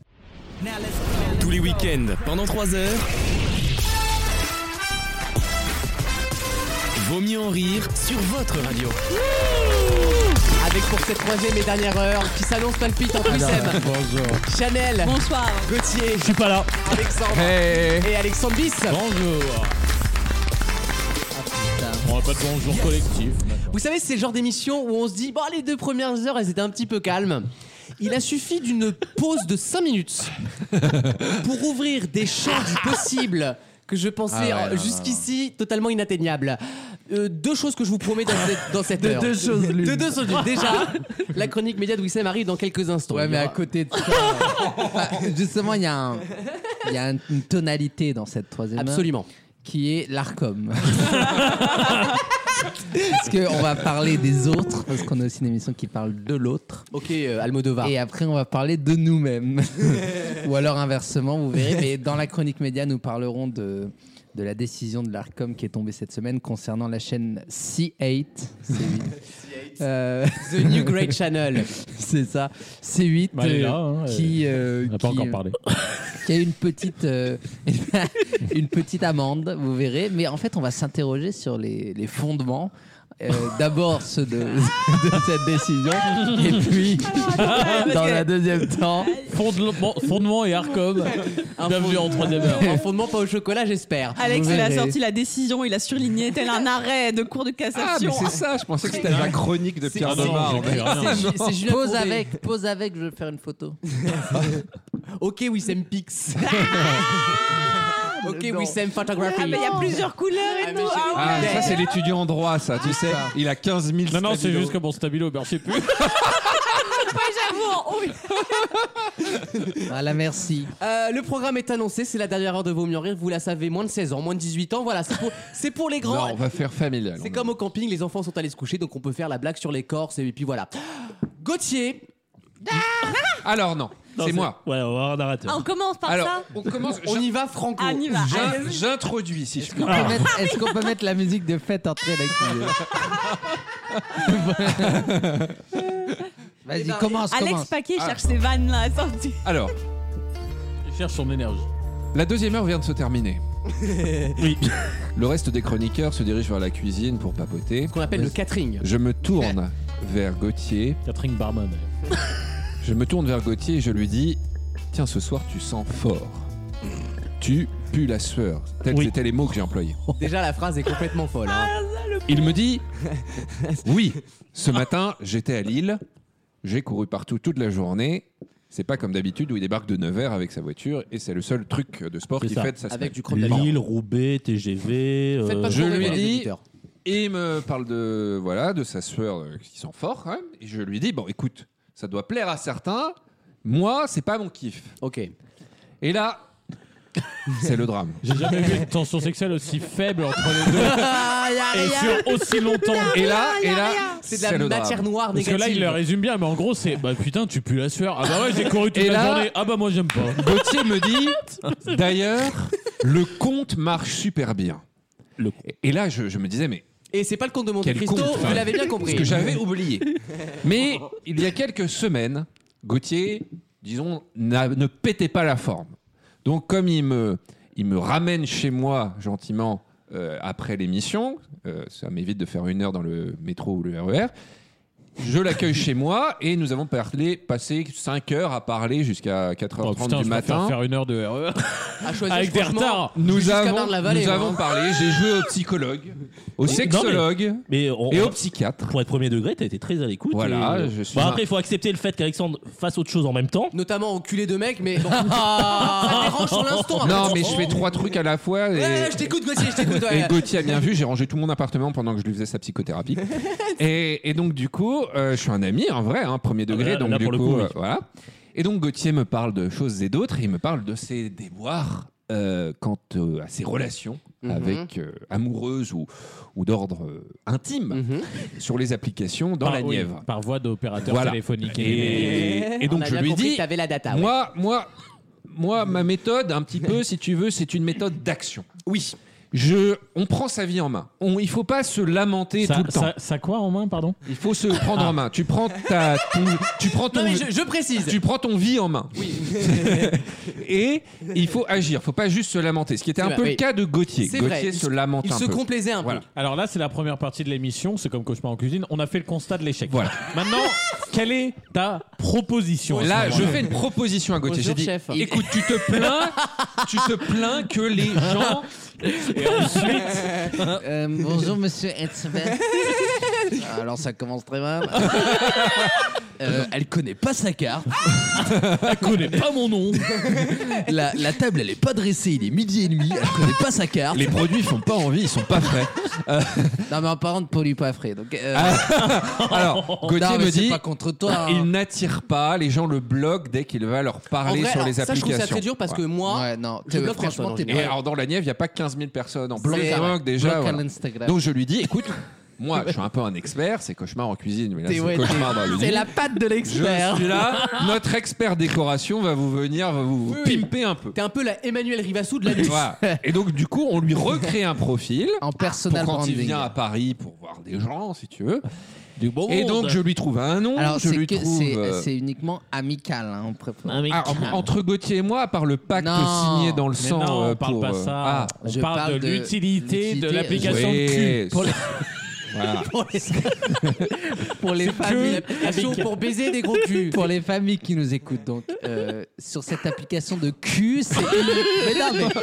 Speaker 1: Tous les week-ends, pendant 3 heures. Vaut mieux en rire sur votre radio.
Speaker 2: Avec pour cette troisième et dernière heure qui s'annonce palpite entre Wissem,
Speaker 1: Bonjour.
Speaker 2: Chanel,
Speaker 6: Bonsoir. Ah,
Speaker 2: Gauthier,
Speaker 18: Ah je suis pas là,
Speaker 2: Alexandre et Alexandre Bis.
Speaker 4: Bonjour. On va pas de bonjour collectif.
Speaker 2: Vous savez, c'est le genre d'émission où on se dit, bon, les deux premières heures, elles étaient un petit peu calmes. Il a suffi d'une pause de 5 minutes pour ouvrir des champs du possible que je pensais
Speaker 7: Ah ouais,
Speaker 2: euh,
Speaker 7: non,
Speaker 2: jusqu'ici totalement inatteignables. Euh, deux choses que je vous promets dans cette, dans cette
Speaker 7: De
Speaker 2: heure.
Speaker 7: deux choses l'une.
Speaker 2: De deux choses l'une. Déjà, la chronique média de Wissem arrive dans quelques instants.
Speaker 7: Ouais,
Speaker 2: Il y
Speaker 7: mais à
Speaker 2: aura-
Speaker 7: côté de ça, enfin, justement, il y a, un- il y a un- une tonalité dans cette troisième heure
Speaker 2: Absolument.
Speaker 7: qui est l'ARCOM. parce qu'on va parler des autres, parce qu'on a aussi une émission qui parle de l'autre.
Speaker 2: Ok, euh, Almodovar.
Speaker 7: Et après, on va parler de nous-mêmes. Ou alors inversement, vous verrez. Mais dans la chronique média, nous parlerons de, de la décision de l'ARCOM qui est tombée cette semaine concernant la chaîne C8. C8. Euh,
Speaker 2: The New Great Channel.
Speaker 7: C'est ça. C8
Speaker 4: Bah, elle est
Speaker 7: euh,
Speaker 4: là, hein,
Speaker 7: qui, euh,
Speaker 4: On n'a pas
Speaker 7: qui-
Speaker 4: encore parlé.
Speaker 7: qui a une petite, euh, une petite amende, vous verrez. Mais en fait, on va s'interroger sur les, les fondements. Euh, D'abord ceux de, de cette décision, et puis dans la deuxième temps.
Speaker 4: Fondement, fondement et Arcom. Bienvenue en troisième heure.
Speaker 2: Un fondement pas au chocolat, j'espère.
Speaker 6: Alex,
Speaker 2: Vous Ah,
Speaker 6: il a
Speaker 2: verrez.
Speaker 6: sorti la décision, il a surligné tel un arrêt de cours de
Speaker 3: Ah,
Speaker 6: cassation.
Speaker 3: je pensais que
Speaker 6: c'était
Speaker 3: la chronique de
Speaker 4: Ah
Speaker 3: Pierre Demar.
Speaker 7: Pose avec, pose avec, je vais faire une photo.
Speaker 2: Ok, Wissem Pix. ok, Wissem Photography.
Speaker 6: Ah, mais il y a plusieurs couleurs et tout. Ah
Speaker 3: Ah,
Speaker 6: ouais.
Speaker 3: ça, c'est l'étudiant en droit, ça, tu sais. Il a 15 000
Speaker 4: Non, non, c'est
Speaker 3: stabilos.
Speaker 4: juste que mon stabilo marchait plus.
Speaker 6: Ouais, j'avoue, en haut, il-
Speaker 7: Voilà, merci.
Speaker 2: Euh, le programme est annoncé, c'est la dernière heure de Vaut mieux en rire, vous la savez, moins de 16 ans, moins de 18 ans, voilà, c'est pour, c'est pour les
Speaker 3: Non,
Speaker 2: grands.
Speaker 3: on va faire familial.
Speaker 2: c'est comme au camping, les enfants sont allés se coucher, donc on peut faire la blague sur les corses, et puis voilà. Gauthier,
Speaker 3: Alors, non,
Speaker 18: Non,
Speaker 3: c'est moi.
Speaker 18: Ouais, on va avoir un
Speaker 6: Ah, on
Speaker 18: narrateur.
Speaker 6: commence par
Speaker 3: Alors,
Speaker 6: ça.
Speaker 3: on commence.
Speaker 2: on y va franco.
Speaker 6: Ah, on y va.
Speaker 3: J'in-
Speaker 6: Allez.
Speaker 3: J'introduis, si je
Speaker 7: Est-ce qu'on
Speaker 3: peux.
Speaker 7: peut, mettre- est-ce qu'on peut mettre la musique de fête entrée avec Vas-y, commence,
Speaker 6: Alex
Speaker 7: commence.
Speaker 6: Paquet
Speaker 3: Ah.
Speaker 6: cherche ses vannes là à sortir.
Speaker 3: Alors,
Speaker 4: Il cherche son énergie.
Speaker 3: la deuxième heure vient de se terminer.
Speaker 18: Oui.
Speaker 3: Le reste des chroniqueurs se dirige vers la cuisine pour papoter.
Speaker 2: qu'on appelle le catering.
Speaker 3: Je me tourne vers Gauthier.
Speaker 4: Catherine Barman.
Speaker 3: Je me tourne vers Gauthier et je lui dis Tiens, ce soir, tu sens fort. Tu pues la sueur. Tels
Speaker 18: Oui.
Speaker 3: étaient les mots que j'ai employés.
Speaker 2: Déjà, la phrase est complètement folle. hein.
Speaker 3: Il me dit Oui, ce matin, j'étais à Lille. J'ai couru partout toute la journée. C'est pas comme d'habitude où il débarque de Nevers avec sa voiture et c'est le seul truc de sport
Speaker 18: C'est
Speaker 3: qui
Speaker 18: ça.
Speaker 3: fait de sa semaine.
Speaker 2: Avec du crop
Speaker 18: Lille, Roubaix, TGV. euh,
Speaker 2: Faites
Speaker 4: Ah,
Speaker 2: pas de
Speaker 3: je
Speaker 2: problème,
Speaker 3: lui
Speaker 2: les
Speaker 3: dis-
Speaker 2: auditeurs.
Speaker 3: Et il me parle de voilà de sa sueur euh, qui sent fort. quand même. et je lui dis bon, écoute, ça doit plaire à certains. Moi, c'est pas mon kiff.
Speaker 2: Ok.
Speaker 3: Et là, c'est le drame.
Speaker 4: J'ai jamais vu une tension sexuelle aussi faible entre les
Speaker 2: Ah, y a
Speaker 4: deux et
Speaker 2: rien.
Speaker 4: sur aussi longtemps.
Speaker 2: Ah,
Speaker 3: Et là, et là,
Speaker 2: C'est de
Speaker 3: c'est
Speaker 2: la
Speaker 3: le drame.
Speaker 2: matière noire
Speaker 4: Parce
Speaker 2: négative.
Speaker 4: que là, il le résume bien, mais en gros, c'est bah putain, tu pues la sueur. Ah bah ouais, j'ai couru toute
Speaker 3: Et
Speaker 4: la
Speaker 3: là-
Speaker 4: journée. Ah bah moi, j'aime pas.
Speaker 3: Gauthier me dit d'ailleurs, le compte marche super bien. Et- Et là, je, je me disais mais
Speaker 2: Et c'est pas le compte de Monte
Speaker 3: quel
Speaker 2: Cristo,
Speaker 3: compte enfin,
Speaker 2: vous l'avez bien compris.
Speaker 3: Ce que j'avais oublié. Mais
Speaker 4: Oh.
Speaker 3: il y a quelques semaines, Gauthier, disons, n'a- ne pétait pas la forme. Donc comme il me, il me ramène chez moi gentiment euh, après l'émission, euh, ça m'évite de faire une heure dans le métro ou le RER, Je l'accueille chez moi et nous avons parlé, passé 5 heures à parler jusqu'à 4h30
Speaker 4: Oh, putain,
Speaker 3: du
Speaker 4: je préfère
Speaker 3: matin.
Speaker 4: faire une heure de E. RER.
Speaker 2: À choisir,
Speaker 4: Avec des
Speaker 2: franchement,
Speaker 4: retards.
Speaker 3: Nous
Speaker 2: jusqu'à
Speaker 3: avons,
Speaker 2: Marne-la-Vallée,
Speaker 3: nous
Speaker 2: moi,
Speaker 3: avons
Speaker 2: hein.
Speaker 3: parlé, j'ai joué au psychologue, au
Speaker 18: Non, mais-
Speaker 3: sexologue
Speaker 18: mais on-
Speaker 3: et
Speaker 18: on-
Speaker 3: au psychiatre.
Speaker 18: Pour être premier degré, t'as été très à l'écoute.
Speaker 3: Voilà,
Speaker 18: et-
Speaker 3: je suis
Speaker 18: Bon,
Speaker 3: un-
Speaker 18: après, il faut accepter le fait qu'Alexandre fasse autre chose en même temps.
Speaker 2: Notamment enculé de mec, mais bon. ça dérange sur l'instant.
Speaker 3: Non, mais je fais trois trucs à la fois.
Speaker 2: Oh,
Speaker 3: Et...
Speaker 2: Ouais, je t'écoute, Gauthier, je t'écoute. ouais.
Speaker 3: Et Gauthier a bien vu, j'ai rangé tout mon appartement pendant que je lui faisais sa psychothérapie. Et, et donc, du coup, euh, je suis un ami, en vrai, hein, premier degré.
Speaker 18: là,
Speaker 3: donc,
Speaker 18: là,
Speaker 3: du
Speaker 18: pour le
Speaker 3: coup,
Speaker 18: coup, oui.
Speaker 3: euh, voilà. Et donc, Gauthier me parle de choses et d'autres. Et il me parle de ses déboires euh, quant euh, à ses relations
Speaker 4: Mhm.
Speaker 3: avec euh, amoureuses ou, ou d'ordre euh, intime
Speaker 2: Mhm.
Speaker 3: sur les applications dans
Speaker 18: Ah
Speaker 4: Par-
Speaker 3: la
Speaker 4: oui,
Speaker 3: Nièvre.
Speaker 4: par voie d'opérateur
Speaker 3: Voilà.
Speaker 4: téléphonique.
Speaker 3: Et, et
Speaker 2: On
Speaker 3: donc
Speaker 2: a
Speaker 3: je
Speaker 2: bien
Speaker 3: lui
Speaker 2: compris
Speaker 3: dis,
Speaker 2: que t'avais la data, ouais.
Speaker 3: moi, moi, moi, ma méthode, un petit peu, si tu veux, c'est une méthode d'action. Oui. Je, on prend sa vie en main. On, il faut pas se lamenter
Speaker 4: Ça-
Speaker 3: tout le
Speaker 4: ça-
Speaker 3: temps.
Speaker 4: ça quoi en main, pardon
Speaker 3: Il faut se prendre
Speaker 4: Ah.
Speaker 3: en main. Tu prends ta, ton- tu prends ton,
Speaker 2: Non, mais je- je précise.
Speaker 3: Tu prends ton vie en main. et il faut agir. Faut pas juste se lamenter. Ce qui était un
Speaker 4: C'est
Speaker 3: peu
Speaker 4: vrai.
Speaker 3: le cas de Gauthier.
Speaker 4: C'est
Speaker 3: Gauthier
Speaker 4: vrai. Il
Speaker 3: se
Speaker 4: se-
Speaker 3: lamente un peu. Voilà.
Speaker 4: Alors là, c'est la première partie de l'émission. C'est comme cauchemar en cuisine. On a fait le constat de l'échec.
Speaker 3: Voilà.
Speaker 4: Maintenant, quelle est ta proposition à ce
Speaker 3: Là,
Speaker 4: moment-là
Speaker 3: je fais une proposition à Gauthier.
Speaker 4: Bonjour,
Speaker 3: J'ai dit,
Speaker 4: chef.
Speaker 3: écoute, tu te plains, tu te plains que les gens.
Speaker 4: Et ensuite-
Speaker 7: Euh, bonjour monsieur Hetzman. Alors ça commence très mal. Euh, elle connaît pas sa carte.
Speaker 4: elle connaît pas mon nom.
Speaker 7: La, la table elle est pas dressée, il est midi et demi, elle connaît pas sa carte.
Speaker 3: Les produits font pas envie, ils sont pas frais.
Speaker 7: Non mais en parlant de pollue pas frais. Donc, euh,
Speaker 3: Alors,
Speaker 7: Non,
Speaker 3: Gauthier
Speaker 7: mais
Speaker 3: me
Speaker 7: c'est
Speaker 3: dit,
Speaker 7: pas contre toi. hein.
Speaker 3: il n'attire pas, les gens le bloquent dès qu'il va leur
Speaker 2: En
Speaker 3: parler
Speaker 2: vrai,
Speaker 3: sur
Speaker 2: alors,
Speaker 3: les
Speaker 2: ça, je
Speaker 3: applications.
Speaker 2: trouve ça très dur parce que
Speaker 3: Voilà.
Speaker 2: moi, je bloque
Speaker 3: franchement,
Speaker 2: franchement,
Speaker 3: t'es
Speaker 2: t'es
Speaker 3: pas- Et alors, dans la Nièvre, il n'y a pas 15 000 personnes en bloc
Speaker 2: C'est vrai.
Speaker 3: déjà.
Speaker 7: Bloc à
Speaker 3: voilà.
Speaker 7: l'Instagram.
Speaker 3: Donc, je lui dis, écoute, moi, je suis un peu un expert, c'est cauchemar en cuisine, mais là,
Speaker 7: T'es-
Speaker 3: c'est
Speaker 7: ouais,
Speaker 3: cauchemar
Speaker 7: t'es-
Speaker 3: dans le
Speaker 7: c'est
Speaker 3: lit.
Speaker 7: la patte de
Speaker 3: Je
Speaker 7: l'expert.
Speaker 3: suis là, notre expert décoration va vous venir, va vous pimper un peu.
Speaker 2: T'es un peu la Emmanuel Rivassou de la nuit.
Speaker 3: Voilà. Et donc, du coup, on lui recrée un profil.
Speaker 7: En
Speaker 3: personnel
Speaker 7: personal
Speaker 3: Pour quand il
Speaker 7: branding.
Speaker 3: vient à Paris pour voir des gens, si tu veux.
Speaker 7: bon
Speaker 3: Et
Speaker 7: monde.
Speaker 3: donc, je lui trouve un nom.
Speaker 7: Alors
Speaker 3: je
Speaker 7: c'est
Speaker 3: lui
Speaker 7: que-
Speaker 3: trouve.
Speaker 7: c'est-
Speaker 3: euh,
Speaker 7: c'est uniquement amical. hein, on préfère.
Speaker 3: ah, en- entre Gauthier et moi, à part le pacte signé dans le
Speaker 4: Mais
Speaker 3: sang.
Speaker 4: non,
Speaker 3: euh,
Speaker 4: on parle
Speaker 3: pour,
Speaker 4: pas
Speaker 3: euh,
Speaker 4: ça.
Speaker 3: ah.
Speaker 4: on parle, de, l'utilité de l'application
Speaker 3: Oui,
Speaker 4: de cul. Pour les-
Speaker 3: Voilà.
Speaker 2: Pour les, pour les
Speaker 7: C'est
Speaker 2: femmes,
Speaker 7: que
Speaker 2: une application
Speaker 7: amical.
Speaker 2: pour baiser des gros culs.
Speaker 7: Pour les familles qui nous écoutent, donc euh, sur cette application de cul, c'est mais non, mais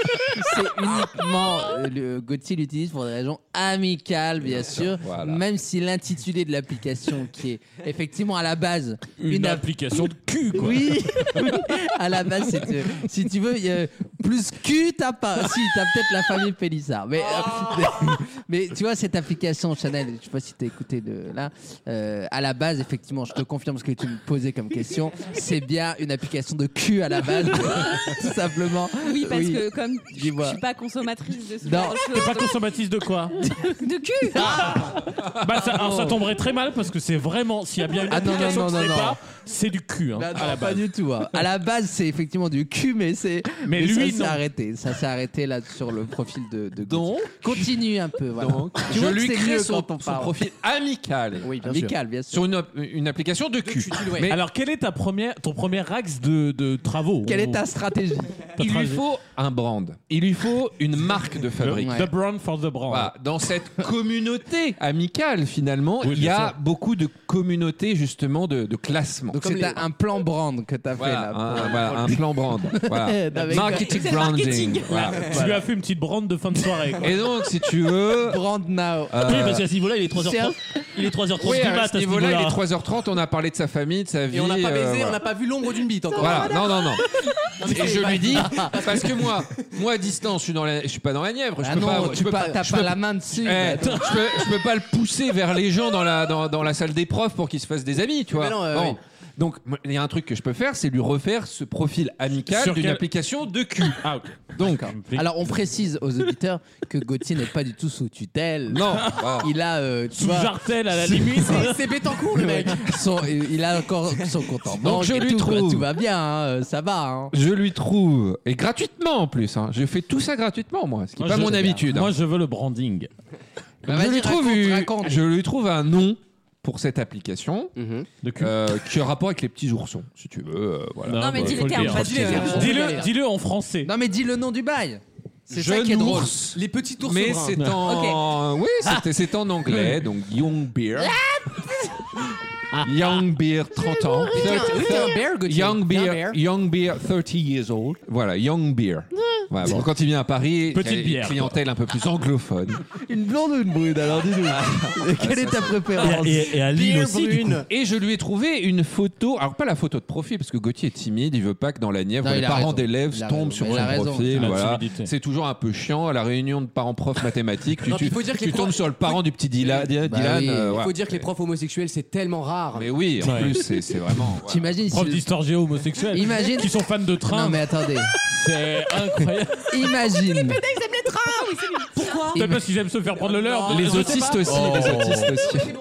Speaker 7: c'est uniquement euh, le Gauthier l'utilise pour des raisons amicales, bien sûr. Même si l'intitulé de l'application, qui est effectivement à la base
Speaker 4: Une
Speaker 7: app-
Speaker 4: application de cul, quoi.
Speaker 7: Oui, oui. à la base, c'est euh, si tu veux, il y a plus cul, t'as pas. Si t'as peut-être la famille Pélissard, mais. euh, mais tu vois, cette application Chanel, je sais pas si t'as écouté de là, euh, à la base, effectivement, je te confirme ce que tu me posais comme question, c'est bien une application de cul à la base, tout simplement.
Speaker 6: Oui, parce que comme je je
Speaker 7: Dis-moi.
Speaker 6: suis pas consommatrice de ce
Speaker 7: Non.
Speaker 6: genre de choses,
Speaker 4: T'es pas
Speaker 6: donc-
Speaker 4: consommatrice de quoi
Speaker 6: de cul.
Speaker 4: Bah ça, alors ça tomberait très mal parce que c'est vraiment s'il y a bien une
Speaker 7: Ah non, non,
Speaker 4: application
Speaker 7: non,
Speaker 4: que
Speaker 7: non,
Speaker 4: c'est
Speaker 7: non.
Speaker 4: pas, c'est du cul hein,
Speaker 7: Bah non,
Speaker 4: à la
Speaker 7: pas
Speaker 4: base.
Speaker 7: du tout. hein. À la base, c'est effectivement du cul, mais c'est.
Speaker 4: Mais lui,
Speaker 7: ça
Speaker 4: non.
Speaker 7: s'est arrêté. Ça s'est arrêté là sur le profil de. de Donc, continue un peu. Voilà.
Speaker 3: Donc,
Speaker 7: Tu
Speaker 3: je
Speaker 7: vois que
Speaker 3: lui
Speaker 7: c'est
Speaker 3: crée
Speaker 7: mieux
Speaker 3: son,
Speaker 7: quand on
Speaker 3: son
Speaker 7: parle.
Speaker 3: profil amical.
Speaker 7: Oui, bien
Speaker 3: amical,
Speaker 7: sûr. bien
Speaker 3: Sur une, op- une application de cul. Mais
Speaker 4: Ah. Alors quel est ta première, ton premier axe de, de travaux
Speaker 3: Quelle est ta
Speaker 7: stratégie
Speaker 3: il lui faut un brand. Il lui faut une marque de fabrique.
Speaker 4: The brand for the brand.
Speaker 3: Voilà. Dans cette communauté amicale, finalement,
Speaker 4: Oui,
Speaker 3: il y
Speaker 4: bien
Speaker 3: a
Speaker 4: sûr.
Speaker 3: beaucoup de communautés, justement, de, de classement.
Speaker 7: Donc, c'est un- un plan brand que t'as
Speaker 3: Voilà,
Speaker 7: fait là.
Speaker 3: un,
Speaker 7: pour-
Speaker 3: voilà, un plan brand. Voilà.
Speaker 7: Avec- euh,
Speaker 3: marketing
Speaker 7: C'est le
Speaker 3: branding.
Speaker 7: marketing.
Speaker 3: Voilà.
Speaker 4: Tu lui as fait une petite brand de fin de soirée. quoi.
Speaker 3: Et donc, si tu veux.
Speaker 7: Brand now.
Speaker 18: Oui, parce qu'à ce niveau-là, il est 3h30. Il est 3h30
Speaker 3: Oui,
Speaker 18: du
Speaker 3: à
Speaker 18: mat
Speaker 3: ce
Speaker 18: à ce
Speaker 3: niveau-là, il est
Speaker 18: niveau-là.
Speaker 3: 3h30, on a parlé de sa famille, de sa vie.
Speaker 2: Et on n'a pas
Speaker 3: euh,
Speaker 2: baisé, on
Speaker 3: voilà.
Speaker 2: n'a pas vu l'ombre d'une bite encore.
Speaker 3: Voilà, non, non, non.
Speaker 2: Non, mais
Speaker 3: Et
Speaker 2: c'est
Speaker 3: je
Speaker 2: pas-
Speaker 3: lui dis, parce que moi, moi à distance, je suis, dans la- je suis pas dans la Nièvre. Je
Speaker 7: Ah
Speaker 3: peux
Speaker 7: non,
Speaker 3: pas,
Speaker 7: tu
Speaker 3: je peux
Speaker 7: pas- t'as
Speaker 3: je
Speaker 7: pas
Speaker 3: peux-
Speaker 7: la main dessus,
Speaker 3: Eh,
Speaker 7: mais
Speaker 3: je, peux,
Speaker 7: attends.
Speaker 3: je peux pas le pousser vers les gens dans la, dans, dans la salle des profs pour qu'ils se fassent des amis, tu vois.
Speaker 2: Mais non, euh,
Speaker 3: Bon.
Speaker 2: oui.
Speaker 3: Donc, moi, il y a un truc que je peux faire, c'est lui refaire ce profil amical
Speaker 4: Sur
Speaker 3: d'une
Speaker 4: quel-
Speaker 3: application de cul.
Speaker 4: Ah, ok.
Speaker 3: Donc,
Speaker 7: Alors, on précise aux auditeurs que Gauthier n'est pas du tout sous tutelle.
Speaker 3: Non. oh.
Speaker 7: Il a. euh, tu
Speaker 4: Sous
Speaker 7: vois,
Speaker 4: jartel à la limite.
Speaker 2: C'est- C'est bête en cours, le mec.
Speaker 7: son- il a encore son compte en
Speaker 3: Donc,
Speaker 7: banque
Speaker 3: je
Speaker 7: et
Speaker 3: lui
Speaker 7: tout, quoi.
Speaker 3: trouve.
Speaker 7: Tout va bien, hein, euh, ça va. hein.
Speaker 3: je lui trouve, et gratuitement en plus, hein, je fais tout ça gratuitement, moi, ce qui n'est
Speaker 4: Moi,
Speaker 3: pas
Speaker 4: je-
Speaker 3: mon habitude. hein.
Speaker 4: Moi je veux le branding.
Speaker 3: Donc,
Speaker 7: Bah,
Speaker 3: je,
Speaker 7: vas-y,
Speaker 3: lui trouve
Speaker 7: raconte,
Speaker 3: une-
Speaker 7: raconte.
Speaker 3: je lui trouve un nom pour cette application
Speaker 2: Mhm.
Speaker 3: euh, qui a rapport avec les petits oursons, si tu veux. euh, voilà.
Speaker 6: Non, mais dis les
Speaker 4: faut le
Speaker 6: termes,
Speaker 4: dire.
Speaker 6: pas dis-le.
Speaker 2: Dis-le.
Speaker 4: Dis-le, dis-le en français.
Speaker 7: Non, mais dis le nom du bail. C'est ça
Speaker 3: Jeune
Speaker 7: qui est drôle.
Speaker 3: ours.
Speaker 2: Les petits ours
Speaker 3: Mais
Speaker 2: bruns.
Speaker 3: c'est en... Oui, c'était- c'est en anglais, donc Young Beer. Young Beer, 30 ans.
Speaker 2: Putain, oui, t'es un bear, Gauthier.
Speaker 3: Young
Speaker 2: T'es un
Speaker 3: Beer,
Speaker 2: bear.
Speaker 3: young beer 30 years old. Voilà, Young Beer. Voilà, bon, quand il vient à Paris,
Speaker 7: Petite
Speaker 3: il y a
Speaker 7: bière.
Speaker 3: une clientèle un peu plus anglophone.
Speaker 7: Une blonde ou une brune Alors dis-nous. Et Quelle est ta préférence Bière brune.
Speaker 3: Et je lui ai trouvé une photo, alors pas la photo de profil, parce que Gauthier est timide, il veut pas que dans la Nièvre,
Speaker 7: Non,
Speaker 3: les
Speaker 7: il a
Speaker 3: parents
Speaker 7: raison.
Speaker 3: d'élèves
Speaker 7: Il a
Speaker 3: tombent
Speaker 7: raison.
Speaker 3: sur
Speaker 7: Il
Speaker 3: son
Speaker 7: a raison.
Speaker 3: profil.
Speaker 7: La
Speaker 3: Voilà.
Speaker 7: timidité.
Speaker 3: C'est toujours un peu chiant. À la réunion de parents-prof mathématiques, tu,
Speaker 2: Non, puis
Speaker 3: tu-
Speaker 2: faut dire que
Speaker 3: tu
Speaker 2: les
Speaker 3: tombes
Speaker 2: profs-
Speaker 3: sur le parent du petit Dylan. Dylan,
Speaker 2: Il
Speaker 3: euh, voilà.
Speaker 2: faut dire que les profs homosexuels, c'est tellement rare.
Speaker 3: Mais oui, en
Speaker 2: Ouais.
Speaker 3: plus, c'est c'est vraiment. voilà.
Speaker 7: T'imagines
Speaker 4: Prof
Speaker 7: si.
Speaker 4: d'histoire géo homosexuel.
Speaker 7: Imagine-
Speaker 4: Qui sont fans de train.
Speaker 7: Non mais attendez.
Speaker 4: C'est incroyable.
Speaker 7: Imagine.
Speaker 6: ils aiment les trains oui, c'est nul. Pourquoi
Speaker 4: Peut-être parce qu'ils aiment se faire prendre le leur.
Speaker 3: Les autistes aussi, les
Speaker 7: Oh.
Speaker 3: autistes aussi.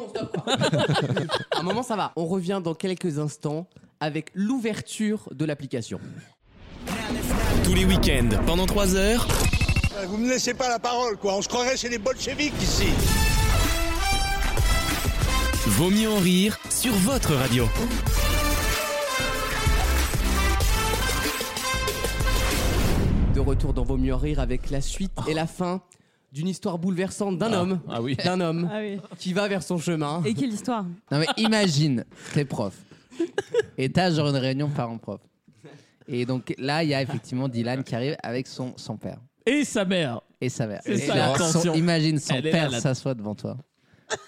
Speaker 2: À un moment, ça va. On revient dans quelques instants avec l'ouverture de l'application.
Speaker 1: Tous les week-ends, pendant 3 heures,
Speaker 23: Euh, Vous me laissez pas la parole, quoi. On se croirait chez les bolcheviks ici.
Speaker 1: Vaut mieux en rire sur votre radio.
Speaker 2: De retour dans Vaut mieux en rire avec la suite et la fin d'une histoire bouleversante d'un homme. D'un homme
Speaker 6: Ah oui.
Speaker 2: qui va vers son chemin.
Speaker 6: Et quelle histoire
Speaker 7: Non mais imagine, t'es prof. Et t'as genre une réunion parents-prof. Et donc là, il y a effectivement Dylan qui arrive avec son, son père.
Speaker 15: Et sa mère.
Speaker 7: Et sa mère.
Speaker 15: C'est
Speaker 7: Et
Speaker 15: ça,
Speaker 7: là,
Speaker 15: attention.
Speaker 7: son- imagine son
Speaker 15: Elle est là,
Speaker 7: père
Speaker 15: la-
Speaker 7: s'assoit devant toi.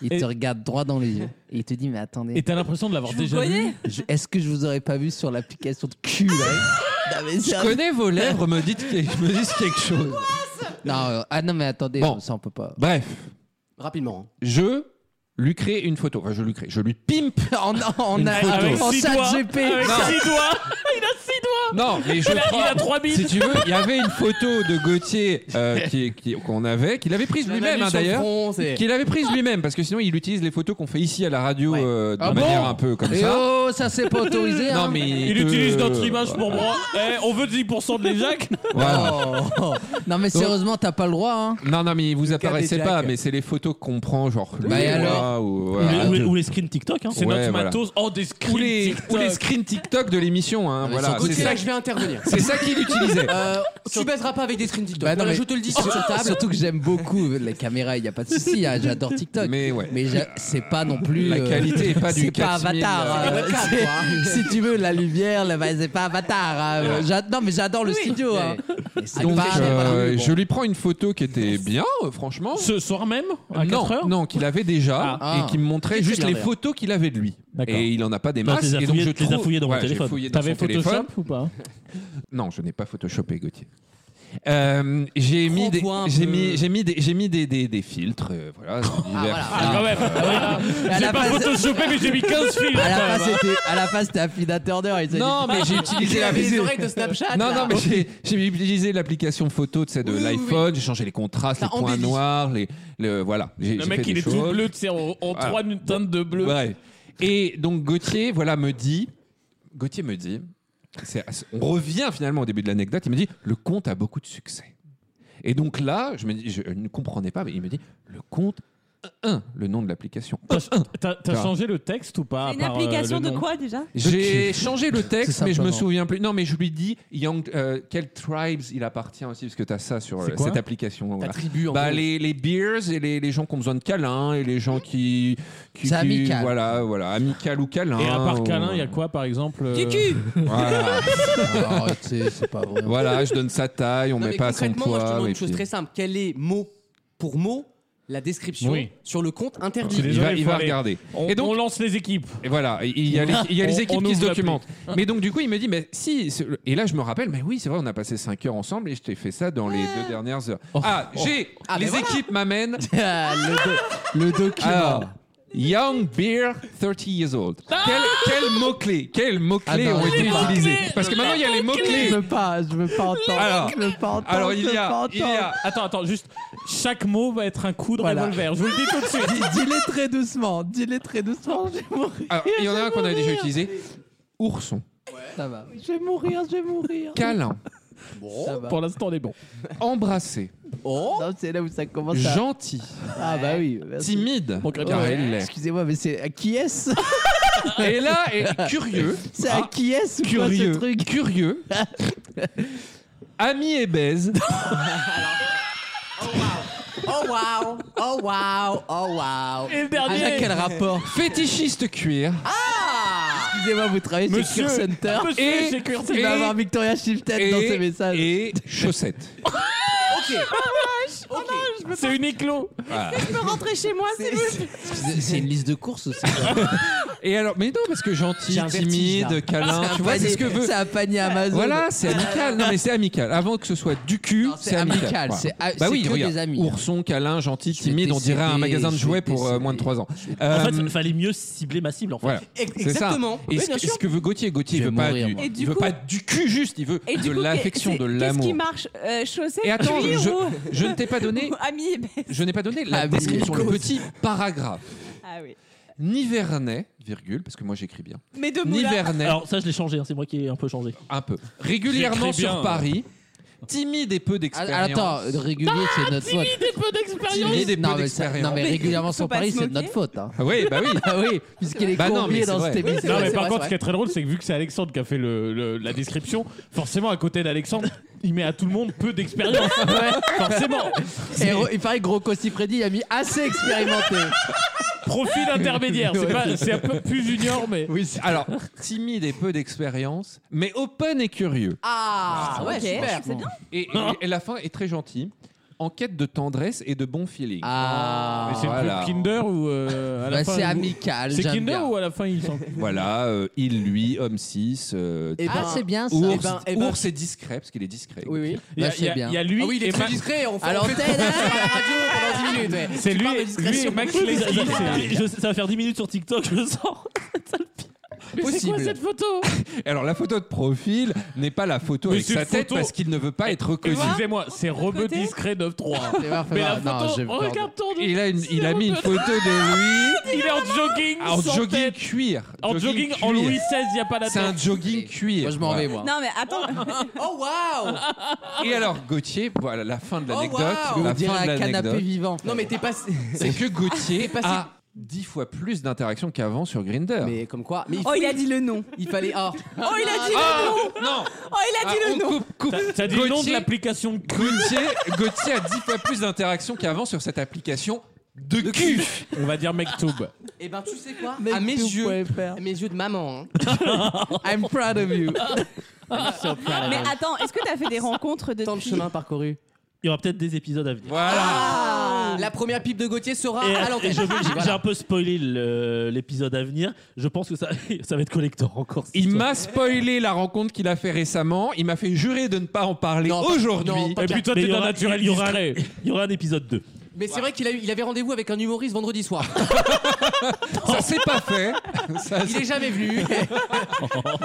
Speaker 7: Il
Speaker 15: Et-
Speaker 7: te regarde droit dans les yeux. Et il te dit, mais attendez.
Speaker 15: Et t'as l'impression de l'avoir déjà vu.
Speaker 7: Je- Est-ce que je vous aurais pas vu sur l'application de cul là Non, mais
Speaker 3: Je
Speaker 7: c'est-
Speaker 3: connais vos lèvres, me dites, me disent quelque chose.
Speaker 7: Non, euh, ah non, mais attendez,
Speaker 3: Bon.
Speaker 7: ça on peut pas.
Speaker 3: Bref,
Speaker 2: Rapidement.
Speaker 3: je lui crée une photo. Enfin, je lui crée, je lui pimpe.
Speaker 7: En, en,
Speaker 3: Une
Speaker 7: a-
Speaker 3: photo.
Speaker 7: en
Speaker 3: Avec six
Speaker 7: chat
Speaker 3: doigts,
Speaker 7: GP.
Speaker 3: avec
Speaker 4: Bah,
Speaker 3: Non. six
Speaker 15: doigts Il a six doigts
Speaker 3: Non, mais je
Speaker 15: Il a-
Speaker 3: prends-
Speaker 15: il a trois bits.
Speaker 3: Si tu veux, il y avait une photo de Gauthier euh, qui- qui- qu'on avait, qu'il avait prise
Speaker 2: Il en a
Speaker 3: lui-même
Speaker 2: mis
Speaker 3: hein,
Speaker 2: sur le
Speaker 3: d'ailleurs.
Speaker 2: front, c'est-
Speaker 3: Qu'il avait prise lui-même, parce que sinon il utilise les photos qu'on fait ici à la radio euh, de
Speaker 7: Ah bon
Speaker 3: manière un peu comme
Speaker 7: Et
Speaker 3: ça.
Speaker 7: oh, ça c'est pas autorisé.
Speaker 3: Non,
Speaker 7: hein.
Speaker 3: mais
Speaker 4: Il
Speaker 3: te-
Speaker 4: utilise notre image pour moi. Eh, on veut 10% de les Jacques
Speaker 3: Voilà.
Speaker 7: Oh. Non, mais
Speaker 3: Donc-
Speaker 7: sérieusement, t'as pas le droit. Hein.
Speaker 3: Non, non, mais vous
Speaker 7: cas
Speaker 3: apparaissez
Speaker 7: des
Speaker 3: pas,
Speaker 7: Jack.
Speaker 3: mais c'est les photos qu'on prend, genre. le
Speaker 7: Bah, et
Speaker 3: doigt
Speaker 7: alors
Speaker 3: ou,
Speaker 18: Ou les-
Speaker 3: voilà.
Speaker 18: ou les- ou les screens TikTok. hein.
Speaker 3: C'est Ouais, notre voilà. matos.
Speaker 4: Oh, des screens
Speaker 3: Ou les, ou les screens TikTok de l'émission,
Speaker 7: Ah,
Speaker 3: hein, voilà.
Speaker 2: Gauthier,
Speaker 3: C'est
Speaker 2: là,
Speaker 3: ça,
Speaker 2: je vais intervenir.
Speaker 3: c'est ça qu'il utilisait.
Speaker 2: Euh, tu baiseras pas avec des screens TikTok.
Speaker 7: Bah, non,
Speaker 2: Voilà,
Speaker 7: mais-
Speaker 2: Je te le dis sur cette table.
Speaker 7: Surtout que j'aime beaucoup la caméra, il n'y a pas de souci, hein, j'adore TikTok.
Speaker 3: Mais ouais.
Speaker 7: j'a- c'est pas non plus. euh,
Speaker 3: La qualité est pas du
Speaker 7: C'est pas
Speaker 3: 4000,
Speaker 7: Avatar.
Speaker 3: euh,
Speaker 7: hein.
Speaker 3: C'est pas
Speaker 7: C'est-
Speaker 3: Avatar, quoi, hein.
Speaker 7: si tu veux, la lumière, le- bah, c'est pas Avatar. hein.
Speaker 3: Ouais.
Speaker 7: J'a- Non, mais j'adore le studio. hein. Mais c'est
Speaker 3: Donc,
Speaker 7: pas-
Speaker 3: euh,
Speaker 7: voilà.
Speaker 3: je lui prends une photo qui était bien, euh, franchement.
Speaker 4: Ce soir même À
Speaker 3: non,
Speaker 4: 4 heures
Speaker 3: non, qu'il avait déjà
Speaker 4: Ah.
Speaker 3: et qui me montrait
Speaker 4: Qui
Speaker 3: juste
Speaker 4: était
Speaker 3: les
Speaker 4: bien,
Speaker 3: photos qu'il avait de lui.
Speaker 4: D'accord.
Speaker 3: Et il en a pas des
Speaker 4: Non,
Speaker 3: masses.
Speaker 4: tu les as
Speaker 3: et donc
Speaker 4: fouillées-
Speaker 3: je
Speaker 4: tu les as
Speaker 3: trouve-
Speaker 4: fouillées dans mon
Speaker 3: Ouais, j'ai
Speaker 4: téléphone.
Speaker 3: fouillé dans
Speaker 4: T'avais
Speaker 3: son téléphone.
Speaker 4: Photoshop ou pas
Speaker 3: Non, je n'ai pas photoshopé Gauthier. Euh, j'ai mis des
Speaker 4: Prends-toi un
Speaker 3: j'ai
Speaker 4: peu.
Speaker 3: mis j'ai mis des j'ai mis des des, des filtres euh, voilà, divers filtres.
Speaker 4: Ah, quand même. Ah,
Speaker 7: À
Speaker 4: J'ai
Speaker 7: la
Speaker 4: pas
Speaker 7: base-
Speaker 4: photoshopé, mais j'ai mis 15 films.
Speaker 7: À la
Speaker 4: quand même,
Speaker 7: fin,
Speaker 4: hein.
Speaker 7: c'était- à la fin, c'était Affidateur d'heure. il s'est
Speaker 3: Non,
Speaker 7: dit-
Speaker 3: mais j'ai utilisé
Speaker 7: Il
Speaker 3: la
Speaker 7: avait les oreilles de Snapchat.
Speaker 3: Non,
Speaker 7: là.
Speaker 3: non, mais j'ai- j'ai utilisé l'application photo de, de l'iPhone. J'ai changé les contrastes, les points
Speaker 4: embelli.
Speaker 3: noirs, les, le voilà. J'ai-
Speaker 4: Le
Speaker 3: j'ai
Speaker 4: mec,
Speaker 3: fait
Speaker 4: il
Speaker 3: des
Speaker 4: est tout
Speaker 3: choses.
Speaker 4: bleu, tu sais, en en
Speaker 3: Voilà.
Speaker 4: trois teintes de bleu.
Speaker 3: Ouais. Et donc Gauthier, voilà, me dit. Gauthier me dit. c'est- On revient finalement au début de l'anecdote. Il me dit le compte a beaucoup de succès. Et donc là, je me dis, je ne comprenais pas, mais il me dit le compte 1, le nom de l'application.
Speaker 4: T'as t'as
Speaker 3: Voilà.
Speaker 4: changé le texte ou pas à
Speaker 6: Une
Speaker 4: part, euh,
Speaker 6: application
Speaker 4: le
Speaker 6: de
Speaker 4: nom
Speaker 6: quoi déjà
Speaker 3: J'ai
Speaker 4: Ok.
Speaker 3: changé le texte,
Speaker 4: C'est
Speaker 3: mais je me
Speaker 4: simplement.
Speaker 3: souviens plus. Non, mais je lui dis Young, euh, quel tribes il appartient aussi, parce que tu as ça sur
Speaker 4: C'est
Speaker 3: euh,
Speaker 4: quoi
Speaker 3: cette application. voilà.
Speaker 4: tribu, en
Speaker 3: bah,
Speaker 4: gros.
Speaker 3: les, les beers et les, les gens qui ont besoin de câlins et les gens qui. qui qui-
Speaker 7: C'est amical.
Speaker 3: Voilà, voilà, amical ou câlin.
Speaker 4: Et à part
Speaker 3: ou-
Speaker 4: câlin, il y a quoi par exemple euh,
Speaker 3: Cucu Voilà.
Speaker 7: Oh, Arrêtez, c'est pas vrai.
Speaker 3: Voilà, je donne sa taille, on
Speaker 2: Non,
Speaker 3: met
Speaker 2: mais
Speaker 3: pas son
Speaker 2: concrètement,
Speaker 3: poids.
Speaker 2: moi, je te demande
Speaker 3: et
Speaker 2: une chose
Speaker 3: puis-
Speaker 2: très simple. Quelle est mot pour mot la description
Speaker 3: Oui.
Speaker 2: sur le compte
Speaker 3: Je
Speaker 2: interdit
Speaker 3: suis désolé, Il va- il faut va aller- regarder.
Speaker 4: On,
Speaker 3: Et donc-
Speaker 4: on lance les équipes.
Speaker 3: Et voilà, il y a les, il y a les
Speaker 4: On-
Speaker 3: équipes
Speaker 4: on
Speaker 3: qui se
Speaker 4: ouvre l'appli.
Speaker 3: documentent. Mais donc, du coup, il me dit, mais si. c'est- Et là, je me rappelle, mais oui, c'est vrai, on a passé 5 heures ensemble et je t'ai fait ça dans les deux dernières heures. ah, j'ai.
Speaker 7: Ah, mais
Speaker 3: les
Speaker 7: voilà.
Speaker 3: équipes m'amènent.
Speaker 7: Ah, le, do- le document.
Speaker 3: Alors, Young Beer 30 Years Old. Quel, quel mot-clé Quels mots-clés
Speaker 7: Ah non,
Speaker 3: ont
Speaker 7: je
Speaker 3: été
Speaker 7: peux pas.
Speaker 3: utilisés Parce que maintenant, il y a les
Speaker 7: Je
Speaker 3: mots-clés.
Speaker 7: veux pas, je veux pas entendre.
Speaker 3: Alors-
Speaker 7: je veux pas entendre.
Speaker 4: Alors
Speaker 7: je
Speaker 4: il
Speaker 7: veux
Speaker 4: y
Speaker 7: pas
Speaker 4: a, il y a.
Speaker 7: entendre.
Speaker 4: Attends, attends, juste. Chaque mot va être un coup de
Speaker 7: Voilà.
Speaker 4: revolver. Je vous le dis tout de suite.
Speaker 7: Dis- Dis-les très doucement, dis-les très doucement, je vais mourir.
Speaker 3: Alors, il y en a un qu'on a
Speaker 7: mourir.
Speaker 3: déjà utilisé. Ourson.
Speaker 7: Ça va. Je vais mourir, je vais mourir.
Speaker 3: Câlin.
Speaker 7: Ça va.
Speaker 4: Pour l'instant, on est bon.
Speaker 3: Embrassé.
Speaker 7: Oh. Non, c'est là où ça commence à...
Speaker 3: Gentil.
Speaker 7: Ah bah oui, merci.
Speaker 3: Timide. Car
Speaker 7: Ouais.
Speaker 3: elle l'est.
Speaker 7: Excusez-moi, mais c'est à qui est-ce
Speaker 3: Et là, et curieux.
Speaker 7: C'est à
Speaker 3: Ah,
Speaker 7: qui est-ce ou quoi ce
Speaker 3: curieux,
Speaker 7: truc
Speaker 3: curieux. Ami et baise.
Speaker 2: Oh waouh Oh waouh Oh waouh
Speaker 15: Et le dernier
Speaker 2: Avec quel rapport
Speaker 3: Fétichiste cuir.
Speaker 7: Ah,
Speaker 2: Excusez-moi, vous travaillez
Speaker 3: Monsieur-
Speaker 2: chez Cure Center.
Speaker 3: Monsieur,
Speaker 2: et
Speaker 3: chez Cure
Speaker 2: Il
Speaker 3: Center.
Speaker 2: va avoir Victoria Shifted dans
Speaker 3: Et-
Speaker 2: ses messages.
Speaker 3: Et chaussettes.
Speaker 2: Ok.
Speaker 4: C'est une éclos.
Speaker 3: Voilà.
Speaker 6: Je peux rentrer chez moi, c'est
Speaker 7: C'est une liste de courses aussi.
Speaker 3: Et alors, mais non, parce que gentil,
Speaker 7: J'ai un vertige, là.
Speaker 3: timide, câlin,
Speaker 7: C'est un
Speaker 3: tu vois, c'est
Speaker 7: panier-
Speaker 3: ce que veut.
Speaker 7: c'est un panier Amazon.
Speaker 3: Voilà, c'est amical. Non, mais c'est amical. Avant que ce soit du cul,
Speaker 7: c'est
Speaker 3: c'est amical.
Speaker 7: amical,
Speaker 3: Voilà.
Speaker 7: c'est- ah,
Speaker 3: bah
Speaker 7: c'est
Speaker 3: oui,
Speaker 7: que
Speaker 3: regarde.
Speaker 7: des amis.
Speaker 3: Ourson, câlin, gentil, timide, on
Speaker 18: décéder,
Speaker 3: dirait un magasin de
Speaker 18: je vais
Speaker 3: jouets pour euh, moins de 3 ans.
Speaker 18: En fait,
Speaker 3: Euh,
Speaker 18: il fallait mieux cibler ma cible. En fait.
Speaker 3: Voilà. C'est ça. Et
Speaker 18: Oui,
Speaker 3: ce,
Speaker 18: bien
Speaker 3: que-
Speaker 18: sûr.
Speaker 3: ce que veut Gauthier, Gauthier
Speaker 18: Je
Speaker 3: il veut
Speaker 18: vais
Speaker 3: pas
Speaker 18: mourir,
Speaker 3: du,
Speaker 18: moi.
Speaker 6: Et
Speaker 3: il
Speaker 6: du
Speaker 3: veut
Speaker 6: coup-
Speaker 3: pas du cul juste, il veut
Speaker 6: Et du
Speaker 3: de
Speaker 6: coup,
Speaker 3: l'affection,
Speaker 6: qu'est-
Speaker 3: de
Speaker 6: c'est-
Speaker 3: l'amour.
Speaker 6: Qu'est-ce qui marche euh, Chaussettes,
Speaker 3: Et attends,
Speaker 6: cuir
Speaker 3: je-
Speaker 6: ou-
Speaker 3: je ne t'ai pas donné-
Speaker 6: ou Ami et baise.
Speaker 3: Je n'ai pas donné
Speaker 18: Ah,
Speaker 3: la description, le petit paragraphe.
Speaker 6: Ah oui.
Speaker 3: Nivernais, virgule, parce que moi j'écris bien.
Speaker 6: Mais de moulin.
Speaker 3: Nivernais.
Speaker 18: Alors ça, je l'ai changé. hein, C'est moi qui ai un peu changé.
Speaker 3: Un peu. régulièrement
Speaker 18: J'écris bien,
Speaker 3: sur
Speaker 18: hein.
Speaker 3: Paris, timide et peu
Speaker 18: Ah,
Speaker 3: d'expérience.
Speaker 7: Attends, régulier, c'est notre faute.
Speaker 16: peu d'expérience.
Speaker 3: Timide et peu
Speaker 7: Non, mais ça-
Speaker 3: d'expérience.
Speaker 7: non, mais régulièrement sur Paris, c'est de notre faute. hein.
Speaker 3: Ah oui, bah oui.
Speaker 7: Ah oui, puisqu'il est
Speaker 3: Bah non, mais
Speaker 7: convié
Speaker 3: c'est
Speaker 7: dans
Speaker 3: vrai.
Speaker 7: cette
Speaker 3: Oui,
Speaker 7: émission.
Speaker 4: Non,
Speaker 7: c'est
Speaker 4: mais par
Speaker 7: vrai,
Speaker 4: contre, ce
Speaker 7: c'est
Speaker 4: qui est
Speaker 7: vrai.
Speaker 4: très drôle, c'est que vu que c'est Alexandre qui a fait le- le- la description, forcément, à côté d'Alexandre, il met à tout le monde peu d'expérience. Forcément.
Speaker 2: Et re- il paraît que Rocco Siffredi a mis assez expérimenté.
Speaker 4: Profil intermédiaire. C'est pas- C'est un peu plus junior, mais.
Speaker 3: Oui, alors, timide et peu d'expérience, mais open et curieux.
Speaker 2: Ah, ouais,
Speaker 6: ok,
Speaker 2: super.
Speaker 6: c'est bien.
Speaker 3: Et, et- et la fin est très gentille. En quête de tendresse et de bon feeling.
Speaker 7: Ah.
Speaker 4: Mais c'est le
Speaker 3: Voilà.
Speaker 4: truc Kinder ou euh, à la
Speaker 7: Bah,
Speaker 4: fin,
Speaker 7: c'est
Speaker 4: ou-
Speaker 2: Ah,
Speaker 7: amical,
Speaker 4: C'est
Speaker 7: j'aime
Speaker 4: Kinder
Speaker 7: bien.
Speaker 4: ou à la fin ils sont
Speaker 3: Voilà, euh, il, lui, homme 6. euh,
Speaker 7: Eh ben, Ah, c'est bien, ça.
Speaker 3: Ours,
Speaker 7: eh ben, eh ben.
Speaker 3: Ours est discret, parce qu'il est discret.
Speaker 7: Oui, oui.
Speaker 4: Il y a-
Speaker 7: Bah,
Speaker 4: il y a-
Speaker 7: c'est bien.
Speaker 4: il y a lui
Speaker 2: Ah oui, il est
Speaker 3: eh
Speaker 4: et
Speaker 2: très
Speaker 3: ben,
Speaker 4: Ma-
Speaker 2: discret. On fait,
Speaker 7: Alors,
Speaker 2: on fait
Speaker 7: t'es là,
Speaker 2: à hein. la radio pendant 10 minutes. ouais.
Speaker 4: C'est
Speaker 2: Tu
Speaker 4: lui,
Speaker 2: parles
Speaker 4: lui
Speaker 2: de
Speaker 4: et
Speaker 2: discrétion.
Speaker 4: Max
Speaker 18: Je-
Speaker 4: Lesky. c'est-
Speaker 18: je- ça va faire 10 minutes sur TikTok, je le sens.
Speaker 16: Mais c'est quoi
Speaker 3: Possible.
Speaker 16: cette photo
Speaker 3: Alors, la photo de profil n'est pas la photo
Speaker 4: Mais
Speaker 3: avec
Speaker 4: c'est
Speaker 3: sa
Speaker 4: une
Speaker 3: tête
Speaker 4: photo-
Speaker 3: parce qu'il ne veut pas être reconnu.
Speaker 4: Excusez-moi, c'est Rebeu
Speaker 6: Côté.
Speaker 4: discret 9-3.
Speaker 7: Fais voir, fais
Speaker 4: Mais la
Speaker 7: voir. Non,
Speaker 4: photo,
Speaker 7: j'ai peur de-
Speaker 4: regarde-toi.
Speaker 3: Il a, une- il a mis une photo de lui
Speaker 4: Il est en jogging,
Speaker 3: en
Speaker 4: sans
Speaker 3: jogging
Speaker 4: tête.
Speaker 3: cuir.
Speaker 4: En jogging, en
Speaker 3: cuir.
Speaker 4: Louis XVI, il n'y a pas la
Speaker 3: C'est un
Speaker 4: tête.
Speaker 3: jogging cuir.
Speaker 7: Moi, je m'en vais, moi.
Speaker 6: Non, mais attends.
Speaker 2: Oh, waouh
Speaker 3: Voilà. Et alors, Gauthier, voilà la fin de l'anecdote.
Speaker 2: Oh, wow.
Speaker 3: la
Speaker 7: On dirait
Speaker 3: fin de
Speaker 7: un canapé Ah,
Speaker 3: l'anecdote.
Speaker 7: vivant.
Speaker 2: Non, mais t'es passé.
Speaker 3: C'est que Gauthier
Speaker 2: passé-
Speaker 3: a 10 fois plus d'interactions qu'avant sur Grinder.
Speaker 2: Mais comme quoi Mais il,
Speaker 6: Oh, il a dit le nom.
Speaker 2: il fallait. Oh,
Speaker 6: Oh, il a dit le nom.
Speaker 3: Ah, Non ah,
Speaker 6: Oh, il a dit le nom.
Speaker 3: coupe, coupe.
Speaker 4: T'as- T'as dit le nom de
Speaker 3: Gauthier-
Speaker 4: l'application de cul.
Speaker 3: Gauthier, Gauthier a 10 fois plus d'interactions qu'avant sur cette application de, cul.
Speaker 4: On va dire MekTube.
Speaker 2: Et ben, tu sais quoi
Speaker 7: Mec,
Speaker 2: À mes
Speaker 7: tout
Speaker 2: yeux,
Speaker 7: pourrait faire.
Speaker 2: à mes yeux de maman. hein. I'm proud of you. I'm so proud of
Speaker 6: Mais
Speaker 2: you.
Speaker 6: attends, est-ce que t'as fait des rencontres
Speaker 2: Tant de
Speaker 6: depuis
Speaker 2: chemin parcouru.
Speaker 18: Il y aura peut-être des épisodes à venir.
Speaker 3: Voilà.
Speaker 2: Ah La première pipe de Gauthier sera
Speaker 18: Et-
Speaker 2: à
Speaker 18: et
Speaker 2: l'antenne.
Speaker 18: je- j'ai
Speaker 2: Voilà.
Speaker 18: j'ai un peu spoilé le- l'épisode à venir. Je pense que ça, ça va être collector encore. cette
Speaker 3: Il
Speaker 18: histoire.
Speaker 3: m'a spoilé la rencontre qu'il a fait récemment. Il m'a fait jurer de ne pas en parler
Speaker 2: Non, pas- non,
Speaker 3: aujourd'hui.
Speaker 2: pas-
Speaker 4: Et puis toi,
Speaker 18: Mais
Speaker 4: t'es
Speaker 18: il y
Speaker 4: d'un
Speaker 18: aura-
Speaker 4: naturel
Speaker 18: il y aura-
Speaker 4: discret.
Speaker 18: Il y aura un épisode 2.
Speaker 2: Mais c'est vrai qu'il a eu- il avait rendez-vous avec un humoriste vendredi soir.
Speaker 3: Ça s'est pas fait. Ça,
Speaker 2: Il est jamais venu. Ah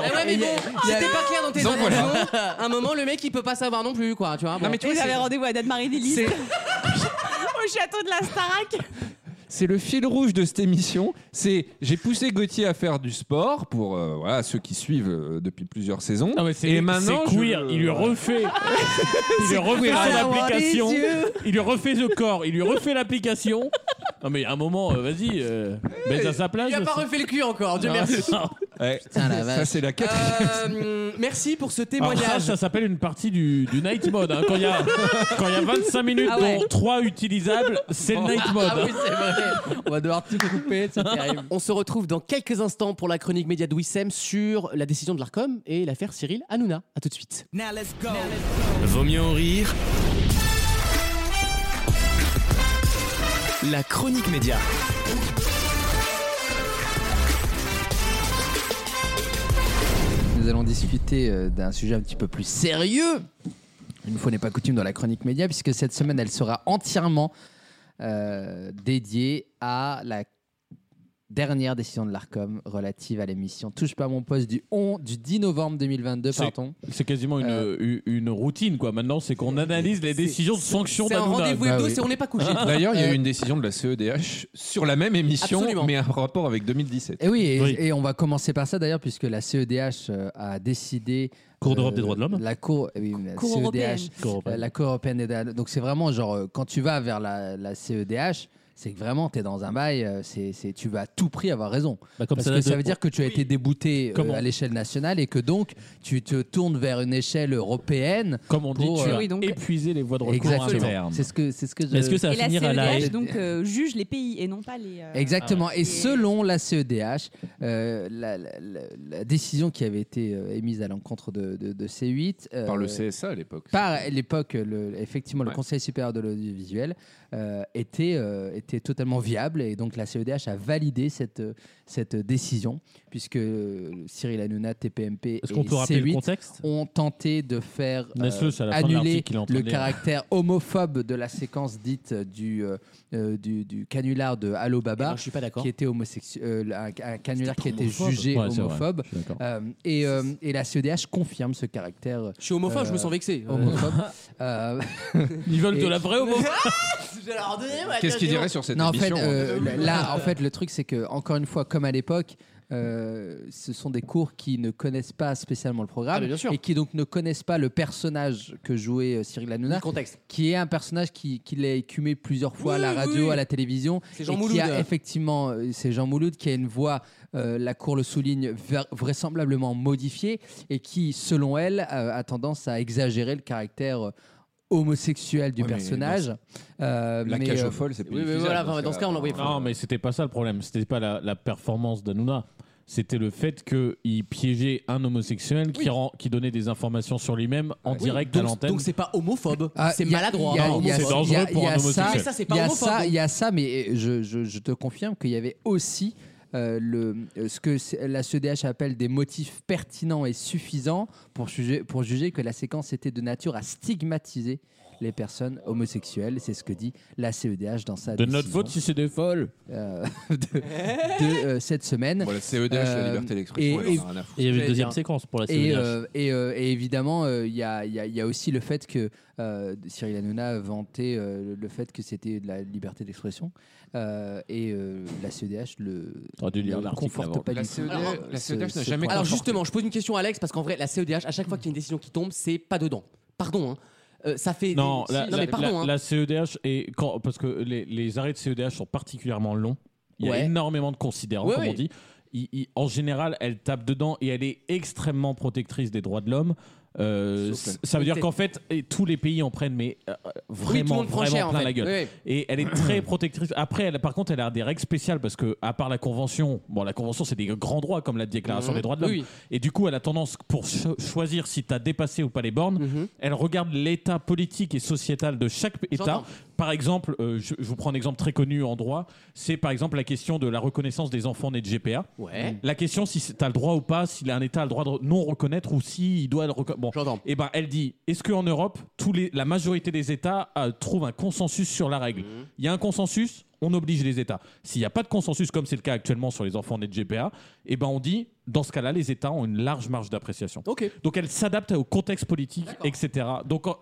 Speaker 2: ouais, mais bon, c'était pas clair dans tes
Speaker 3: Donc voilà.
Speaker 2: annonces. Un moment, le mec, il peut pas savoir non plus, quoi. Tu vois. bon.
Speaker 3: mais tu
Speaker 6: Et
Speaker 3: vois,
Speaker 6: j'avais
Speaker 3: c'est-
Speaker 6: rendez-vous à Anne-Marie Delis
Speaker 3: c'est-
Speaker 6: au château de la Starac.
Speaker 3: C'est le fil rouge de cette émission. C'est j'ai poussé Gauthier à faire du sport pour euh, voilà ceux qui suivent euh, depuis plusieurs saisons.
Speaker 4: Non, mais c'est-
Speaker 3: Et maintenant,
Speaker 4: c'est
Speaker 3: je-
Speaker 4: queer. Il lui refait,
Speaker 2: Ah.
Speaker 4: il lui refait
Speaker 3: queer.
Speaker 4: son
Speaker 3: Ah,
Speaker 4: application. Il lui refait le corps. Il lui refait l'application. Non mais à un moment, euh, vas-y, euh, baise à sa place. Ah,
Speaker 2: Il a pas
Speaker 4: aussi.
Speaker 2: refait le cul encore. Dieu
Speaker 4: Non,
Speaker 2: merci.
Speaker 4: non.
Speaker 3: Ouais.
Speaker 7: Putain, la
Speaker 3: ça
Speaker 7: vache.
Speaker 3: c'est la quatrième.
Speaker 2: Euh, merci pour ce
Speaker 4: Alors ça,
Speaker 2: témoignage.
Speaker 4: ça s'appelle une partie du, du night mode. hein. Quand il y, a- quand il y a 25 minutes,
Speaker 6: Ah ouais.
Speaker 4: dont 3 utilisables, c'est le night mode.
Speaker 2: Ah oui, c'est vrai. On va devoir tout couper, c'est terrible. On se retrouve dans quelques instants pour la chronique média de Wissem sur la décision de l'ARCOM et l'affaire Cyril Hanouna. À tout de suite.
Speaker 1: Vaut mieux en rire. La chronique média.
Speaker 7: Nous allons discuter euh, d'un sujet un petit peu plus sérieux. Une fois n'est pas coutume dans la chronique média, puisque cette semaine, elle sera entièrement euh, dédiée à la dernière décision de l'ARCOM relative à l'émission Touche pas à mon poste du, 11 du 10 novembre 2022.
Speaker 4: C'est-
Speaker 7: Pardon.
Speaker 4: C'est quasiment une,
Speaker 7: Euh.
Speaker 4: une- une routine quoi. Maintenant, c'est qu'on analyse les décisions de sanction
Speaker 2: C'est un
Speaker 4: d'Anouna.
Speaker 2: rendez-vous
Speaker 7: Bah
Speaker 2: hebdo,
Speaker 7: oui.
Speaker 2: c'est on n'est pas couché.
Speaker 3: D'ailleurs, il y a
Speaker 7: Euh.
Speaker 3: eu une décision de la CEDH sur la même émission,
Speaker 2: Absolument.
Speaker 3: mais un rapport avec 2017.
Speaker 7: Et oui, et,
Speaker 18: Oui.
Speaker 7: et on va commencer par ça d'ailleurs, puisque la CEDH euh, a décidé. euh,
Speaker 18: Cour d'Europe des droits de l'homme.
Speaker 7: La Cour, eh oui, mais la E
Speaker 6: Cour
Speaker 7: CEDH,
Speaker 6: européenne.
Speaker 7: euh, la Cour européenne des droits de l'homme. Donc c'est vraiment genre, euh, quand tu vas vers la, la CEDH, c'est que vraiment, tu es dans un bail, euh, c'est, c'est- tu vas à tout prix avoir raison.
Speaker 18: Bah, comme
Speaker 7: Parce
Speaker 18: ça
Speaker 7: que
Speaker 18: date
Speaker 7: ça
Speaker 18: de-
Speaker 7: veut dire que tu as été débouté euh,
Speaker 18: Comment
Speaker 7: à l'échelle nationale et que donc tu te tournes vers une échelle européenne.
Speaker 15: Comme on
Speaker 7: dit,
Speaker 6: tu as Oui, donc-
Speaker 15: épuisé les voies de
Speaker 4: recours
Speaker 7: Exactement.
Speaker 4: internes.
Speaker 7: C'est ce que, c'est ce que je-
Speaker 6: et la CEDH, donc euh, juge les pays et non pas les. euh,
Speaker 7: Exactement.
Speaker 18: Ah
Speaker 6: les-
Speaker 7: Et selon la CEDH, euh, la, la- la- la décision qui avait été euh, émise à l'encontre de, de- de C8. euh,
Speaker 3: Par le CSA à l'époque.
Speaker 7: Par à l'époque, le- effectivement, le
Speaker 3: Ouais.
Speaker 7: Conseil supérieur de l'audiovisuel euh, était, euh, était totalement viable et donc la CEDH a validé cette, euh, cette décision puisque euh, Cyril Hanouna, TPMP
Speaker 18: Est-ce
Speaker 7: et
Speaker 18: qu'on peut rappeler le
Speaker 7: C8
Speaker 18: contexte
Speaker 7: ont tenté de faire euh,
Speaker 18: Laisse-le, c'est à la fin de
Speaker 7: annuler
Speaker 18: l'article qu'il est en train
Speaker 7: le
Speaker 18: de lire.
Speaker 7: caractère homophobe de la séquence dite euh, du, euh, euh, du, du canular de Allo Baba,
Speaker 24: je suis pas d'accord.
Speaker 7: qui était homosexuel, euh, un, un canular qui était
Speaker 24: homophobe.
Speaker 7: jugé
Speaker 24: Ouais, c'est vrai,
Speaker 7: homophobe.
Speaker 24: je suis d'accord.
Speaker 7: Euh, et, euh, et la CEDH confirme ce caractère. euh,
Speaker 2: Je suis homophobe, je me sens
Speaker 24: Euh.
Speaker 2: vexé.
Speaker 7: Homophobe. Euh,
Speaker 15: Ils veulent de la vraie homo-
Speaker 3: Qu'est-ce qu'il dirait sur cette
Speaker 7: Non, en fait,
Speaker 3: émission,
Speaker 7: euh,
Speaker 3: hein
Speaker 7: là, en fait, le truc, c'est que encore une fois, comme à l'époque. euh, ce sont des cours qui ne connaissent pas spécialement le
Speaker 2: Ah,
Speaker 7: programme
Speaker 2: mais bien sûr.
Speaker 7: et qui donc ne connaissent pas le personnage que jouait euh, Cyril Hanouna, qui est un personnage qui, qui l'a écumé plusieurs fois à la
Speaker 2: Oui,
Speaker 7: radio,
Speaker 2: oui.
Speaker 7: à la télévision,
Speaker 2: C'est Jean
Speaker 7: et
Speaker 2: Mouloud.
Speaker 7: qui a effectivement, euh, c'est Jean Mouloud qui a une voix, euh, la Cour le souligne, ver- vraisemblablement modifiée et qui, selon elle, euh, a tendance à exagérer le caractère euh, homosexuel du
Speaker 3: Ouais, mais
Speaker 7: personnage.
Speaker 3: dans
Speaker 7: Euh,
Speaker 3: La
Speaker 7: mais,
Speaker 3: cage
Speaker 7: euh,
Speaker 3: aux folles, c'est plus
Speaker 7: oui, oui,
Speaker 3: diffusable,
Speaker 7: voilà,
Speaker 3: parce
Speaker 7: enfin,
Speaker 3: que-
Speaker 7: dans ce cas, on l'envoie.
Speaker 4: Non, mais c'était pas ça le problème. C'était pas la, la performance d'Anouna. C'était le fait qu'il piégeait un homosexuel qui, rend- qui donnait des informations sur lui-même en
Speaker 2: Oui,
Speaker 4: direct
Speaker 2: donc-
Speaker 4: à l'antenne.
Speaker 2: donc c'est pas homophobe,
Speaker 7: Ah,
Speaker 2: c'est
Speaker 7: y a-
Speaker 2: maladroit.
Speaker 7: y a-
Speaker 2: Non,
Speaker 7: y a-
Speaker 2: c'est
Speaker 7: y a-
Speaker 4: dangereux
Speaker 7: y a-
Speaker 4: pour
Speaker 7: y
Speaker 4: un
Speaker 7: a
Speaker 4: homosexuel.
Speaker 7: ça,
Speaker 4: Mais ça, c'est hein.
Speaker 2: pas
Speaker 7: y a
Speaker 2: homophobe,
Speaker 7: ça,
Speaker 2: donc.
Speaker 7: Il y a ça, mais euh, je, je- je te confirme qu'il y avait aussi euh, le, euh, ce que c'est- la CEDH appelle des motifs pertinents et suffisants pour juger, pour juger que la séquence était de nature à stigmatiser les personnes homosexuelles. C'est ce que dit la CEDH dans sa
Speaker 4: De notre
Speaker 7: décision,
Speaker 4: faute si c'est des folles.
Speaker 7: euh, de, de, euh, cette semaine.
Speaker 3: Voilà, CEDH, la liberté d'expression, elle en a rien à foutre. Euh, Et il y avait une
Speaker 7: j'allais
Speaker 3: deuxième
Speaker 7: dire.
Speaker 3: séquence pour la
Speaker 7: Et,
Speaker 3: CEDH.
Speaker 7: euh, et, euh, et évidemment, euh, il y, a, il y a- il y a aussi le fait que euh, Cyril Hanouna vantait euh, le fait que c'était de la liberté d'expression. Euh, et euh, la CEDH le,
Speaker 4: dû lire
Speaker 7: ne
Speaker 4: l'article
Speaker 7: conforte
Speaker 4: avant.
Speaker 7: pas
Speaker 3: La
Speaker 7: du
Speaker 3: CEDH
Speaker 7: tout.
Speaker 3: la
Speaker 7: ce-
Speaker 3: CEDH n'a
Speaker 7: ce
Speaker 3: jamais
Speaker 7: point.
Speaker 2: Alors justement, je pose une question à Alex parce qu'en vrai, la CEDH, à chaque fois qu'il y a une décision qui tombe, c'est pas dedans. Pardon, hein. Euh, ça fait.
Speaker 4: Non,
Speaker 2: si,
Speaker 4: la, la-
Speaker 2: mais pardon.
Speaker 4: la-
Speaker 2: hein.
Speaker 4: la CEDH, est, quand, parce que les, les arrêts de CEDH sont particulièrement longs. Il y a
Speaker 2: Ouais.
Speaker 4: énormément de considérants,
Speaker 2: Ouais,
Speaker 4: comme on
Speaker 2: ouais.
Speaker 4: dit. Il- il- en général, elle tape dedans et elle est extrêmement protectrice des droits de l'homme. Euh,
Speaker 2: Sauf
Speaker 4: c-
Speaker 2: que-
Speaker 4: ça veut dire
Speaker 2: Peut-être.
Speaker 4: qu'en fait, et tous les pays en prennent, mais euh,
Speaker 2: tout le
Speaker 4: vraiment,
Speaker 2: monde prend
Speaker 4: vraiment
Speaker 2: cher, en
Speaker 4: plein
Speaker 2: fait.
Speaker 4: la gueule.
Speaker 2: Oui,
Speaker 4: Et elle est très protectrice. Après, elle, par contre, elle a des règles spéciales parce que, à part la convention, bon, la convention, c'est des grands droits comme la Déclaration
Speaker 2: Mhm.
Speaker 4: des droits de l'homme.
Speaker 2: Oui.
Speaker 4: Et du coup, elle a tendance, pour cho- choisir si tu as dépassé ou pas les bornes,
Speaker 2: Mhm.
Speaker 4: elle regarde l'état politique et sociétal de chaque état.
Speaker 2: J'entends.
Speaker 4: Par exemple, euh, je, je vous prends un exemple très connu en droit, c'est par exemple la question de la reconnaissance des enfants nés de GPA.
Speaker 2: Ouais.
Speaker 4: La question si tu as le droit ou pas, si un état a le droit de non reconnaître ou s'il doit le reconnaître. Bon, et ben elle dit, est-ce qu'en Europe, tous les, la majorité des états euh, trouvent un consensus sur la règle Il y a un consensus on oblige les États. S'il n'y a pas de consensus, comme c'est le cas actuellement sur les enfants nés de GPA, eh ben on dit, dans ce cas-là, les États ont une large marge d'appréciation. Donc elle s'adapte au contexte politique, etc. Donc euh,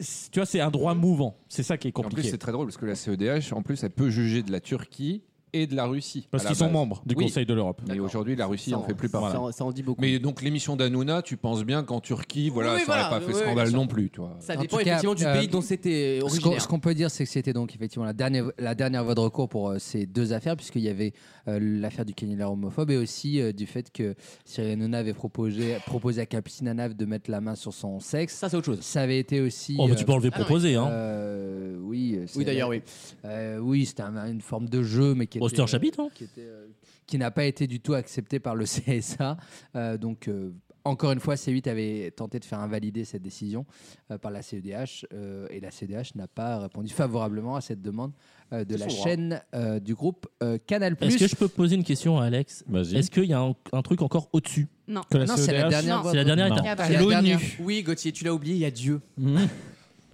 Speaker 4: c'est- tu vois, c'est un droit mouvant. C'est ça qui est
Speaker 3: En plus,
Speaker 4: compliqué.
Speaker 3: c'est très drôle parce que la CEDH, en plus, elle peut juger de la Turquie et de la Russie.
Speaker 4: Parce
Speaker 3: à la
Speaker 4: qu'ils sont
Speaker 3: base.
Speaker 4: membres du
Speaker 3: Oui.
Speaker 4: Conseil de E l'Europe.
Speaker 3: Mais aujourd'hui, la Russie
Speaker 4: Ça
Speaker 3: en
Speaker 4: en-
Speaker 3: fait plus
Speaker 4: ça
Speaker 3: partie.
Speaker 4: en-
Speaker 2: dit beaucoup.
Speaker 3: Mais donc, l'émission d'Anouna, tu penses bien qu'en Turquie, voilà,
Speaker 2: Oui,
Speaker 3: ça
Speaker 2: voilà,
Speaker 3: aurait pas fait
Speaker 2: oui,
Speaker 3: scandale
Speaker 2: bien sûr.
Speaker 3: non plus, tu vois.
Speaker 2: Ça
Speaker 7: En
Speaker 2: dépend
Speaker 7: tout cas,
Speaker 2: effectivement du
Speaker 7: euh,
Speaker 2: pays dont c'était
Speaker 7: Ce
Speaker 2: originaire.
Speaker 7: qu'on, ce qu'on peut dire, c'est que c'était donc effectivement la dernière, la dernière voie de recours pour euh, ces deux affaires, puisqu'il y avait euh, l'affaire du canular homophobe et aussi euh, du fait que Cyril Hanouna avait proposé, proposé à Capucine Anave de mettre la main sur son sexe. Ça,
Speaker 2: c'est autre chose.
Speaker 7: Ça avait été aussi.
Speaker 18: Oh, mais tu peux enlever proposer, hein.
Speaker 7: euh, oui, euh, c'est-
Speaker 2: Oui, d'ailleurs, oui.
Speaker 7: Euh, oui, c'était un- une forme de jeu, mais qui
Speaker 18: Bon,
Speaker 7: était,
Speaker 18: c'était un chapitre, hein.
Speaker 7: qui, était, euh, qui n'a pas été du tout accepté par le CSA. Euh, donc, euh, encore une fois, C8 avait tenté de faire invalider cette décision euh, par la CEDH euh, et la CEDH n'a pas répondu favorablement à cette demande euh, de
Speaker 18: C'est
Speaker 7: la
Speaker 2: hein.
Speaker 18: son droit.
Speaker 7: chaîne euh, du groupe euh, Canal+.
Speaker 18: Est-ce que je peux poser une question à Alex
Speaker 4: Vas-y.
Speaker 18: Est-ce qu'il y a un, un truc encore au-dessus Ah,
Speaker 6: Non. Ah, bah,
Speaker 7: Que la Non, c'est la CEDH? dernière voie
Speaker 18: C'est la
Speaker 7: de-
Speaker 18: dernière
Speaker 7: Non.
Speaker 18: étape.
Speaker 7: C'est Ah, la dernière.
Speaker 18: L'ONU. Mhm.
Speaker 2: Oui, Gauthier, tu l'as oublié, il y a Dieu.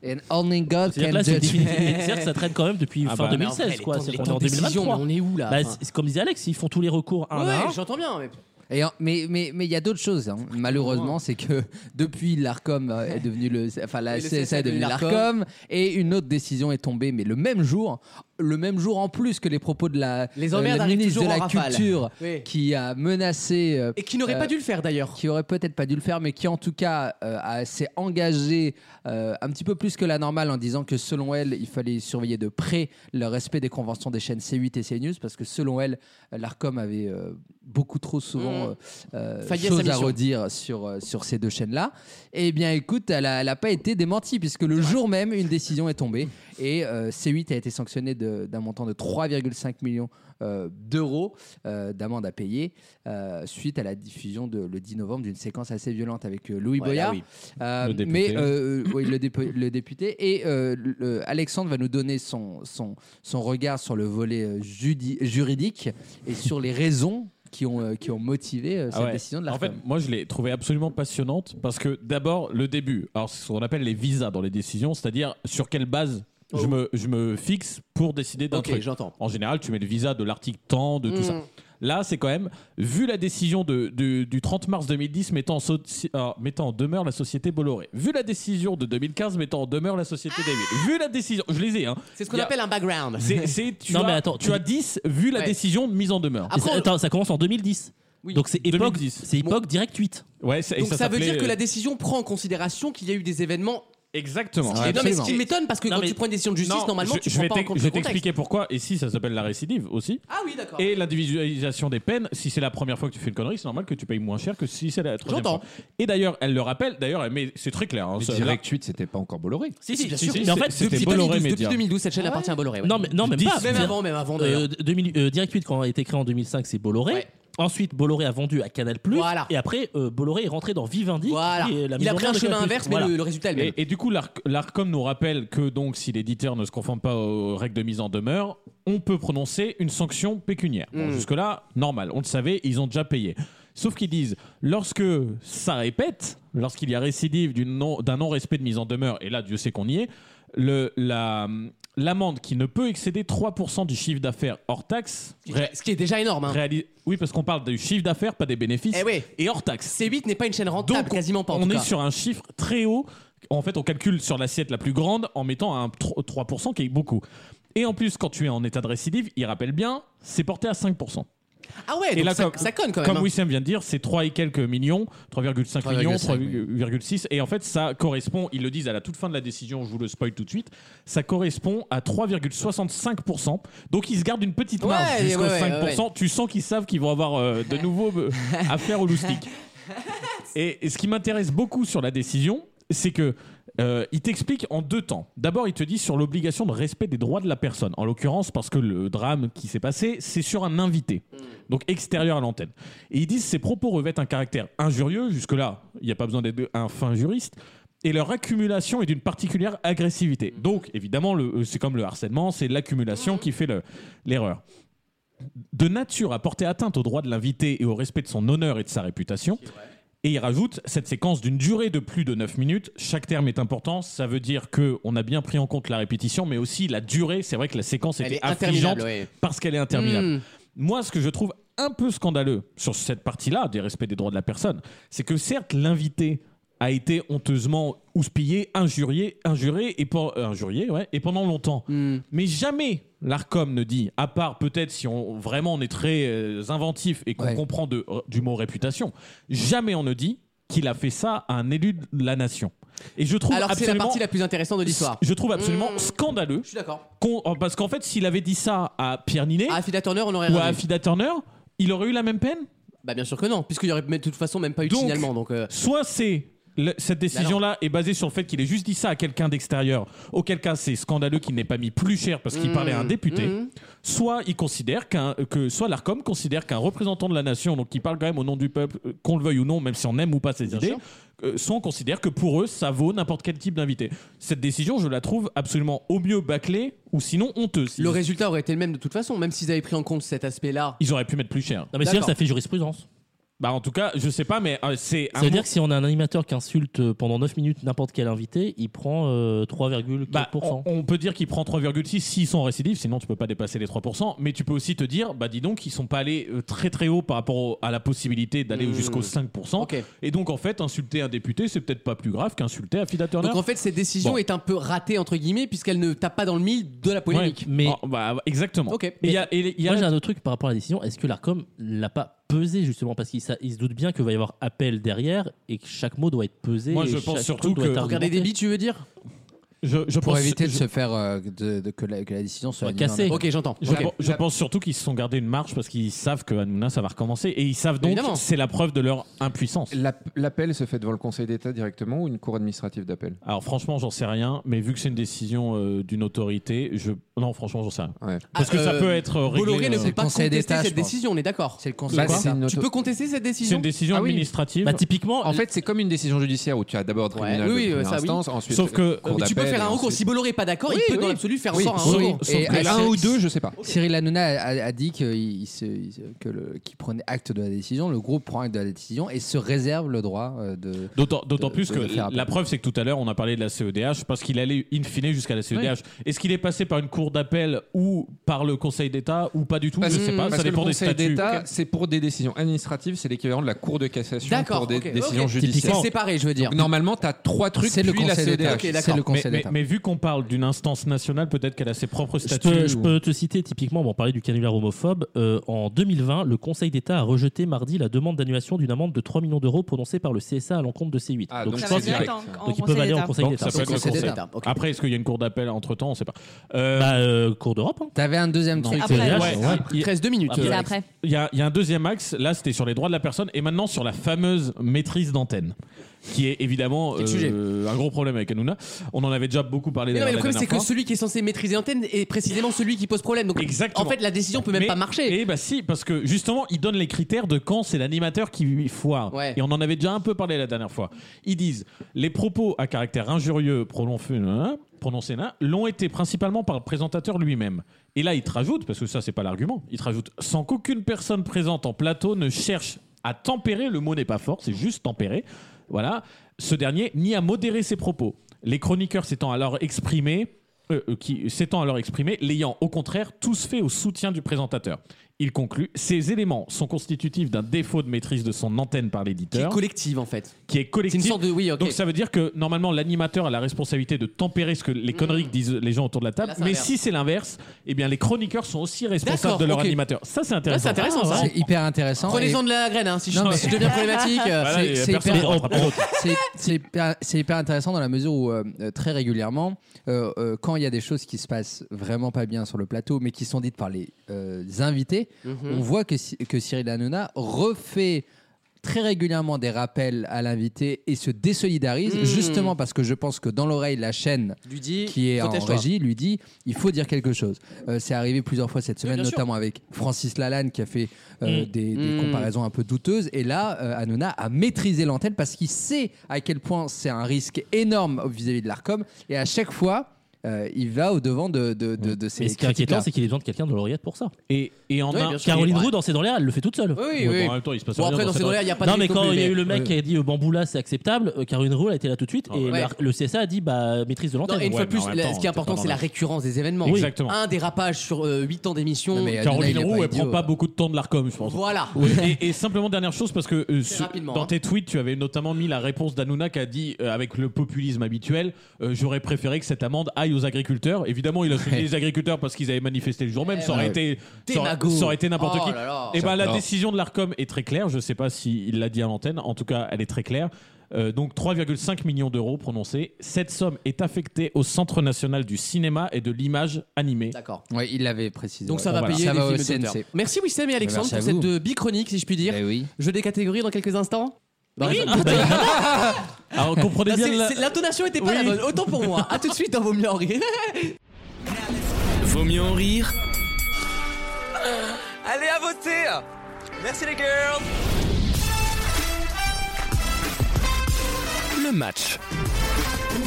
Speaker 7: And only God
Speaker 18: C'est-à-dire que
Speaker 7: can
Speaker 18: là, c'est
Speaker 7: judge.
Speaker 18: définitif. C'est-à-dire que ça traîne quand même depuis
Speaker 2: Ah
Speaker 18: fin
Speaker 2: bah, mais en vrai,
Speaker 18: 2016,
Speaker 2: les
Speaker 18: quoi.
Speaker 2: temps-
Speaker 18: C'est
Speaker 2: les
Speaker 18: qu'on est
Speaker 2: temps
Speaker 18: en
Speaker 2: de décision,
Speaker 18: 2023.
Speaker 2: mais on est où, là
Speaker 18: Bah,
Speaker 2: Enfin.
Speaker 18: c'est- c'est comme disait Alex, ils font tous les recours un
Speaker 2: Ouais,
Speaker 18: à un.
Speaker 2: j'entends bien. Mais...
Speaker 7: Et en- mais mais mais il y a d'autres choses. hein. Malheureusement, c'est que depuis l'Arcom euh, est devenu le, enfin la
Speaker 2: Oui, le
Speaker 7: CSA est
Speaker 2: devenu
Speaker 7: devenu
Speaker 2: l'Arcom.
Speaker 7: l'Arcom et une autre décision est tombée, mais le même jour le même jour en plus que les propos de la,
Speaker 2: Les emmerdes
Speaker 7: la
Speaker 2: arrivent
Speaker 7: ministre de
Speaker 2: toujours
Speaker 7: la
Speaker 2: en rafale.
Speaker 7: Culture
Speaker 2: Oui.
Speaker 7: qui a menacé. euh,
Speaker 2: Et qui n'aurait pas dû le faire d'ailleurs.
Speaker 7: Qui aurait peut-être pas dû le faire, mais qui en tout cas euh, a- s'est engagée euh, un petit peu plus que la normale en disant que selon elle, il fallait surveiller de près le respect des conventions des chaînes C8 et CNews parce que selon elle, l'ARCOM avait euh, beaucoup trop souvent
Speaker 2: Mmh.
Speaker 7: euh,
Speaker 2: Failli à sa
Speaker 7: choses à
Speaker 2: mission.
Speaker 7: redire sur, euh, sur ces deux chaînes-là. Eh bien, écoute, elle n'a pas été démentie, puisque le jour même, une décision est tombée. Et euh, C8 a été sanctionné de- d'un montant de 3,5 millions euh, d'euros euh, d'amende à payer euh, suite à la diffusion de, le 10 novembre d'une séquence assez violente avec euh, Louis
Speaker 2: Ouais, là,
Speaker 7: Boyard.
Speaker 2: oui.
Speaker 7: Euh,
Speaker 2: Le député.
Speaker 7: mais euh, oui, le, dépu- le député. Et euh, le- Alexandre va nous donner son, son, son regard sur le volet euh, judi- juridique et sur les raisons qui ont, euh, qui ont motivé euh,
Speaker 4: Ah
Speaker 7: cette
Speaker 4: ouais.
Speaker 7: décision de la
Speaker 4: En fait, moi, je l'ai trouvé absolument passionnante parce que d'abord, le début, alors c'est ce qu'on appelle les visas dans les décisions, c'est-à-dire sur quelle base je, me, je me fixe pour décider d'un
Speaker 2: Oh. Ok,
Speaker 4: truc.
Speaker 2: j'entends.
Speaker 4: En général, tu mets le visa de l'article temps, de tout
Speaker 2: Mm.
Speaker 4: ça. Là, c'est quand même, vu la décision de, du- du 30 mars 2010 mettant en, soci- alors, mettant en demeure la société Bolloré, vu la décision de 2015 mettant en demeure la société
Speaker 2: Ah.
Speaker 4: David, vu la décision, je les ai, hein.
Speaker 2: C'est ce qu'on
Speaker 4: Il y a-
Speaker 2: appelle un background.
Speaker 4: C'est- c'est- tu,
Speaker 18: Non,
Speaker 4: as,
Speaker 18: mais attends,
Speaker 4: tu
Speaker 18: tu-
Speaker 4: as 10 vu la
Speaker 18: Ouais.
Speaker 4: décision de mise en demeure.
Speaker 18: Et ça- attends, ça commence en 2010.
Speaker 2: Oui.
Speaker 18: Donc c'est époque, c'est époque direct 8.
Speaker 4: Ouais, c'est- et
Speaker 2: Donc ça, veut dire
Speaker 4: s'appelait,
Speaker 2: que la
Speaker 4: euh,
Speaker 2: décision prend en considération qu'il y a eu des événements.
Speaker 4: Exactement.
Speaker 2: Ce qui-
Speaker 4: Ouais,
Speaker 2: non, mais ce
Speaker 4: absolument.
Speaker 2: qui m'étonne, parce que
Speaker 4: Non,
Speaker 2: quand
Speaker 4: mais-
Speaker 2: tu prends une décision de justice,
Speaker 4: Non,
Speaker 2: normalement,
Speaker 4: je-
Speaker 2: tu
Speaker 4: je
Speaker 2: prends
Speaker 4: vais
Speaker 2: pas en
Speaker 4: t'ex-
Speaker 2: compte
Speaker 4: Je vais
Speaker 2: le contexte.
Speaker 4: t'expliquer pourquoi. Et si ça s'appelle la récidive aussi.
Speaker 2: Ah oui, d'accord.
Speaker 4: Et l'individualisation des peines, si c'est la première fois que tu fais une connerie, c'est normal que tu payes moins cher que si c'est la troisième
Speaker 2: J'entends.
Speaker 4: fois. Et d'ailleurs, elle le rappelle, d'ailleurs, elle- mais c'est très clair. hein, ça-
Speaker 3: Direct 8, c'était pas encore Bolloré.
Speaker 4: Si, si,
Speaker 3: bien
Speaker 4: si,
Speaker 3: sûr.
Speaker 4: si,
Speaker 3: Mais en fait,
Speaker 4: c'était
Speaker 3: depuis
Speaker 4: Bolloré
Speaker 3: 2012,
Speaker 4: Média.
Speaker 3: depuis
Speaker 2: 2012, cette chaîne appartient à Bolloré. ouais.
Speaker 18: Non, mais, non, même
Speaker 2: Dix.
Speaker 18: pas.
Speaker 2: Même avant, même avant d'ailleurs.
Speaker 18: Euh, 2000 euh, Direct 8, quand a été créé en 2005, c'est Bolloré. Ensuite, Bolloré a vendu à Canal+. Et après, euh, Bolloré est rentré dans Vivendi. qui est la maison mère de Canal+. Voilà.
Speaker 4: Et, et du coup, l'Arc- l'ARCOM nous rappelle que donc, si l'éditeur ne se conforme pas aux règles de mise en demeure, on peut prononcer une sanction pécuniaire. Bon,
Speaker 2: Mm.
Speaker 4: Jusque-là, normal. On le savait, ils ont déjà payé. Sauf qu'ils disent, lorsque ça répète, lorsqu'il y a récidive d'une non- d'un non-respect de mise en demeure, et là, Dieu sait qu'on y est, le- la- l'amende qui ne peut excéder 3% du chiffre d'affaires hors taxe.
Speaker 2: Ce qui est déjà énorme.
Speaker 4: Oui, parce qu'on parle du chiffre d'affaires, pas des bénéfices.
Speaker 2: Eh oui.
Speaker 4: Et hors taxe.
Speaker 2: C8 n'est pas une chaîne rentable, quasiment pas en
Speaker 4: on
Speaker 2: tout
Speaker 4: est
Speaker 2: cas.
Speaker 4: sur un chiffre très haut. En fait, on calcule sur l'assiette la plus grande en mettant un tro- 3% qui est beaucoup. Et en plus, quand tu es en état de récidive, il rappelle bien, c'est porté à 5%.
Speaker 2: Ah ouais,
Speaker 4: et
Speaker 2: donc ça, ça conne quand même.
Speaker 4: Comme
Speaker 2: hein.
Speaker 4: Wissem vient de dire, c'est 3 et quelques millions, 3,5 millions,
Speaker 2: 3,5,
Speaker 4: 3,6. Et en fait, ça correspond, ils le disent à la toute fin de la décision, je vous le spoil tout de suite, ça correspond à 3,65%. Donc ils se gardent une petite marge
Speaker 2: Ouais,
Speaker 4: jusqu'au
Speaker 2: ouais, ouais,
Speaker 4: 5%.
Speaker 2: ouais, ouais.
Speaker 4: Tu sens qu'ils savent qu'ils vont avoir euh, de nouveaux euh, affaires au loustic. Et, et ce qui m'intéresse beaucoup sur la décision, c'est que euh, il t'explique en deux temps. D'abord, il te dit sur l'obligation de respect des droits de la personne. En l'occurrence, parce que le drame qui s'est passé, c'est sur un invité,
Speaker 2: Hmm.
Speaker 4: donc extérieur à l'antenne. Et ils disent ces propos revêtent un caractère injurieux. Jusque là, il n'y a pas besoin d'être un fin juriste. Et leur accumulation est d'une particulière agressivité. Donc, évidemment, le- euh, c'est comme le harcèlement, c'est l'accumulation qui fait le- l'erreur de nature à porter atteinte aux droits de l'invité et au respect de son honneur et de sa réputation. Et il rajoute cette séquence d'une durée de plus de 9 minutes. Chaque terme est important. Ça veut dire que on a bien pris en compte la répétition, mais aussi la durée. C'est vrai que la séquence
Speaker 2: Elle
Speaker 4: était
Speaker 2: est interminable,
Speaker 4: affligeante
Speaker 2: ouais.
Speaker 4: parce qu'elle est interminable.
Speaker 2: Mm.
Speaker 4: Moi, ce que je trouve un peu scandaleux sur cette partie-là des respects des droits de la personne, c'est que certes, l'invité a été honteusement houspillé, injurié, injuré et, pen- euh, injurié, ouais, et pendant longtemps.
Speaker 2: Hmm.
Speaker 4: Mais jamais l'ARCOM ne dit, à part peut-être si on, vraiment on est très euh, inventif et qu'on comprend de- euh, du mot réputation, jamais on ne dit qu'il a fait ça à un élu de la nation. Et je trouve
Speaker 2: Alors que c'est la
Speaker 4: absolument-
Speaker 2: partie la plus Hmm. intéressante de l'histoire.
Speaker 4: Je trouve absolument scandaleux.
Speaker 2: Je suis d'accord.
Speaker 4: qu'on- oh, parce qu'en fait, s'il avait dit ça à Pierre Ninet
Speaker 2: À Affida Turner, on aurait
Speaker 4: ou à
Speaker 2: rien eu.
Speaker 4: Affida Turner, il aurait eu la même peine
Speaker 2: Bah bien sûr que non, puisqu'il y aurait de toute façon même pas eu de
Speaker 4: Donc,
Speaker 2: signalement. Donc euh,
Speaker 4: Soit c'est le- cette
Speaker 2: Bah
Speaker 4: décision-là est basée sur le fait qu'il ait juste dit ça à quelqu'un d'extérieur, auquel cas c'est scandaleux qu'il n'ait pas mis plus cher parce qu'il
Speaker 2: Mmh,
Speaker 4: parlait à un député.
Speaker 2: mmh.
Speaker 4: Soit il considère qu'un que soit l'Arcom considère qu'un représentant de la nation, donc qui parle quand même au nom du peuple, euh, qu'on le veuille ou non, même si on aime ou pas ses idées,
Speaker 2: sûr.
Speaker 4: euh, soit on considère que pour eux ça vaut n'importe quel type d'invité. Cette décision, je la trouve absolument au mieux bâclée ou sinon honteuse.
Speaker 2: le résultat aurait été le même de toute façon, même s'ils avaient pris en compte cet aspect-là.
Speaker 4: Ils auraient pu mettre plus cher.
Speaker 2: Non, mais c'est-à-dire que ça fait
Speaker 18: jurisprudence.
Speaker 4: Bah en tout cas, je sais pas, mais euh, c'est.
Speaker 18: Ça veut dire que si on a un animateur qui insulte pendant 9 minutes n'importe quel invité, il prend euh, 3,4%.
Speaker 4: Bah, on, on peut dire qu'il prend 3,6 s'ils sont récidives, sinon tu peux pas dépasser les 3%. Mais tu peux aussi te dire, bah dis donc, ils sont pas allés euh, très très haut par rapport au- à la possibilité d'aller
Speaker 2: Mmh.
Speaker 4: jusqu'aux 5%. Et donc en fait, insulter un député, c'est peut-être pas plus grave qu'insulter Afida Turner.
Speaker 2: Donc en fait, cette décision
Speaker 4: Bon.
Speaker 2: est un peu ratée, entre guillemets, puisqu'elle ne tape pas dans le mille de la polémique. Oh.
Speaker 18: mais
Speaker 4: bah, exactement.
Speaker 2: Ok.
Speaker 4: il y a- et il y a-
Speaker 18: Moi, j'ai un autre truc par rapport à la décision. Est-ce que l'ARCOM l'a pas pesé justement parce qu'il sa- il se doute bien qu'il va y avoir appel derrière et que chaque mot doit être pesé.
Speaker 4: Moi,
Speaker 18: et
Speaker 4: je
Speaker 18: chaque
Speaker 4: pense
Speaker 18: truc
Speaker 4: surtout
Speaker 18: doit
Speaker 4: que-
Speaker 18: être
Speaker 4: Regarder
Speaker 18: argumenté.
Speaker 4: des bits,
Speaker 2: tu veux dire
Speaker 4: Je, je
Speaker 7: Pour
Speaker 4: pense-
Speaker 7: éviter de
Speaker 4: je-
Speaker 7: se faire euh, de- de- que, la, que la décision soit
Speaker 4: cassé.
Speaker 7: annulée.
Speaker 4: Je,
Speaker 7: Ok.
Speaker 4: pen- je pense surtout qu'ils se sont gardés une marge parce qu'ils savent que Hanouna, ça va recommencer. Et ils savent donc
Speaker 3: Évidemment.
Speaker 4: c'est la preuve de leur impuissance.
Speaker 3: L'app- L'appel se fait devant le Conseil d'État directement ou une cour administrative d'appel
Speaker 4: Alors franchement, j'en sais rien, mais vu que c'est une décision euh, d'une autorité, je non franchement, j'en sais rien. Parce que ça
Speaker 2: euh,
Speaker 4: peut être euh, réglé.
Speaker 2: Bolloré
Speaker 4: euh,
Speaker 2: ne peut pas contester cette décision, on est d'accord. C'est le
Speaker 3: Conseil d'État.
Speaker 2: Tu peux contester cette décision
Speaker 3: Ah oui.
Speaker 4: Bah, typiquement,
Speaker 3: En fait, c'est comme une décision judiciaire où tu as d'abord
Speaker 2: Ouais,
Speaker 3: tribunal
Speaker 2: oui, oui,
Speaker 3: de première
Speaker 2: ça, oui.
Speaker 3: instance, ensuite
Speaker 4: Sauf que-
Speaker 3: cour
Speaker 2: Mais tu peux faire
Speaker 3: d'appel,
Speaker 2: un
Speaker 3: et
Speaker 2: recours.
Speaker 3: ensuite-
Speaker 2: Si Bolloré est pas d'accord,
Speaker 3: Oui,
Speaker 2: il peut,
Speaker 3: oui.
Speaker 2: dans l'absolu, faire
Speaker 3: Oui,
Speaker 2: en sorte un
Speaker 3: sauf-
Speaker 2: recours.
Speaker 3: sauf que là, un ou deux, je sais pas.
Speaker 7: Cyril Hanouna a, a- a dit qu'il se- il se- que le- qu'il prenait acte de la décision, le groupe prend acte de la décision et se réserve le droit euh, de.
Speaker 4: D'autant,
Speaker 7: de-
Speaker 4: d'autant plus
Speaker 7: de-
Speaker 4: que
Speaker 7: de faire appel.
Speaker 4: la preuve, c'est que tout à l'heure, on a parlé de la CEDH parce qu'il allait in fine jusqu'à la CEDH. Est-ce qu'il est passé par une cour d'appel ou par le Conseil d'État ou pas du tout
Speaker 3: Parce
Speaker 4: Je
Speaker 3: que-
Speaker 4: sais Bah, pas,
Speaker 3: Mmh. parce
Speaker 4: ça
Speaker 3: que
Speaker 4: dépend
Speaker 3: le
Speaker 4: des
Speaker 3: Conseil
Speaker 4: statuts.
Speaker 3: d'État, c'est pour des décisions administratives, c'est l'équivalent de la Cour de cassation
Speaker 2: D'accord,
Speaker 3: pour des
Speaker 2: ok, ok.
Speaker 3: décisions judiciaires.
Speaker 2: C'est séparé, je veux dire.
Speaker 3: Donc, normalement, tu as trois trucs,
Speaker 2: C'est le
Speaker 3: puis la
Speaker 2: Conseil
Speaker 3: CEDH.
Speaker 2: d'État. Ok, d'accord. C'est
Speaker 4: mais,
Speaker 2: le
Speaker 4: mais- mais vu qu'on parle d'une instance nationale, peut-être qu'elle a ses propres
Speaker 18: Je
Speaker 4: statuts.
Speaker 18: peux, je
Speaker 4: ou-
Speaker 18: peux te citer typiquement, bon, on parlait du canular homophobe. euh, en 2020, le Conseil d'État a rejeté mardi la demande d'annulation d'une amende de 3 millions d'euros prononcée par le CSA à l'encontre de C8.
Speaker 4: Ah, donc
Speaker 18: je
Speaker 4: ça
Speaker 18: pense
Speaker 4: va
Speaker 18: qu'ils-
Speaker 4: direct en- en
Speaker 18: donc ils
Speaker 4: Conseil
Speaker 18: peuvent aller au
Speaker 4: d'État.
Speaker 18: Conseil
Speaker 4: Donc
Speaker 18: d'État.
Speaker 4: ça peut être le Conseil
Speaker 7: d'État, ok.
Speaker 4: Après, est-ce qu'il y a une cour d'appel entre temps On ne sait pas. Euh,
Speaker 18: Bah, Cour d'Europe.
Speaker 7: T'avais un deuxième
Speaker 4: Non.
Speaker 7: truc.
Speaker 4: Après.
Speaker 7: CEDH,
Speaker 4: Ouais.
Speaker 7: ouais.
Speaker 4: Il-
Speaker 2: Il reste deux minutes.
Speaker 4: Après.
Speaker 2: euh,
Speaker 4: Il y, a, il y a un deuxième axe, là c'était sur les droits de la personne, et maintenant sur la fameuse maîtrise d'antenne, qui est évidemment
Speaker 2: Quel sujet.
Speaker 4: euh, un gros problème avec Hanouna. On en avait déjà beaucoup parlé
Speaker 2: Mais non, mais
Speaker 4: d'ailleurs
Speaker 2: le
Speaker 4: la
Speaker 2: problème, c'est
Speaker 4: dernière
Speaker 2: que
Speaker 4: fois.
Speaker 2: celui qui est censé maîtriser l'antenne est précisément celui qui pose problème. Donc,
Speaker 4: Exactement.
Speaker 2: en fait, la décision peut même
Speaker 4: Mais-
Speaker 2: pas marcher.
Speaker 4: Eh bah si, parce que justement, ils donnent les critères de quand c'est l'animateur qui lui foire.
Speaker 2: Ouais.
Speaker 4: Et on en avait déjà un peu parlé la dernière fois. Ils disent les propos à caractère injurieux prononcés nanana, prononcés nanana, l'ont été principalement par le présentateur lui-même. Et là, ils te rajoutent, parce que ça, c'est pas l'argument, ils te rajoutent sans qu'aucune personne présente en plateau ne cherche à tempérer, le mot n'est pas fort, c'est juste tempérer, voilà, ce dernier, ni à modérer ses propos. Les chroniqueurs s'étant alors exprimés euh, euh, qui s'étant alors exprimé, l'ayant au contraire tous fait au soutien du présentateur. Il conclut Ces éléments sont constitutifs d'un défaut de maîtrise de son antenne par l'éditeur.
Speaker 2: Qui est collective, en fait.
Speaker 4: Qui est collective.
Speaker 2: C'est une sorte de- oui, ok.
Speaker 4: Donc ça veut dire que normalement l'animateur a la responsabilité de tempérer ce que les conneries que disent les gens autour de la table.
Speaker 2: Là, c'est
Speaker 4: mais
Speaker 2: inverse.
Speaker 4: si c'est l'inverse, eh bien les chroniqueurs sont aussi responsables
Speaker 2: D'accord,
Speaker 4: de leur
Speaker 2: ok.
Speaker 4: animateur. Ça c'est
Speaker 2: Là,
Speaker 4: intéressant.
Speaker 2: c'est intéressant, ça.
Speaker 7: C'est hyper intéressant. Et-
Speaker 2: Prenez-en de la graine, hein, si, je,
Speaker 7: Non, mais-
Speaker 2: si je deviens problématique. euh,
Speaker 7: Ah,
Speaker 2: c'est-
Speaker 7: C'est- c'est hyper- c'est- c'est hyper- c'est hyper intéressant dans la mesure où euh, euh, très régulièrement, euh, euh, quand il y a des choses qui se passent vraiment pas bien sur le plateau, mais qui sont dites par les euh, invités,
Speaker 2: Mhm.
Speaker 7: on voit que, Cy- que Cyril Hanouna refait très régulièrement des rappels à l'invité et se désolidarise
Speaker 2: Mhm.
Speaker 7: justement parce que je pense que dans l'oreille la chaîne
Speaker 2: Lui dit,
Speaker 7: qui est en
Speaker 2: protège-toi.
Speaker 7: régie lui dit il faut dire quelque chose Euh, c'est arrivé plusieurs fois cette semaine
Speaker 2: bien sûr.
Speaker 7: notamment avec Francis Lalanne qui a fait euh,
Speaker 2: Mm.
Speaker 7: des, des
Speaker 2: Mm.
Speaker 7: comparaisons un peu douteuses et là euh, Hanouna a maîtrisé l'antenne parce qu'il sait à quel point c'est un risque énorme vis-à-vis de l'Arcom et à chaque fois euh, il va au devant de, de, de, de ces
Speaker 18: Mais ce qui est
Speaker 7: critiques-là.
Speaker 18: inquiétant, c'est qu'il est besoin de quelqu'un de l'oreillette pour ça.
Speaker 4: Et, et en
Speaker 7: Oui, un- bien sûr.
Speaker 18: Caroline
Speaker 7: Ouais.
Speaker 18: Roux, dans ses dans l'air, elle le fait toute seule.
Speaker 7: oui, oui.
Speaker 4: en même temps, il se passe
Speaker 18: Bon,
Speaker 4: rien
Speaker 18: après,
Speaker 4: dans
Speaker 18: dans
Speaker 4: cette
Speaker 18: ces
Speaker 4: heure.
Speaker 18: dans-là, il y a pas
Speaker 4: Non,
Speaker 18: de
Speaker 4: mais
Speaker 18: veto,
Speaker 4: quand il y a
Speaker 18: mais-
Speaker 4: eu le mec
Speaker 18: Ouais.
Speaker 4: qui
Speaker 18: a dit euh, bamboula c'est acceptable, Caroline Roux a été là tout de suite et
Speaker 2: ouais.
Speaker 18: la- le CSA a dit bah maîtrise de
Speaker 2: Non,
Speaker 18: l'antenne.
Speaker 2: et une fois de plus, la- ce qui est important, c'est la récurrence des événements.
Speaker 18: Oui.
Speaker 4: Exactement.
Speaker 2: Un dérapage sur 8 ans d'émission.
Speaker 4: Caroline Roux, elle prend pas beaucoup de temps de l'ARCOM, je pense.
Speaker 2: Voilà.
Speaker 4: Et, et simplement, dernière chose, parce que euh, sur-
Speaker 2: rapidement,
Speaker 4: dans
Speaker 2: hein.
Speaker 4: tes tweets, tu avais notamment mis la réponse d'Anouna qui a dit, euh, avec le populisme habituel, euh, j'aurais préféré que cette amende aille aux agriculteurs. Évidemment, il a soutenu les agriculteurs parce qu'ils avaient manifesté le jour même. Ça aurait
Speaker 2: Eh ouais.
Speaker 4: été, ça aurait-
Speaker 2: Démago.
Speaker 4: ça aurait été n'importe
Speaker 2: Oh
Speaker 4: qui.
Speaker 2: là là.
Speaker 4: Et ben, la
Speaker 2: Alors.
Speaker 4: décision de l'ARCOM est très claire. Je sais pas s'il l'a dit à l'antenne. En tout cas, elle est très claire. Euh, donc 3,5 millions d'euros prononcés. Cette somme est affectée au Centre national du cinéma et de l'image animée.
Speaker 2: D'accord.
Speaker 7: Oui, il l'avait précisé.
Speaker 2: Donc ça va payer les films d'auteur. Merci Wissem et Alexandre
Speaker 7: Merci à
Speaker 2: pour cette
Speaker 7: vous.
Speaker 2: euh, bi-chronique, si je puis
Speaker 7: Eh
Speaker 2: dire. Jeu des catégories dans quelques instants. Dans
Speaker 4: Oui.
Speaker 2: les-
Speaker 4: Alors comprenez
Speaker 2: Non,
Speaker 4: bien
Speaker 2: bah, c'est-
Speaker 4: la-
Speaker 2: c'est- L'intonation était pas
Speaker 4: Oui.
Speaker 2: la bonne. Autant pour moi. À tout de suite dans Vos mieux en rire.
Speaker 1: Vaut mieux en rire
Speaker 13: Allez à voter Merci les girls
Speaker 1: Le match.
Speaker 2: Le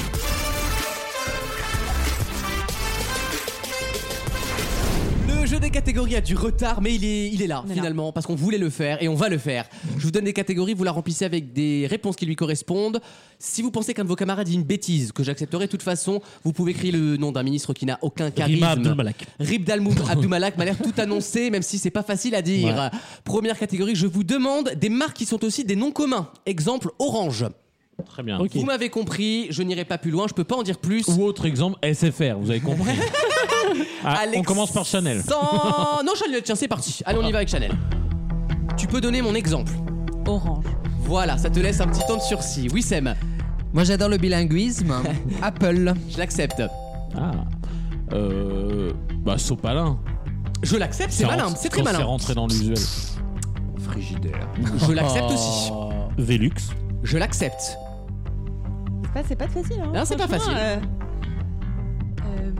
Speaker 2: Le jeu des catégories a du retard, mais il est, il est là finalement parce qu'on voulait le faire et on va le faire. Je vous donne des catégories, vous la remplissez avec des réponses qui lui correspondent. Si vous pensez qu'un de vos camarades dit une bêtise, que j'accepterai de toute façon, vous pouvez crier le nom d'un ministre qui n'a aucun charisme.
Speaker 18: Rima Abdulmalak.
Speaker 2: Rib Dalmoum Abdoumalak m'a l'air tout annoncé, même si c'est pas facile à dire.
Speaker 18: Ouais.
Speaker 2: Première catégorie, je vous demande des marques qui sont aussi des noms communs. Exemple, orange.
Speaker 4: Très bien.
Speaker 2: Vous m'avez compris, je n'irai pas plus loin, je peux pas en dire plus.
Speaker 4: Ou autre exemple, SFR, vous avez compris. Ah, on commence par Chanel.
Speaker 2: Sans... Non, Chanel, tiens, c'est parti. Allez, on y va avec Chanel. Tu peux donner mon exemple.
Speaker 6: Orange.
Speaker 2: Voilà, ça te laisse un petit temps de sursis. Oui, Sam.
Speaker 7: Moi, j'adore le bilinguisme. Apple.
Speaker 2: Je l'accepte.
Speaker 4: Ah. Euh. Bah, Sopalin.
Speaker 2: Je l'accepte, c'est malin,
Speaker 4: rentré-
Speaker 2: c'est très
Speaker 4: quand
Speaker 2: malin.
Speaker 4: C'est rentré dans l'usuel.
Speaker 3: Frigidaire.
Speaker 2: Je
Speaker 4: Oh.
Speaker 2: l'accepte aussi.
Speaker 4: Velux.
Speaker 2: Je l'accepte.
Speaker 6: C'est pas, c'est pas facile. Hein,
Speaker 2: Non, c'est pas
Speaker 6: franchement,
Speaker 2: facile.
Speaker 6: euh, euh,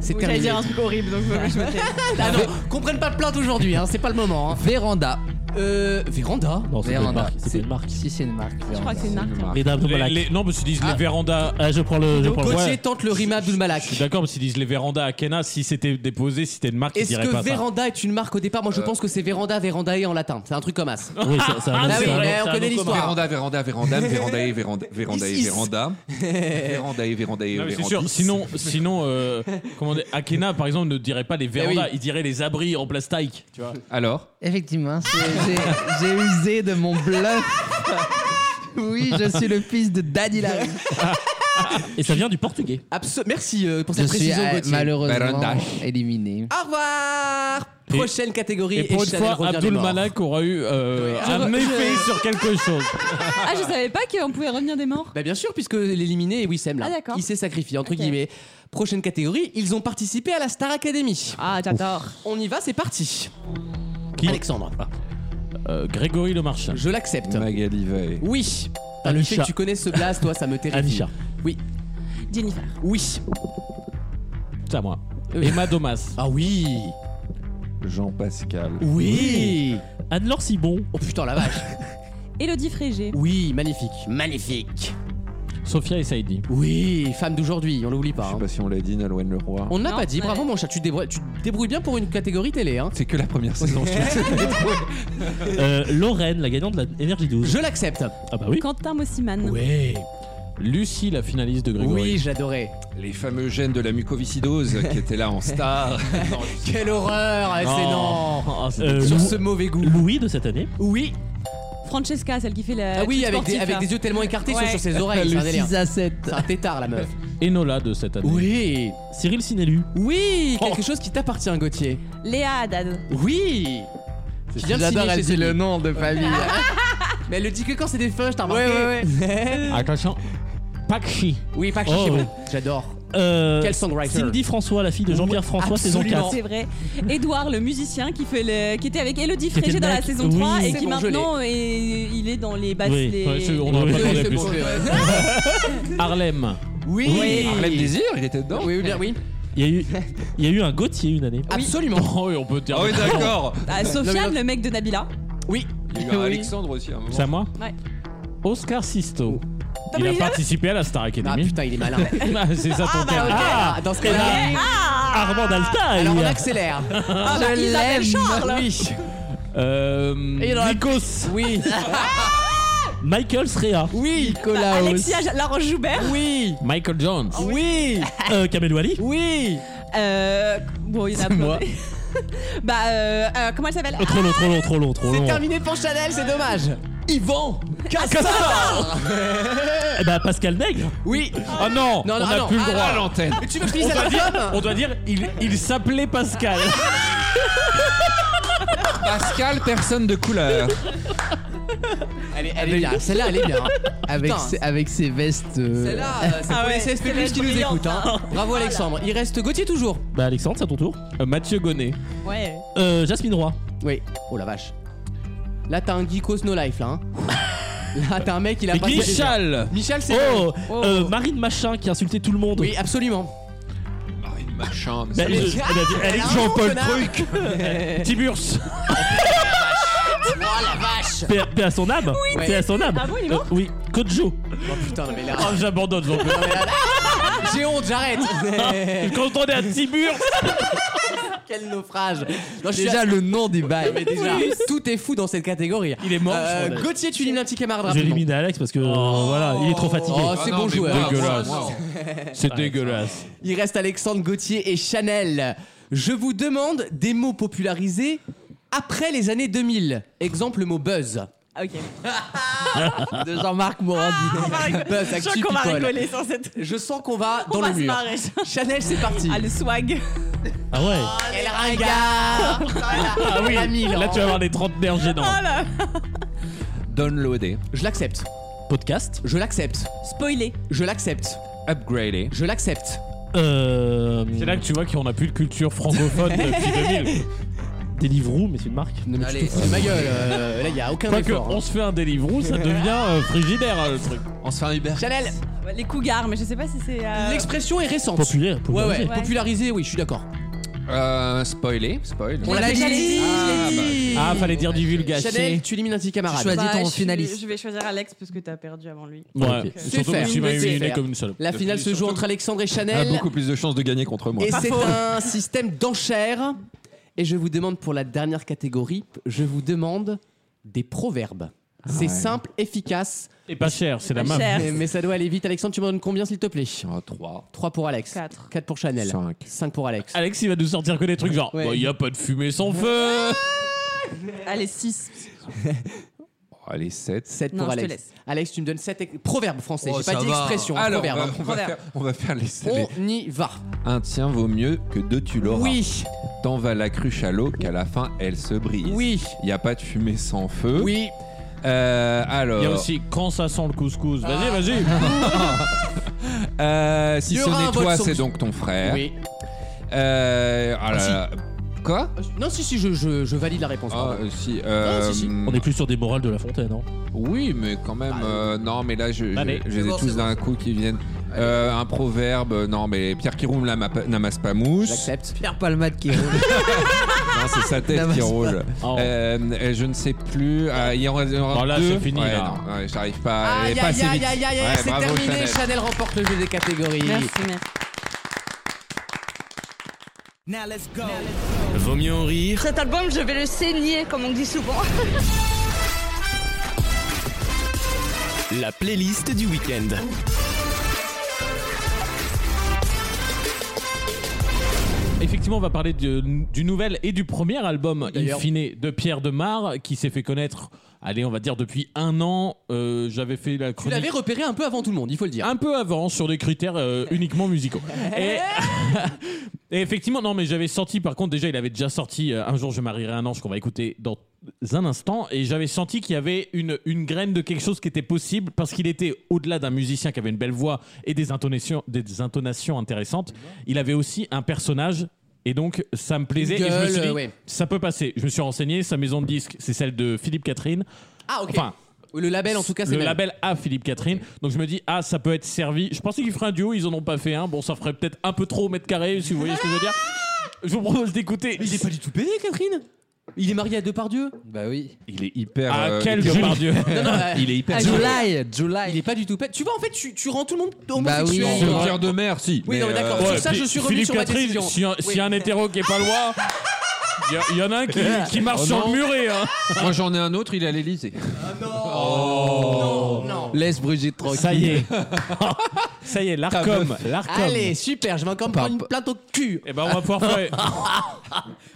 Speaker 2: C'est
Speaker 6: oui,
Speaker 2: terminé.
Speaker 6: J'allais dire un truc horrible, donc je me tais.
Speaker 2: Ah non, qu'on prenne pas de plainte aujourd'hui, hein, c'est pas le moment.
Speaker 7: Véranda.
Speaker 2: Euh. Véranda
Speaker 18: Non, c'est pas une
Speaker 7: Véranda.
Speaker 18: marque, c'est pas une marque.
Speaker 7: Si, c'est une marque.
Speaker 6: Je crois que c'est une marque. hein.
Speaker 18: Les dames de
Speaker 4: Les-
Speaker 18: Malak.
Speaker 4: les- non, parce qu'ils disent
Speaker 2: Ah.
Speaker 4: les vérandas.
Speaker 18: Ah, je prends le. Je prends le
Speaker 2: Gauthier
Speaker 4: Ouais.
Speaker 2: tente le Rima Abdulmalak.
Speaker 4: Je suis d'accord, parce qu'ils disent les vérandas à Kena. Si c'était déposé, si c'était une marque, ils
Speaker 2: Est-ce
Speaker 4: diraient
Speaker 2: que
Speaker 4: pas ça. Euh.
Speaker 2: Véranda est une marque au départ Moi je pense que c'est Véranda, Vérandae en latin. C'est un truc comme as.
Speaker 18: Oui, c'est- c'est un-
Speaker 2: Ah
Speaker 18: c'est
Speaker 2: oui,
Speaker 18: un-
Speaker 2: mais
Speaker 18: c'est un
Speaker 2: on
Speaker 18: nom
Speaker 2: connaît l'histoire.
Speaker 3: Véranda, véranda, véranda, véranda, et véranda, véranda, et
Speaker 2: Ici.
Speaker 3: véranda. Véranda, et véranda, et
Speaker 4: Non, mais
Speaker 3: véranda.
Speaker 4: c'est sûr, sinon, sinon euh, comment dire, Akena par exemple ne dirait pas les vérandas,
Speaker 7: Eh oui.
Speaker 4: il dirait les abris en plastique, tu vois.
Speaker 3: Alors
Speaker 7: Effectivement, c'est- j'ai- j'ai usé de mon bluff. Oui, je suis le fils de Daddy Larry.
Speaker 18: Et ça vient du portugais.
Speaker 2: Absol- Merci euh, pour
Speaker 7: Je
Speaker 2: cette
Speaker 7: suis
Speaker 2: précision,
Speaker 7: euh,
Speaker 2: Gauthier.
Speaker 7: malheureusement éliminé.
Speaker 2: Au revoir
Speaker 4: Et-
Speaker 2: Prochaine catégorie.
Speaker 4: Et pour une
Speaker 2: Chanel
Speaker 4: fois,
Speaker 2: revient des
Speaker 4: Abdul
Speaker 2: morts.
Speaker 4: Malak aura eu euh,
Speaker 2: Oui.
Speaker 4: un
Speaker 2: Je-
Speaker 4: effet
Speaker 2: je-
Speaker 4: sur quelque chose.
Speaker 6: Ah, je savais pas qu'on pouvait revenir des morts.
Speaker 2: Bah bien sûr, puisque l'éliminé est Wissem là.
Speaker 6: Ah, d'accord.
Speaker 2: il s'est sacrifié, entre
Speaker 6: Ok.
Speaker 2: guillemets. Prochaine catégorie, ils ont participé à la Star Academy.
Speaker 6: Ah, j'adore.
Speaker 2: On y va, c'est parti.
Speaker 4: Qui
Speaker 2: Alexandre.
Speaker 4: Euh, Grégory Le Marchand.
Speaker 2: Je l'accepte.
Speaker 3: Magali Veil.
Speaker 2: Oui. Bah,
Speaker 18: Ah, le
Speaker 2: fait que
Speaker 18: chat.
Speaker 2: tu connais ce blast, toi, ça me terrifie.
Speaker 18: Anisha.
Speaker 2: Oui.
Speaker 6: Jennifer.
Speaker 2: Oui.
Speaker 4: C'est à moi. Emma Domas.
Speaker 2: Ah oui.
Speaker 3: Jean-Pascal.
Speaker 2: Oui.
Speaker 18: Anne-Laure Sibon.
Speaker 2: Oh putain, la vache.
Speaker 6: Elodie Frégé.
Speaker 2: Oui, magnifique. Magnifique.
Speaker 4: Sophia et Saïdi.
Speaker 2: Oui, femme d'aujourd'hui, on l'oublie pas.
Speaker 3: Je sais
Speaker 2: hein.
Speaker 3: pas si on l'a dit, Nolwenn Leroy.
Speaker 2: On ne l'a
Speaker 6: Non,
Speaker 2: pas dit,
Speaker 6: ouais.
Speaker 2: bravo mon chat, tu te débrouilles, tu te débrouilles bien pour une catégorie télé. Hein.
Speaker 3: C'est que la première saison.
Speaker 18: Euh, Lorraine, la gagnante de la Energy 12.
Speaker 2: Je l'accepte.
Speaker 18: Ah bah oui.
Speaker 6: Quentin Mossiman.
Speaker 4: Ouais. Lucie, la finaliste de Grégory.
Speaker 2: Oui, j'adorais.
Speaker 3: Les fameux gènes de la mucoviscidose qui étaient là en
Speaker 2: Ah.
Speaker 3: star.
Speaker 2: Quelle horreur, eh, c'est non.
Speaker 4: Oh, c'est-
Speaker 18: Euh,
Speaker 2: Sur
Speaker 18: Lou-
Speaker 2: ce mauvais goût.
Speaker 18: Louis de cette année.
Speaker 2: Oui.
Speaker 6: Francesca, celle qui fait la.
Speaker 2: Ah oui,
Speaker 6: truc
Speaker 2: avec des,
Speaker 6: Euh, sportif,
Speaker 2: avec
Speaker 6: là.
Speaker 2: des yeux tellement écartés sur,
Speaker 6: Ouais.
Speaker 2: sur ses oreilles, c'est un délire.
Speaker 7: 6 à 7.
Speaker 2: C'est un tétard la meuf.
Speaker 4: Enola de cette année.
Speaker 2: Oui. Oh.
Speaker 18: Cyril Sinelu.
Speaker 2: Oui, quelque chose qui t'appartient Gauthier.
Speaker 6: Léa Haddad.
Speaker 2: Oui. Qui vient de
Speaker 7: J'adore,
Speaker 2: signer
Speaker 7: elle
Speaker 2: chez
Speaker 7: dit
Speaker 2: Sony.
Speaker 7: le nom de famille.
Speaker 2: Mais elle le dit que quand c'est des feux, je t'ai remarqué.
Speaker 4: Attention. Pakchi.
Speaker 2: oui, pas que
Speaker 18: Oh,
Speaker 2: c'est bon.
Speaker 18: oui.
Speaker 2: J'adore.
Speaker 18: Euh,
Speaker 2: Quel songwriter.
Speaker 18: Cindy François, la fille de Jean-Pierre
Speaker 2: Oui,
Speaker 18: François, saison
Speaker 2: absolument.
Speaker 18: 4.
Speaker 6: C'est vrai. Édouard, le musicien qui, fait le- qui était avec Elodie
Speaker 18: Qui était
Speaker 6: Frégé
Speaker 18: le
Speaker 6: dans la
Speaker 18: mec.
Speaker 6: saison
Speaker 18: Oui.
Speaker 6: 3 et
Speaker 2: C'est
Speaker 6: qui
Speaker 2: bon, je
Speaker 6: maintenant est- il est dans les basses.
Speaker 18: Oui.
Speaker 6: les-
Speaker 4: Ouais, c'est- on en a
Speaker 18: Oui,
Speaker 4: pas
Speaker 18: oui,
Speaker 4: parlé
Speaker 2: C'est
Speaker 4: plus.
Speaker 2: bon, je vais-
Speaker 4: Harlem.
Speaker 2: Oui.
Speaker 3: Oui. Harlem Désir, il était dedans.
Speaker 2: Oui, oui, bien, oui.
Speaker 18: Il y, a eu, il y a eu un Gauthier une année.
Speaker 2: Absolument.
Speaker 4: Oh, et on peut dire.
Speaker 3: Ah oui, d'accord.
Speaker 6: Ah,
Speaker 2: Non,
Speaker 6: Sofiane,
Speaker 2: mais-
Speaker 6: le mec de Nabila.
Speaker 2: Oui.
Speaker 3: Il y a eu un Alexandre aussi à un moment.
Speaker 4: C'est à moi
Speaker 6: Ouais.
Speaker 4: Oscar Sisto. Il a participé à la Star
Speaker 2: Ah
Speaker 4: Academy.
Speaker 2: putain, il est malin.
Speaker 4: Ah, c'est ça ton terme.
Speaker 2: Ah, dans ce cas-là.
Speaker 4: Ah,
Speaker 18: Armand Altaï.
Speaker 2: Alors on accélère. Ah,
Speaker 6: bah, Isabelle
Speaker 2: Charles. Oui.
Speaker 4: Euh,
Speaker 2: Et il aurait-
Speaker 4: Nikos.
Speaker 2: Oui.
Speaker 18: Michael Srea.
Speaker 2: Oui.
Speaker 6: Alexia Ja- Laroche Joubert.
Speaker 2: Oui.
Speaker 4: Michael Jones.
Speaker 2: Ah Oui.
Speaker 18: Euh, Kamel Wally.
Speaker 2: Oui.
Speaker 6: Euh, bon, il y en a plein. bah, euh, euh, comment elle s'appelle
Speaker 18: Oh, trop long, trop long, trop long, trop
Speaker 2: C'est
Speaker 18: long.
Speaker 2: terminé pour Chanel, c'est dommage. Yvan Cassard.
Speaker 18: Eh bah, Pascal Nègre.
Speaker 2: Oui.
Speaker 4: Oh non,
Speaker 2: Non, non,
Speaker 4: on
Speaker 2: ah
Speaker 4: n'a
Speaker 2: non,
Speaker 4: plus
Speaker 2: ah
Speaker 4: le droit.
Speaker 2: non.
Speaker 4: l'antenne.
Speaker 2: Mais tu veux que je finisse
Speaker 4: On
Speaker 2: à
Speaker 4: doit
Speaker 2: la
Speaker 4: dire,
Speaker 2: fin
Speaker 4: on doit dire, il, il s'appelait Pascal.
Speaker 3: Pascal, personne de couleur.
Speaker 2: Elle est, elle est bien. Celle-là, elle est bien.
Speaker 7: Avec,
Speaker 2: Putain.
Speaker 7: ses, avec ses vestes. euh,
Speaker 2: Celle-là, euh, c'est
Speaker 6: Ah
Speaker 2: pour
Speaker 6: ouais,
Speaker 2: les CSP+
Speaker 6: celle-là,
Speaker 2: qui nous
Speaker 6: brillante,
Speaker 2: écoutent. hein.
Speaker 6: hein.
Speaker 2: Bravo Alexandre. Il reste Gauthier toujours.
Speaker 18: Bah, Alexandre, c'est à ton tour.
Speaker 4: Euh, Mathieu Gonnet.
Speaker 6: Ah, Ouais.
Speaker 18: Euh, Jasmine Roy.
Speaker 2: Oui. Oh la vache. Là, t'as un geekos no life là. hein. Là, t'as un mec, il a pas.
Speaker 4: Michal.
Speaker 2: Michel, c'est.
Speaker 18: Oh,
Speaker 2: Oh.
Speaker 18: euh, Marine Machin qui insultait tout le monde.
Speaker 2: Oui, absolument.
Speaker 3: Marine Machin. mais
Speaker 18: Bah,
Speaker 3: ça
Speaker 18: je-
Speaker 3: va.
Speaker 18: elle a dit- elle est-
Speaker 2: Jean-Paul Truc.
Speaker 4: Tiburce.
Speaker 2: Oh,
Speaker 18: paix à- paix à son âme.
Speaker 2: Ouais.
Speaker 18: Paix à son âme.
Speaker 6: Ah bon, il est
Speaker 18: Euh,
Speaker 6: mort
Speaker 18: Oui, Kojo.
Speaker 4: Ah,
Speaker 2: Oh putain, non, mais là.
Speaker 4: Oh, j'abandonne, j'en peux.
Speaker 2: J'ai honte, j'arrête.
Speaker 16: Quand on est à Tibur,
Speaker 2: Quel naufrage.
Speaker 7: Déjà, le nom du bail.
Speaker 2: Mais déjà, tout est fou dans cette catégorie. Il est mort. Gauthier, tu élimines un petit camarade
Speaker 18: J'ai
Speaker 2: rapidement.
Speaker 18: éliminé Alex parce que euh, voilà, il est trop fatigué.
Speaker 2: Oh,
Speaker 3: Ah,
Speaker 2: c'est bon joueur. Ah,
Speaker 4: C'est dégueulasse.
Speaker 2: Il reste Alexandre Gauthier et Chanel. Je vous demande des mots popularisés après les années 2000. Exemple, le mot buzz.
Speaker 6: Ok.
Speaker 2: De Jean-Marc Morandi. buzz,
Speaker 6: Ah, Je
Speaker 2: Actu
Speaker 6: sens qu'on va
Speaker 2: People.
Speaker 6: rigoler sur cette.
Speaker 2: Je sens qu'on va dans
Speaker 6: On va
Speaker 2: le
Speaker 6: se
Speaker 2: mur.
Speaker 6: marrer.
Speaker 2: Chanel, c'est parti.
Speaker 6: Ah, le swag.
Speaker 18: Ah ouais.
Speaker 2: Quel ringard
Speaker 15: Ah oui,
Speaker 2: À mille,
Speaker 15: là
Speaker 2: hein.
Speaker 15: tu vas avoir des trentenaires gênants.
Speaker 6: Ah là.
Speaker 3: Downloader.
Speaker 2: Je l'accepte.
Speaker 18: Podcast.
Speaker 2: Je l'accepte.
Speaker 6: Spoiler.
Speaker 2: Je l'accepte.
Speaker 3: Upgrader.
Speaker 2: Je l'accepte.
Speaker 18: Euh...
Speaker 4: C'est là que tu vois qu'on a plus de culture francophone depuis 2000.
Speaker 18: Deliveroo, mais c'est une marque.
Speaker 2: Non, mais tu te fous de ma gueule. euh, là, il a aucun
Speaker 4: Quoique,
Speaker 2: effort. hein.
Speaker 4: on se fait un Deliveroo, ça devient euh, frigidaire euh, le truc.
Speaker 3: On se fait un Uber.
Speaker 2: Chanel,
Speaker 6: Ouais, Les cougars, mais je sais pas si c'est. euh,
Speaker 2: l'expression est récente.
Speaker 18: Populaire.
Speaker 2: Ouais, ouais,
Speaker 18: popularisé.
Speaker 6: Ouais.
Speaker 2: popularisé, oui, je suis d'accord.
Speaker 3: Euh, spoiler. Spoil.
Speaker 2: On l'a
Speaker 6: déjà
Speaker 2: dit.
Speaker 6: dit,
Speaker 2: Ah,
Speaker 6: je l'ai dit.
Speaker 4: Ah, fallait dire du vulgaire.
Speaker 2: Chanel, tu élimines un petit camarade.
Speaker 7: Choisis
Speaker 6: Bah,
Speaker 7: ton
Speaker 6: je-
Speaker 7: finaliste.
Speaker 6: Je vais choisir Alex parce que t'as perdu avant lui.
Speaker 4: Ouais,
Speaker 18: Ok.
Speaker 2: C'est
Speaker 4: surtout que
Speaker 2: fait.
Speaker 4: tu m'as
Speaker 2: C'est
Speaker 4: éliminé
Speaker 2: fait.
Speaker 4: comme une salope.
Speaker 2: La finale se joue entre Alexandre et
Speaker 3: a
Speaker 2: Chanel.
Speaker 3: Ah, beaucoup plus de chances de gagner contre moi.
Speaker 2: Et c'est un système d'enchères. Et je vous demande pour la dernière catégorie, je vous demande des proverbes.
Speaker 3: Ah
Speaker 2: C'est simple, efficace,
Speaker 4: Et pas cher, c'est la
Speaker 6: Pas
Speaker 4: même.
Speaker 6: cher.
Speaker 2: mais, mais ça doit aller vite. Alexandre, tu me donnes combien s'il te plaît
Speaker 3: Oh, 3.
Speaker 2: 3 pour Alex,
Speaker 6: Quatre.
Speaker 2: 4 pour Chanel,
Speaker 3: 5.
Speaker 2: 5 pour Alex.
Speaker 4: Alex, il va nous sortir que des trucs genre
Speaker 2: Ouais.
Speaker 4: Bah, y a pas de fumée sans feu.
Speaker 6: Allez, 6.
Speaker 3: Oh, allez, 7.
Speaker 2: 7
Speaker 6: Non,
Speaker 2: pour
Speaker 6: je te
Speaker 2: Alex.
Speaker 6: laisse.
Speaker 2: Alex, tu me donnes 7 proverbes français.
Speaker 3: Oh,
Speaker 2: J'ai pas
Speaker 3: ça
Speaker 2: dit
Speaker 3: va.
Speaker 2: expression, hein,
Speaker 3: Alors, on va,
Speaker 2: proverbe. Oh.
Speaker 3: on va faire, on va faire les, les-
Speaker 2: On y va.
Speaker 3: Un tien vaut mieux que deux tu l'auras.
Speaker 2: Oui,
Speaker 3: Tant va la cruche à l'eau qu'à la fin elle se brise.
Speaker 2: oui,
Speaker 3: Il n'y a pas de fumée sans feu.
Speaker 2: oui.
Speaker 3: Euh,
Speaker 4: Il
Speaker 3: alors.
Speaker 4: y a aussi quand ça sent le couscous. Vas-y, vas-y.
Speaker 3: Euh, si
Speaker 2: Il y
Speaker 3: ce
Speaker 2: aura un
Speaker 3: n'est
Speaker 2: vote
Speaker 3: toi,
Speaker 2: sans
Speaker 3: c'est
Speaker 2: doute.
Speaker 3: donc ton frère.
Speaker 2: oui.
Speaker 3: Euh, ah là
Speaker 2: si.
Speaker 3: là. Quoi
Speaker 2: Non, si, si, je, je- je valide la réponse.
Speaker 3: Ah,
Speaker 2: pardon.
Speaker 3: euh, si, euh,
Speaker 2: Ah, si, si.
Speaker 18: On est plus sur des morales de la fontaine, hein.
Speaker 3: Oui, mais quand même. euh, non, mais là, je, je-
Speaker 4: Allez.
Speaker 3: je les
Speaker 2: C'est
Speaker 3: ai
Speaker 2: bon,
Speaker 3: tous
Speaker 2: Bah, c'est
Speaker 3: d'un coup qui viennent. Euh, un proverbe. euh, Non, mais Pierre qui roule n'ama- n'amasse pas mousse.
Speaker 2: J'accepte.
Speaker 7: Pierre Palmade qui roule.
Speaker 3: Non, c'est sa tête
Speaker 7: N'amasse
Speaker 3: qui
Speaker 7: pas.
Speaker 3: roule.
Speaker 4: Oh.
Speaker 3: Euh, euh, je ne sais plus. Ah, il y en aura il y en aura
Speaker 4: Oh là,
Speaker 3: deux.
Speaker 4: c'est fini,
Speaker 3: Ouais,
Speaker 4: là.
Speaker 3: non, ouais, j'arrive pas. elle
Speaker 2: Aïe,
Speaker 3: est pas
Speaker 2: aïe,
Speaker 3: assez
Speaker 2: aïe,
Speaker 3: vite.
Speaker 2: aïe, aïe, aïe,
Speaker 3: Ouais,
Speaker 2: c'est
Speaker 3: bravo,
Speaker 2: terminé. Chanel.
Speaker 3: Chanel.
Speaker 2: remporte le jeu des catégories.
Speaker 6: Merci, merci.
Speaker 1: Vaut mieux en rire
Speaker 22: Cet album, je vais le saigner, comme on dit souvent.
Speaker 1: La playlist du week-end.
Speaker 4: Effectivement, on va parler de- du nouvel et du premier album, in
Speaker 2: D'ailleurs.
Speaker 4: fine, de Pierre Demar, qui s'est fait connaître, allez, on va dire depuis un an. Euh, J'avais fait la
Speaker 2: Tu
Speaker 4: chronique
Speaker 2: l'avais repéré un peu avant tout le monde, il faut le dire.
Speaker 4: un peu avant sur des critères euh, uniquement musicaux. Et, et effectivement, non, mais j'avais senti, par contre, déjà, il avait déjà sorti euh, Un jour je marierai un ange qu'on va écouter dans un instant, et j'avais senti qu'il y avait une, une graine de quelque chose qui était possible parce qu'il était au-delà d'un musicien qui avait une belle voix et des intonations, des intonations intéressantes, il avait aussi un personnage. Et donc, ça me plaisait.
Speaker 2: Une
Speaker 4: et je me
Speaker 2: gueule,
Speaker 4: suis dit,
Speaker 2: euh, ouais.
Speaker 4: ça peut passer. Je me suis renseigné. Sa maison de disques, c'est celle de Philippe Catherine.
Speaker 2: Ah, ok.
Speaker 4: Enfin,
Speaker 2: le label, en tout cas, c'est
Speaker 4: le
Speaker 2: même.
Speaker 4: label à Philippe Catherine. Donc je me dis, ah, ça peut être servi. Je pensais qu'ils feraient un duo, ils en ont pas fait un. Bon, ça ferait peut-être un peu trop au mètre carré, si vous voyez ce que je veux dire. Je vous propose d'écouter.
Speaker 2: Il est pas du tout pédé, Catherine Il est marié à Depardieu
Speaker 7: bah oui.
Speaker 3: Il est hyper.
Speaker 4: Ah,
Speaker 3: euh,
Speaker 4: quel
Speaker 3: hyper-
Speaker 4: Depardieu
Speaker 2: Non, non, euh,
Speaker 3: Il est hyper.
Speaker 6: Ah,
Speaker 7: July,
Speaker 2: il
Speaker 7: July.
Speaker 2: est pas du tout pédé. Tu vois, en fait, tu, tu rends tout le monde
Speaker 7: Bah oui.
Speaker 2: homosexuel.
Speaker 3: Ce Pierre de mer, si. euh,
Speaker 2: Oui, non, mais d'accord. Sur ça,
Speaker 4: puis
Speaker 2: je suis revenu
Speaker 4: Philippe
Speaker 2: sur ma
Speaker 4: Catherine,
Speaker 2: décision.
Speaker 4: Si un,
Speaker 2: Oui.
Speaker 4: si un hétéro qui est pas loin, il y a- il y, en a un qui, qui marche
Speaker 3: Oh
Speaker 4: sur
Speaker 3: non.
Speaker 4: le muret. Hein.
Speaker 3: Moi, j'en ai un autre, il est à l'Elysée.
Speaker 2: Non, non.
Speaker 7: Laisse Brigitte tranquille.
Speaker 4: Ça y est. ça y est, l'ARCOM. l'Arcom.
Speaker 2: Allez, super, je vais encore me prendre une plainte au cul.
Speaker 4: Eh ben, on va pouvoir faire,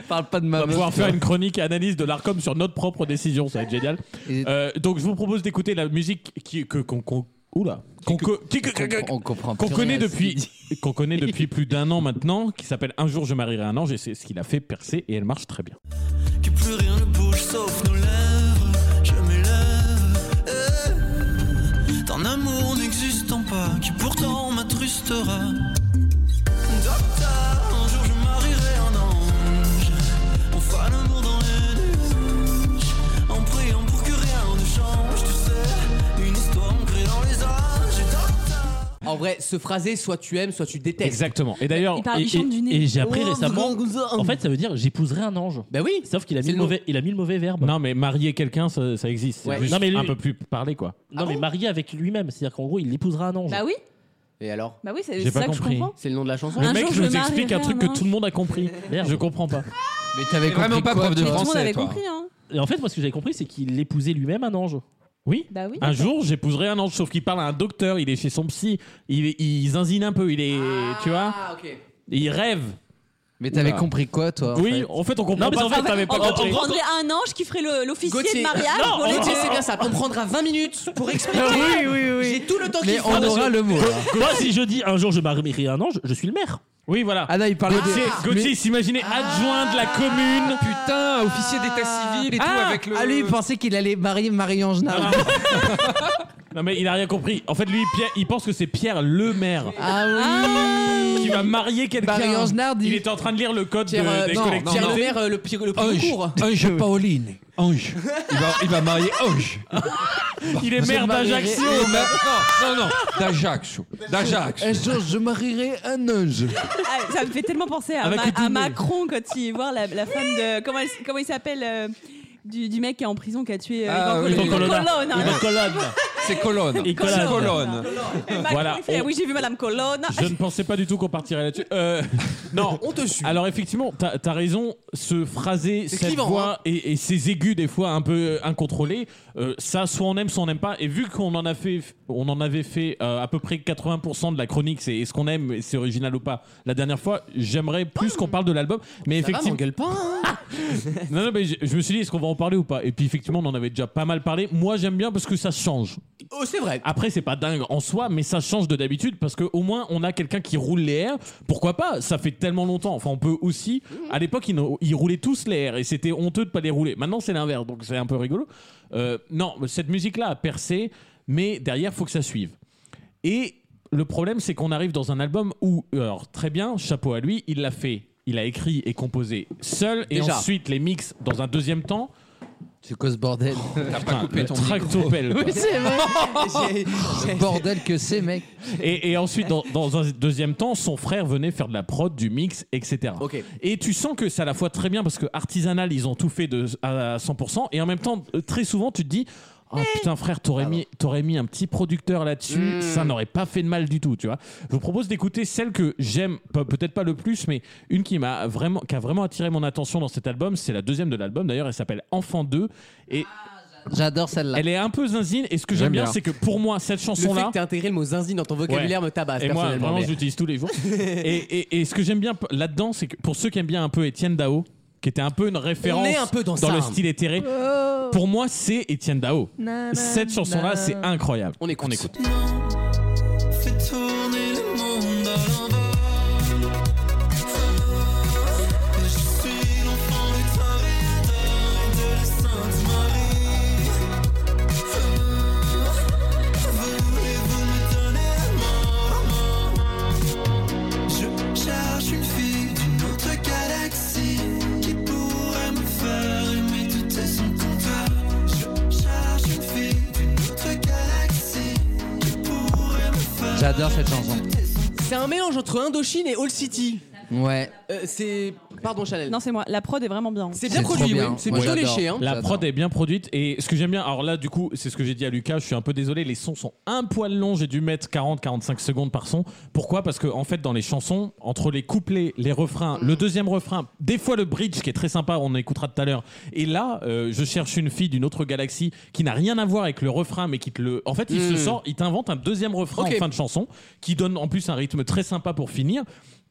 Speaker 7: Parle pas de
Speaker 4: on
Speaker 7: ma
Speaker 4: va
Speaker 7: meuf.
Speaker 4: pouvoir faire une chronique analyse de l'ARCOM sur notre propre décision. Ça va être génial.
Speaker 7: Et-
Speaker 4: Euh, donc, je vous propose d'écouter la musique qui, que, qu'on, qu'on- oula, qu'on, co- qui- que- que-
Speaker 7: On comprend
Speaker 4: qu'on
Speaker 7: plus
Speaker 4: connaît
Speaker 7: rien à ce qu'il
Speaker 4: depuis,
Speaker 7: dit.
Speaker 4: qu'on connaît depuis plus d'un an maintenant, qui s'appelle Un jour je marierai un ange, et c'est ce qu'il a fait percer, et elle marche très bien.
Speaker 13: que plus rien ne bouge sauf nos lèvres. Je m'élève, eh, d'un amour n'existant pas, qui pourtant m'attrustera. Docteur, un jour je marierai un ange. On fera l'amour dans les nuages, en priant pour que rien ne change. Tu sais, une histoire ancrée dans les âges. Et docteur,
Speaker 2: En vrai, ce phrasé, soit tu aimes, soit tu détestes.
Speaker 4: Exactement. Et d'ailleurs,
Speaker 6: Il parle,
Speaker 18: Et,
Speaker 6: il chante
Speaker 18: et-
Speaker 6: du nez.
Speaker 18: et j'ai appris
Speaker 2: Oh,
Speaker 18: récemment.
Speaker 2: grand cousin.
Speaker 18: En fait, ça veut dire j'épouserai un ange.
Speaker 2: Bah oui.
Speaker 18: Sauf qu'il a
Speaker 2: C'est
Speaker 18: mis
Speaker 2: le
Speaker 18: le
Speaker 2: mot.
Speaker 18: mauvais, il a mis le mauvais verbe.
Speaker 4: non, mais marier quelqu'un, ça, ça existe. C'est
Speaker 2: Ouais.
Speaker 4: juste
Speaker 18: Non, mais lui-
Speaker 2: Ah
Speaker 4: un peu plus parler, quoi.
Speaker 18: Non, mais marié avec lui-même, c'est-à-dire qu'en gros, il épousera un ange.
Speaker 6: Bah oui.
Speaker 2: Et alors
Speaker 6: Bah oui, c'est
Speaker 2: J'ai
Speaker 6: c'est
Speaker 2: pas
Speaker 6: ça que je
Speaker 2: compris.
Speaker 6: comprends.
Speaker 2: C'est le nom de la chanson
Speaker 6: Un
Speaker 4: Le mec
Speaker 6: jour, je me
Speaker 4: nous explique
Speaker 6: marierai
Speaker 4: un truc
Speaker 6: en
Speaker 4: que
Speaker 6: un.
Speaker 4: tout le monde a compris. Je comprends pas.
Speaker 2: Mais t'avais
Speaker 4: compris
Speaker 18: vraiment pas
Speaker 4: quoi,
Speaker 18: prof de
Speaker 4: toi
Speaker 6: Tout le monde
Speaker 18: français,
Speaker 6: avait
Speaker 18: toi.
Speaker 6: compris, hein.
Speaker 18: Et en fait, moi, ce que j'avais compris, c'est qu'il épousait lui-même un ange.
Speaker 4: Oui.
Speaker 6: Bah oui.
Speaker 4: Un jour, j'épouserai un ange, sauf qu'il parle à un docteur, il est chez son psy, il, il zinzine un peu, il est.
Speaker 6: Ah.
Speaker 4: tu vois
Speaker 2: Ah,
Speaker 4: Il rêve.
Speaker 7: Mais t'avais compris quoi, toi en
Speaker 4: Oui,
Speaker 7: fait
Speaker 4: en fait, on comprend
Speaker 7: Non, mais
Speaker 4: pas
Speaker 7: en
Speaker 4: ce que
Speaker 7: fait,
Speaker 4: t'avais
Speaker 7: on-
Speaker 4: pas
Speaker 7: on
Speaker 4: compris.
Speaker 6: Ah, prendrait un ange qui ferait le- l'officier de
Speaker 2: Gauthier,
Speaker 6: mariage.
Speaker 2: Non,
Speaker 6: pour le-
Speaker 2: Gauthier, c'est bien ça. On prendra 20 minutes pour expliquer.
Speaker 18: Oui, oui, oui.
Speaker 2: J'ai tout le temps qu'il faut.
Speaker 18: Moi, si je dis un jour je marierai un ange, je suis le maire.
Speaker 4: Oui, voilà.
Speaker 18: Ah non, il
Speaker 4: parlait de- Gauthier- Gauthier, il s'imaginait adjoint de la commune.
Speaker 2: Ah,
Speaker 3: Putain, Ah, officier d'état civil et tout avec le.
Speaker 7: Ah, lui, il pensait qu'il allait marier Marie-Ange
Speaker 4: Ah.
Speaker 7: Nard.
Speaker 4: Non, mais il a rien compris. En fait, lui, Pierre- il pense que c'est Pierre le maire.
Speaker 7: Ah oui
Speaker 4: Qui va marier quelqu'un.
Speaker 7: Marie-Ange Nardi.
Speaker 4: Il était en train de lire le code
Speaker 2: Pierre,
Speaker 4: de-
Speaker 2: euh,
Speaker 4: des
Speaker 2: non,
Speaker 4: collectivités.
Speaker 2: Pierre le maire, euh, le pire- le plus court.
Speaker 3: Ange Pauline. Ange. Il va, il va marier Ange.
Speaker 4: Il est maire d'Ajaccio.
Speaker 3: Il est maire- Non, non, non. D'Ajaccio. D'Ajaccio.
Speaker 7: Un jour, je marierai un ange.
Speaker 6: Ah, ça me fait tellement penser à,
Speaker 7: Avec
Speaker 6: Ma-
Speaker 7: le
Speaker 6: à
Speaker 7: dîner.
Speaker 6: Macron quand il voit la, la femme de. Comment, elle- comment il s'appelle euh, du, du mec qui est en prison qui a tué euh,
Speaker 3: Ah,
Speaker 6: Ivan
Speaker 3: oui. Ivan
Speaker 6: Colonna.
Speaker 3: Colonna.
Speaker 6: Colonna,
Speaker 3: Ivan
Speaker 6: hein.
Speaker 4: Colonne.
Speaker 3: C'est Colonne.
Speaker 4: Et Colonne.
Speaker 3: C'est Colonne.
Speaker 6: Et Macron,
Speaker 4: Voilà,
Speaker 6: il fait,
Speaker 4: on-
Speaker 6: Oui, j'ai vu Madame Colonna.
Speaker 4: Je ne pensais pas du tout qu'on partirait là-dessus. Euh, non, on te suit. Alors effectivement, t'as as raison. Ce phrasé,
Speaker 2: C'est
Speaker 4: cette
Speaker 2: clivant,
Speaker 4: voix
Speaker 2: hein.
Speaker 4: et, et ces aigus des fois un peu incontrôlés, euh, ça soit on aime, soit on n'aime pas. Et vu qu'on en a fait, on en avait fait euh, à peu près 80% de la chronique, c'est est-ce qu'on aime, c'est original ou pas. La dernière fois, j'aimerais plus qu'on parle de l'album, mais
Speaker 2: Ça va,
Speaker 4: effectivement,
Speaker 2: m'engueule pas. hein.
Speaker 4: non, non, mais je, je me suis dit, est-ce qu'on va en parler ou pas Et puis effectivement, on en avait déjà pas mal parlé. Moi, j'aime bien parce que ça change.
Speaker 2: Oh, c'est vrai.
Speaker 4: Après, c'est pas dingue en soi, mais ça change de d'habitude parce que au moins, on a quelqu'un qui roule les airs. Pourquoi pas Ça fait tellement longtemps. Enfin, on peut aussi.
Speaker 3: Mhm.
Speaker 4: À l'époque, ils, n'ont- ils roulaient tous les airs et c'était honteux de pas les rouler. Maintenant, c'est l'inverse, donc c'est un peu rigolo. Euh, non, cette musique-là a percé, mais derrière, faut que ça suive. Et le problème, c'est qu'on arrive dans un album où, alors très bien, chapeau à lui, il l'a fait, il a écrit et composé seul, et
Speaker 7: Déjà.
Speaker 4: ensuite les mix dans un deuxième temps.
Speaker 7: C'est quoi ce bordel
Speaker 3: T'as
Speaker 4: Putain,
Speaker 3: pas coupé
Speaker 4: le
Speaker 3: ton
Speaker 4: tractopelle, quoi.
Speaker 7: Oui, c'est vrai.
Speaker 2: Oh.
Speaker 7: J'ai- j'ai- Bordel que c'est, mec.
Speaker 4: Et, et ensuite, dans, dans un deuxième temps, son frère venait faire de la prod, du mix, etc.
Speaker 2: Ok.
Speaker 4: Et tu sens que c'est à la fois très bien parce que artisanal, ils ont tout fait de, à 100%, et en même temps, euh, très souvent, tu te dis. Ah putain frère, t'aurais mis, t'aurais mis un petit producteur là-dessus,
Speaker 2: Mm.
Speaker 4: ça n'aurait pas fait de mal du tout, tu vois. Je vous propose d'écouter celle que j'aime, pe- peut-être pas le plus, mais une qui m'a vraiment, qui a vraiment attiré mon attention dans cet album, c'est la deuxième de l'album d'ailleurs, elle s'appelle Enfant 2 et
Speaker 7: J'adore celle-là.
Speaker 4: elle est un peu zinzine. Et ce que j'aime
Speaker 7: J'aime
Speaker 4: bien,
Speaker 7: bien.
Speaker 4: c'est que pour moi, cette
Speaker 2: Ah. Le fait
Speaker 4: chanson-là,
Speaker 2: que t'aies intégré le mot zinzine dans ton vocabulaire
Speaker 4: Ouais.
Speaker 2: me tabasse
Speaker 4: Et moi,
Speaker 2: Ah, personnellement.
Speaker 4: vraiment,
Speaker 2: mais-
Speaker 4: j'utilise tous les jours. et, et- et ce que j'aime bien p- là-dedans, c'est que pour ceux qui aiment bien un peu Étienne Dao, qui était un peu une référence
Speaker 2: On est un peu dans ça,
Speaker 4: le
Speaker 2: hein.
Speaker 4: style éthéré, pour moi, c'est Étienne Dao.
Speaker 13: Na, na,
Speaker 4: Cette chanson-là,
Speaker 13: na.
Speaker 4: c'est incroyable.
Speaker 2: On écoute.
Speaker 13: Fais tourner le monde à l'envers. Et je suis l'enfant du Toréador de la Sainte Marie. Voulez-vous me donner la mort Je cherche une fille d'une autre galaxie qui pourrait me faire aimer tout et son contraire. Je cherche une fille d'une autre galaxie qui pourrait me faire.
Speaker 7: J'adore cette chanson.
Speaker 2: C'est un mélange entre Indochine et All City.
Speaker 7: Ouais.
Speaker 2: Euh, c'est. Pardon, Chanel.
Speaker 6: Non, c'est moi. La prod est vraiment bien.
Speaker 2: C'est bien produit, oui. C'est plutôt léché. Hein.
Speaker 4: La prod est bien produite et ce que j'aime bien, alors là du coup, c'est ce que j'ai dit à Lucas, je suis un peu désolé, les sons sont un poil longs, j'ai dû mettre 40-45 secondes par son. Pourquoi Parce que en fait dans les chansons, entre les couplets, les refrains,
Speaker 2: Mm.
Speaker 4: le deuxième refrain, des fois le bridge qui est très sympa, on écoutera tout à l'heure. Et là, euh, je cherche une fille d'une autre galaxie qui n'a rien à voir avec le refrain mais qui te le en fait, il se
Speaker 2: Mm.
Speaker 4: sort, il t'invente un deuxième refrain
Speaker 2: Ok.
Speaker 4: en fin de chanson qui donne en plus un rythme très sympa pour finir.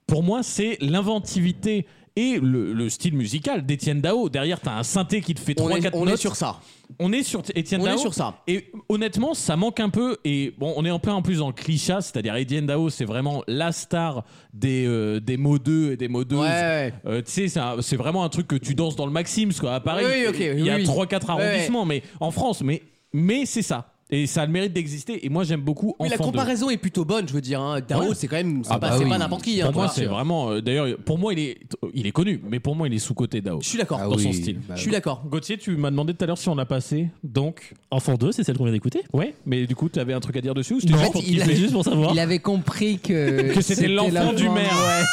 Speaker 4: Pour moi, c'est l'inventivité et le, le style musical d'Étienne Dao. Derrière, t'as un synthé qui te fait
Speaker 2: On
Speaker 4: 3
Speaker 2: est-
Speaker 4: 4
Speaker 2: on
Speaker 4: notes.
Speaker 2: est sur ça.
Speaker 4: On est sur Étienne
Speaker 2: On est
Speaker 4: Dao.
Speaker 2: sur ça.
Speaker 4: Et honnêtement, ça manque un peu. Et bon, on est en plein en plus dans le cliché, c'est-à-dire Étienne Dao, c'est vraiment la star des, euh, des mots 2 et des mots 2.
Speaker 2: Ouais.
Speaker 4: tu sais, c'est un- c'est vraiment un truc que tu danses dans le Maxims, quoi, à Paris.
Speaker 2: Oui, oui, ok,
Speaker 4: Il y a
Speaker 2: oui, oui.
Speaker 4: 3-4
Speaker 2: Ouais, ouais.
Speaker 4: arrondissements, mais en France, mais, mais c'est ça. Et ça a le mérite d'exister. Et moi, j'aime beaucoup.
Speaker 2: Oui, la
Speaker 4: Enfant 2.
Speaker 2: comparaison est plutôt bonne, je veux dire. hein. Dao,
Speaker 4: Ouais.
Speaker 2: c'est quand même. C'est
Speaker 4: Ah
Speaker 2: pas,
Speaker 4: bah
Speaker 2: c'est
Speaker 4: oui.
Speaker 2: pas n'importe qui. hein,
Speaker 4: Pour moi,
Speaker 2: voilà.
Speaker 4: c'est vraiment. euh, D'ailleurs, pour moi, il est, il est connu, mais pour moi, il est sous-côté Dao.
Speaker 2: Je suis d'accord.
Speaker 7: Ah
Speaker 4: Dans son style.
Speaker 7: bah
Speaker 2: Je suis d'accord.
Speaker 4: Gauthier, tu m'as demandé tout à l'heure si on a passé. Donc. Enfant 2, c'est celle qu'on vient d'écouter Ouais, mais du coup, tu avais un truc à dire dessus ou c'était
Speaker 7: Non,
Speaker 4: juste pour,
Speaker 7: il
Speaker 4: kiffer
Speaker 7: Euh, a- Il avait compris que.
Speaker 4: Que c'était l'enfant du maire.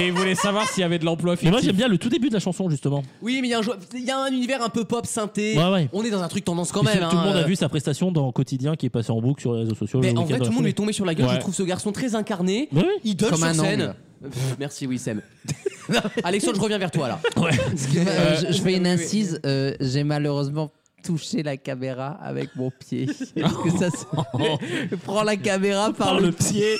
Speaker 15: et il voulait savoir s'il y avait de l'emploi fictif.
Speaker 18: moi j'aime bien le tout début de la chanson justement.
Speaker 2: Oui, mais il y, a un jo- il y a un univers un peu pop synthé.
Speaker 18: Ouais, ouais.
Speaker 2: On est dans un truc tendance quand
Speaker 18: Et c'est-
Speaker 2: même.
Speaker 18: tout le
Speaker 2: hein,
Speaker 18: monde a
Speaker 2: euh.
Speaker 18: vu sa prestation dans Quotidien qui est passé en boucle sur les réseaux sociaux.
Speaker 2: Mais
Speaker 18: le
Speaker 2: en
Speaker 18: week-end
Speaker 2: vrai, tout
Speaker 18: dans la
Speaker 2: le monde
Speaker 18: foulée.
Speaker 2: est tombé sur la gueule.
Speaker 18: Ouais.
Speaker 2: Je trouve ce garçon très incarné.
Speaker 18: Oui.
Speaker 2: Il donne
Speaker 18: Comme
Speaker 2: sur
Speaker 18: un
Speaker 2: scène.
Speaker 18: angle.
Speaker 2: Pff, merci, Wissem. Alexandre, je reviens vers toi là.
Speaker 7: Euh, je, je fais une incise. euh, J'ai malheureusement touché la caméra avec mon pied. Est-ce que ça se... Je prends la caméra par,
Speaker 2: Par
Speaker 7: le
Speaker 2: le
Speaker 7: pied.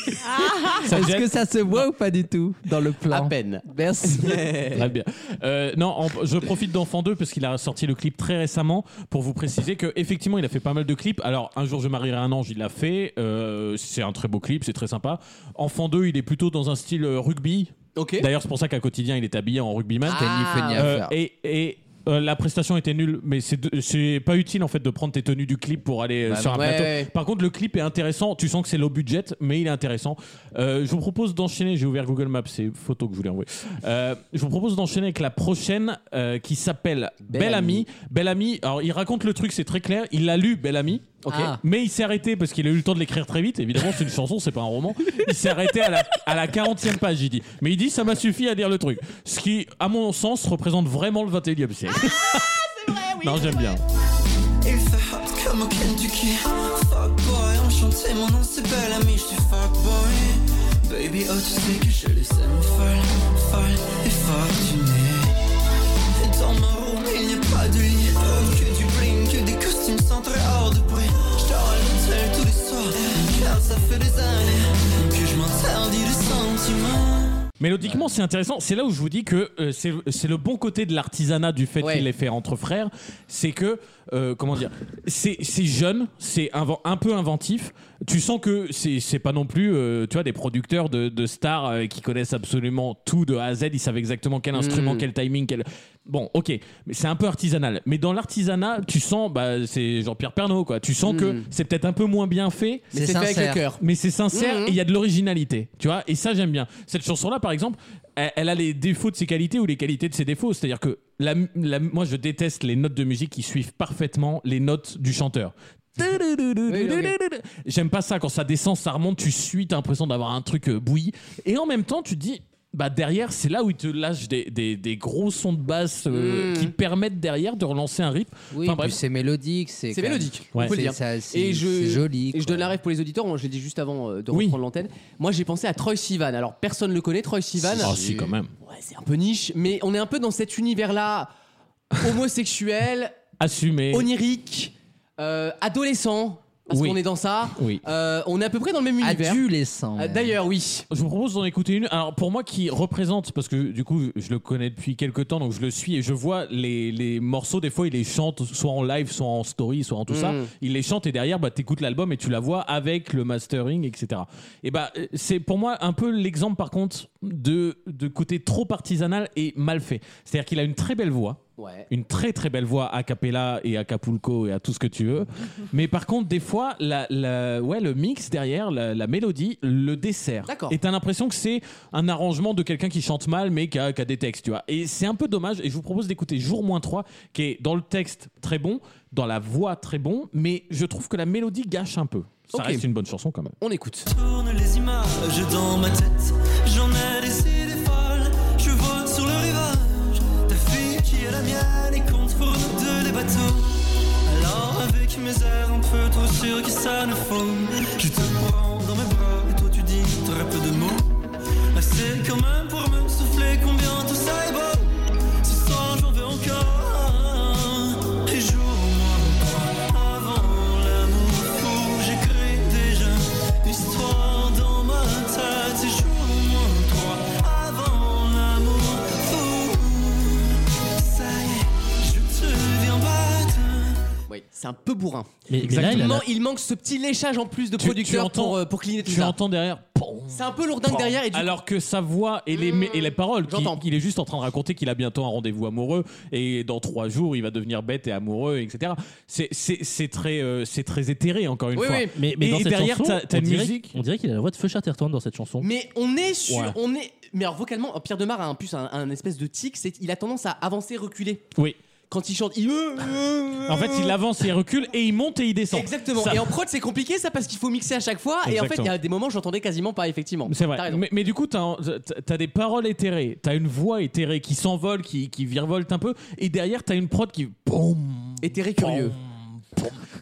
Speaker 4: Ça
Speaker 7: Est-ce
Speaker 4: jette-
Speaker 7: que ça se voit ou pas du tout dans le plan À
Speaker 2: peine.
Speaker 7: Merci.
Speaker 4: Très bien. Euh, non, en- je profite d'Enfant 2 parce qu'il a sorti le clip très récemment pour vous préciser que effectivement il a fait pas mal de clips. Alors un jour je marierai un ange, il l'a fait. Euh, c'est un très beau clip, c'est très sympa. Enfant 2, il est plutôt dans un style euh, rugby.
Speaker 2: Ok.
Speaker 4: D'ailleurs c'est pour ça qu'à quotidien il est habillé en rugbyman.
Speaker 2: Ah. Quelle
Speaker 4: Euh,
Speaker 2: affaire.
Speaker 4: et et, euh, la prestation était nulle, mais c'est de- c'est pas utile en fait de prendre tes tenues du clip pour aller euh,
Speaker 2: Bah
Speaker 4: sur un
Speaker 2: non. Ouais,
Speaker 4: plateau.
Speaker 2: ouais.
Speaker 4: Par contre, le clip est intéressant. Tu sens que c'est low budget, mais il est intéressant. Euh, je vous propose d'enchaîner. J'ai ouvert Google Maps, c'est photo que je voulais envoyer. Euh, je vous propose d'enchaîner avec la prochaine euh, qui s'appelle
Speaker 2: Belle
Speaker 4: Belle Ami. Belle Ami. Alors, il raconte le truc, c'est très clair. Il l'a lu, Belle Ami.
Speaker 2: Ok.
Speaker 4: Ah. Mais il s'est arrêté parce qu'il a eu le temps de l'écrire très vite. Évidemment, c'est une chanson, c'est pas un roman. Il s'est arrêté à la, à la 40e page, il dit. Mais il dit, ça m'a suffi à dire le truc. Ce qui, à mon sens, représente vraiment le 21e siècle. non, j'aime bien.
Speaker 13: Il fait hot comme au Kentucky Fuckboy, enchanté, mon nom c'est Belle Ami, je suis fuckboy Baby, oh tu sais que je les aime folle, folle et fortunée Et dans ma room il n'y a pas de lit oh, Que du bling, que des costumes centrés hors de prix Je dors à l'hôtel tous les soirs Car ça fait des années que je m'interdis le sentiment
Speaker 4: Mélodiquement, c'est intéressant. C'est là où je vous dis que euh, c'est c'est le bon côté de l'artisanat du fait qu'il l'ait fait entre frères. C'est que, euh, comment dire, c'est c'est jeune, c'est inven- un peu inventif. Tu sens que c'est c'est pas non plus, euh, tu vois, des producteurs de, de stars euh, qui connaissent absolument tout de A à Z. Ils savent exactement quel instrument,
Speaker 2: Mm.
Speaker 4: quel timing, quel. Bon, ok, mais c'est un peu artisanal. Mais dans l'artisanat, tu sens, bah, c'est Jean-Pierre Pernaut, quoi. Tu sens que
Speaker 2: Mm.
Speaker 4: c'est peut-être un peu moins bien fait,
Speaker 2: Mais c'est fait avec le cœur.
Speaker 4: mais c'est sincère
Speaker 2: Mhm.
Speaker 4: et il y a de l'originalité, tu vois. Et ça, j'aime bien. Cette chanson-là, par exemple, elle, elle a les défauts de ses qualités ou les qualités de ses défauts. C'est-à-dire que la- la- moi, je déteste les notes de musique qui suivent parfaitement les notes du chanteur. J'aime pas ça quand ça descend, ça remonte, tu suis, t'as l'impression d'avoir un truc euh, bouilli. Et en même temps, tu te dis, bah derrière, c'est là où ils te lâchent des, des- des gros sons de basse euh,
Speaker 2: Mhm.
Speaker 7: Mm.
Speaker 4: qui permettent derrière de relancer un rythme.
Speaker 7: Oui,
Speaker 4: Enfin,
Speaker 7: puis
Speaker 4: bref.
Speaker 7: c'est mélodique. C'est
Speaker 2: C'est
Speaker 7: quand même-
Speaker 2: mélodique, on
Speaker 7: Ouais.
Speaker 2: peut le
Speaker 7: C'est-
Speaker 2: dire.
Speaker 7: ça-
Speaker 2: et
Speaker 7: C'est
Speaker 2: je,
Speaker 7: c'est joli.
Speaker 2: Et je donne la rêve pour les auditeurs. Moi, je l'ai dit juste avant euh, de reprendre l'antenne. Moi, j'ai pensé à Troy Sivan. Alors, personne ne le connaît, Troy Sivan.
Speaker 4: Ah, si, quand même.
Speaker 2: Ouais, c'est un peu niche, mais on est un peu dans cet univers-là homosexuel,
Speaker 4: Assumé.
Speaker 2: onirique, euh, adolescent. Parce
Speaker 4: Oui.
Speaker 2: qu'on est dans ça.
Speaker 4: Oui.
Speaker 2: Euh, on est à peu près dans le même univers.
Speaker 7: Adolescent.
Speaker 2: Euh, D'ailleurs, oui.
Speaker 4: Je vous propose d'en écouter une. Alors pour moi qui représente, parce que du coup je le connais depuis quelques temps, donc je le suis et je vois les, les morceaux, des fois il les chante soit en live, soit en story, soit en tout ça.
Speaker 2: Mm.
Speaker 4: Il les chante et derrière bah, t'écoutes l'album et tu la vois avec le mastering, etc. Et bah euh, c'est pour moi un peu l'exemple par contre de, de côté trop artisanal et mal fait. C'est-à-dire qu'il a une très belle voix.
Speaker 2: Ouais.
Speaker 4: Une très très belle voix a cappella et a capulco et à tout ce que tu veux. Mais par contre, des fois, la, la- ouais, le mix derrière, la, la mélodie, le dessert.
Speaker 2: D'accord.
Speaker 4: Et t'as l'impression que c'est un arrangement de quelqu'un qui chante mal mais qui a, qui a des textes, tu vois. Et c'est un peu dommage. Et je vous propose d'écouter Jour moins 3, qui est dans le texte très bon, dans la voix très bon, mais je trouve que la mélodie gâche un peu. Ça
Speaker 2: Ok.
Speaker 4: reste une bonne chanson quand même.
Speaker 2: On écoute.
Speaker 13: tourne les images dans ma tête. J'en ai des idées folles. Je vole sur le rivage. Ta fille qui est la mienne et compte pour nous deux les bateaux. Alors, avec mes airs un peu trop sûrs que ça ne faut, je te prends dans mes bras et toi tu dis très peu de mots. Assez quand même pour me souffler combien tout ça est beau. Ce soir, j'en veux encore. Et jour, moi, avant l'amour fou, j'écris déjà histoire dans ma tête. Et jour, moi, toi, avant l'amour fou. Ça y est, je te viens battre.
Speaker 2: Oui, c'est un peu bourrin.
Speaker 18: Mais- mais là,
Speaker 2: il,
Speaker 18: il a la-
Speaker 2: manque- il manque ce petit léchage en plus de
Speaker 4: Tu- tu
Speaker 2: producteur
Speaker 4: entends-
Speaker 2: pour, euh, pour cligner tout
Speaker 4: tu
Speaker 2: ça.
Speaker 4: entends derrière.
Speaker 2: C'est un peu lourdingue derrière et du Mmh.
Speaker 4: Alors que sa voix et les, et les paroles, qui- il est juste en train de raconter qu'il a bientôt un rendez-vous amoureux et dans trois jours il va devenir bête et amoureux, etc. C'est- C'est c'est très, euh, c'est très éthéré encore une fois.
Speaker 18: Mais, mais dans
Speaker 4: et
Speaker 18: cette
Speaker 4: derrière
Speaker 18: chanson,
Speaker 4: t'as- t'as
Speaker 18: on
Speaker 4: une
Speaker 18: dirait-
Speaker 4: musique.
Speaker 18: On dirait qu'il a la voix de Feu Chatterton dans cette chanson.
Speaker 2: Mais on est sur,
Speaker 18: Ouais.
Speaker 2: on oh, est, mais alors vocalement, Pierre Demar a un plus un, un espèce de tic, c'est il a tendance à avancer, reculer.
Speaker 4: Oui.
Speaker 2: quand il chante, il.
Speaker 4: En fait, il avance, il recule et il monte et il descend.
Speaker 2: Exactement.
Speaker 4: Ça-
Speaker 2: Et en prod, c'est compliqué ça parce qu'il faut mixer à chaque fois. Et en fait, il y a
Speaker 4: Exactement.
Speaker 2: des moments, j'entendais quasiment pas, effectivement.
Speaker 4: C'est
Speaker 2: T'as
Speaker 4: vrai.
Speaker 2: raison.
Speaker 4: Mais, mais du coup, t'as un- t'as t'as des paroles éthérées, t'as une voix éthérée qui s'envole, qui, qui virevolte un peu, et derrière, t'as une prod qui. Boum
Speaker 2: Éthéré curieux.
Speaker 4: Oh.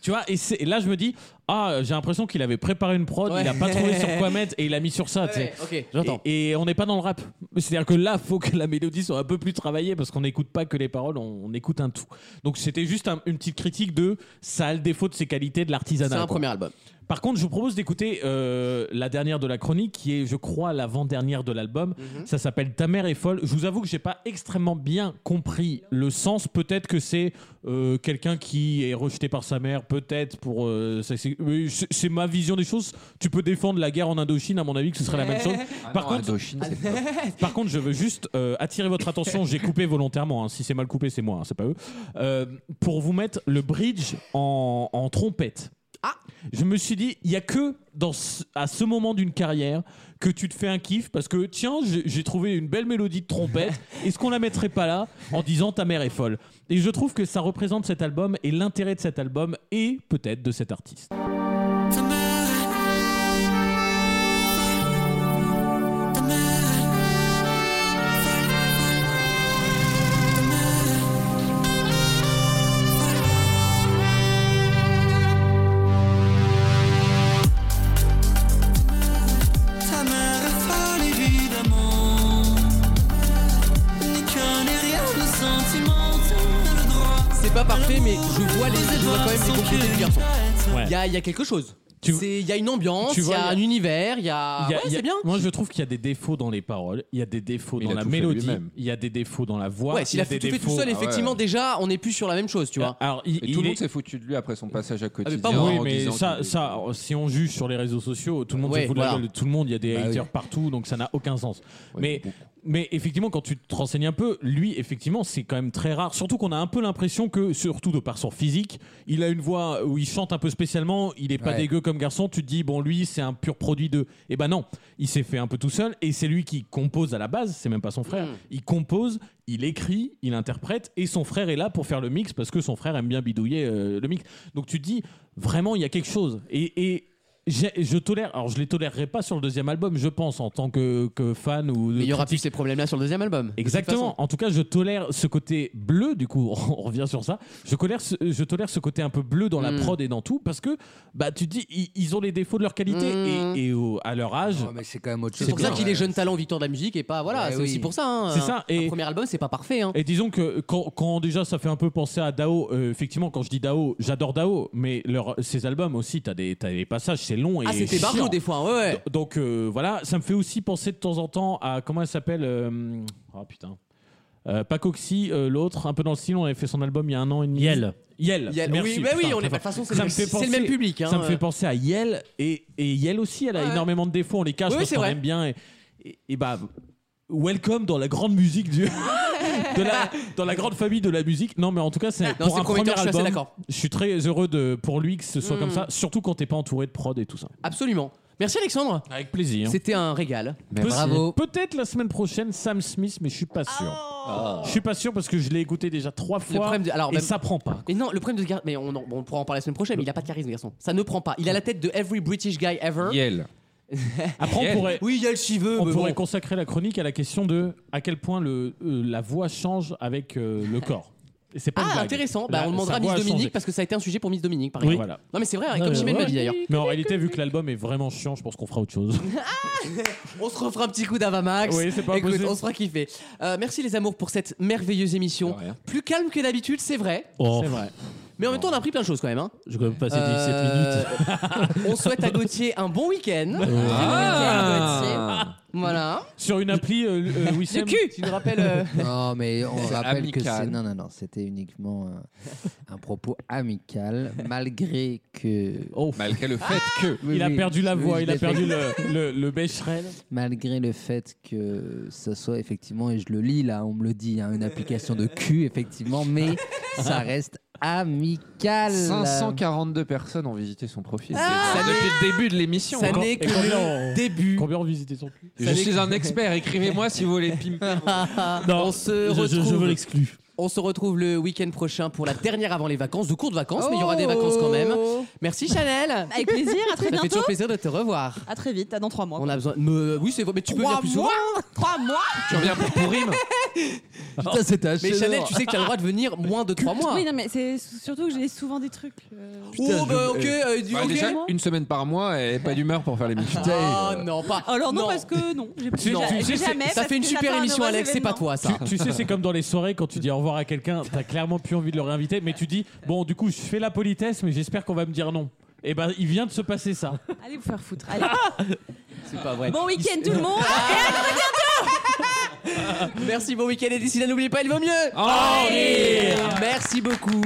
Speaker 4: Tu vois, et, c'est- et là, je me dis, ah, j'ai l'impression qu'il avait préparé une prod,
Speaker 2: Ouais.
Speaker 4: il a pas trouvé sur quoi mettre, et il a mis sur ça, tu sais.
Speaker 2: Ouais, ok, j'entends.
Speaker 4: Et, et on n'est pas dans le rap. C'est-à-dire que là, faut que la mélodie soit un peu plus travaillée, parce qu'on n'écoute pas que les paroles, on, on écoute un tout. Donc, c'était juste un- une petite critique de ça a le défaut de ses qualités de l'artisanat.
Speaker 2: C'est un
Speaker 4: quoi.
Speaker 2: premier album.
Speaker 4: Par contre, je vous propose d'écouter euh, la dernière de la chronique, qui est, je crois, l'avant-dernière de l'album.
Speaker 2: Mhm.
Speaker 4: Ça s'appelle Ta mère est folle. Je vous avoue que j'ai pas extrêmement bien compris le sens. Peut-être que c'est euh, quelqu'un qui est rejeté par sa mère, peut-être pour. euh, ça, c'est mais c'est- c'est ma vision des choses. Tu peux défendre la guerre en Indochine, à mon avis, que ce serait la même chose.
Speaker 3: Ah
Speaker 4: Par
Speaker 3: non,
Speaker 4: contre,
Speaker 3: Indochine, c'est pas-
Speaker 4: par contre, je veux juste euh, attirer votre attention. J'ai coupé volontairement. hein. Si c'est mal coupé, c'est moi, hein, c'est pas eux. Euh, pour vous mettre le bridge en, en trompette. Ah Je me suis dit, il y a que dans ce- à ce moment d'une carrière que tu te fais un kiff parce que tiens, j'ai j'ai trouvé une belle mélodie de trompette. Est-ce qu'on la mettrait pas là en disant ta mère est folle Et je trouve que ça représente cet album et l'intérêt de cet album et peut-être de cet artiste.
Speaker 13: Ta mère est folle évidemment Ni qu'un ni rien de sentiment T'as le droit
Speaker 2: C'est pas parfait, mais je vois les, je vois quand même les composés du garçon. Il
Speaker 4: Ouais.
Speaker 2: y, a, il y a quelque chose. C'est- Il y a une ambiance,
Speaker 4: Tu
Speaker 2: il y
Speaker 4: vois,
Speaker 2: a un univers, il y a.
Speaker 4: Il y a-
Speaker 2: Ah Ouais,
Speaker 4: il y a-
Speaker 2: c'est bien.
Speaker 4: Moi, je trouve qu'il y a des défauts dans les paroles, il y a des défauts
Speaker 3: Mais il
Speaker 4: dans
Speaker 3: a
Speaker 4: la
Speaker 3: tout fait
Speaker 4: mélodie,
Speaker 3: lui-même.
Speaker 4: il y a des défauts dans la voix.
Speaker 2: ouais, s'il a
Speaker 4: il y
Speaker 2: fait,
Speaker 4: a des
Speaker 2: tout fait tout
Speaker 4: défauts-
Speaker 2: seul,
Speaker 4: Ah ouais.
Speaker 2: effectivement, déjà, on n'est plus sur la même chose, tu vois.
Speaker 4: Alors, il,
Speaker 3: Et tout le monde s'est foutu de lui après son passage à
Speaker 4: Ah, mais
Speaker 3: quotidien.
Speaker 4: pas
Speaker 3: en
Speaker 4: oui, mais
Speaker 3: disant
Speaker 4: ça,
Speaker 3: qu'il-
Speaker 4: ça, oh, si on juge sur les réseaux sociaux, tout le monde
Speaker 3: Ouais,
Speaker 4: se fout de
Speaker 3: voilà.
Speaker 4: la gueule de tout le monde. Il y a des
Speaker 3: Bah
Speaker 4: haters
Speaker 3: oui.
Speaker 4: partout, donc ça n'a aucun sens.
Speaker 3: Ouais,
Speaker 4: mais, mais effectivement, quand tu te renseignes un peu, lui, effectivement, c'est quand même très rare. Surtout qu'on a un peu l'impression que, surtout de par son physique, il a une voix où il chante un peu spécialement. Il est pas
Speaker 3: Ouais.
Speaker 4: dégueu comme garçon. Tu te dis, bon, lui, c'est un pur produit de. Eh ben non, il s'est fait un peu tout seul et c'est lui qui compose à la base. C'est même pas son
Speaker 3: Hmm.
Speaker 4: frère. Il compose. Il écrit, il interprète et son frère est là pour faire le mix parce que son frère aime bien bidouiller euh, le mix. Donc tu te dis vraiment il y a quelque chose et, et j'ai- je tolère alors je les tolérerai pas sur le deuxième album je pense en tant que, que fan ou
Speaker 2: Mais il y aura plus ces problèmes-là sur le deuxième album.
Speaker 4: Exactement. En tout cas, je tolère ce côté bleu. Du coup, on revient sur ça. Je tolère ce, je tolère ce côté un peu bleu dans la
Speaker 2: Mm.
Speaker 4: prod et dans tout parce que bah tu te dis ils, ils ont les défauts de leur qualité
Speaker 2: Mm.
Speaker 4: et, et au- à leur âge.
Speaker 2: mais
Speaker 4: Ah, c'est quand même autre hein.
Speaker 2: C'est pour ça qu'il est jeune talent victoire de la musique et pas voilà,
Speaker 4: Ouais,
Speaker 2: c'est
Speaker 4: oui.
Speaker 2: aussi pour ça. hein.
Speaker 4: C'est ça,
Speaker 2: Un premier album, c'est pas parfait. hein.
Speaker 4: Et disons que quand, quand déjà ça fait un peu penser à Dao, euh, effectivement, quand je dis Dao, j'adore Dao, mais leur, ses albums aussi, t'as des, t'as des passages, c'est long et.
Speaker 2: Ah, c'était
Speaker 4: chiant.
Speaker 2: Barjo des fois, ouais, ouais.
Speaker 4: Do- Donc euh, voilà, ça me fait aussi penser de temps en temps à. Comment elle s'appelle euh, Oh putain. Euh, Pacoxy, euh, l'autre, un peu dans le style, on avait fait son album il y a un an et demi. Yel. Yel.
Speaker 2: Yel.
Speaker 4: Merci,
Speaker 2: Oui, mais oui,
Speaker 4: putain,
Speaker 2: on est-
Speaker 4: très
Speaker 2: de toute
Speaker 4: fort.
Speaker 2: façon, c'est
Speaker 4: Ça
Speaker 2: le-
Speaker 4: me fait
Speaker 2: c'est le même
Speaker 4: penser-
Speaker 2: public, hein,
Speaker 4: ça me
Speaker 2: euh.
Speaker 4: fait penser à Yel et, et Yel aussi, elle a énormément de défauts, on les cache
Speaker 2: Oui, oui,
Speaker 4: parce
Speaker 2: c'est
Speaker 4: qu'on
Speaker 2: vrai.
Speaker 4: aime bien. Et, et- et bah, welcome dans la grande musique du. de la- dans la grande famille de la musique. Non, mais en tout cas, c'est
Speaker 2: Non,
Speaker 4: pour
Speaker 2: c'est
Speaker 4: un
Speaker 2: prometteur,
Speaker 4: premier
Speaker 2: je suis assez
Speaker 4: album.
Speaker 2: d'accord.
Speaker 4: Je suis très heureux de, pour lui que ce soit
Speaker 2: Mm.
Speaker 4: comme ça, surtout quand t'es pas entouré de prod et tout ça.
Speaker 2: Absolument. Merci Alexandre.
Speaker 4: Avec plaisir.
Speaker 2: C'était un régal.
Speaker 4: Peut- Peut-être la semaine prochaine Sam Smith, mais je suis pas sûr. Je suis pas sûr parce que je l'ai écouté déjà trois
Speaker 2: Le
Speaker 4: fois.
Speaker 2: problème de- alors,
Speaker 4: et
Speaker 2: même-
Speaker 4: ça prend pas.
Speaker 2: Mais non, le problème de ce gar- mais on, en- bon, on pourra en parler la semaine prochaine, mais il a pas de charisme, le garçon. Ça ne prend pas. Il a la tête de every British guy ever.
Speaker 3: Yel.
Speaker 4: Après, on pourrait.
Speaker 2: Oui, Yel s'y veut.
Speaker 4: On
Speaker 2: mais
Speaker 4: pourrait
Speaker 2: bon.
Speaker 4: consacrer la chronique à la question de à quel point le, euh, la voix change avec euh, le corps. Et c'est pas une
Speaker 2: Ah,
Speaker 4: blague.
Speaker 2: intéressant. Bah,
Speaker 4: La-
Speaker 2: on demandera
Speaker 4: sa
Speaker 2: à
Speaker 4: voix
Speaker 2: Miss
Speaker 4: a
Speaker 2: Dominique
Speaker 4: changé.
Speaker 2: parce que ça a été un sujet pour Miss Dominique, par
Speaker 4: Oui.
Speaker 2: exemple.
Speaker 4: Voilà.
Speaker 2: Non, mais c'est vrai, hein, comme Chimène m'a dit d'ailleurs.
Speaker 4: Mais en réalité, vu que l'album est vraiment chiant, je pense qu'on fera autre chose.
Speaker 2: On se refera un petit coup d'Avamax.
Speaker 4: Oui, c'est pas
Speaker 2: Écoute,
Speaker 4: possible.
Speaker 2: on se fera kiffer. Euh, merci les amours pour cette merveilleuse émission. Plus calme que d'habitude, c'est vrai.
Speaker 18: Oh.
Speaker 2: C'est vrai. Mais en même temps, on a appris plein de choses quand même. Hein.
Speaker 18: Je vais quand même passer
Speaker 2: Euh,
Speaker 18: 17 minutes.
Speaker 2: on souhaite à Gauthier un bon week-end.
Speaker 18: Ah.
Speaker 2: Très bon week-end, Gauthier. Voilà.
Speaker 4: Sur une appli, euh, euh, Wissem,
Speaker 2: De cul. Tu nous rappelles. euh,
Speaker 7: Non, mais on
Speaker 2: C'est
Speaker 7: rappelle que c'est.
Speaker 2: amical.
Speaker 7: Non, non, non, c'était uniquement un, un propos amical, malgré que.
Speaker 3: Malgré le fait que.
Speaker 7: Oui,
Speaker 4: Oh, il a
Speaker 7: oui,
Speaker 4: perdu la
Speaker 7: oui,
Speaker 4: voix,
Speaker 7: je
Speaker 4: il a
Speaker 7: l'ai
Speaker 4: perdu
Speaker 7: fait.
Speaker 4: le, le, le bécherel.
Speaker 7: Malgré le fait que ça soit effectivement, et je le lis là, on me le dit, hein, une application de cul, effectivement, mais ça reste
Speaker 2: Ah
Speaker 7: amical.
Speaker 3: 542 personnes ont visité son profil.
Speaker 7: Ah
Speaker 3: C'est- depuis le début de l'émission.
Speaker 7: Ça n'est que
Speaker 3: Et combien
Speaker 7: le
Speaker 3: ont-
Speaker 2: début.
Speaker 4: Combien ont visité son cul
Speaker 3: Je suis un expert, écrivez-moi si vous voulez pimper.
Speaker 2: on se
Speaker 3: je- je- je
Speaker 2: retrouve.
Speaker 3: veux l'exclu.
Speaker 2: On se retrouve le week-end prochain pour la dernière avant les vacances, de courtes vacances, mais il y aura
Speaker 6: Oh.
Speaker 2: des vacances quand même. Merci Chanel.
Speaker 6: Avec plaisir, à très
Speaker 2: Ça fait
Speaker 6: bientôt.
Speaker 2: toujours plaisir de te revoir.
Speaker 6: À très vite, à dans trois mois.
Speaker 2: On a besoin. Mais, oui, c'est vrai, mais tu peux
Speaker 6: Trois
Speaker 2: venir plus souvent.
Speaker 6: mois Trois mois
Speaker 2: Tu reviens pour Pourim. Putain, c'était un Mais Chanel,
Speaker 6: chef-d'œuvre.
Speaker 2: tu sais que tu as le droit de venir moins de 3 mois.
Speaker 6: Oui, non, mais c'est surtout que j'ai souvent des trucs. euh,
Speaker 3: Putain, je-
Speaker 2: euh, du-
Speaker 3: bah,
Speaker 2: ok.
Speaker 3: déjà, une semaine par mois, elle est pas d'humeur pour faire les l'émission.
Speaker 2: Oh non, pas.
Speaker 6: Alors non, parce que non,
Speaker 3: Tu-
Speaker 6: j'ai j'ai-
Speaker 3: tu
Speaker 6: j'ai
Speaker 3: sais, c'est-
Speaker 6: jamais.
Speaker 2: ça
Speaker 6: parce
Speaker 2: fait une
Speaker 6: que
Speaker 2: super
Speaker 6: j'attends un
Speaker 2: émission,
Speaker 6: heureux
Speaker 2: Alex, c'est pas
Speaker 6: événement.
Speaker 2: toi ça.
Speaker 4: Tu, tu sais, c'est comme dans les soirées quand tu dis au revoir à quelqu'un, t'as clairement plus envie de le réinviter, mais tu dis bon, du coup, je fais la politesse, mais j'espère qu'on va me dire non. Et ben, il vient de se passer ça.
Speaker 6: Allez vous faire foutre. allez.
Speaker 2: C'est pas vrai.
Speaker 6: Bon week-end tout le monde.
Speaker 2: Merci, bon week-end et d'ici là, n'oubliez pas, il vaut mieux.
Speaker 6: rire.
Speaker 2: Merci beaucoup.